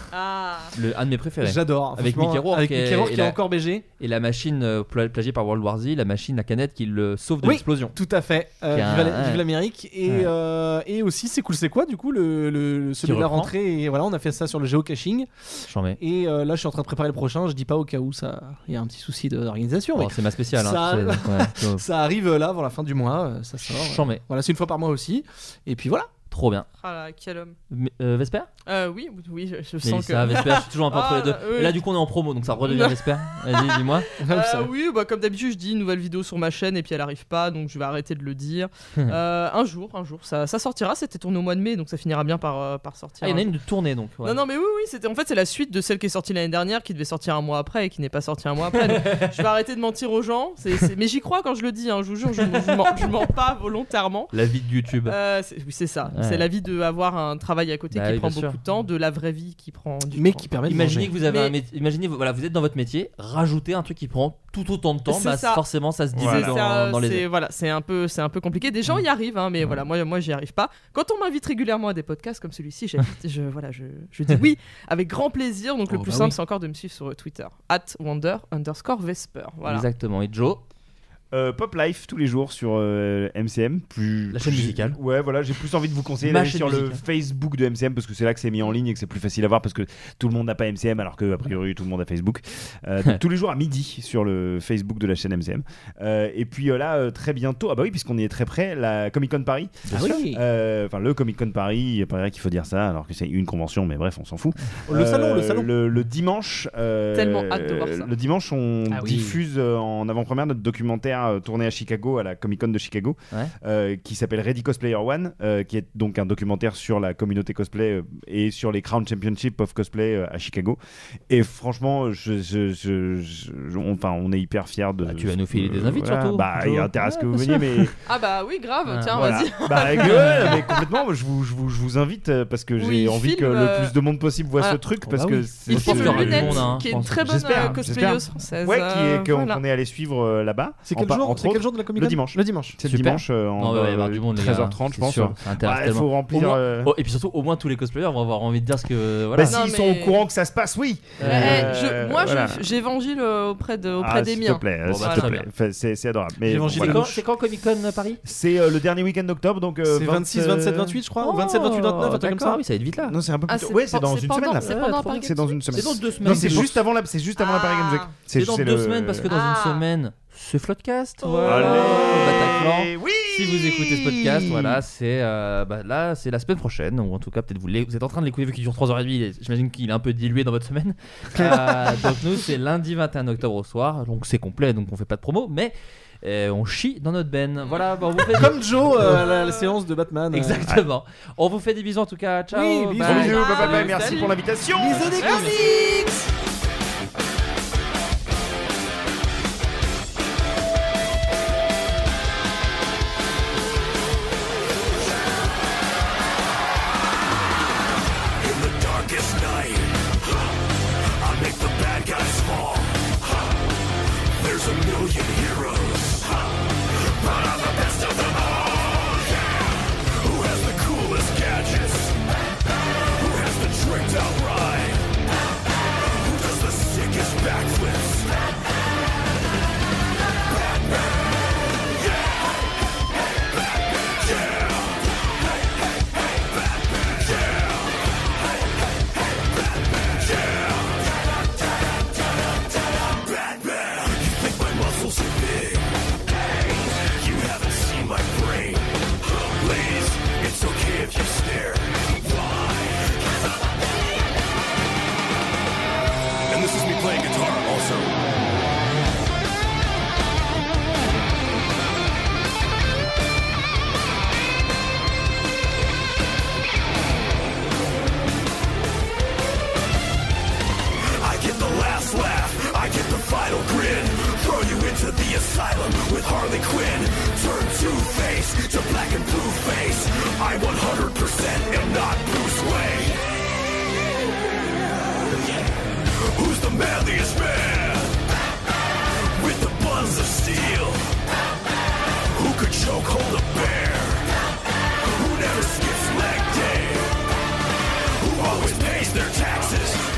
S7: Le- un de mes préférés.
S4: J'adore,
S7: Avec
S4: franchement,
S7: Mickey Rourke,
S4: avec
S7: et-
S4: Mickey Rourke
S7: et
S4: qui est
S7: la-
S4: encore BG.
S7: Et la machine euh, pla- plagiée par World War Z, la machine, la canette qui le sauve de
S4: Oui,
S7: l'explosion.
S4: Tout à fait. Euh,
S7: Qui a
S4: vive la-
S7: un-
S4: vive
S7: ouais.
S4: l'Amérique. Et,
S7: Ouais.
S4: euh, et aussi, c'est cool, c'est quoi du coup le, le, celui de la
S7: reprend.
S4: rentrée Et voilà, on a fait ça sur le géocaching.
S7: J'en mets.
S4: Et euh, là, je suis en train de préparer le prochain. Je dis pas au cas où ça, il y a un petit souci de- d'organisation.
S7: Bon,
S4: mais
S7: c'est ma spéciale, hein,
S4: Ça, *laughs*
S7: c'est- ouais, donc-
S4: ça arrive euh, là avant la fin du mois. euh, Ça sort.
S7: J'en mets.
S4: Voilà, c'est une fois par mois aussi. Et puis voilà.
S7: Trop bien.
S10: Ah là, quel homme.
S7: Mais, euh, Vesper
S10: Euh, oui, oui, oui, je, je
S7: Mais
S10: sens que.
S7: ça, Vesper, je suis toujours un peu entre
S10: Ah,
S7: les deux.
S10: oui.
S7: Et là, du coup, on est en promo, donc ça redevient Vesper. Vas-y, dis-moi.
S10: *laughs* Euh, oui, bah, comme d'habitude, je dis une nouvelle vidéo sur ma chaîne et puis elle arrive pas, donc je vais arrêter de le
S7: *laughs*
S10: dire. Euh, un jour, un jour, ça, ça sortira. C'était tourné au mois de mai, donc ça finira bien par, euh, par sortir.
S7: Ah, il y en
S10: un
S7: a une
S10: jour.
S7: de tournée, donc. ouais.
S10: Non, non, mais oui, oui, c'était en fait c'est la suite de celle qui est sortie l'année dernière, qui devait sortir un mois après et qui n'est pas sortie un mois après.
S7: *laughs*
S10: Donc, je vais arrêter de mentir aux gens, c'est- c'est- mais j'y crois quand je le dis, hein, je vous jure, je, je mens, je mens pas volontairement.
S7: La vie de YouTube.
S10: Euh, c'est- oui, c'est ça.
S7: Ouais.
S10: C'est la vie d'avoir un travail à côté
S7: Bah
S10: qui
S7: oui,
S10: prend
S7: bien
S10: beaucoup
S7: sûr.
S10: de temps, de la vraie vie qui prend du
S4: Mais
S10: temps.
S4: qui permet de
S7: Imaginez
S4: manger.
S7: que vous avez
S10: Mais-
S7: un métier, imaginez voilà vous êtes dans votre métier, rajoutez un truc qui prend tout autant de temps,
S10: C'est
S7: bah,
S10: ça.
S7: forcément ça se divise
S10: C'est
S7: dans,
S10: ça,
S7: dans les. Mm.
S10: c'est- voilà, c'est un peu, c'est un peu compliqué. Des gens y arrivent, hein, mais voilà, moi, moi, j'y arrive pas. Quand on m'invite régulièrement à des podcasts comme celui-ci, j'invite- je, voilà, je, je
S7: *laughs*
S10: dis oui avec grand plaisir. Donc le
S7: Oh,
S10: plus
S7: bah
S10: simple,
S7: oui.
S10: c'est encore de me suivre sur euh, Twitter @wonder underscore vesper. Voilà.
S7: Exactement. Et Joe,
S9: Euh, Pop Life tous les jours sur euh, MCM. Plus,
S7: La chaîne
S9: plus-
S7: musicale.
S9: Ouais, voilà, j'ai plus envie de vous conseiller
S7: Ma
S9: d'aller
S7: chaîne
S9: sur le
S7: musicale.
S4: hein.
S9: Facebook de MCM parce que c'est là que c'est mis en ligne et que c'est plus facile à voir parce que tout le monde n'a pas MCM alors que, a priori, tout le monde a Facebook.
S4: *laughs*
S9: Euh, donc, tous les jours à midi sur le Facebook de la chaîne MCM. Euh, et puis euh, là, euh, très bientôt, ah bah oui, puisqu'on y est très près, la Comic Con Paris.
S4: Bien Ah sûr. oui.
S9: Euh, Enfin, le Comic Con Paris, il paraît qu'il faut dire ça alors que c'est une convention, mais bref, on s'en fout. Euh,
S4: Le salon, le salon.
S9: Le, le dimanche. euh,
S10: Tellement hâte de voir ça.
S9: Le dimanche, on
S4: Ah oui.
S9: diffuse diffuse, euh, en avant-première notre documentaire euh, tourné à Chicago, à la Comic Con de Chicago,
S7: hein.
S9: euh, qui s'appelle Ready Cosplayer One, euh, qui est donc un documentaire sur la communauté cosplay euh, et sur les Crown Championship of Cosplay euh, à Chicago. Et franchement, je, je- je- je- on, enfin, on est hyper fiers de.
S7: Bah, tu vas nous filer des invites, surtout.
S9: Bah, il y a intérêt à ce que vous veniez, mais.
S10: *laughs* Ah bah oui, grave.
S9: Ah,
S10: tiens,
S9: voilà.
S10: vas-y. *laughs*
S9: Bah, avec-
S7: *laughs*
S9: ouais, mais complètement, je vous, je vous, je vous invite euh, parce que j'ai
S10: Oui,
S9: envie
S10: filme,
S9: que
S10: euh,
S9: le plus de monde possible voit
S10: voilà.
S9: ce truc
S10: Oh,
S9: parce
S10: bah
S9: que
S10: oui.
S9: c'est
S10: Il filme
S9: c'est-
S10: Lunette, qui est une très bonne,
S9: hein. J'espère,
S10: euh, cosplayeuse
S9: j'espère.
S10: française,
S9: Ouais, qui est-
S10: euh,
S9: que- qu'on
S10: voilà.
S9: est allé suivre euh, là-bas.
S4: C'est
S9: En
S4: quel
S9: bas-
S4: jour-
S9: entre
S4: c'est quel
S9: autres,
S4: jour de la Comic
S9: Le
S4: Con
S9: dimanche.
S4: Le dimanche.
S9: C'est le
S7: Super.
S9: dimanche euh, en
S7: Non, ouais, ouais, il va y avoir du monde, les gars,
S9: 13h30, je
S7: c'est
S9: pense.
S7: sûr, ça intéresse
S9: Bah, Il
S7: tellement.
S9: faut
S7: Au
S9: remplir.
S7: moins-
S9: euh,
S7: oh, et puis surtout, au moins tous les cosplayers vont avoir envie de dire ce que. Voilà.
S9: bah, s'ils sont au courant que ça se passe, oui.
S10: Eh,
S7: Euh,
S10: je- moi, je- j'évangile euh, auprès de, auprès
S9: Ah,
S10: des
S9: s'il
S10: miens.
S9: te plaît,
S10: Bon,
S9: s'il
S10: bah,
S9: te
S10: très
S9: plaît.
S10: bien.
S9: Enfin, c'est c'est adorable. Mais
S4: J'ai
S9: bon,
S4: mangé
S9: voilà.
S4: des
S7: Quand- C'est quand Comic Con Paris
S9: C'est euh, le dernier week-end d'octobre, donc euh, Oh,
S4: C'est 26,
S9: 20, euh,
S4: 27, 28, je crois. ou 27, 28, 29, un truc comme
S7: d'accord.
S4: ça.
S7: Ah oui, ça va être vite là.
S9: Non, c'est un peu
S10: Ah,
S9: plus tôt.
S10: c'est
S9: Ouais, c'est
S10: pendant-
S9: dans
S10: c'est
S9: une
S10: pendant-
S9: semaine là.
S10: c'est pendant
S9: Ouais,
S10: la
S9: trop
S10: Paris
S9: bien, C'est dans une semaine.
S7: C'est dans deux
S9: Non,
S7: semaines.
S9: c'est juste avant la c'est juste avant la Paris Games Week.
S7: C'est dans
S9: c'est
S7: deux
S9: le-
S7: semaines parce que
S10: Ah,
S7: dans
S9: Ah.
S7: une semaine, ce floodcast. Voilà, au Bataclan. si vous écoutez ce podcast, voilà, c'est euh, bah, là, c'est la semaine prochaine, ou en tout cas peut-être vous, l'é- vous êtes en train de l'écouter vu qu'il dure 3h30, il est- j'imagine qu'il est un peu dilué dans
S4: *laughs*
S7: votre semaine. Euh, donc nous, c'est lundi 21 octobre au soir, donc c'est complet, donc on fait pas de promo, mais euh, on chie dans notre benne. Voilà, bah, on vous fait
S4: *laughs* Comme Joe, euh,
S7: *laughs*
S4: la, la séance de Batman. euh.
S7: Exactement. On vous fait des bisous en tout cas. Ciao.
S4: Oui, bisous. Gros bisous, bye bye,
S7: Salut.
S9: Bah, merci
S7: Salut.
S9: pour l'invitation.
S4: Bisous des
S9: Merci.
S4: comics.
S12: In the darkest night, I make the bad guys small. There's a million heroes, but I'm the best of them all. Yeah. Who has the coolest gadgets? Who has the tricked out ride? been turned to face to black and blue face. I 100% am not Bruce Wayne. Who's the manliest man with the buns of steel? Who could choke hold a bear? Who never skips leg day? Who always pays their taxes?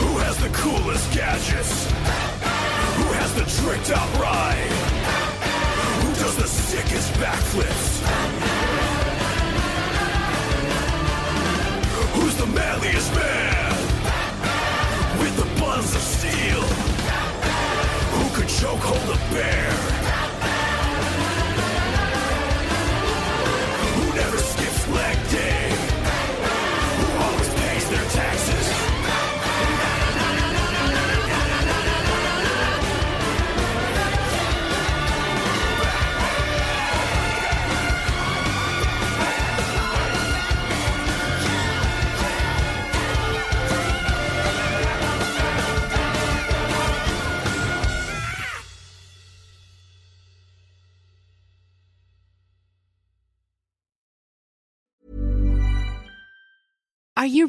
S12: Who has the coolest gadgets? Who has the tricked out ride? Who does the sickest backflips? Who's the manliest man? With the buns of steel? Who could choke hold a bear? Who never skips leg day? Who always pays their taxes?
S13: Are you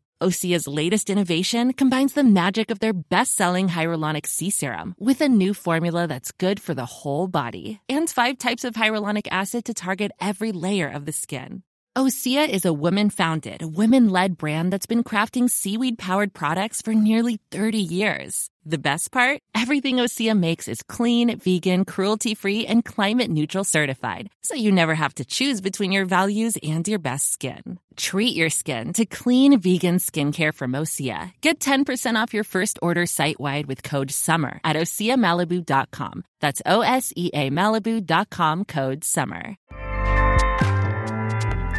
S13: Osea's latest innovation combines the magic of their best selling hyaluronic sea serum with a new formula that's good for the whole body and five types of hyaluronic acid to target every layer of the skin. Osea is a women founded, women led brand that's been crafting seaweed powered products for nearly 30 years. The best part? Everything Osea makes is clean, vegan, cruelty free, and climate neutral certified, so you never have to choose between your values and your best skin. Treat your skin to clean vegan skincare from Osea. Get 10% off your first order site wide with code SUMMER at OseaMalibu.com. That's O S E A Malibu.com code SUMMER.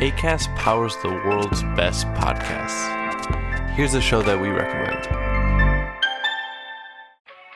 S14: ACAST powers the world's best podcasts. Here's a show that we recommend.